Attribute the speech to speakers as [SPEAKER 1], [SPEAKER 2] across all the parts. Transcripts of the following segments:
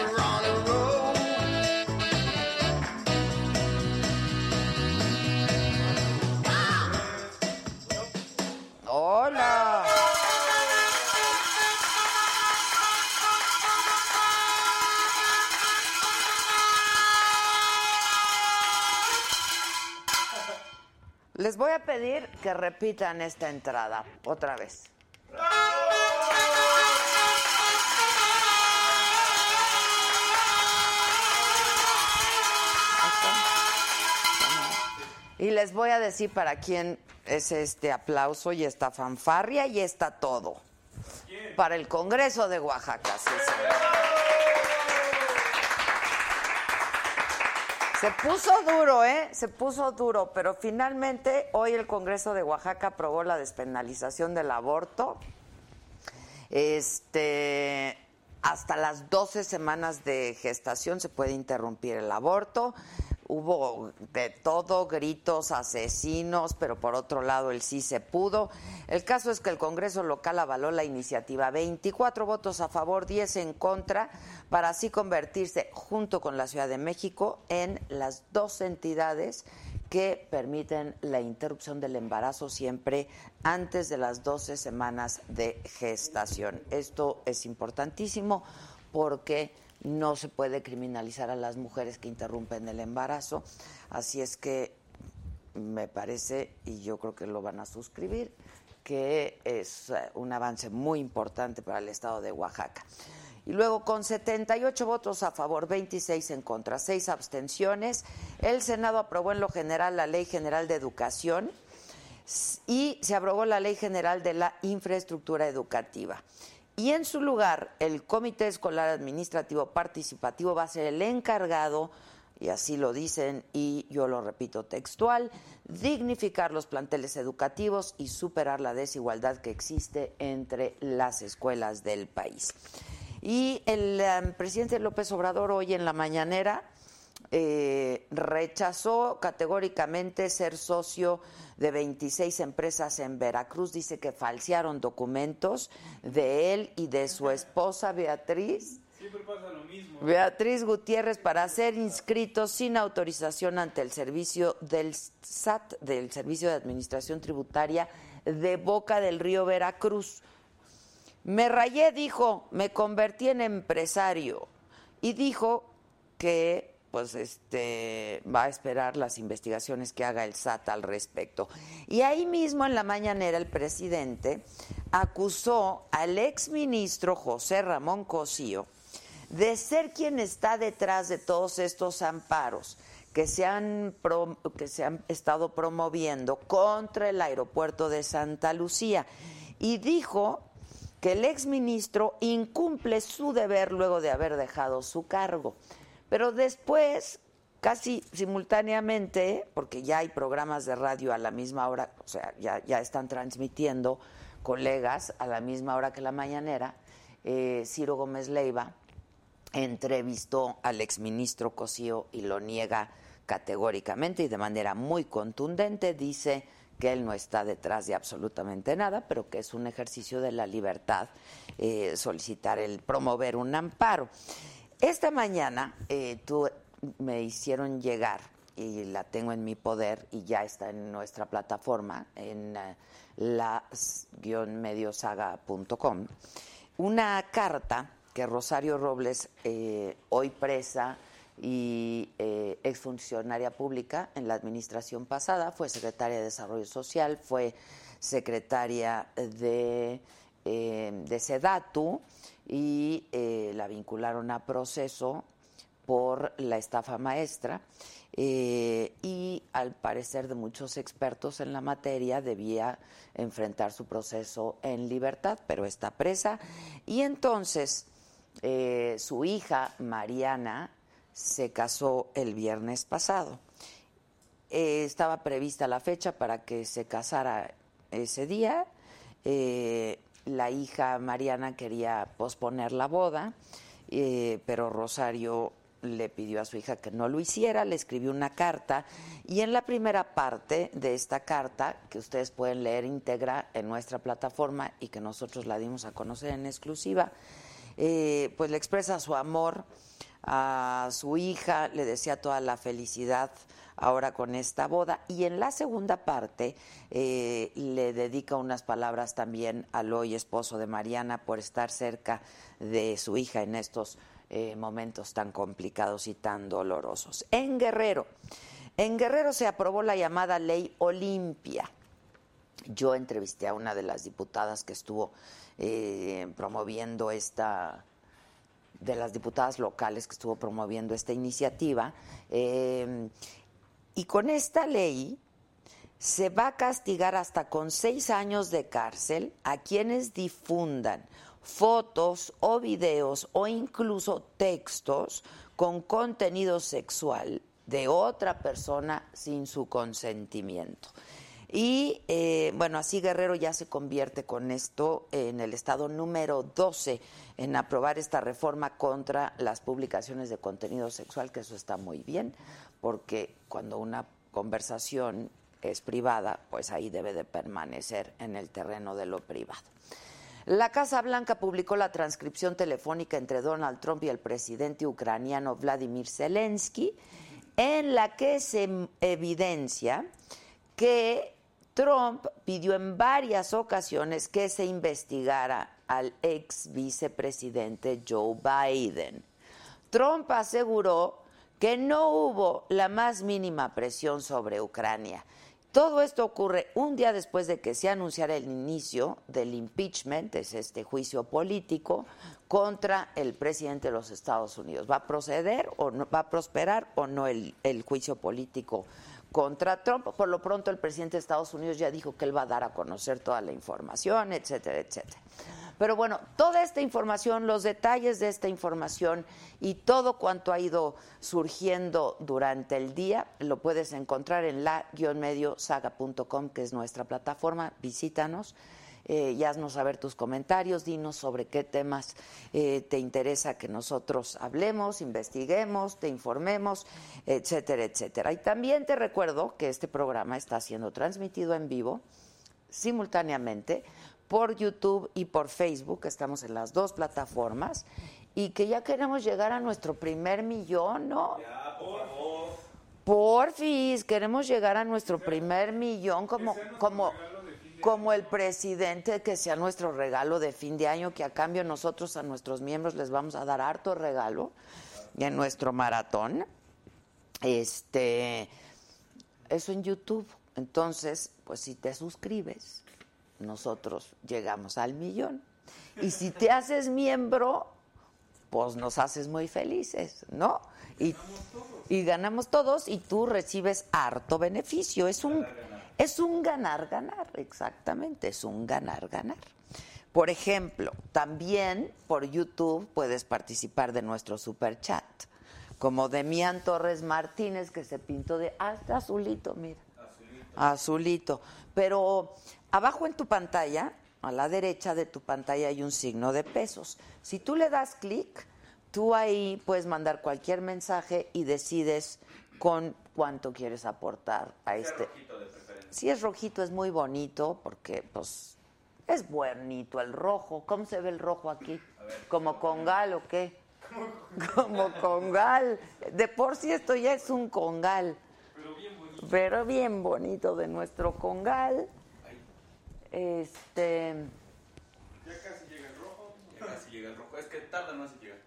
[SPEAKER 1] on a roll.
[SPEAKER 2] ¡Hola! Les voy a pedir que repitan esta entrada otra vez. Y les voy a decir para quién es este aplauso y esta fanfarria y está todo. Para el Congreso de Oaxaca, sí, señor. Se puso duro, ¿eh? Se puso duro, pero finalmente hoy el Congreso de Oaxaca aprobó la despenalización del aborto. Este, hasta las 12 semanas de gestación se puede interrumpir el aborto. Hubo de todo, gritos, asesinos, pero por otro lado el sí se pudo. El caso es que el Congreso local avaló la iniciativa, 24 votos a favor, 10 en contra, para así convertirse, junto con la Ciudad de México, en las dos entidades que permiten la interrupción del embarazo siempre antes de las 12 semanas de gestación. Esto es importantísimo porque no se puede criminalizar a las mujeres que interrumpen el embarazo, así es que me parece, y yo creo que lo van a suscribir, que es eh, un avance muy importante para el estado de Oaxaca. Y luego, con 78 votos a favor, 26 en contra, 6 abstenciones, el Senado aprobó en lo general la Ley General de Educación s- y se aprobó la Ley General de la Infraestructura Educativa. Y en su lugar, el Comité Escolar Administrativo Participativo va a ser el encargado y así lo dicen, y yo lo repito textual, dignificar los planteles educativos y superar la desigualdad que existe entre las escuelas del país. Y el em, presidente López Obrador hoy en la mañanera eh, rechazó categóricamente ser socio de 26 empresas en Veracruz. Dice que falsearon documentos de él y de su esposa Beatriz. Beatriz Gutiérrez para ser inscritos sin autorización ante el servicio del SAT, del Servicio de Administración Tributaria de Boca del Río Veracruz. Me rayé, dijo, me convertí en empresario y dijo que pues este va a esperar las investigaciones que haga el SAT al respecto. Y ahí mismo en la mañanera el presidente acusó al exministro José Ramón Cosío de ser quien está detrás de todos estos amparos que se han pro- que se han estado promoviendo contra el aeropuerto de Santa Lucía y dijo que el exministro incumple su deber luego de haber dejado su cargo. Pero después, casi simultáneamente, porque ya hay programas de radio a la misma hora, o sea, ya, ya están transmitiendo colegas a la misma hora que la mañanera, eh, Ciro Gómez Leiva, entrevistó al exministro Cosío y lo niega categóricamente y de manera muy contundente. Dice que él no está detrás de absolutamente nada, pero que es un ejercicio de la libertad eh, solicitar el promover un amparo. Esta mañana eh, tú- me hicieron llegar y la tengo en mi poder y ya está en nuestra plataforma en eh, las-mediosaga.com una carta que Rosario Robles, eh, hoy presa y eh, exfuncionaria pública en la administración pasada, fue secretaria de Desarrollo Social, fue secretaria de, eh, de Sedatu y eh, la vincularon a proceso por la estafa maestra eh, y al parecer de muchos expertos en la materia debía enfrentar su proceso en libertad, pero está presa. Y entonces eh, su hija Mariana se casó el viernes pasado. Eh, estaba prevista la fecha para que se casara ese día. Eh, la hija Mariana quería posponer la boda, eh, pero Rosario le pidió a su hija que no lo hiciera, le escribió una carta y en la primera parte de esta carta, que ustedes pueden leer íntegra en nuestra plataforma y que nosotros la dimos a conocer en exclusiva, eh, pues le expresa su amor a su hija, le desea toda la felicidad ahora con esta boda y en la segunda parte eh, le dedica unas palabras también al hoy esposo de Mariana por estar cerca de su hija en estos eh, momentos tan complicados y tan dolorosos. En Guerrero, en Guerrero se aprobó la llamada ley Olimpia. Yo entrevisté a una de las diputadas que estuvo eh, promoviendo esta, de las diputadas locales que estuvo promoviendo esta iniciativa. eh, y con esta ley se va a castigar hasta con seis años de cárcel a quienes difundan fotos o videos o incluso textos con contenido sexual de otra persona sin su consentimiento. Y eh, bueno, así Guerrero ya se convierte con esto en el estado número 12 en aprobar esta reforma contra las publicaciones de contenido sexual, que eso está muy bien, porque cuando una conversación es privada, pues ahí debe de permanecer en el terreno de lo privado. La Casa Blanca publicó la transcripción telefónica entre Donald Trump y el presidente ucraniano Vladimir Zelensky, en la que se m- evidencia que Trump pidió en varias ocasiones que se investigara al ex vicepresidente Joe Biden. Trump aseguró que no hubo la más mínima presión sobre Ucrania. Todo esto ocurre un día después de que se anunciara el inicio del impeachment, es este juicio político, contra el presidente de los Estados Unidos. ¿Va a proceder o no, va a prosperar o no el, el juicio político contra Trump? Por lo pronto el presidente de Estados Unidos ya dijo que él va a dar a conocer toda la información, etcétera, etcétera. Pero bueno, toda esta información, los detalles de esta información y todo cuanto ha ido surgiendo durante el día lo puedes encontrar en la-mediosaga.com, que es nuestra plataforma. Visítanos eh, y haznos saber tus comentarios, dinos sobre qué temas eh, te interesa que nosotros hablemos, investiguemos, te informemos, etcétera, etcétera. Y también te recuerdo que este programa está siendo transmitido en vivo simultáneamente por YouTube y por Facebook, estamos en las dos plataformas, y que ya queremos llegar a nuestro primer millón, ¿no? Porfis, queremos llegar a nuestro primer millón como, como, como el presidente, que sea nuestro regalo de fin de año, que a cambio nosotros a nuestros miembros les vamos a dar harto regalo en nuestro maratón. Este, eso en YouTube. Entonces, pues si te suscribes, nosotros llegamos al millón. Y si te haces miembro, pues nos haces muy felices, ¿no? Y, y ganamos todos y tú recibes harto beneficio. Es un, es un ganar, ganar, exactamente, es un ganar, ganar. Por ejemplo, también por YouTube puedes participar de nuestro super chat, como Demian Torres Martínez que se pintó de hasta azulito, mira. Azulito. Pero abajo en tu pantalla, a la derecha de tu pantalla hay un signo de pesos. Si tú le das clic, tú ahí puedes mandar cualquier mensaje y decides con cuánto quieres aportar a este. Si es rojito es muy bonito porque pues es bonito el rojo. ¿Cómo se ve el rojo aquí? ¿Como congal o qué? Como congal. De por sí esto ya es un congal pero bien bonito de nuestro congal. Este,
[SPEAKER 3] Así llega el rojo. Es que tarda más en llegar.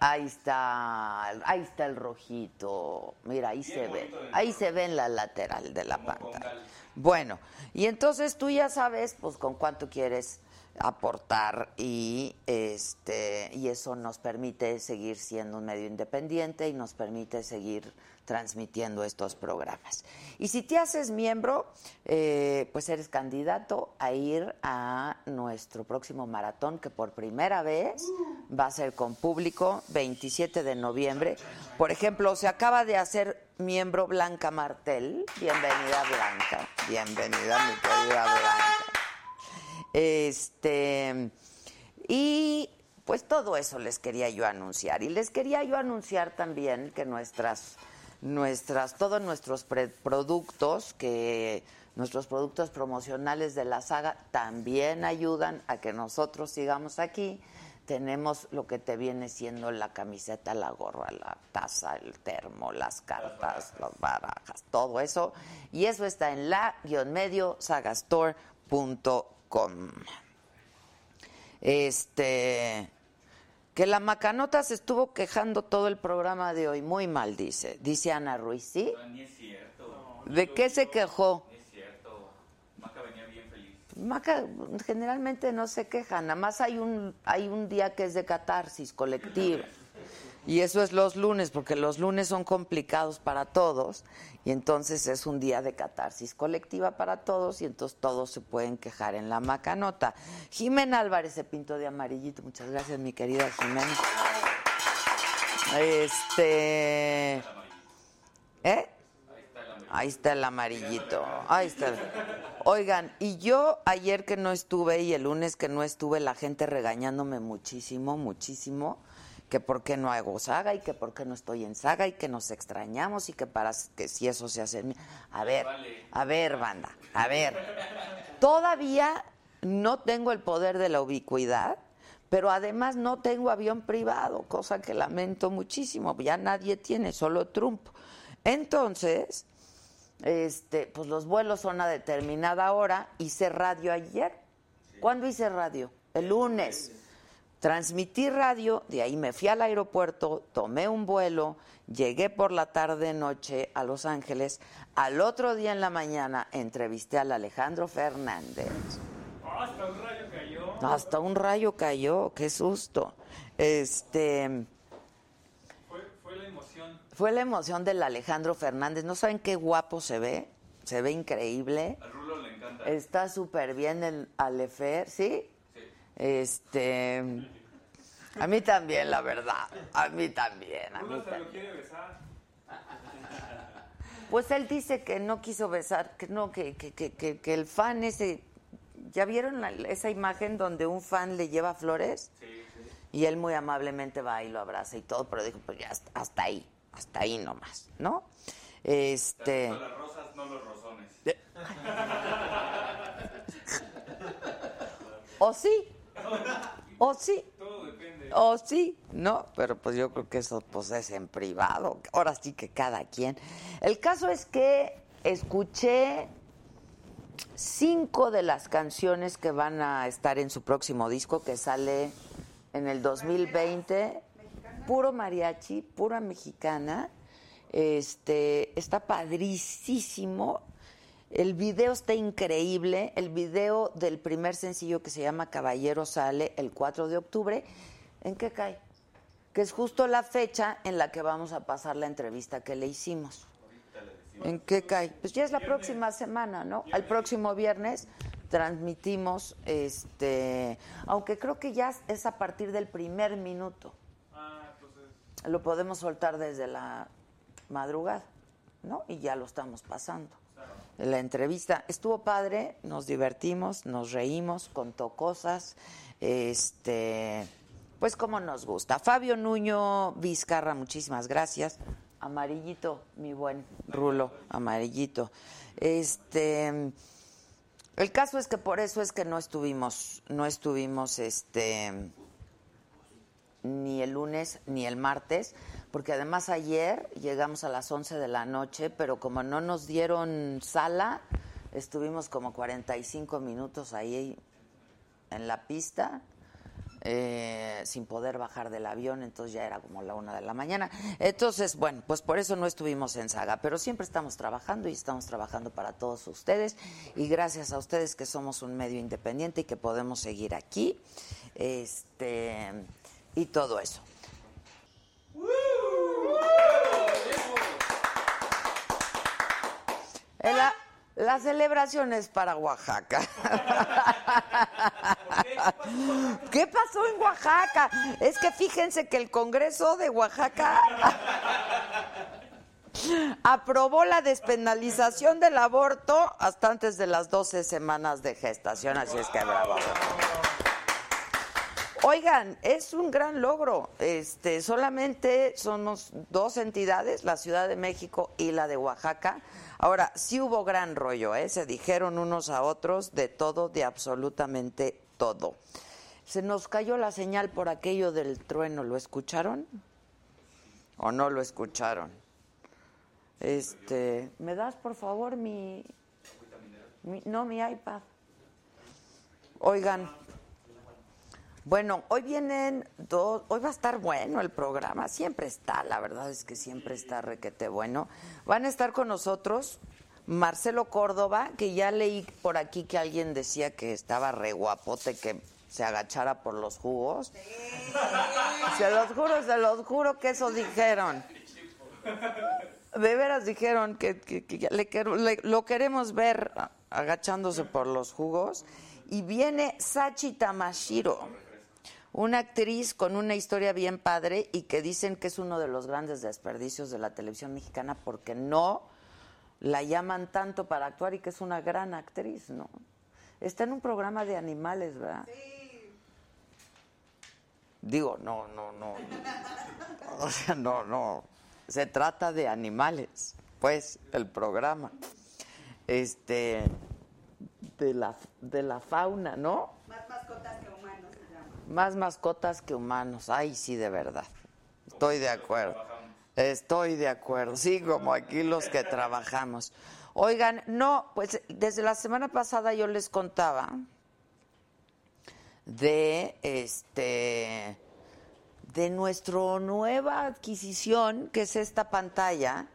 [SPEAKER 2] ahí está, ahí está el rojito. Mira, ahí se ve. Ahí se ve en la lateral de la pantalla. Bueno, y entonces tú ya sabes pues con cuánto quieres aportar y este y eso nos permite seguir siendo un medio independiente y nos permite seguir transmitiendo estos programas. Y si te haces miembro, eh, pues eres candidato a ir a nuestro próximo maratón, que por primera vez va a ser con público, 27 de noviembre. Por ejemplo, se acaba de hacer miembro Blanca Martel. Bienvenida, Blanca. Bienvenida, mi querida Blanca. Este. Y Pues todo eso les quería yo anunciar. Y les quería yo anunciar también que nuestras, nuestras, todos nuestros pre- productos, que nuestros productos promocionales de la saga también ayudan a que nosotros sigamos aquí. Tenemos lo que te viene siendo la camiseta, la gorra, la taza, el termo, las cartas, las barajas, todo eso. Y eso está en la-medio-sagastore.com. Este. Que la macanota se estuvo quejando todo el programa de hoy. Muy mal, dice. Dice Ana Ruiz, ¿sí?
[SPEAKER 3] No, Ah, ni es cierto.
[SPEAKER 2] ¿De qué se quejó?
[SPEAKER 3] Ni es cierto. Maca venía bien feliz.
[SPEAKER 2] Maca generalmente no se queja, nada más hay un, hay un día que es de catarsis colectiva. Y eso es los lunes, porque los lunes son complicados para todos, y entonces es un día de catarsis colectiva para todos, y entonces todos se pueden quejar en la macanota. Jimena Álvarez se pintó de amarillito, muchas gracias mi querida Jimena. Este... ¿Eh? Ahí está el amarillito. Ahí está. el- Oigan, y yo ayer que no estuve y el lunes que no estuve, la gente regañándome muchísimo, muchísimo, que por qué no hago saga y que por qué no estoy en saga y que nos extrañamos y que para que si eso se hace... en mí. A ver, a ver, banda, a ver. Todavía no tengo el poder de la ubicuidad, pero además no tengo avión privado, cosa que lamento muchísimo. Ya nadie tiene, solo Trump. Entonces, este, pues los vuelos son a determinada hora. Hice radio ayer. ¿Cuándo hice radio? El lunes. Transmití radio, de ahí me fui al aeropuerto, tomé un vuelo, llegué por la tarde noche a Los Ángeles. Al otro día en la mañana entrevisté al Alejandro Fernández.
[SPEAKER 4] Hasta un rayo cayó.
[SPEAKER 2] Hasta un rayo cayó, qué susto. Este,
[SPEAKER 4] Fue, fue la emoción.
[SPEAKER 2] fue la emoción del Alejandro Fernández. No saben qué guapo se ve, se ve increíble.
[SPEAKER 3] Al Rulo le encanta.
[SPEAKER 2] Está súper bien el Alefer, ¿sí?
[SPEAKER 3] Sí.
[SPEAKER 2] Este. A mí también, la verdad. A mí también. A mí
[SPEAKER 4] Uno se lo
[SPEAKER 2] también.
[SPEAKER 4] quiere besar.
[SPEAKER 2] Pues él dice que no quiso besar, que no, que, que, que, que, que el fan ese. ¿Ya vieron la- esa imagen donde un fan le lleva flores?
[SPEAKER 3] Sí, sí.
[SPEAKER 2] Y él muy amablemente va y lo abraza y todo, pero dijo, pues ya hasta- hasta ahí, hasta ahí nomás, ¿no? Este.
[SPEAKER 3] Son las rosas, no los rosones.
[SPEAKER 2] O sí. O sí.
[SPEAKER 4] Todo depende.
[SPEAKER 2] O sí, no, pero pues yo creo que eso pues es en privado. Ahora sí que cada quien. El caso es que escuché cinco de las canciones que van a estar en su próximo disco que sale en el 2020. Puro mariachi, pura mexicana. Este, está padricísimo. El video está increíble. El video del primer sencillo que se llama Caballero sale el 4 de octubre. ¿En qué cae? Que es justo la fecha en la que vamos a pasar la entrevista que le hicimos. ¿En qué cae? Pues ya es la próxima semana, ¿no? El próximo viernes transmitimos, este, aunque creo que ya es a partir del primer minuto.
[SPEAKER 4] Ah, entonces.
[SPEAKER 2] Lo podemos soltar desde la madrugada, ¿no? Y ya lo estamos pasando. La entrevista estuvo padre, nos divertimos, nos reímos, contó cosas, este, pues como nos gusta. Fabio Nuño Vizcarra, muchísimas gracias. Amarillito, mi buen Rulo, amarillito. Este, el caso es que por eso es que no estuvimos, no estuvimos, este, ni el lunes ni el martes, porque además ayer llegamos a las 11 de la noche, pero como no nos dieron sala, estuvimos como 45 minutos ahí en la pista. eh, sin poder bajar del avión, entonces ya era como la una de la mañana. Entonces, bueno, pues por eso no estuvimos en saga, pero siempre estamos trabajando y estamos trabajando para todos ustedes y gracias a ustedes que somos un medio independiente y que podemos seguir aquí. Este, y todo eso. Eh, La, la celebración es para Oaxaca. ¿Qué pasó en Oaxaca? Es que fíjense que el Congreso de Oaxaca aprobó la despenalización del aborto hasta antes de las 12 semanas de gestación, así es que bravo. Oigan, es un gran logro. Este, solamente somos dos entidades, la Ciudad de México y la de Oaxaca. Ahora, sí hubo gran rollo, ¿eh? Se dijeron unos a otros de todo, de absolutamente todo. Se nos cayó la señal por aquello del trueno, ¿lo escucharon? ¿O no lo escucharon? Este, ¿me das por favor mi, mi- no mi iPad? Oigan, bueno, hoy vienen dos, hoy va a estar bueno el programa, siempre está, la verdad es que siempre está requete bueno. Van a estar con nosotros Marcelo Córdoba, que ya leí por aquí que alguien decía que estaba re guapote, que se agachara por los jugos. Se los juro, se los juro que eso dijeron. De veras dijeron que, que- que ya le quero- le- lo queremos ver a- agachándose por los jugos. Y viene Sachi Tamashiro, una actriz con una historia bien padre y que dicen que es uno de los grandes desperdicios de la televisión mexicana porque no la llaman tanto para actuar y que es una gran actriz, ¿no? Está en un programa de animales, ¿verdad? Sí. Digo, no, no, no. O sea, no, no. Se trata de animales, pues, el programa. Este. De la, de la fauna, ¿no?
[SPEAKER 5] Más mascotas que humanos se llama.
[SPEAKER 2] Más mascotas que humanos. Ay, sí, de verdad. Estoy de acuerdo. Estoy de acuerdo. Sí, como aquí los que trabajamos. Oigan, no, pues desde la semana pasada yo les contaba de este de nuestra nueva adquisición, que es esta pantalla,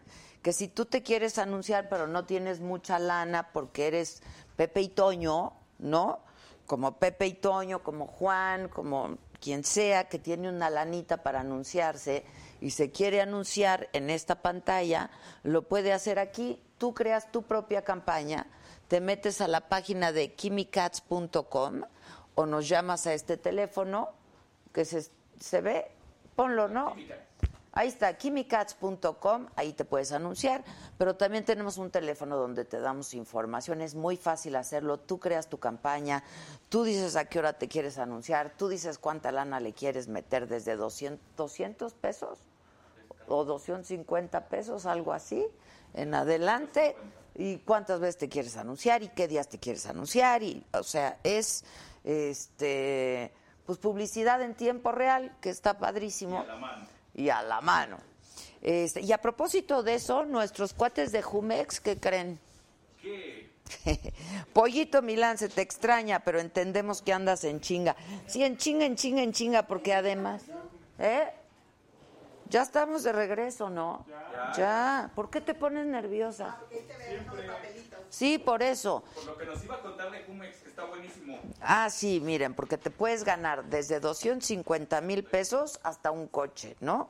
[SPEAKER 2] que si tú te quieres anunciar pero no tienes mucha lana porque eres Pepe y Toño, ¿no? Como Pepe y Toño, como Juan, como quien sea que tiene una lanita para anunciarse y se quiere anunciar en esta pantalla, lo puede hacer aquí. Tú creas tu propia campaña, te metes a la página de kimicats.com o nos llamas a este teléfono que se, se ve, ponlo, ¿no? Ahí está, kimicats.com, ahí te puedes anunciar, pero también tenemos un teléfono donde te damos información, es muy fácil hacerlo, tú creas tu campaña, tú dices a qué hora te quieres anunciar, tú dices cuánta lana le quieres meter desde 200, 200 pesos o 250 pesos, algo así, en adelante, y cuántas veces te quieres anunciar y qué días te quieres anunciar, y, o sea, es este pues publicidad en tiempo real, que está padrísimo.
[SPEAKER 3] La mano.
[SPEAKER 2] Y a la mano. Este, y a propósito de eso, nuestros cuates de Jumex, ¿qué creen?
[SPEAKER 3] ¿Qué?
[SPEAKER 2] Pollito Milán, se te extraña, pero entendemos que andas en chinga. Sí, en chinga, en chinga, en chinga, porque además... ¿Eh? Ya estamos de regreso, ¿no? Ya. ¿Por qué te pones nerviosa? Sí, por eso.
[SPEAKER 3] Por lo que nos iba a contar de Jumex, que está buenísimo.
[SPEAKER 2] Ah, sí, miren, porque te puedes ganar desde 250 mil pesos hasta un coche, ¿no?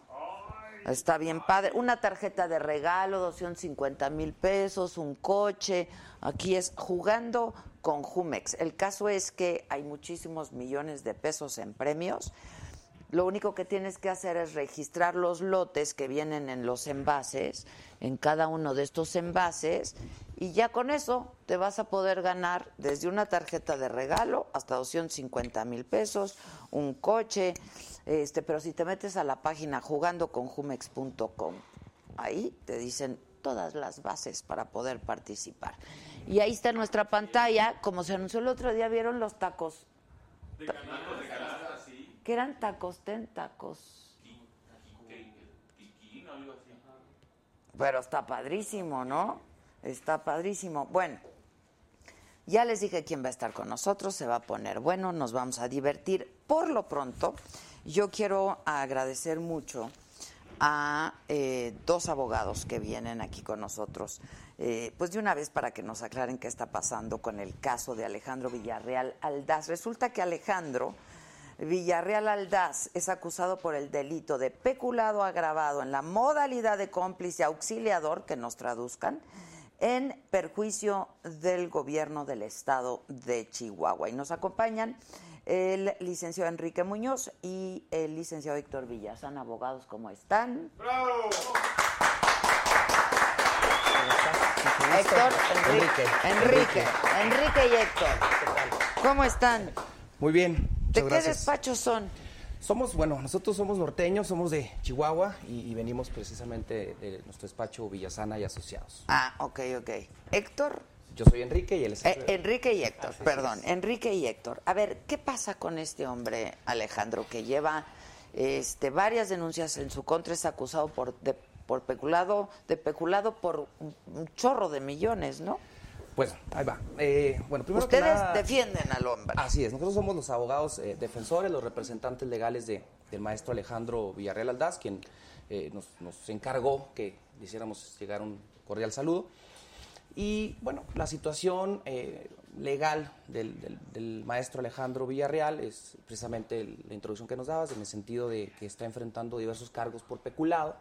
[SPEAKER 2] Está bien padre. Una tarjeta de regalo, 250 mil pesos, un coche. Aquí es jugando con Jumex. El caso es que hay muchísimos millones de pesos en premios. Lo único que tienes que hacer es registrar los lotes que vienen en los envases, en cada uno de estos envases, y ya con eso te vas a poder ganar desde una tarjeta de regalo hasta 250 mil pesos, un coche, este, pero si te metes a la página jugando con jumex.com, ahí te dicen todas las bases para poder participar. Y ahí está nuestra pantalla, como se anunció el otro día, vieron los tacos,
[SPEAKER 3] Tacos de canasta, sí.
[SPEAKER 2] que eran tacos, ten tacos.
[SPEAKER 3] Ti- tiqui- Tiquín o algo así.
[SPEAKER 2] Pero está padrísimo, ¿no? Está padrísimo. Bueno, ya les dije quién va a estar con nosotros, se va a poner bueno, nos vamos a divertir. Por lo pronto, yo quiero agradecer mucho a eh, dos abogados que vienen aquí con nosotros, eh, pues de una vez para que nos aclaren qué está pasando con el caso de Alejandro Villarreal Aldaz. Resulta que Alejandro Villarreal Aldaz es acusado por el delito de peculado agravado en la modalidad de cómplice auxiliador, que nos traduzcan, en perjuicio del gobierno del estado de Chihuahua. Y nos acompañan el licenciado Enrique Muñoz y el licenciado Héctor Villazán, abogados, ¿cómo están?
[SPEAKER 4] ¡Bravo!
[SPEAKER 2] Héctor, Enrique, Enrique, Enrique y Héctor, ¿cómo están?
[SPEAKER 6] Muy bien, muchas
[SPEAKER 2] ¿De
[SPEAKER 6] Muchas
[SPEAKER 2] qué
[SPEAKER 6] gracias.
[SPEAKER 2] despachos son?
[SPEAKER 6] Somos, bueno, nosotros somos norteños, somos de Chihuahua y, y venimos precisamente de nuestro despacho Villasana y Asociados.
[SPEAKER 2] Ah, ok, ok. Héctor,
[SPEAKER 6] Yo soy Enrique y él es...
[SPEAKER 2] eh, Enrique y
[SPEAKER 6] Ah,
[SPEAKER 2] Héctor, perdón, Enrique y Héctor. A ver, ¿qué pasa con este hombre, Alejandro, que lleva este, varias denuncias en su contra, es acusado por, de, por peculado, de peculado por un un chorro de millones, ¿no?
[SPEAKER 6] Bueno, ahí va. Eh, bueno, primero que
[SPEAKER 2] Ustedes
[SPEAKER 6] nada-
[SPEAKER 2] defienden al hombre.
[SPEAKER 6] Así es, nosotros somos los abogados eh, defensores, los representantes legales de- del maestro Alejandro Villarreal Aldaz, quien eh, nos, nos encargó que le hiciéramos llegar un cordial saludo. Y bueno, la situación eh, legal del, del- del maestro Alejandro Villarreal es precisamente el- la introducción que nos dabas, en el sentido de que está enfrentando diversos cargos por peculado,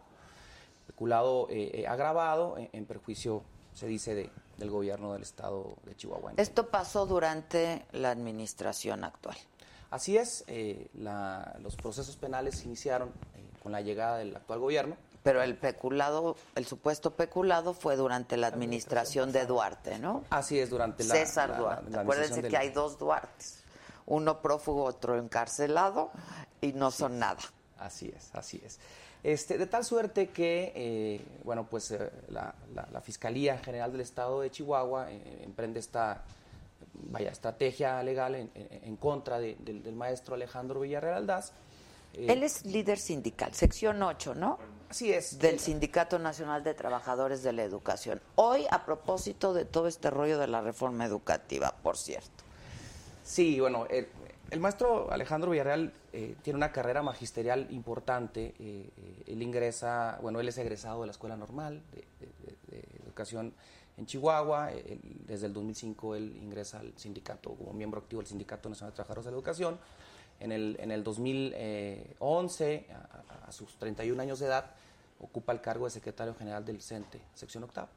[SPEAKER 6] peculado eh, eh, agravado, en, en perjuicio, se dice, de- del gobierno del estado de Chihuahua.
[SPEAKER 2] Esto pasó durante la administración actual.
[SPEAKER 6] Así es, eh, la- los procesos penales iniciaron eh, con la llegada del actual gobierno.
[SPEAKER 2] Pero el peculado, el supuesto peculado fue durante la administración de Duarte, ¿no?
[SPEAKER 6] Así es, durante la...
[SPEAKER 2] César
[SPEAKER 6] la- la-
[SPEAKER 2] Duarte.
[SPEAKER 6] la
[SPEAKER 2] Acuérdense
[SPEAKER 6] administración del-
[SPEAKER 2] que hay dos Duartes, uno prófugo, otro encarcelado, y no son nada.
[SPEAKER 6] Así es, así es. Este, de tal suerte que, eh, bueno, pues eh, la, la- la Fiscalía General del Estado de Chihuahua eh, emprende esta, vaya, estrategia legal en, en- en contra de- del, del maestro Alejandro Villarreal Aldaz. Eh,
[SPEAKER 2] Él es líder sindical, sección 8, ¿no?
[SPEAKER 6] Así es.
[SPEAKER 2] Del Sindicato Nacional de Trabajadores de la Educación. Hoy, a propósito de todo este rollo de la reforma educativa, por cierto.
[SPEAKER 6] Sí, bueno, el, el maestro Alejandro Villarreal eh, tiene una carrera magisterial importante. eh, eh, él ingresa, bueno, él es egresado de la Escuela Normal de, de- de- de Educación en Chihuahua. eh, él- desde el 2005 él ingresa al sindicato, como miembro activo del Sindicato Nacional de Trabajadores de la Educación. En el, en el 2011, a, a- a sus 31 años de edad, ocupa el cargo de secretario general del CENTE, sección octava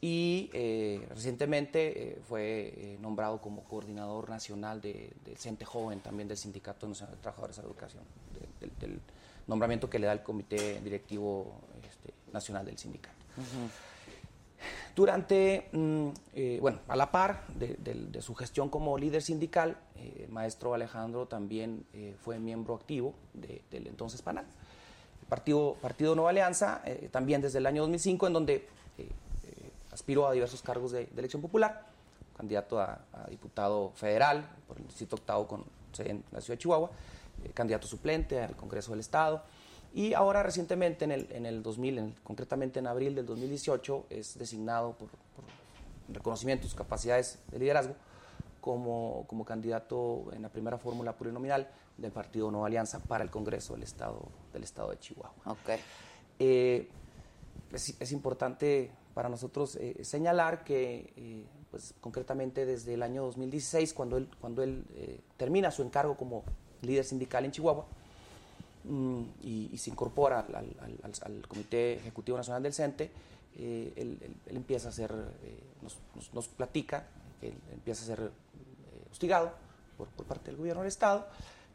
[SPEAKER 6] y eh, recientemente eh, fue eh, nombrado como coordinador nacional de- del CENTE Joven, también del Sindicato Nacional de Trabajadores de la Educación, de- del, del nombramiento que le da el Comité Directivo este, Nacional del Sindicato. Durante, mm, eh, bueno, a la par de, del- de su gestión como líder sindical, eh, el maestro Alejandro también eh, fue miembro activo de- del entonces PANAL. El partido, partido Nueva Alianza, eh, también desde el año 2005, en donde eh, eh, aspiró a diversos cargos de, de elección popular, candidato a, a diputado federal por el distrito octavo con sede en la ciudad de Chihuahua, eh, candidato suplente al Congreso del Estado. Y ahora recientemente, en el, en el 2000, en- concretamente en abril del 2018, es designado por, por reconocimiento de sus capacidades de liderazgo como, como candidato en la primera fórmula plurinominal del partido Nueva Alianza para el Congreso del Estado, del estado de Chihuahua.
[SPEAKER 2] Ok.
[SPEAKER 6] Eh, es, es importante para nosotros eh, señalar que, eh, pues, concretamente desde el año 2016, cuando él, cuando él eh, termina su encargo como líder sindical en Chihuahua mm, y, y se incorpora al, al- al- al- al Comité Ejecutivo Nacional del CENTE, eh, él, él- él empieza a ser, eh, nos, nos- nos platica, que él empieza a ser eh, hostigado por, por parte del gobierno del Estado.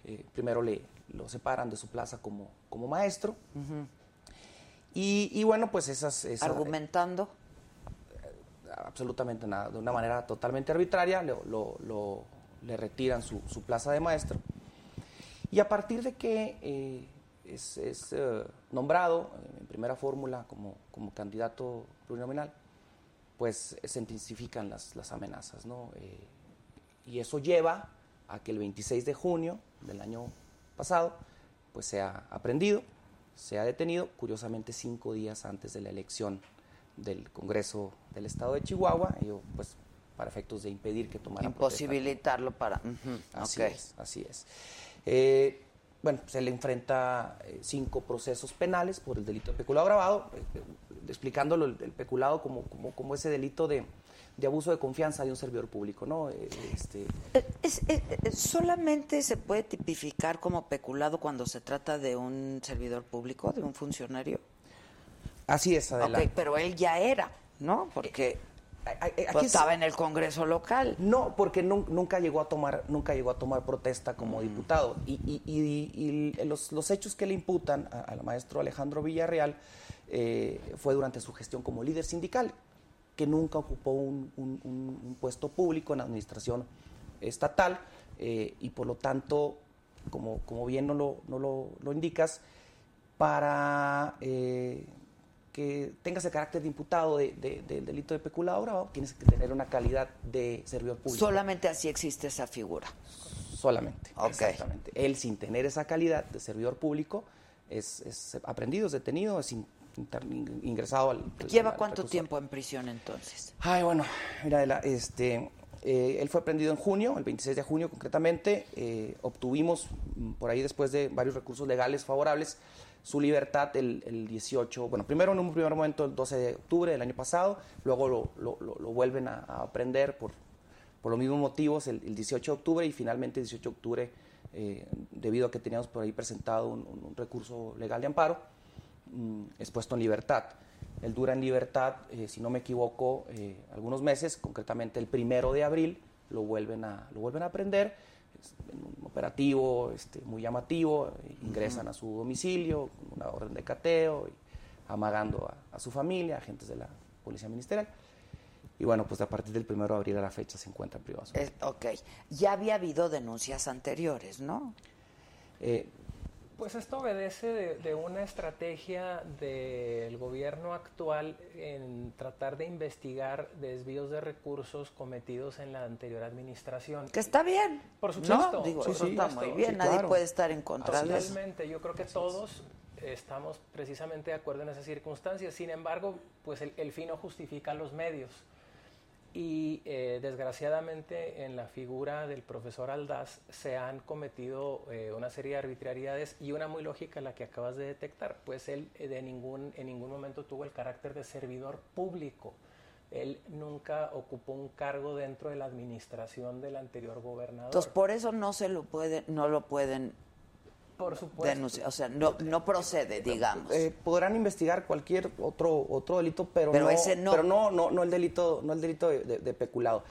[SPEAKER 6] Eh, primero le, lo separan de su plaza como, como maestro. Y, y bueno, pues esas... esas-
[SPEAKER 2] Argumentando.
[SPEAKER 6] absolutamente nada, de una manera totalmente arbitraria, lo- lo- lo- le retiran su, su plaza de maestro. Y a partir de que eh, es, es, eh, nombrado eh, en primera fórmula como, como candidato plurinominal, pues eh, se intensifican las, las amenazas, ¿no? Eh, y eso lleva a que el 26 de junio del año pasado, pues sea aprendido, sea detenido, curiosamente cinco días antes de la elección del Congreso del Estado de Chihuahua, ello, pues para efectos de impedir que tomara protesta.
[SPEAKER 2] Imposibilitarlo para. Ujú,
[SPEAKER 6] pues, Así
[SPEAKER 2] ok.
[SPEAKER 6] es, así es. Eh, bueno, se le enfrenta eh, cinco procesos penales por el delito de peculado agravado, eh, eh, explicándolo el, el peculado como, como, como ese delito de, de abuso de confianza de un servidor público, ¿no? Eh, Este,
[SPEAKER 2] Eh, es- eh, eh, solamente se puede tipificar como peculado cuando se trata de un servidor público, de un funcionario.
[SPEAKER 6] así es, adelante.
[SPEAKER 2] Ok, pero él ya era, ¿no? Porque
[SPEAKER 6] A- a- a-
[SPEAKER 2] pues,
[SPEAKER 6] aquí es-
[SPEAKER 2] estaba en el Congreso local.
[SPEAKER 6] No, porque nun- nunca llegó a tomar, nunca llegó a tomar protesta como diputado. Y, y- y- y los, los hechos que le imputan a- al maestro Alejandro Villarreal eh, fue durante su gestión como líder sindical, que nunca ocupó un, un- un- un puesto público en la administración estatal, eh, y por lo tanto, como, como bien no lo, no lo- lo indicas, para eh, que tengas el carácter de imputado de- de- del delito de peculado agravado, tienes que tener una calidad de servidor público.
[SPEAKER 2] Solamente así existe esa figura.
[SPEAKER 6] Solamente.
[SPEAKER 2] Ok.
[SPEAKER 6] Exactamente. Él sin tener esa calidad de servidor público es, es aprendido, es detenido, es in- inter- ingresado al...
[SPEAKER 2] ¿Lleva
[SPEAKER 6] al
[SPEAKER 2] cuánto
[SPEAKER 6] reclusorio.
[SPEAKER 2] tiempo en prisión entonces?
[SPEAKER 6] Ay, bueno, mira, Adela, este, eh, él fue prendido en junio, el 26 de junio concretamente. eh, obtuvimos, mm, por ahí después de varios recursos legales favorables, su libertad el, el 18, bueno, primero en un primer momento el 12 de octubre del año pasado, luego lo, lo- lo- lo vuelven a, a prender por, por los mismos motivos el, el 18 de octubre y finalmente el 18 de octubre, eh, debido a que teníamos por ahí presentado un- un- un recurso legal de amparo mm, es puesto en libertad. Él dura en libertad, eh, si no me equivoco, eh, algunos meses, concretamente el primero de abril, lo vuelven a, lo vuelven a prender, es en un operativo este, muy llamativo, eh, ingresan a su domicilio con una orden de cateo, y amagando a, a su familia, agentes de la Policía Ministerial. Y bueno, pues a partir del primero de abril a la fecha se encuentra en privado. de su-
[SPEAKER 2] Es- ok. Ya había habido denuncias anteriores, ¿no?
[SPEAKER 6] Eh,
[SPEAKER 7] Pues esto obedece de, de una estrategia del gobierno actual en tratar de investigar desvíos de recursos cometidos en la anterior administración.
[SPEAKER 2] Que está bien.
[SPEAKER 7] Por supuesto.
[SPEAKER 2] No, digo,
[SPEAKER 7] Sí,
[SPEAKER 2] eso
[SPEAKER 7] sí.
[SPEAKER 2] está muy bien.
[SPEAKER 6] Sí,
[SPEAKER 2] Nadie
[SPEAKER 6] claro.
[SPEAKER 2] puede estar en contra de eso.
[SPEAKER 7] Totalmente, yo creo que todos estamos precisamente de acuerdo en esas circunstancias. Sin embargo, pues el, el fin no justifica los medios. Y eh, desgraciadamente en la figura del profesor Aldaz se han cometido eh, una serie de arbitrariedades y una muy lógica la que acabas de detectar, pues él eh, de ningún, en ningún momento tuvo el carácter de servidor público. Él nunca ocupó un cargo dentro de la administración del anterior gobernador.
[SPEAKER 2] Entonces, por eso no se lo pueden, no lo pueden
[SPEAKER 7] Por supuesto.
[SPEAKER 2] denunciar. O sea, no, no procede, digamos.
[SPEAKER 6] eh, podrán investigar cualquier otro otro delito, pero,
[SPEAKER 2] Pero
[SPEAKER 6] no,
[SPEAKER 2] ese no.
[SPEAKER 6] pero no, no, no el delito, no el delito de, de- de peculado.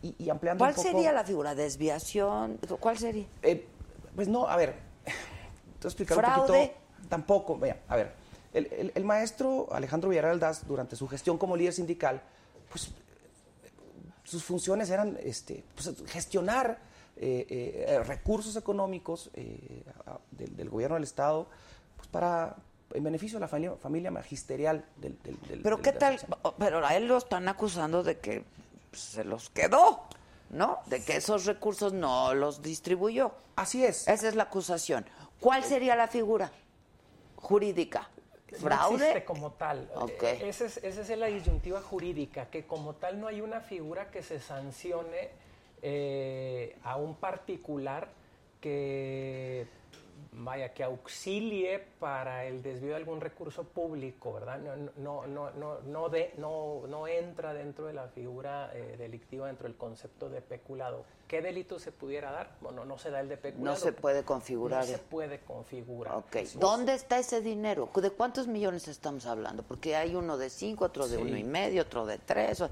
[SPEAKER 6] Y, y- y ampliando
[SPEAKER 2] ¿Cuál
[SPEAKER 6] un poco-
[SPEAKER 2] sería la figura? ¿Desviación? ¿Cuál sería?
[SPEAKER 6] Eh, pues no, a ver, te voy a explicar un
[SPEAKER 2] Fraude.
[SPEAKER 6] poquito. Tampoco, vea, a ver, el, el- el maestro Alejandro Villarreal Aldaz, durante su gestión como líder sindical, pues sus funciones eran este, pues, gestionar eh, eh, eh, recursos económicos eh, a- a- del, del gobierno del Estado pues, para en beneficio de la familia, familia magisterial del, del- del-
[SPEAKER 2] Pero
[SPEAKER 6] del-
[SPEAKER 2] qué
[SPEAKER 6] del-
[SPEAKER 2] tal, pero a él lo están acusando de que pues, se los quedó, ¿no? De que esos recursos no los distribuyó.
[SPEAKER 6] Así es.
[SPEAKER 2] Esa es la acusación. ¿Cuál sería la figura jurídica?
[SPEAKER 7] Eh. No existe
[SPEAKER 2] ¿Fraude?
[SPEAKER 7] como tal.
[SPEAKER 2] Ok.
[SPEAKER 7] Eh, Esa es, esa es la disyuntiva jurídica, que como tal no hay una figura que se sancione eh, a un particular que vaya, que auxilie para el desvío de algún recurso público, ¿verdad? No, no, no, no, no, de- no, no entra dentro de la figura eh, delictiva, dentro del concepto de peculado. ¿Qué delito se pudiera dar? Bueno, no se da el de
[SPEAKER 2] No
[SPEAKER 7] peculado.
[SPEAKER 2] se puede configurar.
[SPEAKER 7] No se puede configurar.
[SPEAKER 2] Ok.
[SPEAKER 7] Así es.
[SPEAKER 2] ¿Dónde está ese dinero? ¿De cuántos millones estamos hablando? Porque hay uno de cinco, otro de
[SPEAKER 6] Sí.
[SPEAKER 2] uno y medio, otro de tres. o-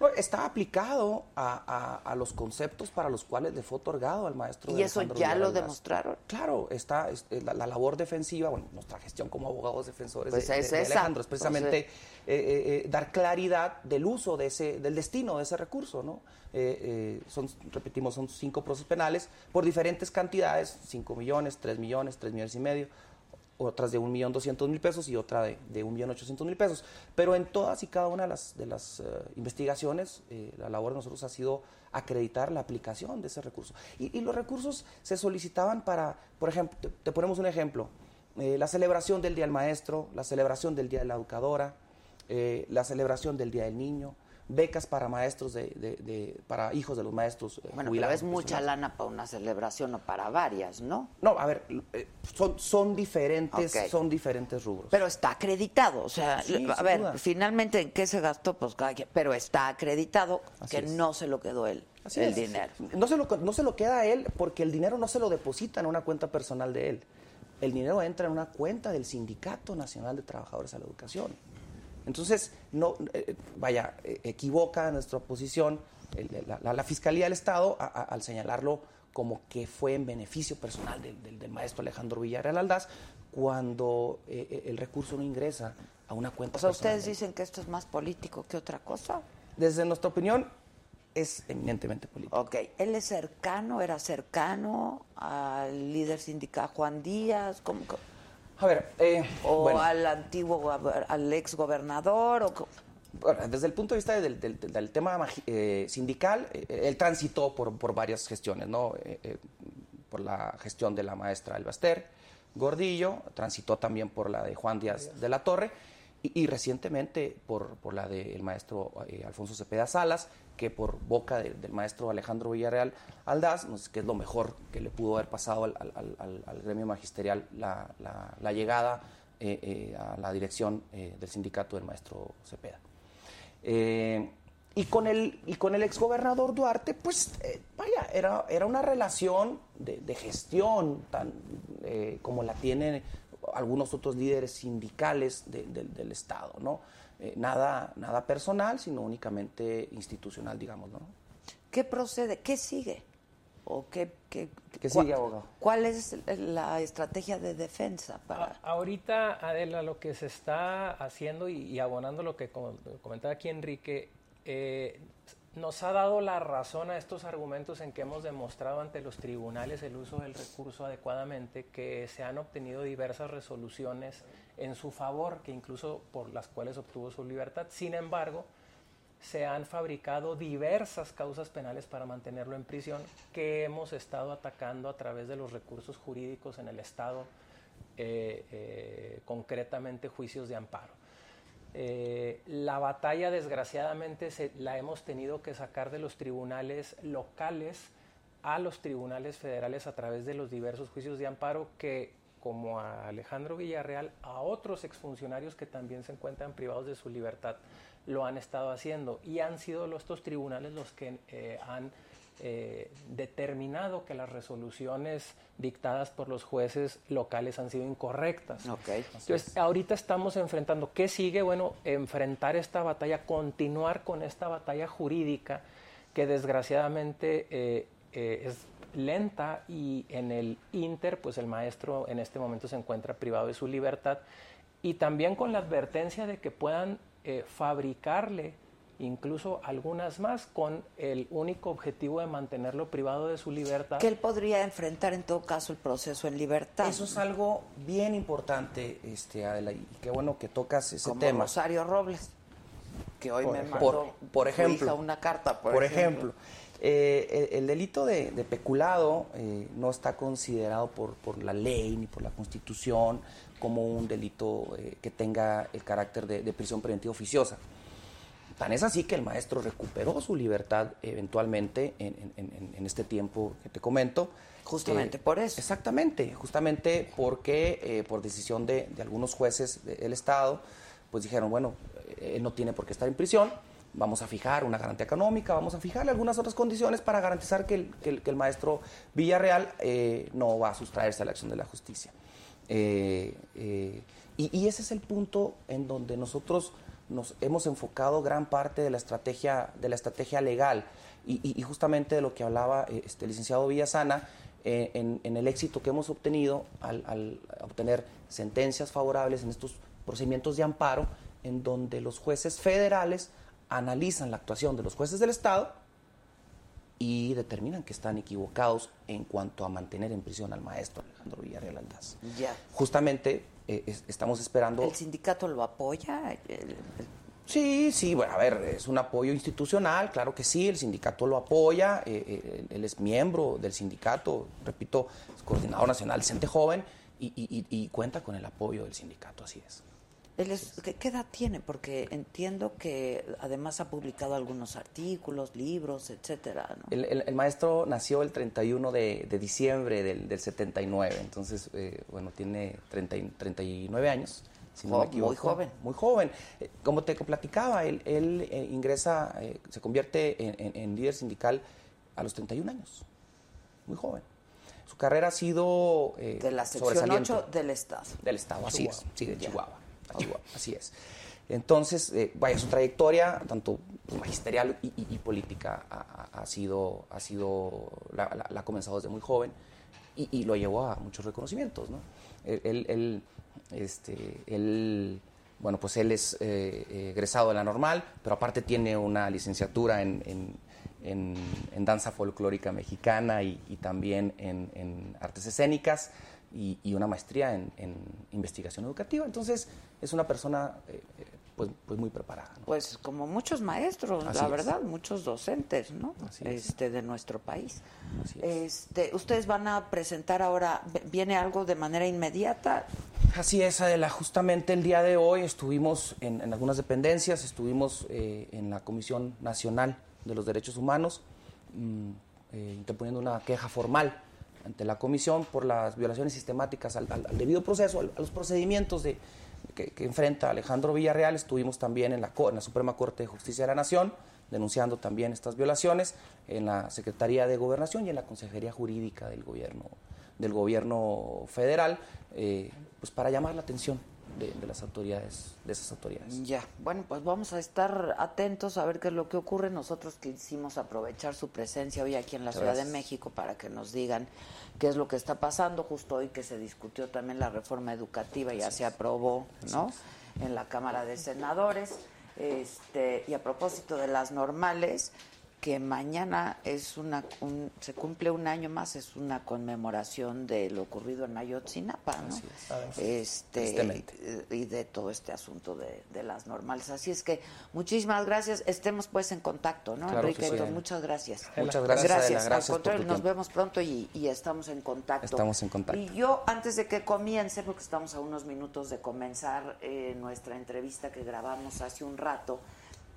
[SPEAKER 6] No, Está aplicado a, a- a los conceptos para los cuales le fue otorgado al maestro.
[SPEAKER 2] Y eso
[SPEAKER 6] Alejandro
[SPEAKER 2] ya lo
[SPEAKER 6] Villarreal Aldaz.
[SPEAKER 2] demostraron.
[SPEAKER 6] Claro, está es- eh, la, la labor defensiva, bueno, nuestra gestión como abogados defensores
[SPEAKER 2] Pues
[SPEAKER 6] de,
[SPEAKER 2] es
[SPEAKER 6] de- de
[SPEAKER 2] esa.
[SPEAKER 6] Alejandro, es precisamente
[SPEAKER 2] Entonces-
[SPEAKER 6] eh, eh, eh, dar claridad del uso de ese, del destino de ese recurso, ¿no? Eh, eh, son, repetimos, son cinco procesos penales por diferentes cantidades, 5 millones, 3 millones, 3 millones y medio, otras de 1.200.000 pesos y otra de, de 1.800.000 pesos. Pero en todas y cada una de las, de las eh, investigaciones, eh, la labor de nosotros ha sido acreditar la aplicación de ese recurso. Y, y los recursos se solicitaban para, por ejemplo, te, te ponemos un ejemplo, eh, la celebración del Día del Maestro, la celebración del Día de la Educadora, eh, la celebración del Día del Niño, becas para maestros, de, de- de- para hijos de los maestros. eh,
[SPEAKER 2] Bueno, pero
[SPEAKER 6] jubilados,
[SPEAKER 7] pues,
[SPEAKER 2] es mucha
[SPEAKER 6] pensionados.
[SPEAKER 2] lana para una celebración o para varias, ¿no?
[SPEAKER 6] No, a ver, eh, son, son, diferentes,
[SPEAKER 2] Ok.
[SPEAKER 6] son diferentes rubros.
[SPEAKER 2] Pero está acreditado, o sea,
[SPEAKER 6] Pues. Sí, sin
[SPEAKER 2] a ver,
[SPEAKER 6] duda.
[SPEAKER 2] finalmente en qué se gastó, pues cada quien, pero está acreditado
[SPEAKER 6] Así
[SPEAKER 2] que
[SPEAKER 6] es.
[SPEAKER 2] no se lo quedó él,
[SPEAKER 6] Así
[SPEAKER 2] el
[SPEAKER 6] es.
[SPEAKER 2] dinero.
[SPEAKER 6] No se, lo, no se lo queda a él porque el dinero no se lo deposita en una cuenta personal de él. El dinero entra en una cuenta del Sindicato Nacional de Trabajadores a la Educación. Entonces, no, eh, vaya, eh, equivoca nuestra posición el- la, la- la Fiscalía del Estado a- a- al señalarlo como que fue en beneficio personal del, del- del maestro Alejandro Villarreal Aldaz cuando eh, eh, el recurso no ingresa a una cuenta
[SPEAKER 2] O sea,
[SPEAKER 6] personal
[SPEAKER 2] ustedes
[SPEAKER 6] de él.
[SPEAKER 2] dicen que esto es más político que otra cosa.
[SPEAKER 6] Desde nuestra opinión, es eminentemente político.
[SPEAKER 2] Ok, él es cercano, era cercano al líder sindical Juan Díaz, ¿cómo co-
[SPEAKER 6] A ver, eh,
[SPEAKER 2] o
[SPEAKER 6] bueno.
[SPEAKER 2] al antiguo, gober- al ex gobernador, o co-
[SPEAKER 6] Bueno, desde el punto de vista del, del- del- del tema magi- eh, sindical, eh, él transitó por, por varias gestiones, ¿no? Eh, eh, por la gestión de la maestra Albaster Gordillo, transitó también por la de Juan Díaz de la Torre y, y recientemente por, por la del maestro eh, Alfonso Cepeda Salas, que por boca de- del maestro Alejandro Villarreal Aldaz, no sé, que es lo mejor que le pudo haber pasado al, al- al- al- al gremio magisterial la, la- la llegada eh, eh, a la dirección eh, del sindicato del maestro Cepeda. Eh, y, con el, y con el exgobernador Duarte, pues eh, vaya, era, era una relación de, de gestión tan eh, como la tienen algunos otros líderes sindicales de- del- del Estado, ¿no? Eh, nada, nada personal, sino únicamente institucional, digamos, ¿no?
[SPEAKER 2] ¿qué procede? ¿Qué sigue? ¿O qué, qué,
[SPEAKER 6] ¿Qué
[SPEAKER 2] cua-
[SPEAKER 6] sigue, abogado?
[SPEAKER 2] ¿Cuál es la estrategia de defensa para...?
[SPEAKER 7] A- ahorita, Adela, lo que se está haciendo y, y abonando lo que com- comentaba aquí Enrique, eh, nos ha dado la razón a estos argumentos en que hemos demostrado ante los tribunales el uso del recurso adecuadamente, que se han obtenido diversas resoluciones en su favor, que incluso por las cuales obtuvo su libertad. Sin embargo, se han fabricado diversas causas penales para mantenerlo en prisión que hemos estado atacando a través de los recursos jurídicos en el Estado, eh, eh, concretamente juicios de amparo. Eh, la batalla, desgraciadamente, se- la hemos tenido que sacar de los tribunales locales a los tribunales federales a través de los diversos juicios de amparo que, como a Alejandro Villarreal, a otros exfuncionarios que también se encuentran privados de su libertad, lo han estado haciendo. Y han sido los- estos tribunales los que eh, han eh, determinado que las resoluciones dictadas por los jueces locales han sido incorrectas.
[SPEAKER 2] Ok.
[SPEAKER 7] Entonces, ahorita estamos enfrentando, ¿qué sigue? Bueno, enfrentar esta batalla, continuar con esta batalla jurídica que desgraciadamente eh, eh, es lenta y en el Inter, pues el maestro en este momento se encuentra privado de su libertad y también con la advertencia de que puedan eh, fabricarle incluso algunas más con el único objetivo de mantenerlo privado de su libertad.
[SPEAKER 2] Que él podría enfrentar en todo caso el proceso en libertad.
[SPEAKER 6] Eso es algo bien importante, este, Adela, y qué bueno que tocas ese
[SPEAKER 2] como
[SPEAKER 6] tema.
[SPEAKER 2] Rosario Robles, que hoy
[SPEAKER 6] Por
[SPEAKER 2] me
[SPEAKER 6] ej-
[SPEAKER 2] mandó
[SPEAKER 6] por- por
[SPEAKER 2] su
[SPEAKER 6] ejemplo.
[SPEAKER 2] hija una carta, por,
[SPEAKER 6] Por, ejemplo, eh, el, el delito de, de peculado eh, no está considerado por, por la ley ni por la constitución como un delito eh, que tenga el carácter de, de prisión preventiva oficiosa. Tan es así que el maestro recuperó su libertad eventualmente en, en- en- en este tiempo que te comento.
[SPEAKER 2] Justamente por eso.
[SPEAKER 6] Exactamente, justamente porque eh, por decisión de, de algunos jueces de- del Estado, pues dijeron, bueno, él no tiene por qué estar en prisión, vamos a fijar una garantía económica, vamos a fijarle algunas otras condiciones para garantizar que el, que el- que el maestro Villarreal eh, no va a sustraerse a la acción de la justicia. Eh, eh, y, y ese es el punto en donde nosotros nos hemos enfocado gran parte de la estrategia, de la estrategia legal y, y- y justamente de lo que hablaba eh, este, el licenciado Villasana eh, en, en el éxito que hemos obtenido al, al obtener sentencias favorables en estos procedimientos de amparo en donde los jueces federales analizan la actuación de los jueces del Estado y determinan que están equivocados en cuanto a mantener en prisión al maestro Alejandro Villarreal Aldaz
[SPEAKER 2] Ya.
[SPEAKER 6] justamente eh, es- estamos esperando.
[SPEAKER 2] ¿El sindicato lo apoya? El- el-
[SPEAKER 6] Sí, sí, bueno, a ver, es un apoyo institucional, claro que sí, el sindicato lo apoya, eh, eh, él- él es miembro del sindicato, repito, es coordinador nacional Cente Joven y, y- y- y cuenta con el apoyo del sindicato, así es.
[SPEAKER 2] él es- ¿qué, qué edad tiene? Porque entiendo que además ha publicado algunos artículos, libros, etcétera, ¿no?
[SPEAKER 6] El, el- el maestro nació el 31 de, de diciembre del, del 79, entonces, eh, bueno, tiene 30 y- 39 años. Si no me
[SPEAKER 2] Jo- muy
[SPEAKER 6] equivoco.
[SPEAKER 2] joven.
[SPEAKER 6] Muy joven. Eh, Como te platicaba, él, él, eh, ingresa, eh, se convierte en, en- en líder sindical a los 31 años. Muy joven. Su carrera ha sido eh,
[SPEAKER 2] de la sección
[SPEAKER 6] sobresaliente.
[SPEAKER 2] 8 del Estado.
[SPEAKER 6] Del estado, así es. Sí, de
[SPEAKER 2] Ya.
[SPEAKER 6] Chihuahua. a Chihuahua, así es. Entonces, eh, vaya, su trayectoria, tanto pues, magisterial y, y- y política, ha, ha- ha sido, ha sido la, la- la ha comenzado desde muy joven y, y lo llevó a muchos reconocimientos, ¿no? Él, él- él, este, él, bueno, pues él es eh, eh, egresado de la normal, pero aparte tiene una licenciatura en, en- en, en danza folclórica mexicana y, y también en, en artes escénicas y, y una maestría en, en investigación educativa. Entonces, es una persona eh, eh, pues, pues muy preparada. ¿no?
[SPEAKER 2] Pues como muchos maestros,
[SPEAKER 6] Así
[SPEAKER 2] la
[SPEAKER 6] es.
[SPEAKER 2] verdad, muchos docentes, ¿no?
[SPEAKER 6] Así es.
[SPEAKER 2] Este de nuestro país.
[SPEAKER 6] Así es.
[SPEAKER 2] Este, ustedes van a presentar ahora viene algo de manera inmediata.
[SPEAKER 6] Así es, Adela. Justamente el día de hoy estuvimos en, en algunas dependencias, estuvimos eh, en la Comisión Nacional de los Derechos Humanos mm, eh, interponiendo una queja formal ante la Comisión por las violaciones sistemáticas al, al- al debido proceso, al- a los procedimientos de, que, que enfrenta Alejandro Villarreal. Estuvimos también en la, co- en la Suprema Corte de Justicia de la Nación denunciando también estas violaciones en la Secretaría de Gobernación y en la Consejería Jurídica del Gobierno del gobierno federal, eh, pues para llamar la atención de, de las autoridades, de esas autoridades.
[SPEAKER 2] Ya, bueno, pues vamos a estar atentos a ver qué es lo que ocurre. Nosotros quisimos aprovechar su presencia hoy aquí en la Ciudad de
[SPEAKER 6] Gracias.
[SPEAKER 2] México para que nos digan qué es lo que está pasando. Justo hoy que se discutió también la reforma educativa, ya se aprobó, ¿no? En la Cámara de Senadores. Este, y a propósito de las normales, que mañana es una un- se cumple un año más, es una conmemoración de lo ocurrido en Ayotzinapa, ¿no?
[SPEAKER 6] Así
[SPEAKER 7] es.
[SPEAKER 2] Este,
[SPEAKER 6] Tristemente.
[SPEAKER 2] eh, y de todo este asunto de, de las normales. Así es que muchísimas gracias. Estemos pues en contacto, ¿no,
[SPEAKER 6] Claro que
[SPEAKER 2] Enrique?
[SPEAKER 6] sí,
[SPEAKER 2] Héctor?
[SPEAKER 6] Adela.
[SPEAKER 2] muchas gracias.
[SPEAKER 6] Muchas gracias, Adela, gracias
[SPEAKER 2] Al
[SPEAKER 6] por
[SPEAKER 2] contrario,
[SPEAKER 6] tu
[SPEAKER 2] nos
[SPEAKER 6] tiempo.
[SPEAKER 2] vemos pronto y, y estamos en contacto.
[SPEAKER 6] Estamos en contacto.
[SPEAKER 2] Y yo, antes de que comience, porque estamos a unos minutos de comenzar eh, nuestra entrevista que grabamos hace un rato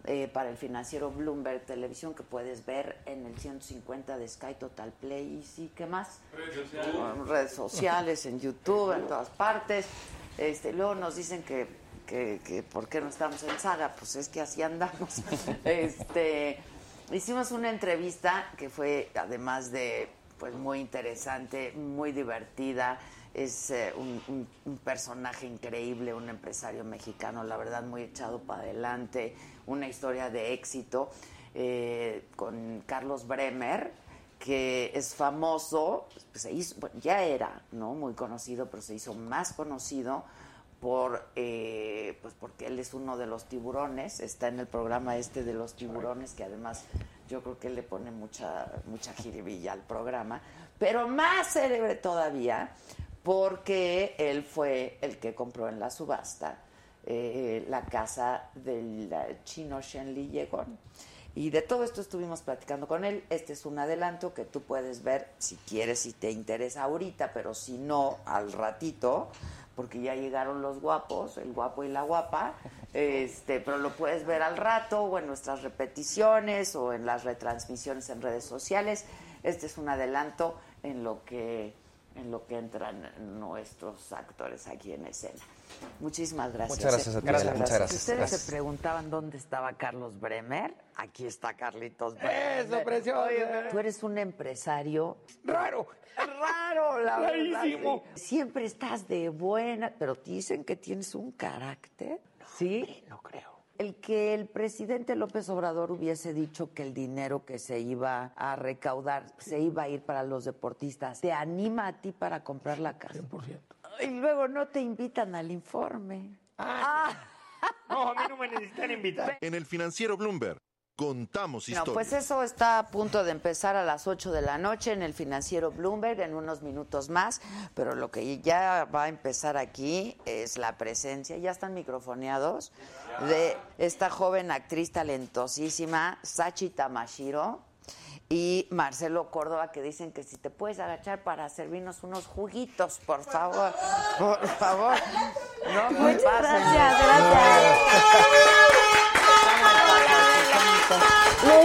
[SPEAKER 2] eh, para el financiero Bloomberg Televisión, que puedes ver en el 150 de Sky Total Play y sí, ¿qué más?
[SPEAKER 4] Redes
[SPEAKER 2] en redes sociales, en YouTube, en todas partes. Este, luego nos dicen que, que, que por qué no estamos en saga, pues es que así andamos. Este, hicimos una entrevista que fue además de pues muy interesante, muy divertida. Es eh, un, un- un personaje increíble, un empresario mexicano, la verdad, muy echado para adelante, una historia de éxito eh, con Carlos Bremer, que es famoso, pues, se hizo, bueno, ya era no muy conocido, pero se hizo más conocido por eh, pues porque él es uno de los tiburones, está en el programa este de los tiburones, que además yo creo que le pone mucha, mucha jiribilla al programa, pero más célebre todavía, porque él fue el que compró en la subasta eh, la casa del eh, chino Shenli Yegon. Y de todo esto estuvimos platicando con él. Este es un adelanto que tú puedes ver si quieres, si te interesa ahorita, pero si no, al ratito, porque ya llegaron los guapos, el guapo y la guapa. Este, pero lo puedes ver al rato o en nuestras repeticiones o en las retransmisiones en redes sociales. Este es un adelanto en lo que en lo que entran nuestros actores aquí en escena. Muchísimas gracias.
[SPEAKER 6] Muchas gracias a ti, Adela, muchas
[SPEAKER 2] Si
[SPEAKER 6] gracias.
[SPEAKER 2] ustedes
[SPEAKER 6] Gracias.
[SPEAKER 2] se preguntaban dónde estaba Carlos Bremer, aquí está Carlitos Bremer.
[SPEAKER 8] ¡Eso, precioso!
[SPEAKER 2] Tú eres un empresario
[SPEAKER 8] ¡Raro!
[SPEAKER 2] raro, la verdad.
[SPEAKER 8] Rarísimo.
[SPEAKER 2] sí. Siempre estás de buena, pero te dicen que tienes un carácter. ¿Sí? No creo. El que el presidente López Obrador hubiese dicho que el dinero que se iba a recaudar se iba a ir para los deportistas, ¿te anima a ti para comprar la casa?
[SPEAKER 8] 100%.
[SPEAKER 2] Y luego no te invitan al informe.
[SPEAKER 8] No, a mí no me necesitan invitar.
[SPEAKER 9] En el financiero Bloomberg, contamos
[SPEAKER 2] No,
[SPEAKER 9] historias.
[SPEAKER 2] pues eso está a punto de empezar a las 8 de la noche en el financiero Bloomberg en unos minutos más, pero lo que ya va a empezar aquí es la presencia, ya están microfoneados, de esta joven actriz talentosísima, Sachi Tamashiro. Y Marcelo Córdoba, que dicen que si te puedes agachar para servirnos unos juguitos, por favor. Por favor. No me pasen.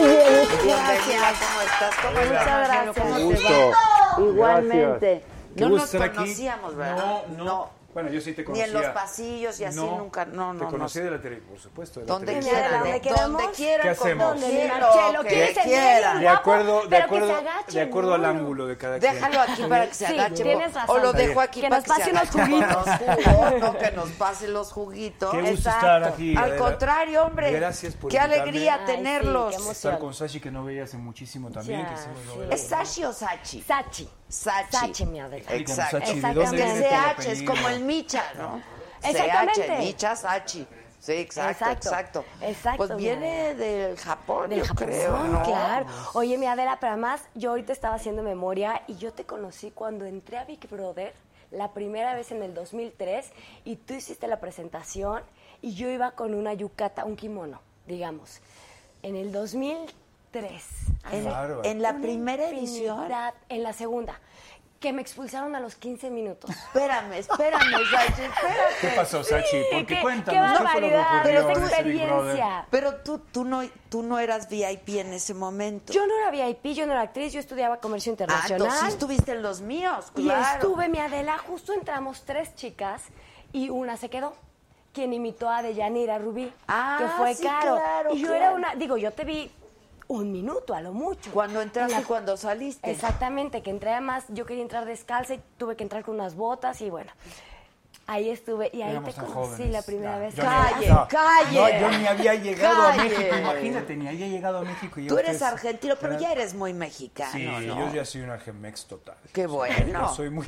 [SPEAKER 2] Bienvenida, ¿cómo estás? ¿Cómo estás, Marcelo? ¿Cómo te va? Igualmente. No
[SPEAKER 4] gusto
[SPEAKER 2] nos
[SPEAKER 4] estar aquí.
[SPEAKER 2] conocíamos, ¿verdad?
[SPEAKER 4] No, no. Bueno, yo sí te
[SPEAKER 2] Ni
[SPEAKER 4] conocía.
[SPEAKER 2] en los pasillos y así nunca, no, no,
[SPEAKER 4] Te conocí
[SPEAKER 2] no.
[SPEAKER 4] de la tele, por supuesto. De la
[SPEAKER 2] Donde
[SPEAKER 4] tele.
[SPEAKER 2] quieran, ¿eh?
[SPEAKER 10] ¿Dónde
[SPEAKER 2] donde
[SPEAKER 10] quedamos?
[SPEAKER 2] quieran,
[SPEAKER 4] ¿Qué hacemos?
[SPEAKER 2] como
[SPEAKER 10] Donde
[SPEAKER 2] quieran,
[SPEAKER 10] Marcelo,
[SPEAKER 2] que
[SPEAKER 10] ¿quieres el
[SPEAKER 2] quieran.
[SPEAKER 4] De acuerdo, de
[SPEAKER 10] Pero que se
[SPEAKER 4] acuerdo,
[SPEAKER 10] agachen,
[SPEAKER 4] de acuerdo
[SPEAKER 10] ¿no?
[SPEAKER 4] al ángulo de cada quien.
[SPEAKER 2] Déjalo aquí para que se
[SPEAKER 10] Sí,
[SPEAKER 2] agache.
[SPEAKER 10] tienes
[SPEAKER 2] bo-
[SPEAKER 10] razón.
[SPEAKER 2] O lo dejo aquí
[SPEAKER 10] Que
[SPEAKER 2] para
[SPEAKER 10] nos
[SPEAKER 2] que se
[SPEAKER 10] pasen los
[SPEAKER 2] agache
[SPEAKER 10] juguitos.
[SPEAKER 2] con los jugos, ¿no? Que nos pasen los juguitos.
[SPEAKER 4] Qué gusto
[SPEAKER 2] Exacto.
[SPEAKER 4] estar aquí,
[SPEAKER 2] Al
[SPEAKER 4] Adela.
[SPEAKER 2] contrario, hombre.
[SPEAKER 4] Gracias por
[SPEAKER 2] Qué
[SPEAKER 4] invitarme.
[SPEAKER 2] alegría
[SPEAKER 10] Ay, sí,
[SPEAKER 2] tenerlos.
[SPEAKER 10] qué emoción.
[SPEAKER 4] Estar con Sashi que no veía hace muchísimo también.
[SPEAKER 10] Ya,
[SPEAKER 4] que hicimos
[SPEAKER 10] sí.
[SPEAKER 4] novelas.
[SPEAKER 2] ¿Es Sachi o Sachi?
[SPEAKER 10] Sachi.
[SPEAKER 2] Sachi.
[SPEAKER 10] Sachi, mi Adela.
[SPEAKER 2] Exacto.
[SPEAKER 4] Sachi,
[SPEAKER 10] ¿de dónde
[SPEAKER 2] Es que
[SPEAKER 10] viene
[SPEAKER 2] CH es como el Micha, ¿no?
[SPEAKER 10] Exactamente.
[SPEAKER 2] CH, Micha, Sachi. Sí, exacto, exacto.
[SPEAKER 10] Exacto, exacto,
[SPEAKER 2] Pues viene
[SPEAKER 10] Mireya.
[SPEAKER 2] del Japón,
[SPEAKER 10] De
[SPEAKER 2] yo
[SPEAKER 10] Japón,
[SPEAKER 2] creo, ¿no?
[SPEAKER 10] claro. Oye, mi Adela, pero además yo ahorita estaba haciendo memoria y yo te conocí cuando entré a Big Brother la primera vez en el 2003 y tú hiciste la presentación y yo iba con una yucata, un kimono, digamos, en el 2003.
[SPEAKER 2] En,
[SPEAKER 4] Bárbaro.
[SPEAKER 2] en la
[SPEAKER 10] Una
[SPEAKER 2] primera edición.
[SPEAKER 10] infinidad, En la segunda, que me expulsaron a los 15 minutos.
[SPEAKER 2] Espérame, espérame, Sachi, espérate.
[SPEAKER 4] ¿Qué pasó, Sachi? ¿Por qué
[SPEAKER 10] qué-
[SPEAKER 4] cuéntanos?
[SPEAKER 10] qué
[SPEAKER 4] ¿Qué fue lo que
[SPEAKER 10] barbaridad,
[SPEAKER 4] ocurrió en
[SPEAKER 10] qué
[SPEAKER 4] ese Big Brother?
[SPEAKER 10] experiencia.
[SPEAKER 2] Pero tú, tú, no, tú no eras VIP en ese momento.
[SPEAKER 10] Yo no era VIP, yo no era actriz, yo estudiaba comercio
[SPEAKER 2] ah,
[SPEAKER 10] internacional.
[SPEAKER 2] entonces sí estuviste en los míos,
[SPEAKER 10] Y
[SPEAKER 2] claro.
[SPEAKER 10] estuve, mi Adela, justo entramos tres chicas y una se quedó, quien imitó a Deyanira Rubí,
[SPEAKER 2] Ah,
[SPEAKER 10] que fue
[SPEAKER 2] sí,
[SPEAKER 10] Caro.
[SPEAKER 2] claro,
[SPEAKER 10] y yo
[SPEAKER 2] claro.
[SPEAKER 10] era una, digo, yo te vi un minuto a lo mucho.
[SPEAKER 2] Cuando entraste
[SPEAKER 10] En
[SPEAKER 2] y cuando saliste.
[SPEAKER 10] Exactamente, que entré además, yo quería entrar descalza y tuve que entrar con unas botas y bueno. Ahí estuve y ahí
[SPEAKER 4] Éramos
[SPEAKER 10] te
[SPEAKER 4] tan
[SPEAKER 10] conocí
[SPEAKER 4] jóvenes.
[SPEAKER 10] la primera
[SPEAKER 4] No,
[SPEAKER 10] vez.
[SPEAKER 4] yo ni-
[SPEAKER 2] Calle,
[SPEAKER 4] no,
[SPEAKER 2] calle.
[SPEAKER 4] No, yo ni había llegado
[SPEAKER 2] Calle.
[SPEAKER 4] a México, imagínate, ni había llegado a México. y ya
[SPEAKER 2] Tú eres
[SPEAKER 4] ustedes-
[SPEAKER 2] argentino, pero ya eres muy
[SPEAKER 4] Sí,
[SPEAKER 2] mexicano, ¿no?
[SPEAKER 4] yo ya soy un argemex total.
[SPEAKER 2] Qué bueno.
[SPEAKER 4] Yo soy muy...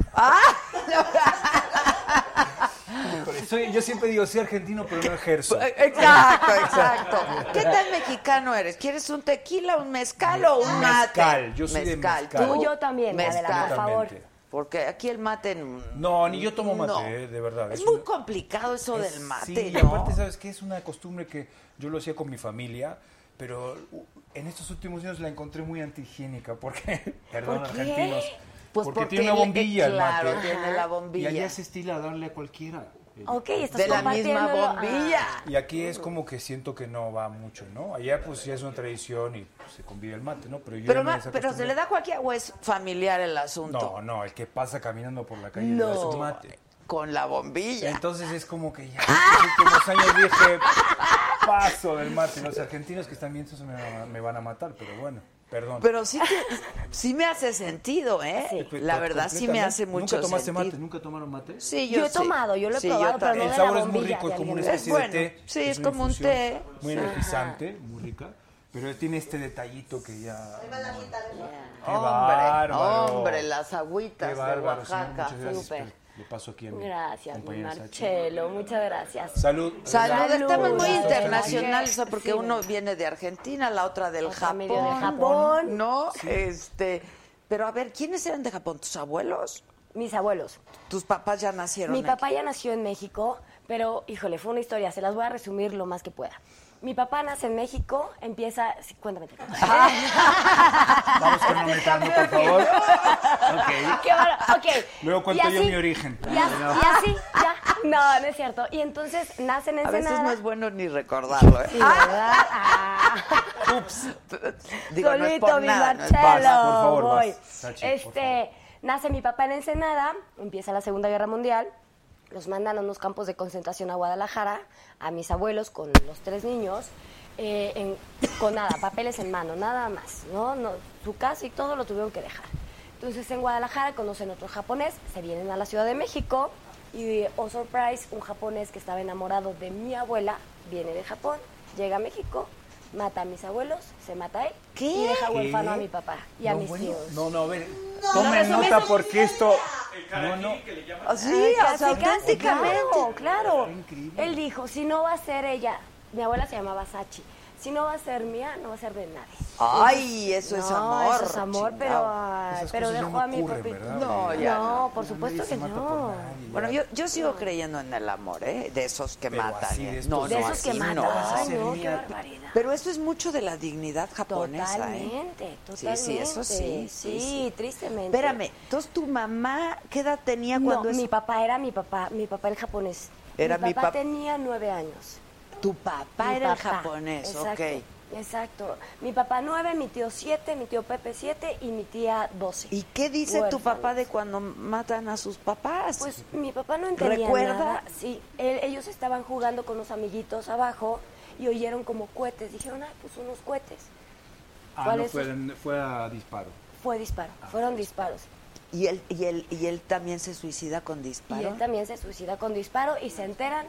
[SPEAKER 2] Ah.
[SPEAKER 4] Soy- yo siempre digo, soy argentino, pero no ejerzo.
[SPEAKER 2] Pues, Exacto, exacto. ¿Qué tan mexicano eres? ¿Quieres un tequila, un mezcal o un mate?
[SPEAKER 4] Mezcal, yo soy de mezcal.
[SPEAKER 10] Tú, yo también, Adela, por
[SPEAKER 2] Mezcal.
[SPEAKER 10] favor.
[SPEAKER 4] Completamente.
[SPEAKER 2] Porque aquí el mate... mm,
[SPEAKER 4] No, ni yo tomo mate,
[SPEAKER 2] no.
[SPEAKER 4] eh, de verdad.
[SPEAKER 2] Es,
[SPEAKER 4] Es
[SPEAKER 2] muy
[SPEAKER 4] una-
[SPEAKER 2] complicado eso
[SPEAKER 4] Es-
[SPEAKER 2] del mate,
[SPEAKER 4] Sí, y
[SPEAKER 2] ¿no?
[SPEAKER 4] aparte, ¿sabes qué? Es una costumbre que yo lo hacía con mi familia, pero uh, en estos últimos años la encontré muy antihigiénica, porque, perdón,
[SPEAKER 10] ¿Por qué?
[SPEAKER 4] argentinos,
[SPEAKER 2] Pues
[SPEAKER 4] porque, tiene una
[SPEAKER 2] le-
[SPEAKER 4] bombilla el mate.
[SPEAKER 2] claro, tiene la
[SPEAKER 4] Y
[SPEAKER 2] bombilla.
[SPEAKER 4] allá se estila a darle a cualquiera.
[SPEAKER 10] Ok, estás
[SPEAKER 2] de la misma
[SPEAKER 10] compartiéndolo. Ah.
[SPEAKER 2] bombilla.
[SPEAKER 4] Y aquí es como que siento que no va mucho, ¿no? Allá pues ya es una tradición y pues, se convive el mate, ¿no? Pero, yo
[SPEAKER 2] Pero,
[SPEAKER 4] ya me
[SPEAKER 2] ma- pero se
[SPEAKER 4] desacostumbré.
[SPEAKER 2] le da cualquier o es familiar el asunto.
[SPEAKER 4] No, no, el que pasa caminando por la calle le da su
[SPEAKER 2] No,
[SPEAKER 4] mate.
[SPEAKER 2] con la bombilla.
[SPEAKER 4] Entonces es como que ya en los últimos años dije, paso del mate. Los argentinos que están viendo eso me, van a- me van a matar, pero bueno, perdón.
[SPEAKER 2] pero sí, que- sí me hace sentido, ¿eh?
[SPEAKER 4] Pues,
[SPEAKER 2] La verdad sí me
[SPEAKER 4] completamente.
[SPEAKER 2] hace mucho
[SPEAKER 4] ¿Nunca tomaste
[SPEAKER 2] sentido.
[SPEAKER 4] mate? ¿Nunca tomaron mate?
[SPEAKER 2] Sí, yo,
[SPEAKER 10] Yo he
[SPEAKER 2] sí.
[SPEAKER 10] tomado, yo lo he
[SPEAKER 2] Sí,
[SPEAKER 10] probado, pero no
[SPEAKER 2] también.
[SPEAKER 4] El
[SPEAKER 10] de
[SPEAKER 4] sabor
[SPEAKER 10] la
[SPEAKER 4] es muy
[SPEAKER 10] bombilla
[SPEAKER 4] rico,
[SPEAKER 10] de
[SPEAKER 4] es como una
[SPEAKER 10] alguien.
[SPEAKER 4] especie
[SPEAKER 2] Es bueno,
[SPEAKER 4] de té.
[SPEAKER 2] sí, es
[SPEAKER 4] una
[SPEAKER 2] como un
[SPEAKER 4] infusión
[SPEAKER 2] té.
[SPEAKER 4] Muy energizante, muy rica, pero tiene este detallito que ya... ¡Qué
[SPEAKER 2] Hombre,
[SPEAKER 4] bárbaro!
[SPEAKER 2] hombre, las
[SPEAKER 4] ¡Qué
[SPEAKER 2] agüitas de
[SPEAKER 4] bárbaro! sí,
[SPEAKER 2] Oaxaca.
[SPEAKER 4] muchas gracias.
[SPEAKER 10] súper.
[SPEAKER 4] Le paso aquí a mi
[SPEAKER 10] Gracias, mi
[SPEAKER 4] compañera Sachi.
[SPEAKER 10] Marcelo, muchas gracias.
[SPEAKER 4] Salud.
[SPEAKER 2] Salud, estamos muy
[SPEAKER 10] Salud.
[SPEAKER 2] internacionales, o sea, porque
[SPEAKER 10] Sí.
[SPEAKER 2] uno viene de Argentina, la otra del
[SPEAKER 10] Otra
[SPEAKER 2] Japón,
[SPEAKER 10] medio de Japón.
[SPEAKER 2] ¿no? Este, pero a ver, ¿quiénes eran de Japón? ¿Tus abuelos?
[SPEAKER 10] Mis abuelos.
[SPEAKER 2] ¿Tus papás ya nacieron?
[SPEAKER 10] Mi
[SPEAKER 2] aquí?
[SPEAKER 10] papá ya nació en México, pero híjole, fue una historia, se las voy a resumir lo más que pueda. Mi papá nace en México, empieza. sí, cuéntame. te cuento.
[SPEAKER 4] Ah, Vamos cronometrando, por favor. Ok.
[SPEAKER 10] Qué bárbaro, ok.
[SPEAKER 4] Luego cuento
[SPEAKER 10] Y
[SPEAKER 4] yo mi origen.
[SPEAKER 10] Y así,
[SPEAKER 4] No.
[SPEAKER 10] y así, ya. No, no es cierto. Y entonces nacen en
[SPEAKER 2] A veces
[SPEAKER 10] Ensenada.
[SPEAKER 2] no es bueno ni recordarlo, ¿eh?
[SPEAKER 10] Sí, ¿verdad? Ah.
[SPEAKER 2] Digo, no es
[SPEAKER 10] Solito,
[SPEAKER 2] por
[SPEAKER 10] mi
[SPEAKER 2] nada, no es
[SPEAKER 10] Marcelo.
[SPEAKER 2] por-
[SPEAKER 4] Vas, por favor,
[SPEAKER 10] voy.
[SPEAKER 4] vas, Sachi, por
[SPEAKER 10] este, nace mi papá en Ensenada, empieza la Segunda Guerra Mundial, los mandan a unos campos de concentración a Guadalajara, a mis abuelos con los tres niños, eh, en- con nada, papeles en mano, nada más, ¿no? no su casa y todo lo tuvieron que dejar. Entonces en Guadalajara conocen otro japonés, se vienen a la Ciudad de México y, oh surprise, un japonés que estaba enamorado de mi abuela viene de Japón, llega a México, mata a mis abuelos, se mata a él
[SPEAKER 2] ¿Qué?
[SPEAKER 10] y deja huérfano a
[SPEAKER 4] ¿Qué?
[SPEAKER 10] mi papá y a
[SPEAKER 4] No,
[SPEAKER 10] mis
[SPEAKER 4] bueno,
[SPEAKER 10] tíos.
[SPEAKER 4] No, no, a ver. Tomen
[SPEAKER 10] no,
[SPEAKER 4] nota
[SPEAKER 10] no,
[SPEAKER 4] porque esto.
[SPEAKER 3] El
[SPEAKER 4] No, no.
[SPEAKER 3] carajillo que le llaman.
[SPEAKER 2] Así,
[SPEAKER 10] Ay,
[SPEAKER 2] o sea,
[SPEAKER 10] casi, casi,
[SPEAKER 2] auténticamente.
[SPEAKER 10] Claro, claro.
[SPEAKER 4] increíble.
[SPEAKER 10] Él dijo, si no va a ser ella, mi abuela se llamaba Sachi, si no va a ser mía, no va a ser de nadie.
[SPEAKER 2] Ay, eso es
[SPEAKER 10] No,
[SPEAKER 2] amor.
[SPEAKER 10] Eso es amor,
[SPEAKER 2] chingado.
[SPEAKER 10] pero, ay,
[SPEAKER 4] Esas
[SPEAKER 10] pero
[SPEAKER 4] cosas ya
[SPEAKER 10] dejó
[SPEAKER 4] no
[SPEAKER 10] a mi
[SPEAKER 4] ocurren,
[SPEAKER 10] papi.
[SPEAKER 4] ¿verdad?
[SPEAKER 2] No,
[SPEAKER 10] No,
[SPEAKER 2] ya no.
[SPEAKER 10] por supuesto que no.
[SPEAKER 2] Bueno, yo, yo sigo creyendo en el amor, ¿eh? De esos que
[SPEAKER 4] Pero
[SPEAKER 2] matan.
[SPEAKER 4] así,
[SPEAKER 2] ¿eh?
[SPEAKER 4] de estos
[SPEAKER 2] no,
[SPEAKER 10] De
[SPEAKER 2] no,
[SPEAKER 10] esos que
[SPEAKER 2] así
[SPEAKER 10] matan.
[SPEAKER 2] no.
[SPEAKER 10] Ay,
[SPEAKER 4] Ese
[SPEAKER 10] no, qué
[SPEAKER 4] día te-
[SPEAKER 10] barbaridad.
[SPEAKER 2] Pero eso es mucho de la dignidad japonesa, ¿eh?
[SPEAKER 10] Totalmente,
[SPEAKER 2] Sí,
[SPEAKER 10] totalmente.
[SPEAKER 2] sí, eso sí, sí, sí.
[SPEAKER 10] tristemente.
[SPEAKER 2] Espérame, entonces tu mamá, ¿qué edad tenía
[SPEAKER 10] No,
[SPEAKER 2] cuando es
[SPEAKER 10] mi papá era mi papá, mi papá el japonés.
[SPEAKER 2] Era mi
[SPEAKER 10] mi papá.
[SPEAKER 2] pap-
[SPEAKER 10] tenía nueve años.
[SPEAKER 2] tu papá
[SPEAKER 10] Mi
[SPEAKER 2] era el
[SPEAKER 10] papá.
[SPEAKER 2] japonés?
[SPEAKER 10] Exacto,
[SPEAKER 2] Ok.
[SPEAKER 10] Exacto. Mi papá nueve, mi tío siete, mi tío Pepe siete y mi tía doce.
[SPEAKER 2] ¿Y qué dice tu
[SPEAKER 10] Huérfanos.
[SPEAKER 2] papá de cuando matan a sus papás?
[SPEAKER 10] Pues mi papá no entendía
[SPEAKER 2] ¿Recuerda?
[SPEAKER 10] nada. Sí, él- ellos estaban jugando con los amiguitos abajo y oyeron como cohetes. Dijeron, ah, pues unos cohetes.
[SPEAKER 4] Ah,
[SPEAKER 10] ¿Cuál
[SPEAKER 4] no,
[SPEAKER 10] es?
[SPEAKER 4] fue, Ah, fue a disparo.
[SPEAKER 10] Fue disparo, fueron disparos.
[SPEAKER 2] y, él, y, él, y él también se suicida con
[SPEAKER 10] Y
[SPEAKER 2] disparo.
[SPEAKER 10] él también se suicida con disparo y se enteran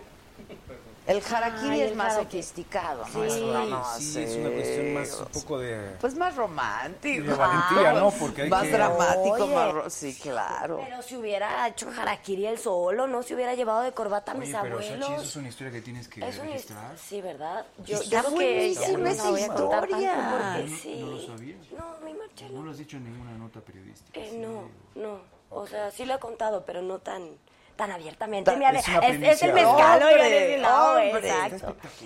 [SPEAKER 2] El harakiri
[SPEAKER 10] Ay,
[SPEAKER 2] es
[SPEAKER 10] el
[SPEAKER 2] más
[SPEAKER 10] harakiri.
[SPEAKER 2] sofisticado, ¿no?
[SPEAKER 10] Sí.
[SPEAKER 2] Es una-
[SPEAKER 4] Ay,
[SPEAKER 2] no,
[SPEAKER 4] sí, es una cuestión más
[SPEAKER 2] o
[SPEAKER 4] un
[SPEAKER 2] sea,
[SPEAKER 4] poco de...
[SPEAKER 2] Pues más romántico.
[SPEAKER 4] De valentía, ¿no? Porque hay
[SPEAKER 2] más
[SPEAKER 4] que-
[SPEAKER 2] dramático,
[SPEAKER 10] Oye.
[SPEAKER 2] más... ro- Sí, claro.
[SPEAKER 10] Pero si hubiera hecho harakiri él solo, ¿no? Se hubiera llevado de corbata a mis
[SPEAKER 4] Oye, pero Sachi,
[SPEAKER 10] abuelos.
[SPEAKER 4] eso es una historia que tienes que
[SPEAKER 10] Es un his-
[SPEAKER 4] registrar.
[SPEAKER 10] Sí, ¿verdad? Yo,
[SPEAKER 2] Está
[SPEAKER 10] yo creo que
[SPEAKER 2] buenísima
[SPEAKER 10] yo no
[SPEAKER 2] esa
[SPEAKER 10] la voy a contar tanto
[SPEAKER 2] historia.
[SPEAKER 10] porque
[SPEAKER 4] No,
[SPEAKER 10] sí.
[SPEAKER 4] no lo sabía.
[SPEAKER 10] No, mi marcha
[SPEAKER 4] No
[SPEAKER 10] no.
[SPEAKER 4] lo has dicho en ninguna nota periodística.
[SPEAKER 10] Eh,
[SPEAKER 4] sí.
[SPEAKER 10] no, no. O sea, sí lo he contado, pero no tan tan abiertamente.
[SPEAKER 2] Ta-
[SPEAKER 10] Mira,
[SPEAKER 4] es
[SPEAKER 10] es,
[SPEAKER 4] una
[SPEAKER 10] es el
[SPEAKER 4] primicia.
[SPEAKER 10] mezcal,
[SPEAKER 2] ¡Hombre,
[SPEAKER 10] oigan, es el lado,
[SPEAKER 2] hombre!
[SPEAKER 10] exacto.
[SPEAKER 2] Está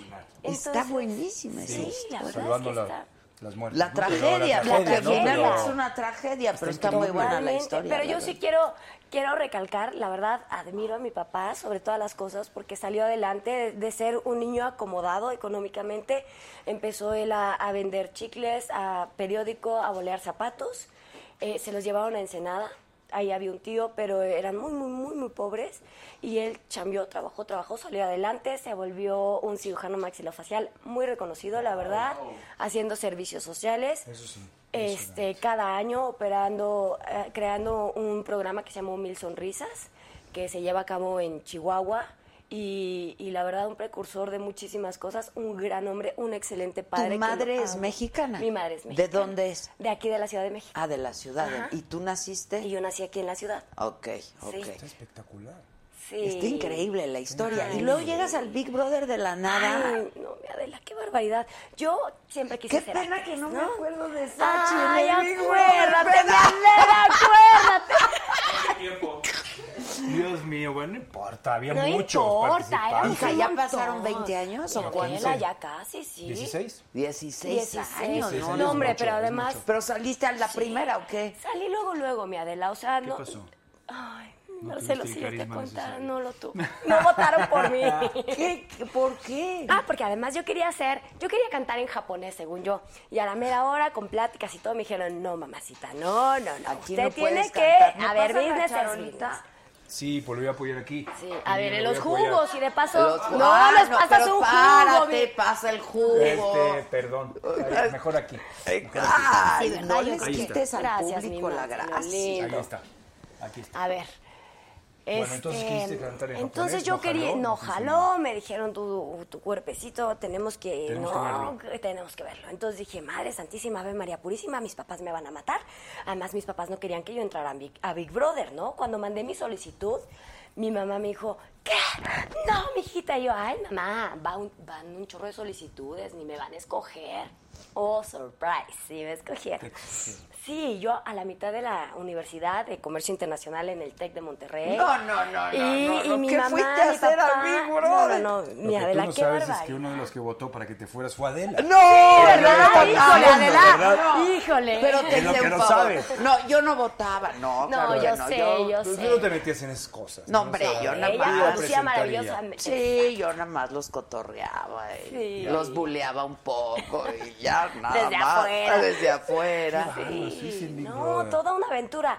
[SPEAKER 10] Entonces,
[SPEAKER 2] buenísima esa
[SPEAKER 10] Sí, la
[SPEAKER 2] historia.
[SPEAKER 10] verdad es que
[SPEAKER 4] Salvando la-
[SPEAKER 10] está...
[SPEAKER 4] las muertes.
[SPEAKER 2] La
[SPEAKER 4] ¿no? Pero
[SPEAKER 2] tragedia, la
[SPEAKER 10] tragedia, ¿no?
[SPEAKER 2] tragedia,
[SPEAKER 10] Pero-
[SPEAKER 2] es una tragedia, pero
[SPEAKER 4] Está
[SPEAKER 2] está muy buena la
[SPEAKER 10] Totalmente,
[SPEAKER 2] historia.
[SPEAKER 10] Pero
[SPEAKER 2] la
[SPEAKER 10] yo
[SPEAKER 2] verdad.
[SPEAKER 10] sí quiero, quiero recalcar, la verdad, admiro a mi papá sobre todas las cosas porque salió adelante de, de ser un niño acomodado económicamente. Empezó él a, a vender chicles, a periódico, a bolear zapatos. Eh, se los llevaron a Ensenada. Ahí había un tío, pero eran muy, muy, muy, muy pobres. Y él chambeó, trabajó, trabajó, salió adelante, se volvió un cirujano maxilofacial muy reconocido, la verdad, haciendo servicios sociales.
[SPEAKER 4] Eso sí.
[SPEAKER 10] Este, cada año operando, eh, creando un programa que se llamó Mil Sonrisas, que se lleva a cabo en Chihuahua. Y, y la verdad, un precursor de muchísimas cosas, un gran hombre, un excelente padre.
[SPEAKER 2] ¿Tu
[SPEAKER 10] que
[SPEAKER 2] madre
[SPEAKER 10] lo
[SPEAKER 2] es
[SPEAKER 10] amo.
[SPEAKER 2] mexicana?
[SPEAKER 10] Mi madre es
[SPEAKER 2] ¿De
[SPEAKER 10] mexicana.
[SPEAKER 2] dónde es?
[SPEAKER 10] De aquí, de la Ciudad de México.
[SPEAKER 2] Ah, de la ciudad.
[SPEAKER 10] Ajá.
[SPEAKER 2] ¿Y tú naciste?
[SPEAKER 10] Y yo nací aquí en la ciudad.
[SPEAKER 2] Ok, ok.
[SPEAKER 4] Está espectacular.
[SPEAKER 10] Sí.
[SPEAKER 2] Está increíble la historia.
[SPEAKER 10] Ay.
[SPEAKER 2] Y luego llegas al Big Brother de la nada.
[SPEAKER 10] Ay, no, mi Adela, qué barbaridad. Yo siempre quise
[SPEAKER 2] Qué
[SPEAKER 10] ser
[SPEAKER 2] pena
[SPEAKER 10] actriz,
[SPEAKER 2] que no me acuerdo de Sachi en
[SPEAKER 10] Ay,
[SPEAKER 2] el Big
[SPEAKER 10] acuérdate,
[SPEAKER 2] Brother.
[SPEAKER 10] mi Adela, acuérdate.
[SPEAKER 3] Hace tiempo.
[SPEAKER 4] Dios mío, bueno, no importa, había
[SPEAKER 10] No
[SPEAKER 4] muchos
[SPEAKER 10] importa, era
[SPEAKER 4] participantes.
[SPEAKER 10] un
[SPEAKER 2] Hija, ¿ya
[SPEAKER 10] montón.
[SPEAKER 2] pasaron 20 años o
[SPEAKER 10] Mi
[SPEAKER 2] cuánto?
[SPEAKER 10] abuela ya casi, sí.
[SPEAKER 4] 16.
[SPEAKER 2] 16,
[SPEAKER 10] 16
[SPEAKER 2] años, ¿no?
[SPEAKER 10] no,
[SPEAKER 4] años,
[SPEAKER 10] hombre,
[SPEAKER 4] mucho,
[SPEAKER 10] pero
[SPEAKER 4] es
[SPEAKER 10] además
[SPEAKER 4] mucho.
[SPEAKER 2] ¿Pero saliste a la primera o qué?
[SPEAKER 10] salí luego, luego, mi Adela, o sea, no...
[SPEAKER 4] pasó?
[SPEAKER 10] Ay,
[SPEAKER 4] No
[SPEAKER 10] no,
[SPEAKER 4] tuviste
[SPEAKER 10] sé lo
[SPEAKER 4] el
[SPEAKER 10] si yo te
[SPEAKER 4] carisma
[SPEAKER 10] contara,
[SPEAKER 4] necesario.
[SPEAKER 10] no lo tuve. No votaron por mí.
[SPEAKER 2] ¿Qué? ¿Qué? ¿Por qué?
[SPEAKER 10] Ah, porque además yo quería hacer, yo quería cantar en japonés, según yo. Y a la mera hora, con pláticas y todo, me dijeron, no, mamacita, no, no, no.
[SPEAKER 2] Aquí
[SPEAKER 10] usted
[SPEAKER 2] no
[SPEAKER 10] tiene
[SPEAKER 2] puedes
[SPEAKER 10] que,
[SPEAKER 2] cantar. ¿Me
[SPEAKER 10] a ver,
[SPEAKER 2] pasas la
[SPEAKER 10] business es
[SPEAKER 2] charolita?
[SPEAKER 10] business.
[SPEAKER 4] Sí, pues lo voy a apoyar aquí.
[SPEAKER 10] Sí, a ver, en
[SPEAKER 4] lo
[SPEAKER 10] los
[SPEAKER 4] voy a apoyar.
[SPEAKER 10] jugos, y de paso,
[SPEAKER 2] Los-
[SPEAKER 10] no
[SPEAKER 2] Ah,
[SPEAKER 10] les
[SPEAKER 2] no,
[SPEAKER 10] pasas
[SPEAKER 2] pero
[SPEAKER 10] un jugo.
[SPEAKER 2] párate,
[SPEAKER 10] mi-
[SPEAKER 2] pasa el jugo.
[SPEAKER 4] Este, perdón. Ay, Mejor aquí.
[SPEAKER 2] Ay,
[SPEAKER 10] Sí, ¿verdad?
[SPEAKER 2] no
[SPEAKER 10] Yo
[SPEAKER 2] les
[SPEAKER 10] creo que-
[SPEAKER 2] quites al
[SPEAKER 10] Gracias, mi
[SPEAKER 2] público la
[SPEAKER 10] Maxi, lo
[SPEAKER 2] gracia.
[SPEAKER 10] lindo.
[SPEAKER 4] Ahí está. Aquí está.
[SPEAKER 10] A ver. este,
[SPEAKER 4] Bueno, entonces, ¿quisiste cantar en japonés?
[SPEAKER 10] entonces yo
[SPEAKER 4] ¿No
[SPEAKER 10] quería,
[SPEAKER 4] jaló?
[SPEAKER 10] no
[SPEAKER 4] ¿No funcionó?
[SPEAKER 10] jaló, me dijeron tu, tu cuerpecito, tenemos que,
[SPEAKER 4] Tenemos que
[SPEAKER 10] no,
[SPEAKER 4] verlo.
[SPEAKER 10] que tenemos que verlo. Entonces dije, Madre Santísima, Ave María Purísima, mis papás me van a matar. Además, mis papás no querían que yo entrara a Big, a Big Brother, ¿no? Cuando mandé mi solicitud, mi mamá me dijo, ¿qué? No, mijita, y yo, ay, mamá, va un- van un chorro de solicitudes, ni me van a escoger. Oh, surprise, sí me escogieron. Sí, yo a la mitad de la Universidad de Comercio Internacional en el TEC de Monterrey.
[SPEAKER 2] No, no, no, no,
[SPEAKER 10] Y,
[SPEAKER 2] no, no,
[SPEAKER 10] y mi
[SPEAKER 2] ¿qué
[SPEAKER 10] mamá,
[SPEAKER 2] fuiste a
[SPEAKER 10] mi
[SPEAKER 2] hacer a
[SPEAKER 10] papá-
[SPEAKER 2] Big Brother?
[SPEAKER 10] No, no, no,
[SPEAKER 4] Lo
[SPEAKER 10] mi
[SPEAKER 4] que
[SPEAKER 10] Adela,
[SPEAKER 4] tú no
[SPEAKER 10] qué
[SPEAKER 4] sabes es que
[SPEAKER 10] barbaridad.
[SPEAKER 4] uno de los que votó para que te fueras fue Adela.
[SPEAKER 2] No,
[SPEAKER 10] ¿Verdad?
[SPEAKER 2] no,
[SPEAKER 10] Híjole,
[SPEAKER 2] no,
[SPEAKER 10] Adela.
[SPEAKER 2] ¿verdad?
[SPEAKER 10] Híjole.
[SPEAKER 2] Pero te
[SPEAKER 4] Es lo
[SPEAKER 2] hice
[SPEAKER 4] que
[SPEAKER 2] un
[SPEAKER 4] no
[SPEAKER 2] favor.
[SPEAKER 4] sabes.
[SPEAKER 2] No, yo no votaba. No,
[SPEAKER 10] No,
[SPEAKER 2] Oh, claro que
[SPEAKER 10] yo
[SPEAKER 2] no,
[SPEAKER 10] sé, yo
[SPEAKER 4] Pues
[SPEAKER 10] sé.
[SPEAKER 4] tú
[SPEAKER 2] eh.
[SPEAKER 4] no te metías en esas cosas.
[SPEAKER 2] No, hombre, yo nada
[SPEAKER 10] Ella
[SPEAKER 2] más.
[SPEAKER 10] conducía
[SPEAKER 4] presentaría.
[SPEAKER 10] maravillosamente.
[SPEAKER 2] Sí, yo nada más los cotorreaba y
[SPEAKER 10] Sí.
[SPEAKER 2] los buleaba un poco y ya nada
[SPEAKER 10] Desde
[SPEAKER 2] más.
[SPEAKER 10] afuera.
[SPEAKER 2] Desde afuera.
[SPEAKER 4] Bárbaro, sí, sí, Big
[SPEAKER 10] Ah, No,
[SPEAKER 4] Brother.
[SPEAKER 10] toda una aventura.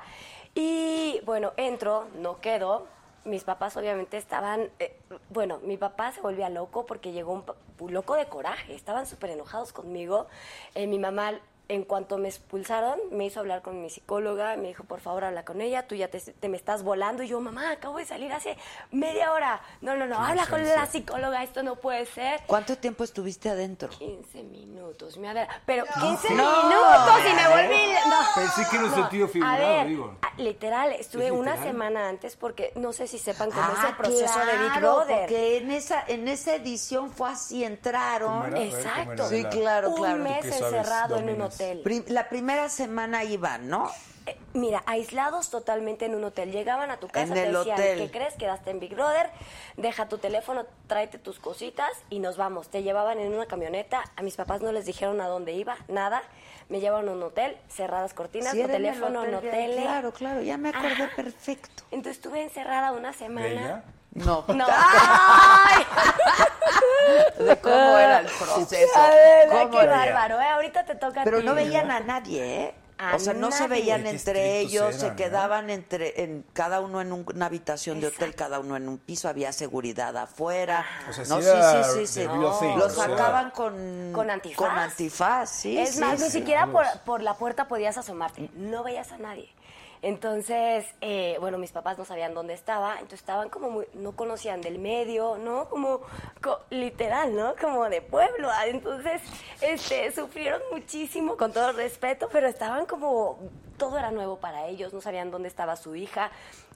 [SPEAKER 10] Y bueno, entro, no quedo. Mis papás obviamente estaban, eh, bueno, mi papá se volvía loco porque llegó un, pa- un loco de coraje, estaban súper enojados conmigo. Eh, mi mamá, en cuanto me expulsaron, me hizo hablar con mi psicóloga, me dijo, por favor, habla con ella, tú ya te, te me estás volando. Y yo, mamá, acabo de salir hace media hora. No, no, no, habla con la psicóloga, esto no puede ser.
[SPEAKER 2] ¿Cuánto tiempo estuviste adentro?
[SPEAKER 10] 15 minutos, mi Adela. Pero 15
[SPEAKER 2] No.
[SPEAKER 10] minutos y me volví. No.
[SPEAKER 4] Pensé que era un sentido figurado,
[SPEAKER 10] a ver,
[SPEAKER 4] digo.
[SPEAKER 10] a- Literal, estuve
[SPEAKER 4] ¿Es
[SPEAKER 10] una
[SPEAKER 4] literal?
[SPEAKER 10] semana antes porque no sé si sepan cómo es
[SPEAKER 2] Ah,
[SPEAKER 10] el proceso de Big
[SPEAKER 2] claro,
[SPEAKER 10] Brother.
[SPEAKER 2] Porque en esa, en esa edición fue así,
[SPEAKER 4] ¿Cómo
[SPEAKER 2] entraron.
[SPEAKER 4] era? A ver, ¿cómo era
[SPEAKER 10] Exacto.
[SPEAKER 2] Sí,
[SPEAKER 4] Adela?
[SPEAKER 2] claro,
[SPEAKER 10] un
[SPEAKER 2] claro.
[SPEAKER 10] mes
[SPEAKER 4] ¿Tú qué sabes?
[SPEAKER 10] encerrado en un
[SPEAKER 4] Dominas.
[SPEAKER 10] hotel.
[SPEAKER 2] Prim- la primera semana iban, ¿no?
[SPEAKER 10] Eh, mira, aislados totalmente en un hotel. Llegaban a tu casa,
[SPEAKER 2] En
[SPEAKER 10] te
[SPEAKER 2] el
[SPEAKER 10] decían,
[SPEAKER 2] hotel.
[SPEAKER 10] ¿qué crees? Quedaste en Big Brother, deja tu teléfono, tráete tus cositas y nos vamos. Te llevaban en una camioneta, a mis papás no les dijeron a dónde iba, nada. Me llevaron a un hotel, cerradas cortinas,
[SPEAKER 2] Sí,
[SPEAKER 10] tu
[SPEAKER 2] era en el
[SPEAKER 10] teléfono, no
[SPEAKER 2] hotel de-
[SPEAKER 10] tele.
[SPEAKER 2] Claro, claro, ya me acordé
[SPEAKER 10] Ajá.
[SPEAKER 2] perfecto.
[SPEAKER 10] Entonces estuve encerrada una semana.
[SPEAKER 4] ¿De ella?
[SPEAKER 2] No,
[SPEAKER 10] No.
[SPEAKER 2] ¡Ay! De cómo era el proceso.
[SPEAKER 10] Adela,
[SPEAKER 2] ¿Cómo
[SPEAKER 10] qué
[SPEAKER 2] era?
[SPEAKER 10] bárbaro, ¿eh? Ahorita te toca a
[SPEAKER 2] Pero
[SPEAKER 10] ti.
[SPEAKER 2] no veían a nadie, ¿eh?
[SPEAKER 10] A
[SPEAKER 2] o sea, no se
[SPEAKER 10] nadie.
[SPEAKER 2] veían
[SPEAKER 4] Qué
[SPEAKER 2] entre
[SPEAKER 4] estrictos
[SPEAKER 2] ellos, se
[SPEAKER 4] eran, ¿no?
[SPEAKER 2] quedaban entre en cada uno en un- una habitación de hotel,
[SPEAKER 10] Exacto.
[SPEAKER 2] cada uno en un piso, había seguridad afuera.
[SPEAKER 4] O sea, sí
[SPEAKER 2] no,
[SPEAKER 4] era
[SPEAKER 2] sí, sí, sí,
[SPEAKER 4] the
[SPEAKER 2] sí.
[SPEAKER 4] real thing,
[SPEAKER 2] Los
[SPEAKER 4] o sea.
[SPEAKER 2] sacaban con,
[SPEAKER 10] Con antifaz.
[SPEAKER 2] con antifaz, sí,
[SPEAKER 10] es
[SPEAKER 2] sí,
[SPEAKER 10] más,
[SPEAKER 2] sí.
[SPEAKER 10] ni siquiera por,
[SPEAKER 4] Vamos.
[SPEAKER 10] por la puerta podías asomarte. No veías a nadie. Entonces, eh, bueno, mis papás no sabían dónde estaba, entonces estaban como muy, no conocían del medio, ¿no? Como co- literal, ¿no? Como de pueblo. ah, Entonces, este, sufrieron muchísimo, con todo respeto, pero estaban como, todo era nuevo para ellos, no sabían dónde estaba su hija,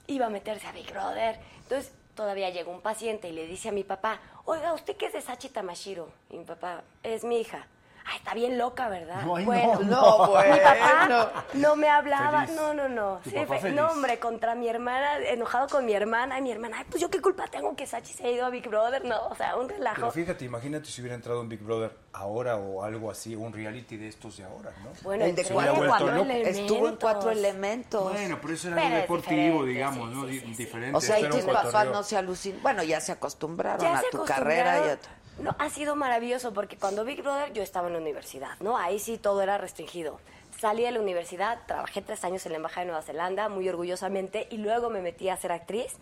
[SPEAKER 10] iba a meterse a Big Brother. Entonces, todavía llegó un paciente y le dice a mi papá, oiga, ¿usted qué es de Sachi Tamashiro? Y mi papá, es mi hija. Ay, Ah, está bien loca, ¿verdad?
[SPEAKER 11] Ay, no,
[SPEAKER 10] bueno,
[SPEAKER 11] no,
[SPEAKER 10] mi papá
[SPEAKER 11] bueno.
[SPEAKER 10] no me hablaba,
[SPEAKER 11] Feliz.
[SPEAKER 10] no, no, no.
[SPEAKER 11] Tu
[SPEAKER 10] Sí,
[SPEAKER 11] papá
[SPEAKER 10] fe-
[SPEAKER 11] feliz.
[SPEAKER 10] No, hombre, contra mi hermana, enojado con mi hermana, y mi hermana, ay, pues yo qué culpa tengo que Sachi se ha ido a Big Brother, no, o sea, un
[SPEAKER 4] Pero
[SPEAKER 10] relajo.
[SPEAKER 4] fíjate, imagínate si hubiera entrado un Big Brother ahora o algo así, un reality de estos de ahora, ¿no?
[SPEAKER 10] Bueno,
[SPEAKER 2] el de
[SPEAKER 4] Se
[SPEAKER 2] cuatro,
[SPEAKER 4] hubiera
[SPEAKER 2] cuatro
[SPEAKER 4] vuelto loco.
[SPEAKER 2] elementos. Estuvo en cuatro elementos.
[SPEAKER 4] Bueno, pero eso era
[SPEAKER 2] Pero
[SPEAKER 4] algo
[SPEAKER 2] es
[SPEAKER 4] deportivo,
[SPEAKER 2] diferente,
[SPEAKER 4] digamos, ¿no? Di- Diferente.
[SPEAKER 2] O sea, y
[SPEAKER 4] esto era
[SPEAKER 2] tus
[SPEAKER 4] un
[SPEAKER 2] papás
[SPEAKER 4] cotorreo.
[SPEAKER 2] no se alucinan. Bueno, ya se acostumbraron
[SPEAKER 10] Ya
[SPEAKER 2] a
[SPEAKER 10] se
[SPEAKER 2] tu carrera y a
[SPEAKER 10] acostumbraron. No, ha sido maravilloso porque cuando Big Brother yo estaba en la universidad, ¿no? Ahí sí todo era restringido. Salí de la universidad, trabajé tres años en la Embajada de Nueva Zelanda, muy orgullosamente, y luego me metí a ser actriz.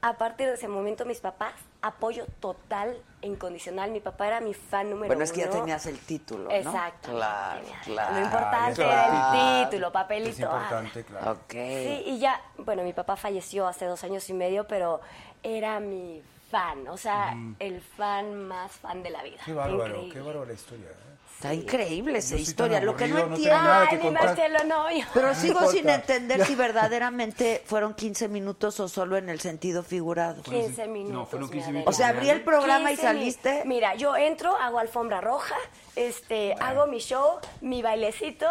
[SPEAKER 10] A partir de ese momento, mis papás, apoyo total e incondicional. Mi papá era mi fan número
[SPEAKER 2] Bueno, es que ya
[SPEAKER 10] uno.
[SPEAKER 2] tenías el título, ¿no?
[SPEAKER 10] Exacto.
[SPEAKER 2] Claro, claro.
[SPEAKER 10] Lo
[SPEAKER 4] Ah,
[SPEAKER 10] importante era
[SPEAKER 2] Claro.
[SPEAKER 10] el título, papelito. ah.
[SPEAKER 2] claro. Ok.
[SPEAKER 10] Sí, y ya, bueno, mi papá falleció hace dos años y medio, pero era mi fan, o sea,
[SPEAKER 4] Mm.
[SPEAKER 10] el fan más fan de la vida.
[SPEAKER 4] Qué bárbaro,
[SPEAKER 10] Increíble.
[SPEAKER 4] qué bárbara historia. ¿eh?
[SPEAKER 2] Está increíble esa
[SPEAKER 4] Yo soy tan
[SPEAKER 2] historia. Lo que no
[SPEAKER 4] aburrido, no tengo
[SPEAKER 2] entiendo.
[SPEAKER 4] nada que Ay, mi contar.
[SPEAKER 10] Marcelo, no, yo-
[SPEAKER 2] Pero
[SPEAKER 10] No
[SPEAKER 2] sigo
[SPEAKER 10] importa.
[SPEAKER 2] sin entender si verdaderamente fueron 15 minutos o solo en el sentido figurado.
[SPEAKER 10] 15 minutos.
[SPEAKER 4] fueron 15
[SPEAKER 10] mi
[SPEAKER 4] minutos.
[SPEAKER 2] O sea, abrí el programa y
[SPEAKER 10] 15 mi-
[SPEAKER 2] saliste.
[SPEAKER 10] Mira, yo entro, hago alfombra roja, este, hago mi show, mi bailecito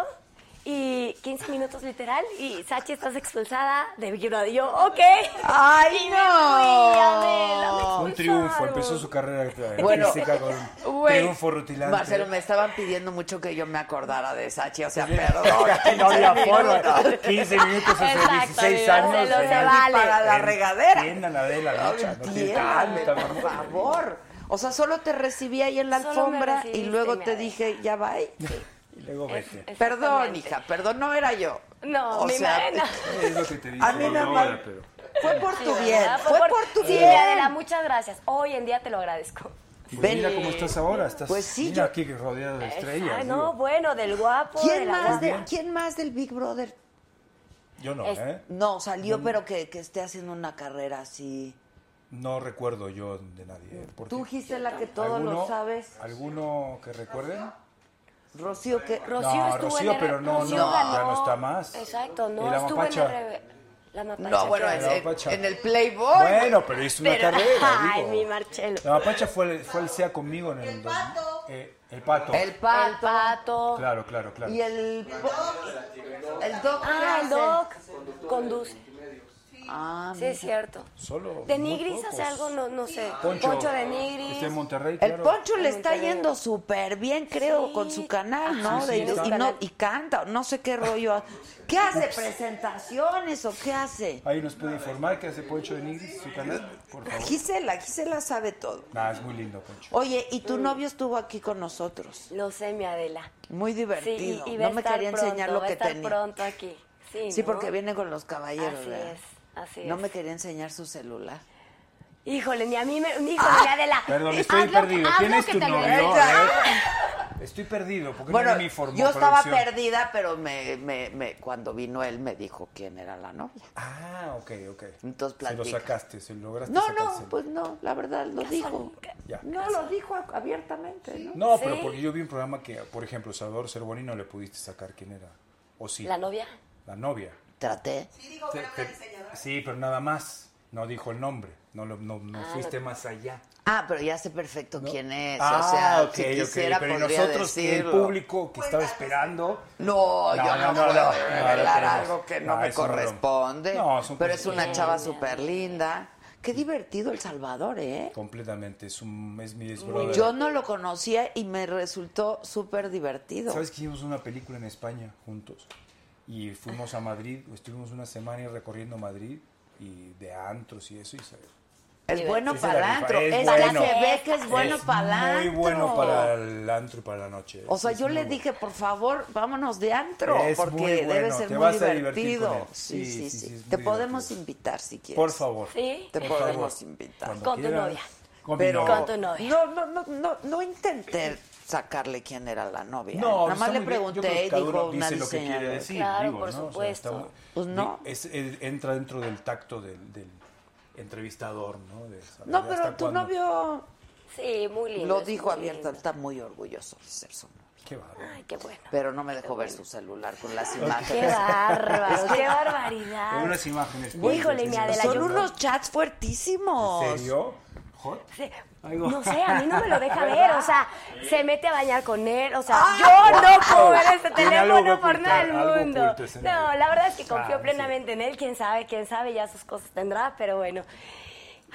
[SPEAKER 10] y 15 minutos literal y Sachi estás expulsada de Big Brother. Y Yo, ok.
[SPEAKER 2] Ay,
[SPEAKER 10] Y me
[SPEAKER 2] no.
[SPEAKER 10] fui, Adela, me
[SPEAKER 4] Fue un triunfo, empezó su carrera eh,
[SPEAKER 2] Bueno,
[SPEAKER 4] artística con un
[SPEAKER 2] güey,
[SPEAKER 4] triunfo rutilante.
[SPEAKER 2] Marcelo, me estaban pidiendo mucho que yo me acordara de Sachi, o sea,
[SPEAKER 4] Sí.
[SPEAKER 2] perdón.
[SPEAKER 4] No había
[SPEAKER 2] 15
[SPEAKER 4] forma.
[SPEAKER 2] minutos.
[SPEAKER 4] 15 minutos hace
[SPEAKER 2] Exacto,
[SPEAKER 4] 16
[SPEAKER 2] mira,
[SPEAKER 4] años.
[SPEAKER 2] se lo
[SPEAKER 4] eh,
[SPEAKER 2] se vale. Para la
[SPEAKER 4] en-
[SPEAKER 2] regadera.
[SPEAKER 4] Entiendan la de la lucha. No tiene
[SPEAKER 2] Entiéndame,
[SPEAKER 4] tanta
[SPEAKER 2] por
[SPEAKER 4] memoria.
[SPEAKER 2] favor. O sea, solo te recibí ahí en la
[SPEAKER 10] Solo me
[SPEAKER 2] alfombra y
[SPEAKER 10] recibiste,
[SPEAKER 2] luego
[SPEAKER 10] mi
[SPEAKER 2] te
[SPEAKER 10] Adela.
[SPEAKER 2] dije, ya va. eh".
[SPEAKER 4] Y luego vete.
[SPEAKER 2] Perdón, hija, perdón, no era yo.
[SPEAKER 10] No,
[SPEAKER 2] O
[SPEAKER 10] mi
[SPEAKER 2] sea,
[SPEAKER 10] madre no.
[SPEAKER 4] Es lo que te
[SPEAKER 2] A mí nada más- Fue por tu
[SPEAKER 10] Sí,
[SPEAKER 2] bien,
[SPEAKER 10] ¿verdad?
[SPEAKER 2] fue por tu
[SPEAKER 10] sí, Adela,
[SPEAKER 2] bien.
[SPEAKER 10] muchas gracias. Hoy en día te lo agradezco.
[SPEAKER 4] Pues
[SPEAKER 2] Ven.
[SPEAKER 4] mira cómo estás ahora. Estás
[SPEAKER 2] Pues sí,
[SPEAKER 4] mira
[SPEAKER 2] yo-
[SPEAKER 4] aquí rodeado de
[SPEAKER 10] Ah,
[SPEAKER 4] estrellas.
[SPEAKER 10] no,
[SPEAKER 4] digo.
[SPEAKER 10] bueno, del guapo. de
[SPEAKER 2] ¿Quién
[SPEAKER 10] la
[SPEAKER 2] más, de-
[SPEAKER 10] guapa.
[SPEAKER 2] ¿Quién más del Big Brother?
[SPEAKER 4] Yo no,
[SPEAKER 10] Es-
[SPEAKER 4] ¿eh?
[SPEAKER 2] No, salió, pero que, que esté haciendo una carrera así.
[SPEAKER 4] No recuerdo yo de nadie. ¿eh? Porque
[SPEAKER 2] Tú, Gisela, que todo lo
[SPEAKER 4] ¿alguno-
[SPEAKER 2] sabes.
[SPEAKER 4] ¿Alguno que recuerden?
[SPEAKER 2] Rocío, que.
[SPEAKER 10] Rocío
[SPEAKER 4] No,
[SPEAKER 10] estuvo
[SPEAKER 4] Rocío,
[SPEAKER 10] en
[SPEAKER 4] pero no,
[SPEAKER 10] Rocío
[SPEAKER 4] no,
[SPEAKER 10] ganó.
[SPEAKER 4] ya no está más.
[SPEAKER 10] Exacto,
[SPEAKER 4] ¿Y
[SPEAKER 10] no,
[SPEAKER 4] la
[SPEAKER 10] estuvo
[SPEAKER 4] mapacha?
[SPEAKER 10] en el... La mapacha.
[SPEAKER 2] No, bueno,
[SPEAKER 10] ¿qué?
[SPEAKER 2] en,
[SPEAKER 4] La
[SPEAKER 2] en-
[SPEAKER 4] Pacha.
[SPEAKER 2] en el Playboy.
[SPEAKER 4] Bueno, pero es una
[SPEAKER 10] Pero-
[SPEAKER 4] carrera.
[SPEAKER 10] Ay,
[SPEAKER 4] digo.
[SPEAKER 10] mi Marcelo.
[SPEAKER 4] La mapacha fue, el- fue el SEA conmigo en el. El pato. el pato.
[SPEAKER 2] El pato.
[SPEAKER 10] El pato.
[SPEAKER 4] Claro, claro, claro.
[SPEAKER 2] Y el. El doc. ¿qué
[SPEAKER 10] Ah, el
[SPEAKER 2] hace?
[SPEAKER 10] doc. Conduce.
[SPEAKER 2] Ah,
[SPEAKER 10] Sí, es cierto.
[SPEAKER 4] Solo.
[SPEAKER 10] De
[SPEAKER 4] muy
[SPEAKER 10] Nigris hace
[SPEAKER 4] pocos.
[SPEAKER 10] algo, no, no sé.
[SPEAKER 4] Poncho. Que
[SPEAKER 10] de
[SPEAKER 4] Está en
[SPEAKER 10] Nigris.
[SPEAKER 4] Monterrey,
[SPEAKER 2] El
[SPEAKER 4] claro.
[SPEAKER 2] Poncho le
[SPEAKER 10] En
[SPEAKER 2] está
[SPEAKER 10] Monterrey.
[SPEAKER 2] yendo súper bien, creo,
[SPEAKER 10] Sí.
[SPEAKER 2] con su canal, ¿no?
[SPEAKER 4] Sí,
[SPEAKER 2] De
[SPEAKER 4] sí,
[SPEAKER 2] ilu-
[SPEAKER 4] está.
[SPEAKER 2] y, no y canta, no sé qué rollo. ha- ¿Qué hace? ¿Presentaciones o qué hace?
[SPEAKER 4] Ahí nos puede informar qué hace Poncho de Nigris, su canal, por favor.
[SPEAKER 2] Gisela, Gisela sabe todo.
[SPEAKER 4] Nah, es muy lindo, Poncho.
[SPEAKER 2] Oye, y tu novio estuvo aquí con nosotros.
[SPEAKER 10] Lo sé, mi Adela.
[SPEAKER 2] Muy
[SPEAKER 10] Sí,
[SPEAKER 2] divertido.
[SPEAKER 10] y, y va a
[SPEAKER 2] no me
[SPEAKER 10] estar
[SPEAKER 2] quería enseñar
[SPEAKER 10] pronto,
[SPEAKER 2] lo
[SPEAKER 10] va a
[SPEAKER 2] que
[SPEAKER 10] estar
[SPEAKER 2] tenía.
[SPEAKER 10] pronto aquí. Sí,
[SPEAKER 2] Sí,
[SPEAKER 10] ¿no?
[SPEAKER 2] porque viene con los caballeros.
[SPEAKER 10] Así
[SPEAKER 2] ¿verdad?
[SPEAKER 10] es, así
[SPEAKER 2] No
[SPEAKER 10] es.
[SPEAKER 2] me quería enseñar su celular.
[SPEAKER 10] Híjole, ni a mí me... Híjole,
[SPEAKER 2] Ah.
[SPEAKER 10] mi Adela.
[SPEAKER 4] Perdón,
[SPEAKER 10] eh,
[SPEAKER 4] estoy
[SPEAKER 10] haz lo-
[SPEAKER 4] perdido.
[SPEAKER 10] haz
[SPEAKER 4] ¿Quién
[SPEAKER 10] lo
[SPEAKER 4] es
[SPEAKER 10] que
[SPEAKER 4] tu
[SPEAKER 10] te
[SPEAKER 4] novio?
[SPEAKER 10] merezcas.
[SPEAKER 4] A ver. Estoy perdido, porque
[SPEAKER 2] bueno,
[SPEAKER 4] no me informó.
[SPEAKER 2] yo estaba
[SPEAKER 4] producción?
[SPEAKER 2] perdida, pero me, me- me- cuando vino él me dijo quién era la novia.
[SPEAKER 4] Ah, ok, ok.
[SPEAKER 2] Entonces,
[SPEAKER 4] Se lo
[SPEAKER 2] platica.
[SPEAKER 4] sacaste, se lo lograste
[SPEAKER 2] No, no,
[SPEAKER 4] sacárselo.
[SPEAKER 2] pues no, la verdad lo dijo.
[SPEAKER 4] Ya.
[SPEAKER 2] No lo dijo abiertamente, ¿no?
[SPEAKER 4] No,
[SPEAKER 10] Sí.
[SPEAKER 4] pero porque yo vi un programa que, por ejemplo, Salvador Cervoni no le pudiste sacar quién era. O sí.
[SPEAKER 10] ¿La novia?
[SPEAKER 4] La novia.
[SPEAKER 2] Traté.
[SPEAKER 4] Te- te- sí, pero nada más. No dijo el nombre. No, lo- no, no fuiste más allá.
[SPEAKER 2] Ah, pero ya sé perfecto quién es.
[SPEAKER 4] ah,
[SPEAKER 2] o sea,
[SPEAKER 4] ok,
[SPEAKER 2] si
[SPEAKER 4] ok.
[SPEAKER 2] quisiera,
[SPEAKER 4] Pero ¿y
[SPEAKER 2] podría
[SPEAKER 4] nosotros, que el
[SPEAKER 2] decirlo.
[SPEAKER 4] público que estaba esperando.
[SPEAKER 2] Pues No,
[SPEAKER 4] No,
[SPEAKER 2] yo no,
[SPEAKER 4] no, no,
[SPEAKER 2] puedo
[SPEAKER 4] no, no,
[SPEAKER 2] revelar
[SPEAKER 4] no, no, no.
[SPEAKER 2] algo que no,
[SPEAKER 4] No,
[SPEAKER 2] me
[SPEAKER 4] es un broma.
[SPEAKER 2] corresponde.
[SPEAKER 4] No, es un
[SPEAKER 2] pero es una
[SPEAKER 4] personaje.
[SPEAKER 2] chava súper linda. Qué divertido El Salvador, ¿eh?
[SPEAKER 4] Completamente. Es, un, es mi ex brother.
[SPEAKER 2] Yo no lo conocía y me resultó súper divertido.
[SPEAKER 4] ¿Sabes que hicimos una película en España juntos? Y fuimos a Madrid, estuvimos una semana y recorriendo Madrid y de antros y eso. Y se-
[SPEAKER 2] Es bueno
[SPEAKER 4] sí se la
[SPEAKER 2] para el
[SPEAKER 4] rifa,
[SPEAKER 2] antro.
[SPEAKER 4] es
[SPEAKER 2] Es
[SPEAKER 4] bueno.
[SPEAKER 2] que se ve que es bueno
[SPEAKER 4] es
[SPEAKER 2] para el
[SPEAKER 4] Muy
[SPEAKER 2] antro.
[SPEAKER 4] bueno para el antro y para la noche.
[SPEAKER 2] O sea,
[SPEAKER 4] Es
[SPEAKER 2] yo
[SPEAKER 4] muy
[SPEAKER 2] le
[SPEAKER 4] bueno.
[SPEAKER 2] dije, por favor, vámonos de antro,
[SPEAKER 4] Es muy
[SPEAKER 2] porque debe
[SPEAKER 4] bueno,
[SPEAKER 2] ser
[SPEAKER 4] te
[SPEAKER 2] muy
[SPEAKER 4] vas a divertir con
[SPEAKER 2] divertido.
[SPEAKER 4] él.
[SPEAKER 2] Sí, sí, sí.
[SPEAKER 4] sí, es muy
[SPEAKER 2] Te podemos
[SPEAKER 4] divertido.
[SPEAKER 2] invitar si quieres.
[SPEAKER 4] Por favor.
[SPEAKER 10] Sí.
[SPEAKER 2] Te
[SPEAKER 4] Por
[SPEAKER 2] podemos
[SPEAKER 4] favor.
[SPEAKER 2] invitar.
[SPEAKER 4] Cuando
[SPEAKER 10] Con tu
[SPEAKER 4] quieras.
[SPEAKER 10] novia.
[SPEAKER 4] Con mi
[SPEAKER 2] Pero
[SPEAKER 4] novia.
[SPEAKER 10] Con tu novia.
[SPEAKER 2] No, no, no, no, no intenté sacarle quién era la novia.
[SPEAKER 4] No,
[SPEAKER 2] eh, Nada
[SPEAKER 4] está
[SPEAKER 2] más le
[SPEAKER 4] muy bien. Yo creo
[SPEAKER 2] pregunté y
[SPEAKER 4] que cada
[SPEAKER 2] dijo
[SPEAKER 4] uno
[SPEAKER 2] una
[SPEAKER 4] dice lo que
[SPEAKER 2] diseñadora.
[SPEAKER 4] quiere decir,
[SPEAKER 10] Claro,
[SPEAKER 4] digo,
[SPEAKER 10] por
[SPEAKER 4] ¿no? O sea,
[SPEAKER 10] supuesto.
[SPEAKER 4] está muy-
[SPEAKER 2] Pues no.
[SPEAKER 4] di- es- el- entra dentro del tacto del, del entrevistador, ¿no? De saber
[SPEAKER 2] No,
[SPEAKER 4] hasta
[SPEAKER 2] pero tu
[SPEAKER 4] cuándo.
[SPEAKER 2] novio
[SPEAKER 10] Sí, muy lindo.
[SPEAKER 2] lo
[SPEAKER 10] es
[SPEAKER 2] dijo
[SPEAKER 10] muy
[SPEAKER 2] abierto,
[SPEAKER 10] lindo.
[SPEAKER 2] está muy orgulloso de ser su novio.
[SPEAKER 4] Qué bárbaro.
[SPEAKER 10] Ay, qué bueno.
[SPEAKER 2] Pero no me dejó ver su celular con las
[SPEAKER 4] Ah,
[SPEAKER 2] imágenes.
[SPEAKER 10] Qué bárbaro, qué
[SPEAKER 4] Con
[SPEAKER 10] barbaridad.
[SPEAKER 4] unas imágenes.
[SPEAKER 10] Híjole, mi Adela,
[SPEAKER 2] Son
[SPEAKER 10] yo-
[SPEAKER 2] unos chats fuertísimos.
[SPEAKER 4] ¿En serio? ¿Hot?
[SPEAKER 10] Sí,
[SPEAKER 4] Ay, no.
[SPEAKER 10] No sé, a mí no me lo deja ver, o sea, se mete a bañar con él, o sea,
[SPEAKER 2] Ah,
[SPEAKER 10] yo no puedo ver este
[SPEAKER 4] Tiene algo
[SPEAKER 10] teléfono
[SPEAKER 4] que
[SPEAKER 10] por nada del
[SPEAKER 4] ocultar, algo
[SPEAKER 10] mundo.
[SPEAKER 4] oculto ese
[SPEAKER 10] No,
[SPEAKER 4] novio.
[SPEAKER 10] la verdad es que confío
[SPEAKER 4] Ah,
[SPEAKER 10] plenamente en él, quién sabe, quién sabe, ya sus cosas tendrá, pero bueno.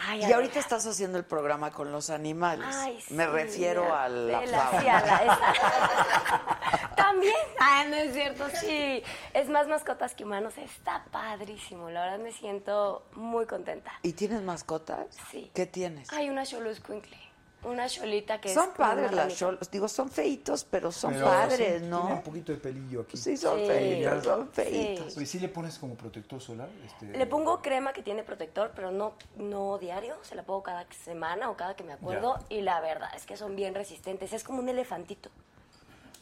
[SPEAKER 10] Ay,
[SPEAKER 2] Y
[SPEAKER 10] Adela.
[SPEAKER 2] ahorita estás haciendo el programa con los animales.
[SPEAKER 10] Ay, sí,
[SPEAKER 2] pues, me refiero
[SPEAKER 10] mira,
[SPEAKER 2] a la
[SPEAKER 10] vela,
[SPEAKER 2] fauna.
[SPEAKER 10] sí, a la- esa. También, ah, no es cierto, sí. Es más mascotas que humanos, está padrísimo, la verdad me siento muy contenta.
[SPEAKER 2] ¿Y tienes mascotas?
[SPEAKER 10] Sí.
[SPEAKER 2] ¿Qué tienes?
[SPEAKER 10] Hay una Xoloscuincle, una cholita que
[SPEAKER 2] son
[SPEAKER 10] es como una
[SPEAKER 2] padres las
[SPEAKER 10] ranita.
[SPEAKER 2] cholos. Digo, son feitos, pero son
[SPEAKER 4] Pero
[SPEAKER 2] padres,
[SPEAKER 4] sí, Tiene
[SPEAKER 2] ¿no?
[SPEAKER 4] un poquito de pelillo aquí.
[SPEAKER 2] Sí, son
[SPEAKER 10] Sí.
[SPEAKER 2] feitos, son
[SPEAKER 10] Sí.
[SPEAKER 2] feitos.
[SPEAKER 4] Oye, ¿sí le pones como protector solar? Este,
[SPEAKER 10] Le pongo crema que tiene protector, pero no, no diario, se la pongo cada semana o cada que me acuerdo. Y la verdad es que son bien resistentes, es como un elefantito.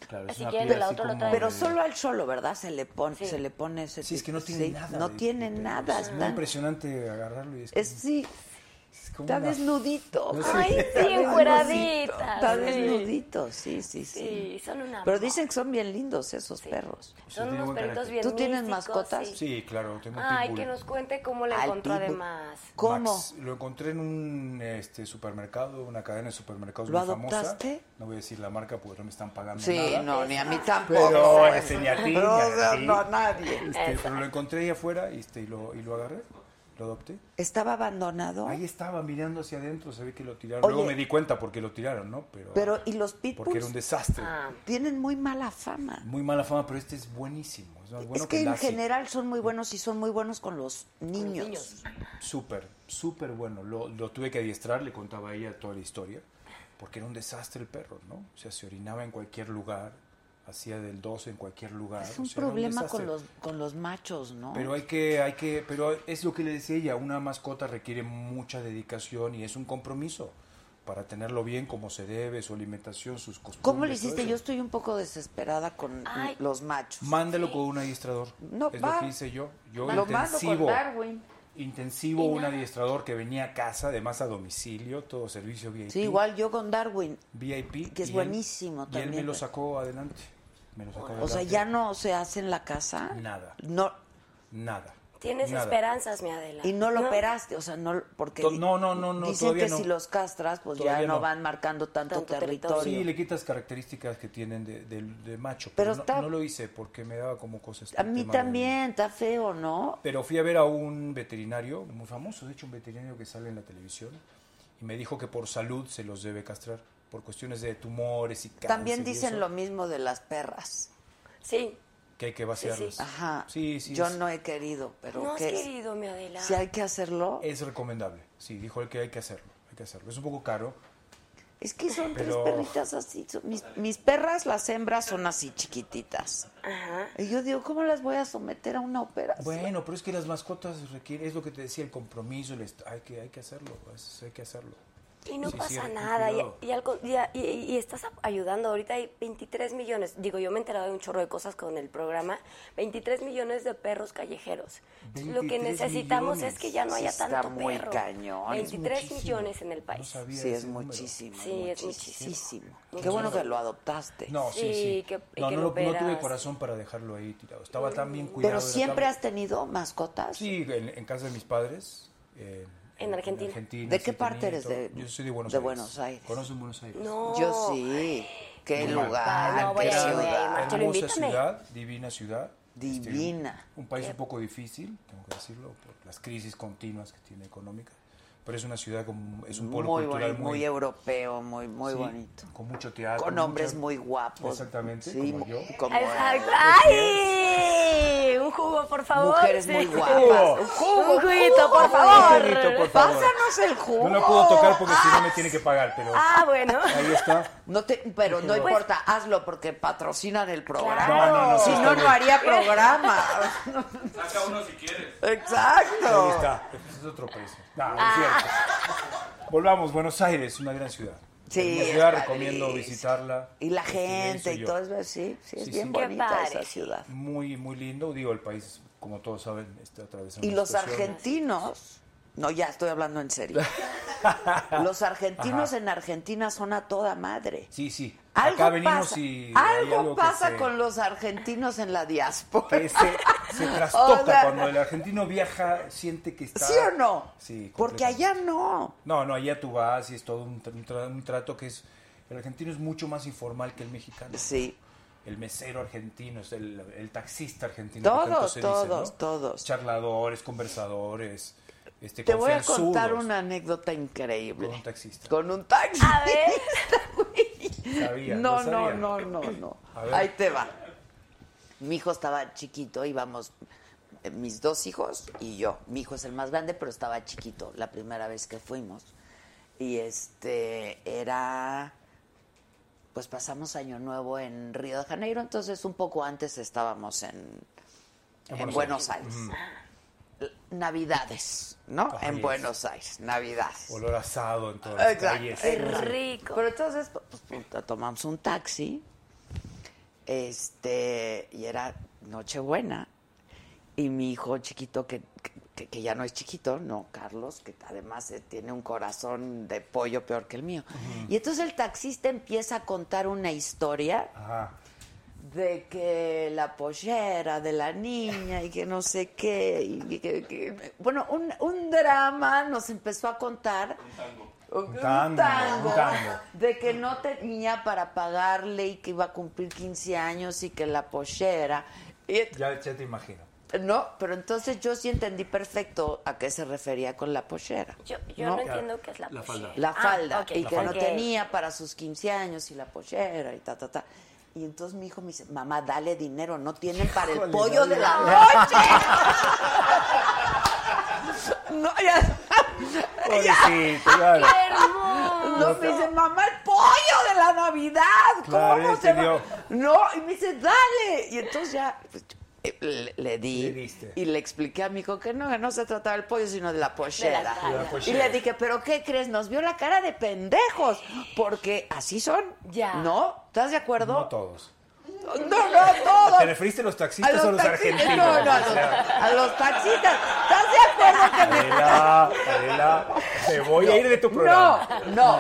[SPEAKER 4] Claro, es
[SPEAKER 10] Así
[SPEAKER 4] una
[SPEAKER 10] que
[SPEAKER 4] piel
[SPEAKER 10] de la
[SPEAKER 4] así
[SPEAKER 10] otra lo
[SPEAKER 4] como
[SPEAKER 10] trae.
[SPEAKER 2] Pero
[SPEAKER 4] de-
[SPEAKER 2] solo al cholo, ¿verdad? Se le pone,
[SPEAKER 10] Sí.
[SPEAKER 2] se le pone ese
[SPEAKER 4] Sí, es que
[SPEAKER 2] tipo-
[SPEAKER 4] no tiene
[SPEAKER 2] sí,
[SPEAKER 4] nada.
[SPEAKER 2] No
[SPEAKER 4] de-
[SPEAKER 2] tiene
[SPEAKER 4] de pelo.
[SPEAKER 2] nada.
[SPEAKER 4] Es muy
[SPEAKER 2] está-
[SPEAKER 4] impresionante agarrarlo y es,
[SPEAKER 2] es
[SPEAKER 4] como-
[SPEAKER 2] sí,
[SPEAKER 4] es como
[SPEAKER 2] está
[SPEAKER 4] una-
[SPEAKER 2] desnudito.
[SPEAKER 4] No sé.
[SPEAKER 10] Ay,
[SPEAKER 2] está
[SPEAKER 10] sí,
[SPEAKER 2] desnudito,
[SPEAKER 10] encueradita.
[SPEAKER 2] Está
[SPEAKER 10] sí.
[SPEAKER 2] desnudito, sí, sí, sí.
[SPEAKER 10] Sí, son una.
[SPEAKER 2] Pero dicen que son bien lindos esos perros.
[SPEAKER 10] Son
[SPEAKER 4] Sí, tiene
[SPEAKER 10] unos
[SPEAKER 4] buen
[SPEAKER 10] perritos
[SPEAKER 4] carácter.
[SPEAKER 10] bien
[SPEAKER 2] ¿Tú tienes
[SPEAKER 10] místicos,
[SPEAKER 2] mascotas?
[SPEAKER 4] Sí, claro, tengo
[SPEAKER 10] Ay,
[SPEAKER 4] pitbull.
[SPEAKER 10] que nos cuente cómo la
[SPEAKER 2] Al
[SPEAKER 10] encontró
[SPEAKER 2] pitbull.
[SPEAKER 10] además.
[SPEAKER 2] ¿Cómo?
[SPEAKER 4] Max, lo encontré en un este, supermercado, una cadena de supermercados
[SPEAKER 2] ¿Lo
[SPEAKER 4] muy famosa.
[SPEAKER 2] adoptaste?
[SPEAKER 4] No voy a decir la marca porque no me están pagando
[SPEAKER 2] Sí,
[SPEAKER 4] nada.
[SPEAKER 2] no, ni a mí tampoco.
[SPEAKER 4] Pero este, ni a ti, ni
[SPEAKER 2] No,
[SPEAKER 4] a
[SPEAKER 2] no,
[SPEAKER 4] ti.
[SPEAKER 2] no, a nadie.
[SPEAKER 4] Este, pero lo encontré ahí afuera este, y, lo, y lo agarré, lo adopté.
[SPEAKER 2] Estaba abandonado.
[SPEAKER 4] Ahí estaba mirando hacia adentro, se ve que lo tiraron.
[SPEAKER 2] Oye.
[SPEAKER 4] Luego me di cuenta porque lo tiraron, ¿no? Pero,
[SPEAKER 2] Pero, ¿y los
[SPEAKER 4] Porque era un
[SPEAKER 2] pitbulls?
[SPEAKER 4] desastre.
[SPEAKER 10] Ah,
[SPEAKER 2] Tienen muy mala fama.
[SPEAKER 4] Muy mala fama, pero este es buenísimo. Es, más bueno
[SPEAKER 2] es que en
[SPEAKER 4] Lassie.
[SPEAKER 2] general son muy buenos y son muy buenos con los niños.
[SPEAKER 10] niños.
[SPEAKER 4] Súper, súper bueno. Lo, lo tuve que adiestrar, le contaba a ella toda la historia, porque era un desastre el perro, ¿no? O sea, se orinaba en cualquier lugar, hacía del 12 en cualquier lugar.
[SPEAKER 2] Es
[SPEAKER 4] o
[SPEAKER 2] un
[SPEAKER 4] sea, era
[SPEAKER 2] problema
[SPEAKER 4] desastre.
[SPEAKER 2] con los con los machos, ¿no?
[SPEAKER 4] Pero hay que, hay que, pero es lo que le decía ella, una mascota requiere mucha dedicación y es un compromiso para tenerlo bien como se debe, su alimentación, sus costumbres.
[SPEAKER 2] ¿Cómo le
[SPEAKER 4] todo
[SPEAKER 2] hiciste?
[SPEAKER 4] eso.
[SPEAKER 2] Yo estoy un poco desesperada con
[SPEAKER 10] Ay.
[SPEAKER 2] los machos.
[SPEAKER 4] Mándalo con un adiestrador.
[SPEAKER 2] No,
[SPEAKER 4] es
[SPEAKER 2] va.
[SPEAKER 4] lo que hice yo. Yo
[SPEAKER 2] Lo mando con
[SPEAKER 4] intensivo.
[SPEAKER 2] Darwin.
[SPEAKER 4] intensivo, un adiestrador que venía a casa, además a domicilio, todo servicio VIP.
[SPEAKER 2] Sí, igual yo con Darwin.
[SPEAKER 4] VIP.
[SPEAKER 2] Que es
[SPEAKER 4] y él-
[SPEAKER 2] buenísimo
[SPEAKER 4] Y él me
[SPEAKER 2] también. pues.
[SPEAKER 4] lo sacó adelante. Me lo sacó
[SPEAKER 2] O sea,
[SPEAKER 4] adelante.
[SPEAKER 2] ya no se hace en la casa.
[SPEAKER 4] Nada.
[SPEAKER 2] No
[SPEAKER 4] Nada.
[SPEAKER 10] Tienes
[SPEAKER 4] nada.
[SPEAKER 10] esperanzas, mi Adela.
[SPEAKER 2] y no lo operaste, o sea, no porque
[SPEAKER 4] To-
[SPEAKER 2] di-
[SPEAKER 4] no, no, no, no,
[SPEAKER 2] dicen
[SPEAKER 4] todavía
[SPEAKER 2] que
[SPEAKER 4] no.
[SPEAKER 2] si los castras pues ya
[SPEAKER 4] Todavía
[SPEAKER 2] no,
[SPEAKER 4] no.
[SPEAKER 2] van marcando tanto,
[SPEAKER 10] Tanto
[SPEAKER 2] territorio.
[SPEAKER 10] territorio.
[SPEAKER 4] Sí, le quitas características que tienen de, de- de macho.
[SPEAKER 2] Pero
[SPEAKER 4] Pero, no,
[SPEAKER 2] está-
[SPEAKER 4] no lo hice porque me daba como cosas.
[SPEAKER 2] A
[SPEAKER 4] el
[SPEAKER 2] mí
[SPEAKER 4] tema del-
[SPEAKER 2] también, está feo, ¿no?
[SPEAKER 4] Pero fui a ver a un veterinario muy famoso, de hecho, un veterinario que sale en la televisión, y me dijo que por salud se los debe castrar, por cuestiones de tumores y cáncer.
[SPEAKER 2] También
[SPEAKER 4] y
[SPEAKER 2] dicen
[SPEAKER 4] eso,
[SPEAKER 2] lo mismo de las perras.
[SPEAKER 10] Sí.
[SPEAKER 4] Que hay que vaciarlos.
[SPEAKER 2] Ajá.
[SPEAKER 4] Sí, sí.
[SPEAKER 2] Yo
[SPEAKER 4] es-
[SPEAKER 2] no he querido, pero
[SPEAKER 10] No has
[SPEAKER 2] ¿qué es?
[SPEAKER 10] querido, mi Adela.
[SPEAKER 2] Si hay que hacerlo,
[SPEAKER 4] Es recomendable, sí, dijo él que hay que hacerlo, hay que hacerlo. Es un poco caro.
[SPEAKER 2] es que son
[SPEAKER 4] pero-
[SPEAKER 2] tres perritas así. son- mis, mis perras, las hembras, son así chiquititas.
[SPEAKER 10] Ajá.
[SPEAKER 2] Y yo digo, ¿cómo las voy a someter a una operación?
[SPEAKER 4] Bueno, pero es que las mascotas requieren, es lo que te decía, el compromiso, el est- hay, que, hay que hacerlo, es- hay que hacerlo.
[SPEAKER 10] Y no
[SPEAKER 4] Sí, sí,
[SPEAKER 10] pasa
[SPEAKER 4] hay-
[SPEAKER 10] nada, y,
[SPEAKER 4] cuidado.
[SPEAKER 10] y al con- y a- y- y- y estás a- ayudando, ahorita hay 23 millones, digo, yo me he enterado de un chorro de cosas con el programa, 23 millones de perros callejeros. Lo que
[SPEAKER 4] 23
[SPEAKER 10] necesitamos es
[SPEAKER 4] millones.
[SPEAKER 10] que ya no
[SPEAKER 2] Sí,
[SPEAKER 10] haya
[SPEAKER 2] está
[SPEAKER 10] tanto
[SPEAKER 2] muy
[SPEAKER 10] perro.
[SPEAKER 2] cañón. Es
[SPEAKER 10] 23
[SPEAKER 4] muchísimo.
[SPEAKER 10] millones en el
[SPEAKER 4] No
[SPEAKER 10] país.
[SPEAKER 4] sabía
[SPEAKER 2] Sí, es
[SPEAKER 4] ese número.
[SPEAKER 2] muchísimo.
[SPEAKER 10] Sí, es
[SPEAKER 2] muchísimo.
[SPEAKER 10] muchísimo.
[SPEAKER 2] Qué bueno que lo adoptaste.
[SPEAKER 4] No, sí,
[SPEAKER 10] Sí,
[SPEAKER 4] sí.
[SPEAKER 10] que- y
[SPEAKER 4] no,
[SPEAKER 10] que
[SPEAKER 4] no, lo- no
[SPEAKER 10] lo
[SPEAKER 4] tuve
[SPEAKER 10] operas.
[SPEAKER 4] corazón para dejarlo ahí tirado. Estaba tan bien cuidado.
[SPEAKER 2] pero
[SPEAKER 4] era
[SPEAKER 2] siempre
[SPEAKER 4] tan-
[SPEAKER 2] has tenido mascotas.
[SPEAKER 4] Sí, en, en casa de mis padres. eh,
[SPEAKER 10] En Argentina.
[SPEAKER 2] ¿De
[SPEAKER 4] sí
[SPEAKER 2] qué
[SPEAKER 4] tenía
[SPEAKER 2] parte
[SPEAKER 4] y
[SPEAKER 2] eres
[SPEAKER 4] todo.
[SPEAKER 2] de-
[SPEAKER 4] Yo soy de Buenos
[SPEAKER 2] de
[SPEAKER 4] Aires.
[SPEAKER 2] Buenos Aires?
[SPEAKER 4] ¿Conocen Buenos Aires?
[SPEAKER 10] No.
[SPEAKER 2] Yo sí. Qué
[SPEAKER 4] Muy mal.
[SPEAKER 2] lugar,
[SPEAKER 10] Ah, no, voy
[SPEAKER 2] qué
[SPEAKER 10] a ir, voy a ir,
[SPEAKER 2] ciudad.
[SPEAKER 10] Marcelo,
[SPEAKER 4] Hermosa
[SPEAKER 10] invítame.
[SPEAKER 4] ciudad, divina ciudad. Este,
[SPEAKER 2] Divina.
[SPEAKER 4] un, un país un poco difícil, tengo que decirlo, por las crisis continuas que tiene económica. Pero es una ciudad con, es un polo
[SPEAKER 2] muy
[SPEAKER 4] cultural
[SPEAKER 2] bonito, muy,
[SPEAKER 4] muy,
[SPEAKER 2] europeo, muy muy
[SPEAKER 4] sí,
[SPEAKER 2] bonito.
[SPEAKER 4] Con mucho teatro.
[SPEAKER 2] Con hombres
[SPEAKER 4] mucha-
[SPEAKER 2] muy guapos.
[SPEAKER 4] Exactamente,
[SPEAKER 2] Sí,
[SPEAKER 4] como yo.
[SPEAKER 2] como- pues,
[SPEAKER 10] Exacto. ¡Ay! Un jugo, por favor.
[SPEAKER 2] Mujeres
[SPEAKER 10] Sí.
[SPEAKER 2] muy guapas.
[SPEAKER 4] Oh.
[SPEAKER 2] Un jugo,
[SPEAKER 10] Un juguito, por
[SPEAKER 4] Un
[SPEAKER 10] favor.
[SPEAKER 4] juguito, por favor.
[SPEAKER 2] Pásanos Pues el jugo.
[SPEAKER 4] No lo puedo tocar porque si no me tiene que pagar, pero
[SPEAKER 10] Ah, bueno.
[SPEAKER 4] ahí está.
[SPEAKER 2] No te, pero no importa, hazlo porque patrocinan el programa.
[SPEAKER 10] Claro. No, no, no,
[SPEAKER 2] si
[SPEAKER 4] está
[SPEAKER 2] no, no
[SPEAKER 4] bien.
[SPEAKER 2] haría programa.
[SPEAKER 3] Saca uno si quieres.
[SPEAKER 2] Ah.
[SPEAKER 4] Ahí
[SPEAKER 2] Exacto.
[SPEAKER 4] está. Ese es otro precio. No, no es cierto. Volvamos, Buenos Aires, una gran ciudad.
[SPEAKER 2] Ah. Sí,
[SPEAKER 4] Yo
[SPEAKER 2] es
[SPEAKER 4] la
[SPEAKER 2] padrísimo.
[SPEAKER 4] recomiendo visitarla.
[SPEAKER 2] Y la
[SPEAKER 4] Este, ya
[SPEAKER 2] gente
[SPEAKER 4] hice
[SPEAKER 2] y
[SPEAKER 4] yo.
[SPEAKER 2] todo eso, sí, sí, es
[SPEAKER 4] Sí,
[SPEAKER 2] bien
[SPEAKER 4] sí.
[SPEAKER 2] bonita
[SPEAKER 10] padre,
[SPEAKER 2] esa
[SPEAKER 10] sí.
[SPEAKER 2] ciudad.
[SPEAKER 4] Muy, muy lindo. Digo, el país, como todos saben, está atravesando.
[SPEAKER 2] Y los
[SPEAKER 4] situaciones.
[SPEAKER 2] argentinos, no, ya estoy hablando en serio. los argentinos
[SPEAKER 4] Ajá.
[SPEAKER 2] en Argentina son a toda madre.
[SPEAKER 4] Sí, sí.
[SPEAKER 2] Algo
[SPEAKER 4] Acá venimos
[SPEAKER 2] pasa,
[SPEAKER 4] y. hay
[SPEAKER 2] algo
[SPEAKER 4] algo que
[SPEAKER 2] pasa
[SPEAKER 4] se-
[SPEAKER 2] con los argentinos en la diáspora.
[SPEAKER 4] que se, se trastoca
[SPEAKER 2] O sea-
[SPEAKER 4] cuando el argentino viaja, siente que está.
[SPEAKER 2] ¿Sí o no?
[SPEAKER 4] Sí,
[SPEAKER 2] Porque
[SPEAKER 4] completamente.
[SPEAKER 2] allá no.
[SPEAKER 4] No, no, allá tú vas y es todo un, tra- un tra- un trato que es. El argentino es mucho más informal que el mexicano.
[SPEAKER 2] Sí.
[SPEAKER 4] El mesero argentino, es el, el taxista argentino. que
[SPEAKER 2] Todos,
[SPEAKER 4] tanto se dice,
[SPEAKER 2] todos,
[SPEAKER 4] ¿no?
[SPEAKER 2] todos.
[SPEAKER 4] Charladores, conversadores. Este,
[SPEAKER 2] Te voy a
[SPEAKER 4] confianzudos.
[SPEAKER 2] contar una anécdota increíble.
[SPEAKER 4] Con un taxista.
[SPEAKER 2] Con un taxi.
[SPEAKER 10] A ver,
[SPEAKER 4] Sabía,
[SPEAKER 2] no,
[SPEAKER 4] lo sabía.
[SPEAKER 2] no, no, no, no.
[SPEAKER 4] A ver.
[SPEAKER 2] Ahí te va. Mi hijo estaba chiquito, íbamos eh, mis dos hijos y yo. Mi hijo es el más grande, pero estaba chiquito la primera vez que fuimos. Y este era pues pasamos Año Nuevo en Río de Janeiro, entonces un poco antes estábamos en, en Buenos Aires. Navidades, ¿no?
[SPEAKER 4] Ay,
[SPEAKER 2] en
[SPEAKER 4] es.
[SPEAKER 2] Buenos Aires, Navidades.
[SPEAKER 4] Olor asado en todas las
[SPEAKER 2] Exacto. Eh.
[SPEAKER 4] calles.
[SPEAKER 2] Qué
[SPEAKER 10] rico.
[SPEAKER 2] Pero entonces, pues, puta, tomamos un taxi. Este, y era Nochebuena. Y mi hijo chiquito, que, que, que ya no es chiquito, no, Carlos, que además eh, tiene un corazón de pollo peor que el mío. Y entonces el taxista empieza a contar una historia
[SPEAKER 4] Ajá.
[SPEAKER 2] de que la pollera de la niña y que no sé qué. y que- que- bueno, un, un drama nos empezó a contar. Un
[SPEAKER 4] tango,
[SPEAKER 2] un tango
[SPEAKER 4] un tango.
[SPEAKER 2] de que no tenía para pagarle y que iba a cumplir 15 años y que la pollera. Y ent-
[SPEAKER 4] Ya, ya te imagino.
[SPEAKER 2] no, pero entonces yo sí entendí perfecto a qué se refería con la pollera.
[SPEAKER 10] yo, yo no, entiendo qué es la,
[SPEAKER 4] La falda.
[SPEAKER 10] pochera.
[SPEAKER 2] La
[SPEAKER 10] Ah,
[SPEAKER 2] falda.
[SPEAKER 10] ok,
[SPEAKER 2] Y que no
[SPEAKER 10] ok.
[SPEAKER 2] tenía para sus 15 años y la pollera y ta, ta, ta. Y entonces mi hijo me dice, mamá, dale dinero, no tienen para el
[SPEAKER 4] Híjole,
[SPEAKER 2] pollo
[SPEAKER 4] dale.
[SPEAKER 2] de la noche. no, ya- Ah,
[SPEAKER 4] Pobrecito, claro.
[SPEAKER 2] No, me dice, mamá, el pollo de la Navidad.
[SPEAKER 4] Claro,
[SPEAKER 2] ¿Cómo
[SPEAKER 4] ya
[SPEAKER 2] se va?
[SPEAKER 4] entendió.
[SPEAKER 2] No, y me dice, dale. Y entonces ya pues, yo, eh, le, le di.
[SPEAKER 4] Le diste.
[SPEAKER 2] Y le expliqué a mi hijo que no, que no se trataba del pollo, sino de la pochera.
[SPEAKER 10] falda.
[SPEAKER 4] De la
[SPEAKER 2] y
[SPEAKER 4] pochera.
[SPEAKER 2] le dije, ¿pero qué crees? Nos vio la cara de pendejos. Porque así son.
[SPEAKER 10] Ya.
[SPEAKER 2] ¿No? ¿Estás de acuerdo?
[SPEAKER 4] No todos.
[SPEAKER 2] No, no, todos.
[SPEAKER 4] ¿Te referiste a los taxistas o a los
[SPEAKER 2] taxi-
[SPEAKER 4] argentinos?
[SPEAKER 2] No, no, a los, a los taxistas. ¿Estás de acuerdo que me
[SPEAKER 4] Adela, Adela, me voy a ir de tu programa.
[SPEAKER 2] no, no.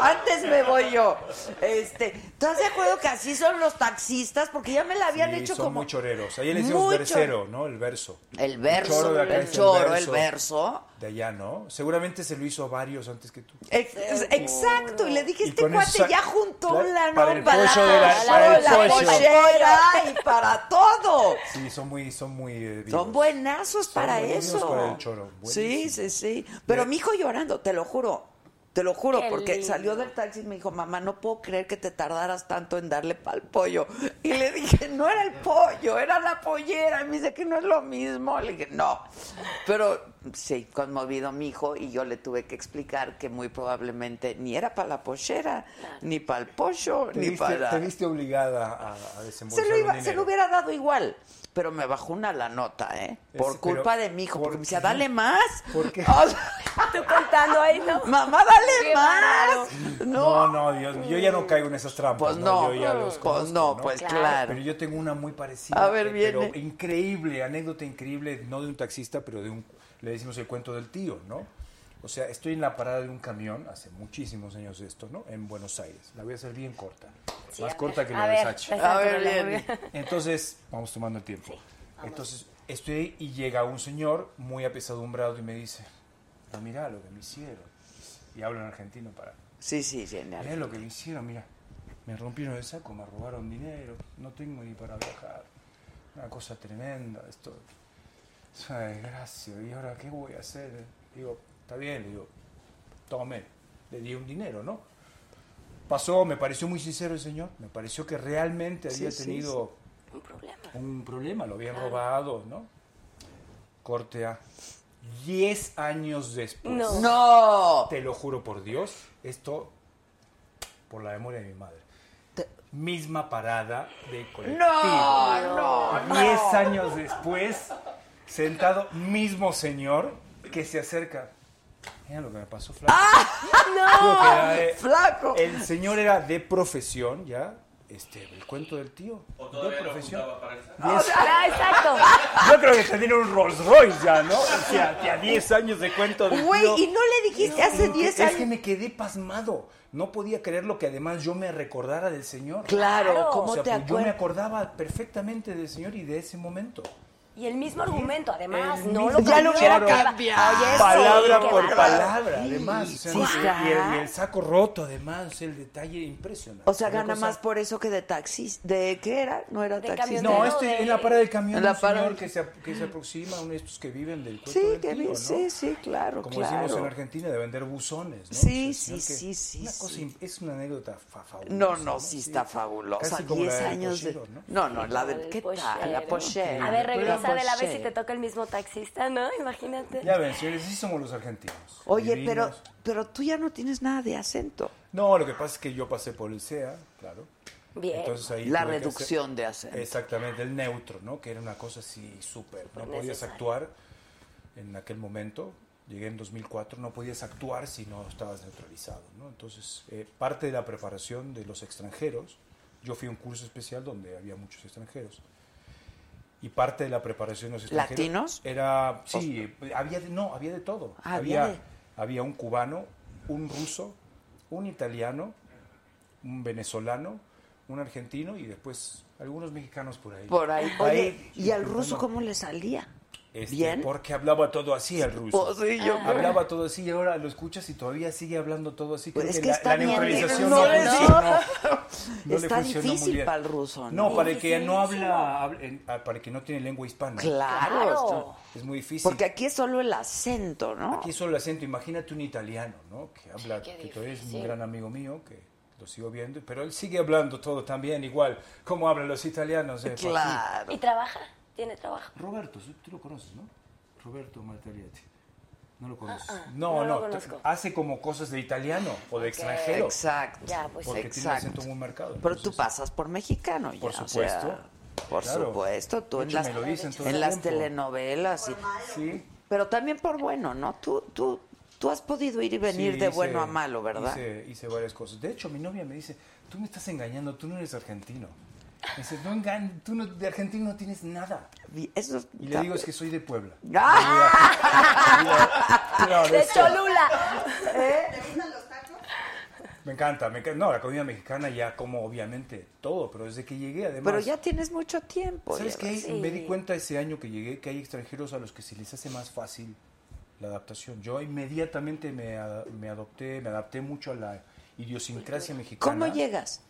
[SPEAKER 2] Antes me voy yo. Este, ¿estás de acuerdo que así son los taxistas? Porque ya me la habían
[SPEAKER 4] Sí,
[SPEAKER 2] hecho
[SPEAKER 4] son
[SPEAKER 2] como
[SPEAKER 4] muy choreros. Ahí le decimos
[SPEAKER 2] Muy
[SPEAKER 4] versero, ¿no? El verso.
[SPEAKER 2] el verso,
[SPEAKER 4] de acá
[SPEAKER 2] el
[SPEAKER 4] es
[SPEAKER 2] choro, el verso.
[SPEAKER 4] De allá, ¿no? Seguramente se lo hizo a varios antes que tú.
[SPEAKER 2] Ex- ex- Exacto, y le dije,
[SPEAKER 4] Y
[SPEAKER 2] este
[SPEAKER 4] con
[SPEAKER 2] cuate
[SPEAKER 4] eso sa-
[SPEAKER 2] ya juntó
[SPEAKER 4] Claro,
[SPEAKER 2] la
[SPEAKER 4] para
[SPEAKER 2] no
[SPEAKER 4] el pollo de la-
[SPEAKER 10] para el
[SPEAKER 2] la
[SPEAKER 10] pollo.
[SPEAKER 2] pollera y para todo.
[SPEAKER 4] Sí, son muy, son muy. eh, vivos.
[SPEAKER 2] Son buenazos
[SPEAKER 4] Son
[SPEAKER 2] para
[SPEAKER 4] buenos
[SPEAKER 2] eso.
[SPEAKER 4] para el choro,
[SPEAKER 2] Sí,
[SPEAKER 4] buenísimo.
[SPEAKER 2] sí, sí. Pero
[SPEAKER 4] Mira.
[SPEAKER 2] mi hijo llorando, te lo juro. Te lo juro,
[SPEAKER 10] Qué
[SPEAKER 2] porque
[SPEAKER 10] lindo.
[SPEAKER 2] salió del taxi y me dijo, mamá, no puedo creer que te tardaras tanto en darle pa'l pollo. Y le dije, no era el pollo, era la pollera. Y me dice que no es lo mismo. Le dije, no. Pero sí, conmovido mi hijo y yo le tuve que explicar que muy probablemente ni era para la pollera, ni para el pollo,
[SPEAKER 4] Te
[SPEAKER 2] ni
[SPEAKER 4] viste,
[SPEAKER 2] para...
[SPEAKER 4] te viste obligada a, a desembolsar
[SPEAKER 2] Se lo,
[SPEAKER 4] un
[SPEAKER 2] iba- se
[SPEAKER 4] dinero.
[SPEAKER 2] lo hubiera dado igual, pero me bajó una la nota, ¿eh?
[SPEAKER 4] Ese,
[SPEAKER 2] Por culpa
[SPEAKER 4] pero,
[SPEAKER 2] de mi hijo,
[SPEAKER 4] ¿por
[SPEAKER 2] porque me decía,
[SPEAKER 4] qué?
[SPEAKER 2] dale más.
[SPEAKER 4] ¿Por qué?
[SPEAKER 2] O sea,
[SPEAKER 10] Tú contando ahí, ¿no?
[SPEAKER 2] Mamá, dale
[SPEAKER 10] Qué
[SPEAKER 2] más. No,
[SPEAKER 4] No, no, Dios mío, yo ya no caigo en esas trampas.
[SPEAKER 2] Pues no,
[SPEAKER 4] Yo ya los
[SPEAKER 2] pues
[SPEAKER 4] conozco,
[SPEAKER 2] no, pues
[SPEAKER 10] Claro.
[SPEAKER 2] claro.
[SPEAKER 4] Pero yo tengo una muy parecida.
[SPEAKER 2] A ver,
[SPEAKER 4] eh,
[SPEAKER 2] viene.
[SPEAKER 4] Pero increíble, anécdota increíble, no de un taxista, pero de un, le decimos el cuento del tío, ¿no? O sea, estoy en la parada de un camión, hace muchísimos años de esto, ¿no? En Buenos Aires. La voy a hacer bien corta. Más corta que
[SPEAKER 10] a
[SPEAKER 4] la de
[SPEAKER 10] ver,
[SPEAKER 4] Sachi.
[SPEAKER 10] exacto,
[SPEAKER 2] A ver,
[SPEAKER 10] la
[SPEAKER 2] bien.
[SPEAKER 10] hamburguesa.
[SPEAKER 4] Entonces, vamos tomando el tiempo. Entonces, estoy ahí y llega un señor muy apesadumbrado y me dice, "Pero mirá lo que me hicieron. Y hablo en argentino para...
[SPEAKER 2] Sí, sí, genial.
[SPEAKER 4] Mirá lo que me hicieron, mira. Me rompieron el saco, me robaron dinero, no tengo ni para viajar. Una cosa tremenda, esto es una desgracia. ¿Y ahora qué voy a hacer? Digo, está bien, le digo, tome, le di un dinero, ¿no? Pasó, me pareció muy sincero el señor, me pareció que realmente había
[SPEAKER 2] sí,
[SPEAKER 4] tenido
[SPEAKER 10] Un problema.
[SPEAKER 4] un problema, lo habían robado, ¿no? Corte a 10 años después.
[SPEAKER 10] No.
[SPEAKER 2] No.
[SPEAKER 4] Te lo juro por Dios, esto por la memoria de mi madre. Misma parada de colectivo.
[SPEAKER 2] No, no,
[SPEAKER 4] Diez
[SPEAKER 2] no.
[SPEAKER 4] años después, sentado, mismo señor que se acerca. Mira lo que me pasó, flaco.
[SPEAKER 2] Ah, ¡No!
[SPEAKER 4] Digo que era de-
[SPEAKER 2] ¡Flaco!
[SPEAKER 4] El señor era de profesión, ya. Este, el cuento del tío. De profesión. Diez-
[SPEAKER 10] Ah, exacto.
[SPEAKER 4] Yo creo que tendrían un Rolls Royce ya, ¿no? O sea, que a 10 años de cuento del
[SPEAKER 2] Güey,
[SPEAKER 4] tío.
[SPEAKER 2] ¿y no le dijiste hace
[SPEAKER 4] Digo que-
[SPEAKER 2] 10
[SPEAKER 4] Es que
[SPEAKER 2] años?
[SPEAKER 4] me quedé pasmado. No podía creer lo que además yo me recordara del señor.
[SPEAKER 2] Claro,
[SPEAKER 4] O
[SPEAKER 2] ¿cómo
[SPEAKER 4] sea,
[SPEAKER 2] te
[SPEAKER 4] pues yo me
[SPEAKER 2] acuerdas?
[SPEAKER 4] acordaba perfectamente del señor y de ese momento.
[SPEAKER 10] Y el mismo argumento, además,
[SPEAKER 4] El
[SPEAKER 10] no
[SPEAKER 4] mismo
[SPEAKER 10] lo
[SPEAKER 2] Ya lo hubiera
[SPEAKER 4] Claro.
[SPEAKER 2] cambiado. Oye, eso,
[SPEAKER 4] palabra
[SPEAKER 10] qué
[SPEAKER 4] por
[SPEAKER 10] bárbaro.
[SPEAKER 4] palabra, además. O sea,
[SPEAKER 2] Sí,
[SPEAKER 4] no sé, y, el,
[SPEAKER 2] está.
[SPEAKER 4] y el saco roto, además, o sea, el detalle impresionante.
[SPEAKER 2] O sea,
[SPEAKER 4] Una
[SPEAKER 2] gana
[SPEAKER 4] cosa-
[SPEAKER 2] más por eso que de taxis. ¿De qué era? No era
[SPEAKER 10] De
[SPEAKER 2] taxista.
[SPEAKER 10] camionero.
[SPEAKER 4] No, este
[SPEAKER 10] de-
[SPEAKER 4] en la parada del camión,
[SPEAKER 2] En la
[SPEAKER 4] un señor
[SPEAKER 2] parada.
[SPEAKER 4] que se, ap- que se aproxima, uno de estos que viven del cuerpo
[SPEAKER 2] Sí,
[SPEAKER 4] del
[SPEAKER 2] que
[SPEAKER 4] tío,
[SPEAKER 2] bien,
[SPEAKER 4] ¿no?
[SPEAKER 2] sí, sí, claro,
[SPEAKER 4] Como
[SPEAKER 2] claro.
[SPEAKER 4] decimos en Argentina, de vender buzones, ¿no?
[SPEAKER 2] Sí,
[SPEAKER 4] el señor
[SPEAKER 2] sí,
[SPEAKER 4] que-
[SPEAKER 2] sí, sí,
[SPEAKER 4] Una cosa,
[SPEAKER 2] sí.
[SPEAKER 4] im- es una anécdota fa- fabulosa.
[SPEAKER 2] No, no, sí está fabulosa.
[SPEAKER 4] Casi como
[SPEAKER 2] 10
[SPEAKER 4] la de
[SPEAKER 2] años de.
[SPEAKER 4] Koshiro, ¿no?
[SPEAKER 2] No, no, la
[SPEAKER 10] El
[SPEAKER 2] de. ¿Qué tal?
[SPEAKER 10] pochero.
[SPEAKER 2] La pochera.
[SPEAKER 10] A ver, regresa de la vez y
[SPEAKER 2] pochera.
[SPEAKER 10] te toca el mismo taxista, ¿no? Imagínate.
[SPEAKER 4] Ya ven, señores, sí somos los argentinos.
[SPEAKER 2] Oye,
[SPEAKER 4] Divinos.
[SPEAKER 2] pero, pero tú ya no tienes nada de acento.
[SPEAKER 4] No, lo que pasa es que yo pasé por el SEA, claro.
[SPEAKER 10] Bien.
[SPEAKER 4] Entonces ahí
[SPEAKER 2] La
[SPEAKER 4] tuve que
[SPEAKER 2] reducción
[SPEAKER 4] hacer-
[SPEAKER 2] de acento.
[SPEAKER 4] Exactamente, el neutro, ¿no? Que era una cosa así súper. No
[SPEAKER 10] Súper
[SPEAKER 4] podías
[SPEAKER 10] necesario.
[SPEAKER 4] actuar en aquel momento. Llegué en 2004, no podías actuar si no estabas neutralizado, ¿no? Entonces, eh, parte de la preparación de los extranjeros, yo fui a un curso especial donde había muchos extranjeros. Y parte de la preparación de los extranjeros
[SPEAKER 2] ¿Latinos?
[SPEAKER 4] era sí, había de- no, había de todo.
[SPEAKER 2] Ah, había
[SPEAKER 4] había
[SPEAKER 2] de-
[SPEAKER 4] había un cubano, un ruso, un italiano, un venezolano, un argentino y después algunos mexicanos por ahí.
[SPEAKER 2] Por ahí. Oye, ¿y al
[SPEAKER 4] disculpando.
[SPEAKER 2] ruso cómo le salía?
[SPEAKER 4] Este,
[SPEAKER 2] ¿Bien?
[SPEAKER 4] Porque hablaba todo así el ruso.
[SPEAKER 2] Pues sí, yo creo.
[SPEAKER 4] Hablaba todo así y ahora lo escuchas y todavía sigue hablando todo así.
[SPEAKER 2] Pues
[SPEAKER 4] Creo
[SPEAKER 2] es
[SPEAKER 4] que
[SPEAKER 2] que
[SPEAKER 4] la,
[SPEAKER 2] está
[SPEAKER 4] la
[SPEAKER 2] bien
[SPEAKER 4] neutralización
[SPEAKER 2] difícil. No,
[SPEAKER 4] le
[SPEAKER 2] no,
[SPEAKER 4] funcionó. No le
[SPEAKER 2] Está
[SPEAKER 4] funcionó muy
[SPEAKER 2] difícil
[SPEAKER 4] bien.
[SPEAKER 2] para el ruso, ¿no?
[SPEAKER 4] No, para el que no habla, habla- en- ah, para el que no tiene lengua hispana.
[SPEAKER 2] Claro.
[SPEAKER 10] Claro.
[SPEAKER 4] Es muy difícil.
[SPEAKER 2] Porque aquí es solo el acento, ¿no?
[SPEAKER 4] Aquí solo el acento, imagínate un italiano, ¿no? Que habla,
[SPEAKER 10] qué
[SPEAKER 4] que todavía es un
[SPEAKER 10] difícil.
[SPEAKER 4] gran amigo mío, que lo sigo viendo, pero él sigue hablando todo también igual, como hablan los italianos. eh, por aquí.
[SPEAKER 2] Claro.
[SPEAKER 10] Y trabaja, tiene trabajo.
[SPEAKER 4] Roberto, sí, tú lo conoces, ¿no? Roberto Martaglietti. No lo conoces.
[SPEAKER 10] Ah, ah,
[SPEAKER 4] no,
[SPEAKER 10] no lo
[SPEAKER 4] no, t-
[SPEAKER 10] conozco.
[SPEAKER 4] hace como cosas de italiano o de extranjero.
[SPEAKER 2] Exacto.
[SPEAKER 10] Ya, pues
[SPEAKER 4] Porque tiene un
[SPEAKER 2] Exacto.
[SPEAKER 4] acento muy marcado.
[SPEAKER 2] Pero tú
[SPEAKER 4] entonces-
[SPEAKER 2] pasas por mexicano ya.
[SPEAKER 4] Por
[SPEAKER 2] o sea,
[SPEAKER 4] supuesto.
[SPEAKER 2] por
[SPEAKER 4] Claro.
[SPEAKER 2] supuesto. Tú
[SPEAKER 4] De
[SPEAKER 2] en
[SPEAKER 4] hecho,
[SPEAKER 2] las,
[SPEAKER 4] me lo dicen todo
[SPEAKER 2] en
[SPEAKER 4] el
[SPEAKER 2] las
[SPEAKER 4] tiempo.
[SPEAKER 2] telenovelas. y-
[SPEAKER 4] Sí.
[SPEAKER 2] pero también por bueno, ¿no? Tú, tú, tú has podido ir y venir
[SPEAKER 4] Sí,
[SPEAKER 2] de
[SPEAKER 4] hice-
[SPEAKER 2] bueno a malo, ¿verdad?
[SPEAKER 4] Hice, hice varias cosas. De hecho, mi novia me dice, tú me estás engañando, tú no eres argentino. Me dice, no engañes, tú no- de argentino no tienes nada.
[SPEAKER 2] Vi- Eso,
[SPEAKER 4] Y le digo, es que soy de Puebla.
[SPEAKER 2] ¡Ah!
[SPEAKER 4] Claro,
[SPEAKER 10] De
[SPEAKER 4] es-
[SPEAKER 10] Cholula.
[SPEAKER 5] ¿Te gustan los tacos?
[SPEAKER 4] me encanta, me encanta. No, la comida mexicana ya como obviamente todo, pero desde que llegué además...
[SPEAKER 2] Pero ya tienes mucho tiempo.
[SPEAKER 4] ¿Sabes
[SPEAKER 2] llevas.
[SPEAKER 4] qué? Me di
[SPEAKER 10] Sí.
[SPEAKER 4] cuenta ese año que llegué que hay extranjeros a los que se les hace más fácil la adaptación. Yo inmediatamente me, a- me adopté, me adapté mucho a la idiosincrasia mexicana.
[SPEAKER 2] ¿Cómo llegas?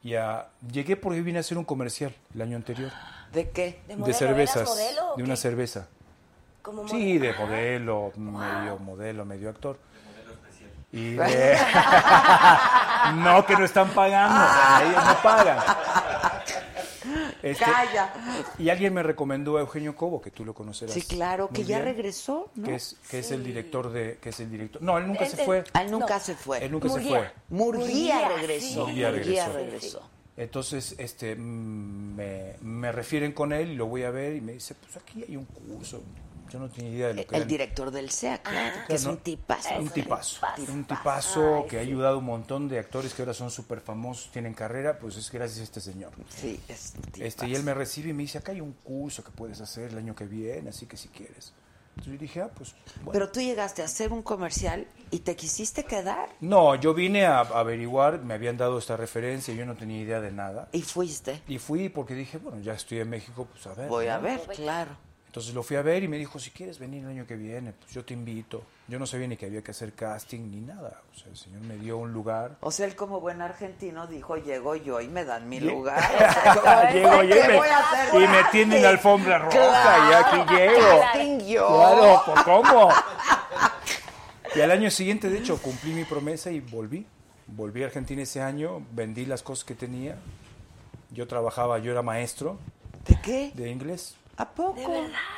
[SPEAKER 4] Y a- llegué porque vine a hacer un comercial el año anterior
[SPEAKER 2] ¿De qué?
[SPEAKER 10] ¿De
[SPEAKER 4] de,
[SPEAKER 10] modelo?
[SPEAKER 4] cervezas,
[SPEAKER 10] ¿Eras modelo o
[SPEAKER 4] de una
[SPEAKER 10] qué?
[SPEAKER 4] cerveza.
[SPEAKER 10] Como
[SPEAKER 4] Sí, de
[SPEAKER 10] modelo.
[SPEAKER 4] modelo, medio modelo, medio actor. Y de- no, que no están pagando, ellos no pagan. Este,
[SPEAKER 2] Calla.
[SPEAKER 4] Y alguien me recomendó a Eugenio Cobo, que tú lo conocerás.
[SPEAKER 2] Sí, claro,
[SPEAKER 4] muy
[SPEAKER 2] que ya
[SPEAKER 4] bien,
[SPEAKER 2] regresó, ¿no?
[SPEAKER 4] Que es, que es el director de, que es el director. No, él nunca se
[SPEAKER 10] Ente-
[SPEAKER 4] fue.
[SPEAKER 2] Ah, él nunca
[SPEAKER 10] No.
[SPEAKER 2] se fue.
[SPEAKER 4] Él nunca se
[SPEAKER 10] Murguía.
[SPEAKER 4] fue.
[SPEAKER 2] Murguía
[SPEAKER 10] Murguía,
[SPEAKER 2] regresó.
[SPEAKER 10] sí.
[SPEAKER 4] Murguía regresó.
[SPEAKER 2] regresó.
[SPEAKER 4] Entonces, este, mm, me, me refieren con él y lo voy a ver y me dice, pues aquí hay un curso. Yo no tenía idea de lo que
[SPEAKER 2] El
[SPEAKER 4] era.
[SPEAKER 2] director del SEA, claro, que
[SPEAKER 4] Claro,
[SPEAKER 2] es
[SPEAKER 4] ¿no?
[SPEAKER 2] un tipazo.
[SPEAKER 4] Un tipazo.
[SPEAKER 10] tipazo.
[SPEAKER 4] Un tipazo
[SPEAKER 10] Ay,
[SPEAKER 4] que ha ayudado a un montón de actores que ahora son súper famosos, tienen carrera, pues es gracias a este señor.
[SPEAKER 2] Sí, es un tipazo.
[SPEAKER 4] Este, y él me recibe y me dice, acá hay un curso que puedes hacer el año que viene, así que si quieres. Entonces yo dije, ah, pues... bueno.
[SPEAKER 2] Pero tú llegaste a hacer un comercial y te quisiste quedar
[SPEAKER 4] No, yo vine a averiguar, me habían dado esta referencia, yo no tenía idea de nada.
[SPEAKER 2] y fuiste.
[SPEAKER 4] Y fui porque dije, bueno, ya estoy en México, pues a ver.
[SPEAKER 2] Voy a
[SPEAKER 4] ¿no?
[SPEAKER 2] ver, claro.
[SPEAKER 4] Entonces lo fui a ver y me dijo, si quieres venir el año que viene, pues yo te invito. Yo no sabía ni que había que hacer casting ni nada. O sea, el señor me dio un lugar.
[SPEAKER 2] O sea, él como buen argentino dijo, llego yo y me dan mi
[SPEAKER 4] Ye-
[SPEAKER 2] lugar.
[SPEAKER 4] Llego yo y
[SPEAKER 2] ¿Qué
[SPEAKER 4] me,
[SPEAKER 2] voy a hacer?
[SPEAKER 4] y me tienden la alfombra roja y aquí llego.
[SPEAKER 2] Casting yo.
[SPEAKER 4] Claro, pues, ¿cómo? Y al año siguiente, de hecho, cumplí mi promesa y volví. Volví a Argentina ese año, vendí las cosas que tenía. Yo trabajaba, yo era maestro
[SPEAKER 2] ¿De qué?
[SPEAKER 4] de inglés.
[SPEAKER 2] ¿A poco?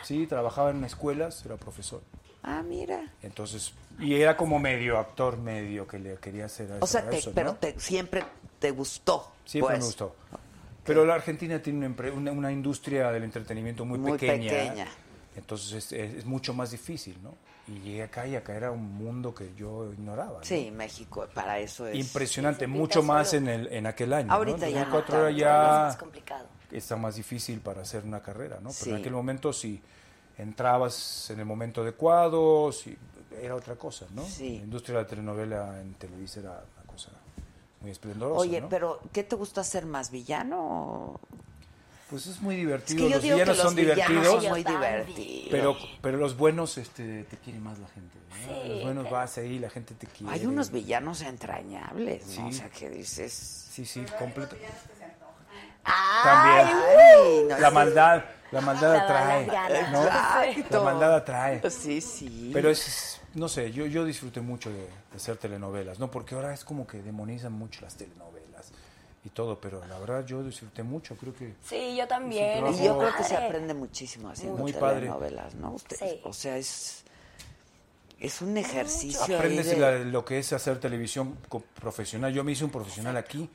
[SPEAKER 4] Sí, trabajaba en escuelas, era profesor.
[SPEAKER 2] Ah, mira.
[SPEAKER 4] Entonces, y era como medio actor, medio que le quería hacer a
[SPEAKER 2] O sea,
[SPEAKER 4] esa
[SPEAKER 2] te-
[SPEAKER 4] persona,
[SPEAKER 2] pero
[SPEAKER 4] ¿no?
[SPEAKER 2] te- siempre te gustó.
[SPEAKER 4] Siempre me
[SPEAKER 2] pues.
[SPEAKER 4] gustó. Pero la Argentina tiene una, empre- una- una industria del entretenimiento muy,
[SPEAKER 2] Muy
[SPEAKER 4] pequeña.
[SPEAKER 2] pequeña.
[SPEAKER 4] Entonces es, es- es mucho más difícil, ¿no? y llegué acá y acá era un mundo que yo ignoraba. ¿no?
[SPEAKER 2] Sí, pues, México, para eso es.
[SPEAKER 4] Impresionante, mucho más en, el, en aquel año.
[SPEAKER 2] Ahorita
[SPEAKER 4] ¿no?
[SPEAKER 2] ya no
[SPEAKER 4] cuatro horas
[SPEAKER 2] tanto,
[SPEAKER 4] ya
[SPEAKER 10] es más complicado.
[SPEAKER 4] está más difícil para hacer una carrera, ¿no? Pero
[SPEAKER 2] Sí.
[SPEAKER 4] en aquel momento si entrabas en el momento adecuado, si, era otra cosa, ¿no?
[SPEAKER 2] Sí.
[SPEAKER 4] La industria de la telenovela en Televisa era una cosa muy esplendorosa,
[SPEAKER 2] Oye,
[SPEAKER 4] ¿no?
[SPEAKER 2] pero ¿qué te gusta hacer más, villano? o-
[SPEAKER 4] Pues es muy divertido,
[SPEAKER 2] Es que yo
[SPEAKER 4] los
[SPEAKER 2] digo que
[SPEAKER 4] villanos
[SPEAKER 2] los
[SPEAKER 4] son
[SPEAKER 2] villanos
[SPEAKER 4] divertidos.
[SPEAKER 2] son muy
[SPEAKER 10] Ellos van
[SPEAKER 2] divertidos.
[SPEAKER 4] Pero, pero los buenos este, te quiere más la gente. ¿no?
[SPEAKER 10] Sí,
[SPEAKER 4] los buenos
[SPEAKER 10] claro.
[SPEAKER 4] vas ahí, la gente te quiere.
[SPEAKER 2] Hay unos villanos entrañables, ¿no?
[SPEAKER 4] Sí.
[SPEAKER 2] O sea, que dices...
[SPEAKER 4] Sí, sí, completo.
[SPEAKER 2] ¡Ay!
[SPEAKER 4] También.
[SPEAKER 2] no,
[SPEAKER 4] La
[SPEAKER 2] sí.
[SPEAKER 4] maldad, la maldad
[SPEAKER 10] La
[SPEAKER 4] atrae.
[SPEAKER 10] ganas.
[SPEAKER 4] ¿no?
[SPEAKER 2] Exacto.
[SPEAKER 4] La maldad atrae.
[SPEAKER 2] Sí, sí.
[SPEAKER 4] Pero es, no sé, yo, yo disfruté mucho de, de hacer telenovelas, ¿no? Porque ahora es como que demonizan mucho las telenovelas y todo, pero la verdad yo disfruté mucho, creo que...
[SPEAKER 10] Sí, yo también.
[SPEAKER 4] Es un
[SPEAKER 2] Y yo
[SPEAKER 4] Ojo.
[SPEAKER 2] creo que se
[SPEAKER 10] Padre.
[SPEAKER 2] aprende muchísimo haciendo
[SPEAKER 4] Muy padre.
[SPEAKER 2] telenovelas, ¿no? Ustedes,
[SPEAKER 10] Sí.
[SPEAKER 2] O sea, es, es un ejercicio. ahí
[SPEAKER 4] Aprendes
[SPEAKER 2] de-
[SPEAKER 4] la- lo que es hacer televisión co- profesional. Yo me hice un profesional aquí.